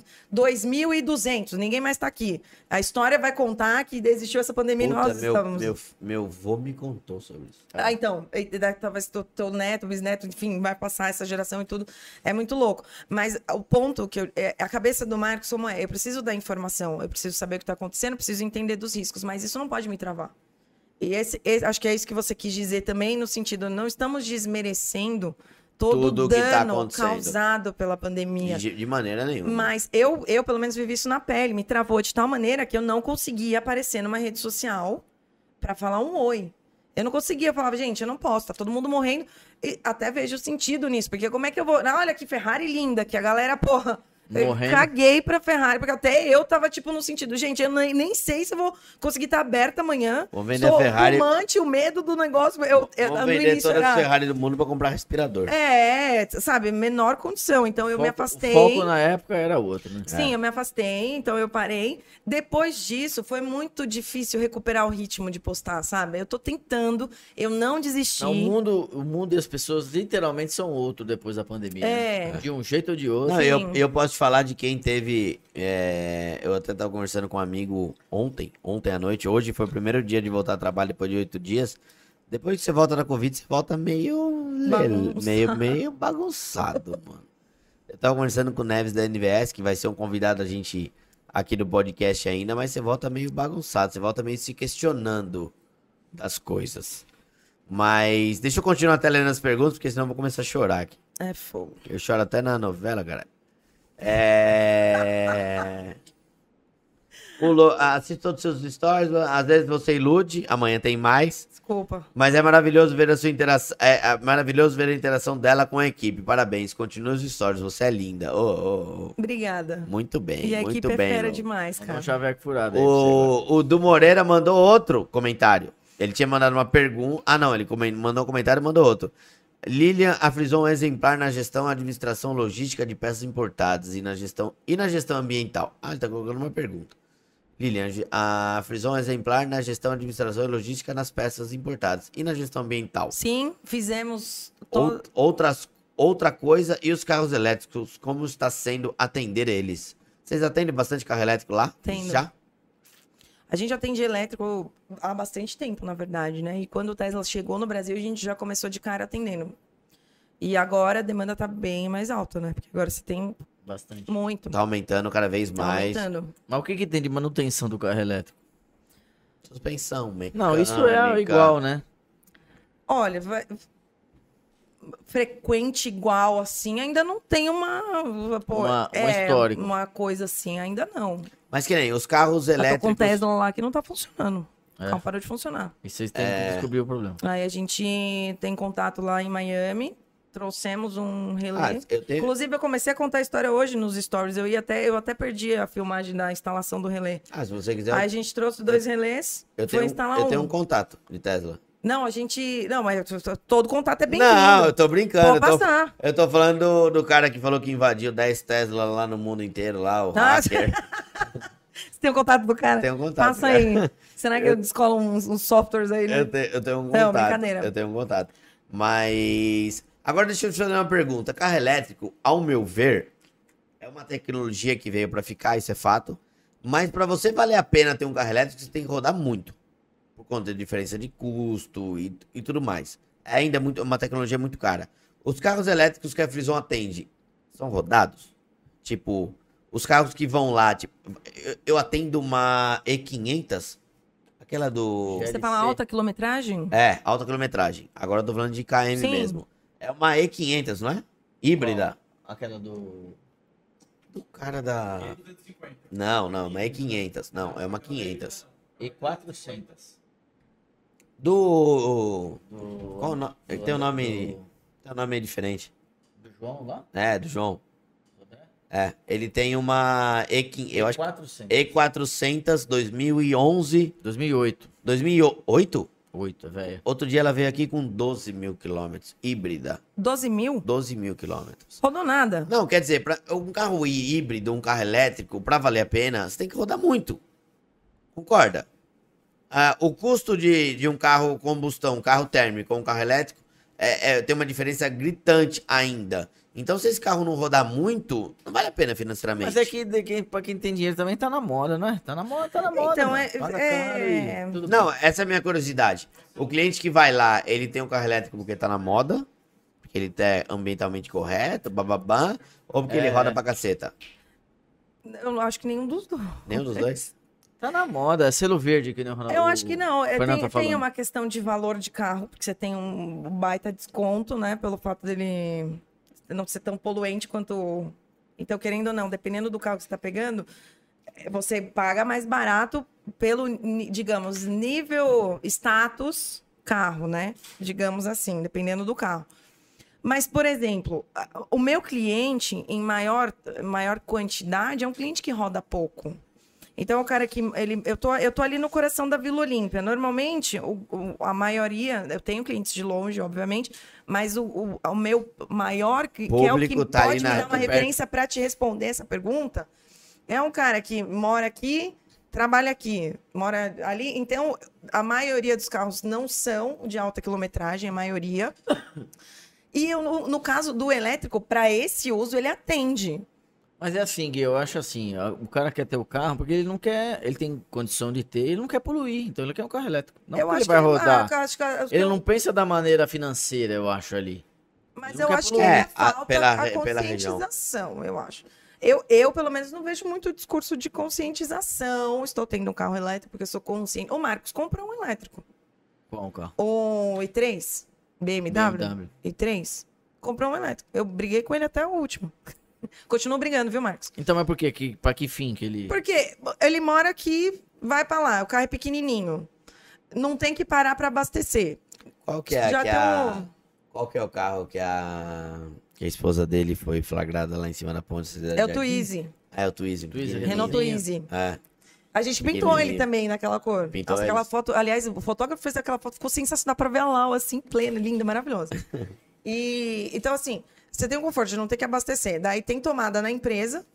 C: 2200, ninguém mais tá aqui. A história vai contar que existiu essa pandemia e
B: Puta,
C: nós
B: meu,
C: estávamos...
B: meu, meu vô me contou sobre isso.
C: Ah, então, e- e da- talvez teu, teu neto, bisneto, enfim, vai passar essa geração e tudo. É muito louco. Mas o ponto que eu. é, a cabeça do Marcos como é, eu preciso da informação, eu preciso saber o que está acontecendo, eu preciso entender dos riscos, mas isso não pode me travar. E esse, esse- acho que é isso que você quis dizer também, no sentido, não estamos desmerecendo todo
B: Tudo
C: o
B: o que tá
C: dano
B: acontecendo.
C: causado pela pandemia.
B: De, de maneira nenhuma.
C: Mas eu, eu, pelo menos, vivi isso na pele. Me travou de tal maneira que eu não conseguia aparecer numa rede social pra falar um oi. Eu não conseguia. Eu falava, gente, eu não posso, tá todo mundo morrendo. E até vejo sentido nisso, porque como é que eu vou. Olha que Ferrari linda, que a galera, porra. eu
D: Morrendo.
C: caguei pra Ferrari, porque até eu tava, tipo, no sentido, gente, eu nem, nem sei se eu vou conseguir estar aberta amanhã.
B: Vou vender a Ferrari.
C: fumante, o medo do negócio. Eu, eu,
B: Vamos
C: no
B: vender
C: início
B: todas
C: era-
B: as Ferrari do mundo pra comprar respirador.
C: É, sabe, menor condição. Então eu me
D: Foco-
C: afastei.
D: O foco na época era outro,
B: É.
D: né?
C: Sim, eu me afastei, então eu parei. Depois disso, foi muito difícil recuperar o ritmo de postar, sabe? Eu tô tentando, eu não desisti.
D: É. Não, o, mundo, o mundo e as pessoas literalmente são outro depois da pandemia.
C: É.
D: né? De um jeito ou de outro.
B: Não, eu,
C: Sim.
B: eu posso te falar de quem teve. é, eu até estava conversando com um amigo ontem, ontem à noite. Hoje foi o primeiro dia de voltar ao trabalho depois de oito dias. Depois que você volta na Covid, você volta meio. lel-
C: Bagunçado.
B: meio, meio bagunçado, mano. Eu tava conversando com o Neves da NVS, que vai ser um convidado a gente aqui do podcast ainda, mas você volta meio bagunçado, você volta meio se questionando das coisas. Mas deixa eu continuar até lendo as perguntas, porque senão eu vou começar a chorar aqui.
C: É fogo.
B: Eu choro até na novela, cara. É. O Lo- Assista todos os seus stories, às vezes você ilude, amanhã tem mais.
C: Desculpa.
B: Mas é maravilhoso ver a sua interação. É, é maravilhoso ver a interação dela com a equipe. Parabéns, continue os stories, você é linda. Ô, ô, ô.
C: Obrigada.
B: Muito bem,
C: E a
B: muito
C: equipe é
B: bem.
C: fera
B: Lu.
C: demais,
D: Mandou um
C: cara.
D: chaveco furado aí. pra você agora.
B: O, o Du Moreira mandou outro comentário. Ele tinha mandado uma pergunta. Ah, não, ele comen- mandou um comentário e mandou outro. Lilian afrisou um exemplar na gestão administração logística de peças importadas e na gestão, e na gestão ambiental. Ah, ele tá colocando uma pergunta. Lilian ge- a- afrisou um exemplar na gestão administração e logística nas peças importadas e na gestão ambiental.
C: Sim, fizemos.
B: Ou-
C: To...
B: outras, outra coisa, e os carros elétricos, como está sendo atender eles? Vocês atendem bastante carro elétrico lá?
C: Atendo.
B: Já?
C: A gente atende elétrico há bastante tempo, na verdade, né? E quando o Tesla chegou no Brasil, a gente já começou de cara atendendo. E agora a demanda tá bem mais alta, né? Porque agora você tem
D: Bastante.
C: muito.
B: Tá aumentando cada vez
C: Tá
B: mais.
C: aumentando.
D: Mas o que, que tem de manutenção do carro elétrico?
B: Suspensão, mecânica.
D: Não, isso é igual, né?
C: Olha, vai- frequente igual assim, ainda não tem uma pô,
D: Uma- um
C: é,
D: histórico.
C: uma coisa assim, ainda não.
B: Mas que nem os carros
C: Eu tô com
B: elétricos.
C: o Tesla lá que não tá funcionando.
D: É.
C: Não parou de funcionar.
D: E vocês têm que descobrir o problema.
C: Aí a gente tem contato lá em Miami, trouxemos um
B: Ah,
C: relé.
B: eu tenho...
C: Inclusive, eu comecei a contar a história hoje nos stories. Eu ia até, eu até perdi a filmagem da instalação do relé.
B: ah, se você quiser,
C: Aí a gente trouxe dois relés,
B: eu,
C: foi
B: tenho,
C: instalar
B: eu
C: um.
B: tenho um contato de Tesla.
C: Não, a gente. Não, mas t- t- todo contato é bem-vindo.
B: não, eu tô brincando.
C: Pode
B: Eu tô,
C: passar.
B: eu tô falando do, do cara que falou que invadiu 10 Tesla lá no mundo inteiro, lá, o
C: Ah,
B: hacker.
C: Você tem o contato do cara?
B: Tenho contato,
C: Passa
B: cara.
C: aí. Será que eu descolo uns, uns softwares aí? né?
B: Eu, te- eu tenho um contato.
C: Não, brincadeira.
B: Eu tenho um contato. Mas. Agora deixa eu te fazer uma pergunta. Carro elétrico, ao meu ver, é uma tecnologia que veio pra ficar, isso é fato. Mas pra você valer a pena ter um carro elétrico, você tem que rodar muito. Por conta de diferença de custo e, e tudo mais. É ainda muito, uma tecnologia muito cara. Os carros elétricos que a Frison atende são rodados? Tipo, os carros que vão lá, tipo, eu, eu atendo uma E500, aquela do.
C: Você fala alta quilometragem?
B: É, alta quilometragem. Agora eu tô falando de KM
C: Sim.
B: mesmo. É uma E500, não é? Híbrida. Aquela do. Do cara da. Não, não, não é E500. Não, é uma 500.
D: E 400.
B: Do.
D: Do...
B: Qual o no- é que tem um nome- Tem um nome diferente.
D: Do, João lá?
B: É, do João. É, ele tem uma E500. Eu acho que.
D: 400.
B: E400 2011.
D: 2008.
B: 2008?
D: 8, velho.
B: Outro dia ela veio aqui com 12 mil quilômetros. Híbrida.
C: 12 mil?
B: 12 mil quilômetros.
C: Rodou nada.
B: Não, quer dizer, pra um carro hí- híbrido, um carro elétrico, pra valer a pena, você tem que rodar muito. Concorda? Ah, o custo de, de um carro combustão, um carro térmico ou um carro elétrico, é, é- tem uma diferença gritante ainda. Então, se esse carro não rodar muito, não vale a pena financeiramente.
D: Mas é que de quem, pra quem tem dinheiro também tá na moda, não é? Tá na moda, tá na moda.
C: Então,
D: mano.
C: é-
D: Paga
C: é-
D: caro e tudo
B: Não, essa é a minha curiosidade. O cliente que vai lá, ele tem um carro elétrico porque tá na moda, porque ele é ambientalmente correto, bababá, ou porque ele
D: É.
B: roda pra caceta?
C: Eu não acho que nenhum dos dois.
B: Nenhum dos dois?
D: Tá na moda, é selo verde aqui, né, Ronaldo?
C: Eu acho que não. É,
D: Fernando
C: tem,
D: tá falando.
C: tem uma questão de valor de carro, porque você tem um baita desconto, né? Pelo fato dele não ser tão poluente quanto. Então, querendo ou não, dependendo do carro que você está pegando, eh, você paga mais barato pelo, ni- digamos, nível status carro, né? Digamos assim, dependendo do carro. Mas, por exemplo, a- o meu cliente em maior, maior quantidade é um cliente que roda pouco. Então, o cara que. Ele, eu, tô, eu tô ali no coração da Vila Olímpia. Normalmente, o- o- a maioria. Eu tenho clientes de longe, obviamente, mas o, o, o meu maior. Que, que é o
B: Público
C: que
B: tá ali
C: pode
B: na-
C: me dar uma
B: perto.
C: referência para te responder essa pergunta. É um cara que mora aqui, trabalha aqui, mora ali. Então, a maioria dos carros não são de alta quilometragem, a maioria. E eu, no, no caso do elétrico, para esse uso, ele atende.
D: Mas é assim, Gui, eu acho assim, a- o cara quer ter o carro porque ele não quer, ele tem condição de ter, ele não quer poluir, então ele quer um carro elétrico. Não
C: eu
D: porque
C: acho
D: ele vai
C: que,
D: rodar.
C: Ah, eu acho que- acho que
D: Ele
C: eu-
D: não pensa da maneira financeira, eu acho, ali.
C: mas
D: não
C: eu
D: quer
C: acho que
D: poluir.
B: É,
C: ainda
B: a-
C: falta
B: pela
C: a
B: re- pela região.
C: conscientização, eu acho. Eu, eu, pelo menos, não vejo muito discurso de conscientização. Estou tendo um carro elétrico porque eu sou consciente. Ô, Marcos, compra um elétrico.
D: Qual o carro?
C: Um E3, BMW,
D: BMW.
C: E3, comprou um elétrico. Eu briguei com ele até o último. Continuo brigando, viu, Marcos?
D: Então, mas por quê? que? Pra que fim que ele.
C: Porque ele mora aqui, vai pra lá, o carro é pequenininho. Não tem que parar pra abastecer.
B: Qual que é,
C: Já
B: que
C: tem
B: a-
C: um-
B: Qual que é o carro que a... que a esposa dele foi flagrada lá em cima da ponte? Cidade
C: É o
B: Jardim?
C: Twizy,
B: Ah, É o Twizy.
D: Twizy,
B: pequenininho.
C: Renault Twizy.
B: É.
C: A gente pintou ele
B: Pequenininho.
C: também naquela cor.
B: Pintou
C: Nossa, aquela
B: ele.
C: foto, aliás, o fotógrafo fez aquela foto, ficou sensacional pra ver a Lau, assim, plena, linda, maravilhosa. e então assim, você tem o conforto de não ter que abastecer. Daí tem tomada na empresa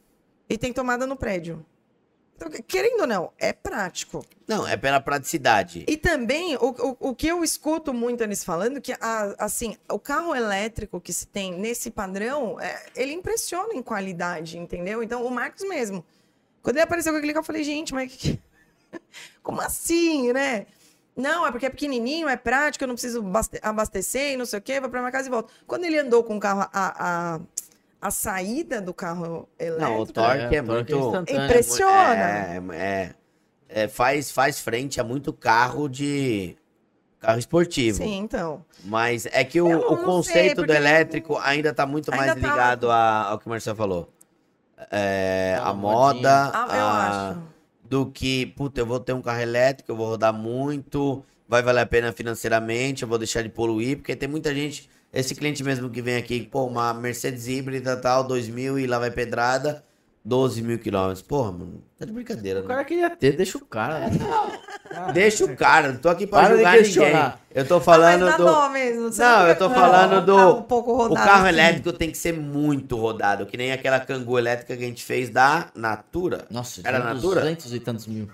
C: e tem tomada no prédio. Então, querendo ou não, é prático.
B: Não, é pela praticidade.
C: E também, o, o, o que eu escuto muito eles falando, que a- assim, o carro elétrico que se tem nesse padrão, é, ele impressiona em qualidade, entendeu? Então, o Marcos mesmo, quando ele apareceu com aquele carro, eu falei, gente, mas que- como assim, né? Não, é porque é pequenininho, é prático, eu não preciso baste- abastecer e não sei o quê, vou pra minha casa e volto. Quando ele andou com o carro, a, a, a saída do carro elétrico...
B: Não, o torque é,
D: o torque é
B: muito...
D: instantâneo.
C: Impressiona.
B: É, é, é, faz, faz frente a muito carro de... Carro esportivo.
C: Sim, então.
B: Mas é que o,
C: Eu não-
B: o
C: não sei,
B: conceito do
C: porque-
B: elétrico ainda tá muito
C: Ainda
B: mais
C: tá-
B: ligado a- ao que o Marcelo falou. É,
D: Tá
B: a
D: uma
B: moda,
C: Ah, eu
B: a-
C: acho.
B: do que, puta, eu vou ter um carro elétrico, eu vou rodar muito, vai valer a pena financeiramente, eu vou deixar de poluir, porque tem muita gente, esse cliente mesmo que vem aqui, pô, uma Mercedes híbrida tal, 2000 e lá vai pedrada, 12 mil quilômetros. Porra, mano, tá de brincadeira,
D: O
B: né?
D: cara queria ter, deixa o cara. né?
B: Deixa o cara, não tô aqui pra
D: Para de
B: julgar ninguém.
D: questionar.
B: Eu tô
C: Ah,
B: falando
C: mas dá
B: do...
C: dó mesmo. você
B: Não, eu tô
C: fica-
B: falando
C: Não,
B: do-
C: tá um pouco
B: O
C: rodado
B: carro
C: assim.
B: elétrico tem que ser muito rodado, que nem aquela cangu elétrica que a gente fez da Natura.
D: Nossa,
B: Era
D: tinha
B: Natura?
D: 200 e tantos mil.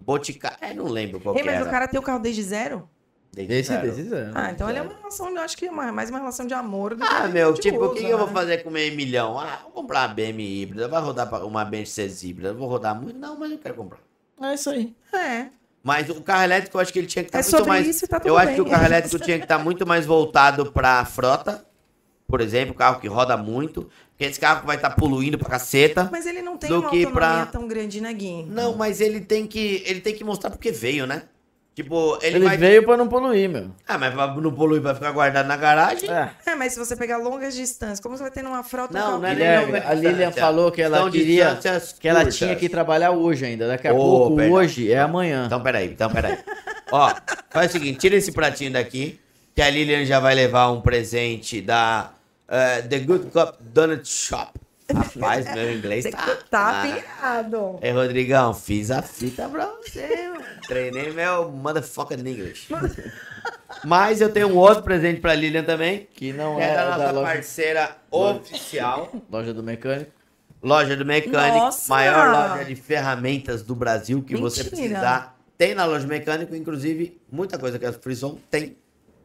B: Boticário. É, não lembro qual
C: Ei,
B: que
C: mas
B: era.
C: o cara tem o carro desde zero?
B: Desde
D: Esse,
B: zero.
D: desse, zero.
C: Ah, então ele é uma relação, eu acho que é uma- mais uma relação de amor do
B: Ah,
C: que
B: meu,
C: de
B: tipo, o que,
C: uso,
B: que eu vou
C: né?
B: fazer com meio milhão? Ah, vou comprar uma BM híbrida, vai rodar pra- uma Mercedes híbrida, eu vou rodar muito. Não, mas eu quero comprar.
D: É isso aí.
C: É.
B: Mas o carro elétrico, eu acho que ele tinha que estar
C: É
B: muito
C: sobre
B: mais.
C: isso e tá tudo
B: eu acho
C: bem.
B: que o carro elétrico tinha que estar muito mais voltado pra frota, por exemplo, carro que roda muito, porque esse carro vai estar poluindo pra caceta.
C: Mas ele não tem
B: Do
C: uma
B: que
C: autonomia
B: pra-
C: tão grande, né, Gui?
B: Não, mas ele tem que ele tem que mostrar porque veio, né? Tipo, ele,
D: Ele,
B: vai
D: veio pra não poluir, meu.
B: Ah, mas pra não poluir vai ficar guardado na garagem?
D: É.
C: É, mas se você pegar longas distâncias, como você vai ter numa frota... um
B: Não,
C: carro
B: não é
C: que-
B: nem
D: Guilherme,
B: longa
D: a Lilian
B: distância.
D: falou que ela
B: São
D: queria
B: distâncias
D: que ela
B: curtas.
D: tinha que trabalhar hoje ainda. Daqui a
B: Ô,
D: pouco,
B: perdão.
D: hoje é amanhã.
B: Então peraí, então peraí. Ó, faz o seguinte, tira esse pratinho daqui, que a Lilian já vai levar um presente da eh, The Good Cup Donut Shop. Rapaz, meu inglês
C: Você
B: tá...
C: tá
B: ah.
C: virado.
B: Ei, Rodrigão, fiz a fita pra você. mano. Treinei meu motherfucker English. Mas eu tenho um outro presente pra Lilian também.
D: Que não
B: É
D: é,
B: da
D: o
B: nossa
D: da loja,
B: parceira oficial,
D: loja do mecânico.
B: Loja do Mecânico,
C: Nossa!
B: maior loja de ferramentas do Brasil que você
C: Mentira!
B: precisar. Tem na Loja do Mecânico, inclusive, muita coisa que a Frison tem,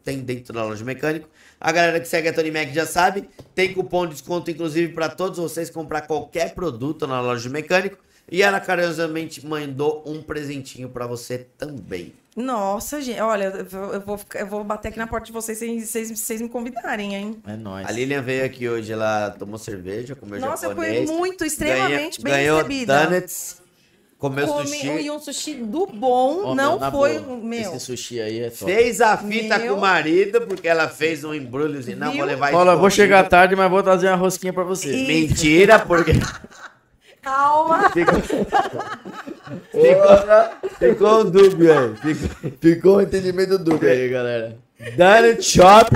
B: tem dentro da Loja do Mecânico. A galera que segue a Tony Mac já sabe, tem cupom de desconto, inclusive, para todos vocês comprar qualquer produto na Loja do Mecânico. E ela carinhosamente mandou um presentinho para você também.
C: Nossa, gente. Olha, eu vou, eu vou ficar- eu vou bater aqui na porta de vocês sem vocês, vocês me convidarem, hein?
D: É nóis.
B: A Lilian veio aqui hoje, ela tomou cerveja, comeu
C: Nossa, eu fui
B: japonês.
C: muito, extremamente bem
B: ganhou
C: recebida.
B: donuts, comeu
C: Comi
B: sushi.
C: um- e um sushi do bom,
D: Ó, meu,
C: não
D: na
C: foi
D: boa,
C: o meu.
D: Esse sushi aí é top.
B: Fez a fita
C: Meu.
B: com o marido, porque ela fez um embrulhozinho. Não,
C: Viu?
B: vou levar
D: Paula,
B: escondido.
D: vou chegar tarde, mas vou trazer uma rosquinha pra você.
B: Mentira, porque
C: Calma!
B: ficou, ficou um dúbio aí. Ficou, ficou um entendimento
D: E
B: dúbio aí.
D: aí, galera?
B: Donut Shop.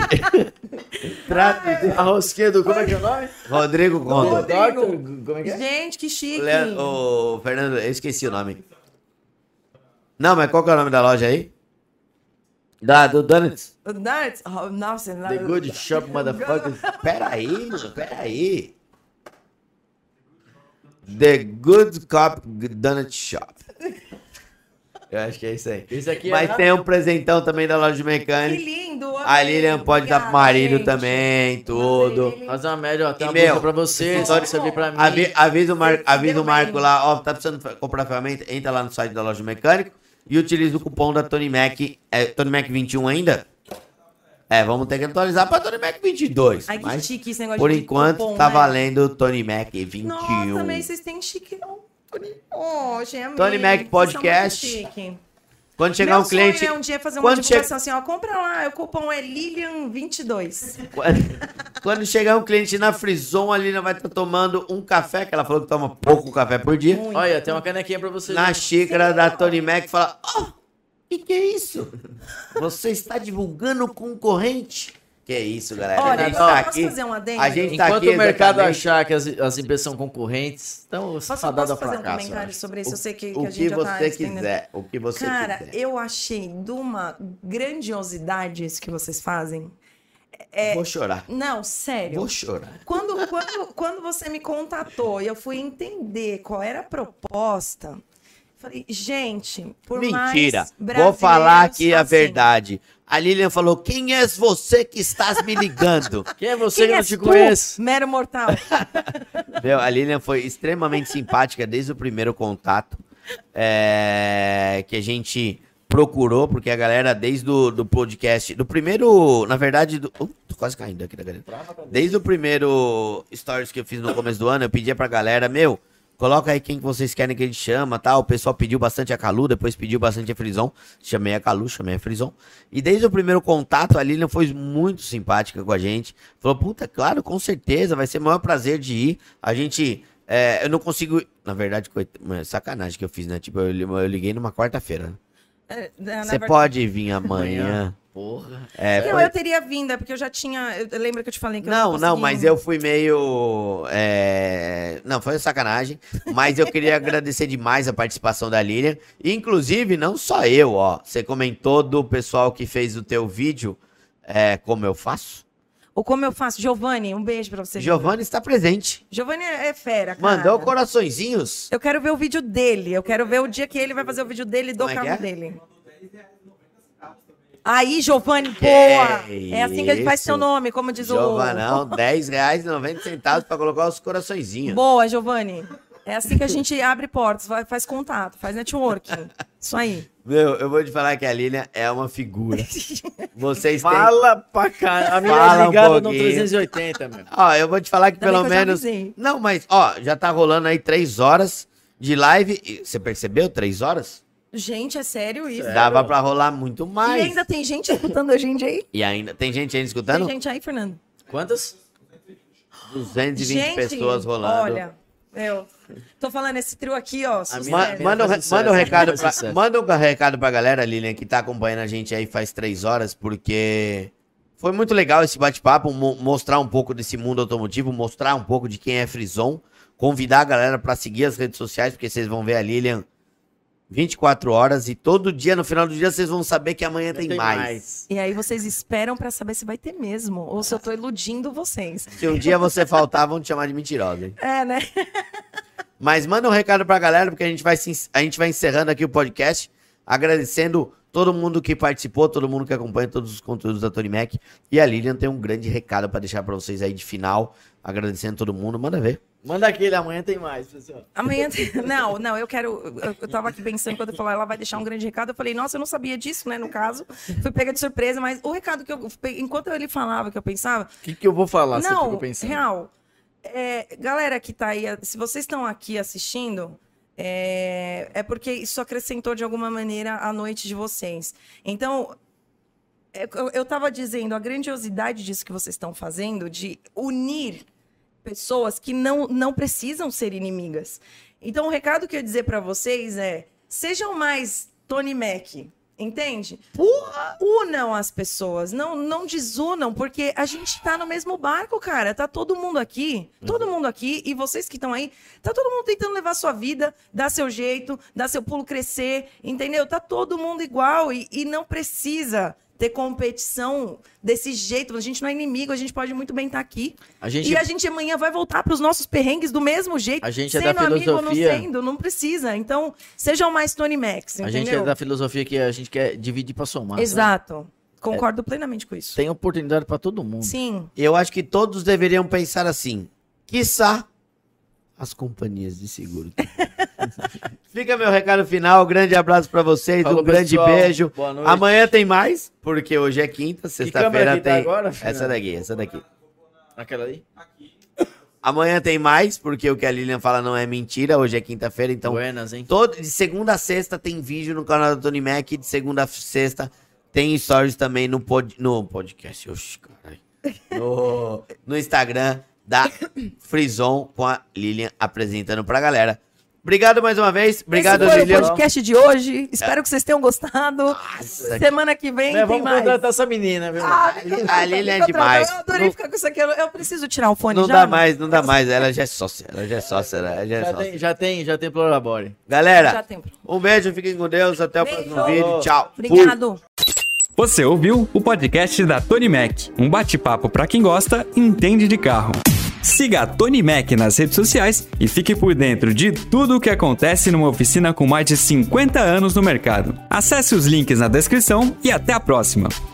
B: Trato
D: A rosquinha do... Como é que é o nome?
B: Rodrigo Conde.
D: Doctor- Como é que é?
C: Gente, que chique!
B: Le- O Fernando, eu esqueci o nome. Não, mas qual que é o nome da loja aí? Da, do Donuts.
C: Darts? Oh, nossa,
D: The Good Shop, motherfucker.
B: Peraí, mano, peraí. The Good Cop Donut Shop. Eu acho que é isso aí.
D: Esse aqui é
B: Mas
D: na-
B: tem um presentão também da loja de
C: que
B: mecânica.
C: lindo!
B: A Lilian pode dar pro marido também, tudo.
D: Fazer uma média, ó. Tem
B: E,
D: uma
B: meu,
D: blusa pra você,
B: só-
D: só servir
C: é
D: pra mim.
B: Avi- avisa o, Mar- avisa o
C: Primeiro
B: Marco
C: bem.
B: lá, ó, tá precisando fa- comprar ferramenta, entra lá no site da loja de mecânico e utiliza o cupom da Tony Mac, é Tony Mac 21 ainda? É, vamos ter que atualizar pra Tony Mac 22.
C: Ai, que
B: mas-
C: chique esse negócio
B: Por
C: de
B: enquanto,
C: cupom,
B: tá
C: né?
B: valendo o Tony Mac 21.
C: Nossa, também vocês têm chique, não? Oh, gente, amei.
B: Tony Mac
C: Vocês são
B: Podcast.
C: muito chique.
B: Quando chegar
C: Meu
B: um cliente.
C: sonho é um dia fazer uma
B: quando
C: divulgação assim, ó, compra lá, o cupom é Lilian22.
B: Quando- Quando chegar um cliente na Frison, a Lilian vai estar tomando um café, que ela falou que toma pouco café por dia,
D: Olha, tem uma canequinha pra você.
B: na xícara da Tony Mac e fala: Ó, oh, que que é isso? Você está divulgando concorrente? Que é isso, galera.
C: Olha,
B: a gente
D: ó,
B: tá
C: posso
B: aqui.
C: fazer um adendo?
B: A gente tá
D: Enquanto
B: aqui
D: o mercado
B: exatamente-
D: achar que as, as empresas são concorrentes, então estão
C: Posso,
D: fadadas
C: posso
D: ao
C: fazer um
D: fracasso. eu
C: comentário
D: acho.
C: sobre isso? Eu sei que, que
B: o
C: a
B: que
C: gente já tá
B: você
C: estendendo.
B: quiser, o que você
C: Cara,
B: quiser.
C: eu achei de uma grandiosidade isso que vocês fazem. É,
B: Vou chorar.
C: não, sério.
B: Vou chorar.
C: Quando, quando, quando você me contatou e eu fui entender qual era a proposta, falei, gente, por mais
B: Mentira. Vou
C: brasileiros
B: falar aqui a
C: assim,
B: verdade. A Lilian falou: quem és você que estás me ligando?
D: Quem é
C: Quem
D: você que não
C: és
D: te
C: tu,
D: conhece?
C: Mero mortal.
B: Meu, a Lilian foi extremamente simpática desde o primeiro contato é, que a gente procurou, porque a galera, desde o do podcast, do primeiro, na verdade, do, uh, tô quase caindo aqui da galera. Desde o primeiro stories que eu fiz no começo do ano, eu pedia pra galera, meu, coloca aí quem que vocês querem que a gente chama, tal. O pessoal pediu bastante a Calu, depois pediu bastante a Frison. Chamei a Calu, chamei a Frison. E desde o primeiro contato, a Lilian foi muito simpática com a gente. Falou, puta, claro, com certeza, vai ser o maior prazer de ir. A gente... é, eu não consigo. Na verdade, coit- mano, sacanagem que eu fiz, né? Tipo, eu, li- eu liguei numa quarta-feira. né?
C: É, na
B: Você
C: verdade-
B: pode vir amanhã.
D: Amanhã. Porra.
B: É,
C: Não,
B: foi-
C: eu teria vindo, é porque eu já tinha. Eu lembro que Então eu te falei que eu
B: Não, não,
C: consegui.
B: mas eu fui meio. é, Não, foi sacanagem. Mas eu queria agradecer demais a participação da Lilian. Inclusive, não só eu, ó. Você comentou do pessoal que fez o teu vídeo, é, como eu faço.
C: Ou como eu faço? Giovanni, um beijo pra você.
B: Giovanni está presente.
C: Giovanni é fera, cara.
B: Mandou coraçõezinhos.
C: Eu quero ver o vídeo dele. Eu quero ver o dia que ele vai fazer o vídeo dele do
B: Como é que
C: carro
B: é?
C: dele. Aí, Giovanni, boa! é assim que ele faz
B: isso.
C: seu nome, como diz
B: Giovanão, R$10,90 para colocar os
C: o.
B: coraçõezinhos.
C: Boa, Giovanni. É assim que a gente abre portas, vai- faz contato, faz networking. Isso aí.
B: Meu, eu vou te falar que a Lilian é uma figura. Vocês têm
D: Fala pra caralho. A
B: Fala
D: minha
B: um
D: ligada no
B: pouquinho.
D: 380, meu.
B: Ó, eu vou te falar que
C: Ainda bem
B: pelo
C: que eu já
B: menos.
C: avisei.
B: Não, mas, ó, já tá rolando aí três horas de live. E Você percebeu? Três horas?
C: Gente, é sério isso?
B: Dava pra rolar muito mais.
C: E ainda tem gente escutando a gente aí?
B: tem gente ainda escutando?
C: Tem gente aí, Fernando?
D: Quantas?
B: 220 pessoas rolando.
C: Olha, eu tô falando esse trio aqui, ó. sucesso.
D: minha-
B: Ma-
D: Sério,
B: manda, um
D: faz
B: re-
D: é sucesso,
B: manda um recado
D: faz
B: pra,
D: sucesso.
B: manda um recado pra galera, Lilian, que tá acompanhando a gente aí faz três horas, porque foi muito legal esse bate-papo, mo- mostrar um pouco desse mundo automotivo, mostrar um pouco de quem é Frison, convidar a galera pra seguir as redes sociais, porque vocês vão ver a Lilian 24 horas e todo dia, no final do dia, vocês vão saber que amanhã tem, mais.
C: E aí vocês esperam pra saber se vai ter mesmo, ou se eu tô iludindo vocês.
B: Se um dia você faltar, vão te chamar de mentirosa, hein?
C: É, né?
B: Mas manda um recado pra galera, porque a gente vai, se en- a gente vai encerrando aqui o podcast, agradecendo todo mundo que participou, todo mundo que acompanha todos os conteúdos da Tony Mac. E a Lilian tem um grande recado pra deixar pra vocês aí de final, agradecendo todo mundo. Manda ver.
D: Manda aquele, amanhã tem mais, pessoal.
C: Amanhã. tem- Não, não, eu quero. Eu, eu tava aqui pensando quando eu falei, ela vai deixar um grande recado. Eu falei, nossa, eu não sabia disso, né? No caso, fui pega de surpresa, mas o recado que eu. Enquanto ele falava, que eu pensava,
D: O que, que eu vou falar? você
C: Não,
D: ficou pensando.
C: real. É, galera que tá aí, se vocês estão aqui assistindo, é, é porque isso acrescentou de alguma maneira a noite de vocês. Então, é, eu, eu tava dizendo a grandiosidade disso que vocês estão fazendo, de unir pessoas que não, não precisam ser inimigas. Então, o recado que eu ia dizer para vocês é: sejam mais Tony Mac. Entende? Unam as pessoas, não, não desunam, porque a gente tá no mesmo barco, cara. Tá todo mundo aqui, todo mundo aqui, e vocês que estão aí, tá todo mundo tentando levar sua vida, dar seu jeito, dar seu pulo crescer, entendeu? Tá todo mundo igual e, e não precisa ter competição desse jeito. A gente não é inimigo, a gente pode muito bem estar aqui.
D: A gente é-
C: E a gente amanhã vai voltar para os nossos perrengues do mesmo jeito.
D: A gente é da
C: amigo, não
D: filosofia.
C: sendo, não precisa. Então, sejam mais Tony Max, entendeu?
D: A gente é da filosofia que a gente quer dividir pra somar. sabe?
C: Exato.
D: É.
C: Concordo plenamente com isso.
D: Tem oportunidade pra todo
B: Hum.
D: mundo.
C: Sim.
B: Eu acho que todos deveriam pensar assim, quiçá as companhias de seguro. Fica meu recado final, um grande abraço pra vocês,
D: Falou,
B: um grande
D: pessoal.
B: beijo.
D: Boa noite.
B: Amanhã tem mais, porque hoje é quinta,
D: câmera
B: sexta-feira
D: que tá
B: tem.
D: agora, Fernando?
B: essa daqui, essa daqui.
D: Aquela ali?
B: Amanhã tem mais, porque o que a Lilian fala não é mentira. Hoje é quinta-feira, então.
D: Buenas, hein?
B: Todo, de segunda a sexta tem vídeo no canal da Tony Mac. De segunda a sexta tem stories também no, pod, no podcast. Oxi, caralho. no, no Instagram da Frison com a Lilian apresentando pra galera. Obrigado mais uma vez. Obrigado,
C: Esse foi
B: Lilian.
C: o podcast de hoje. Espero que vocês tenham gostado.
B: Nossa,
C: Semana que vem
D: Né,
C: tem
D: vamos
C: mais.
D: contratar essa menina, viu?
C: Ah,
B: A Lilian- a Lilian é demais.
C: Eu adorei
B: Não-
C: ficar com isso aqui. Eu, eu preciso tirar o fone
B: não
C: já.
B: dá
C: mano?
B: mais, não dá mais. Ela já é sócia. Ela já é sócia. Ela já é
D: já,
B: sócia.
D: tem, já tem, já tem Plurabore.
C: Já
B: Galera,
C: tem.
B: um beijo, fiquem com Deus. Até o próximo
C: Beijo.
B: vídeo. Tchau. Fui.
C: Obrigado.
A: Você ouviu o podcast da Tony Mac, um bate-papo para quem gosta e entende de carro. Siga a Tony Mac nas redes sociais e fique por dentro de tudo o que acontece numa oficina com mais de 50 anos no mercado. Acesse os links na descrição e até a próxima.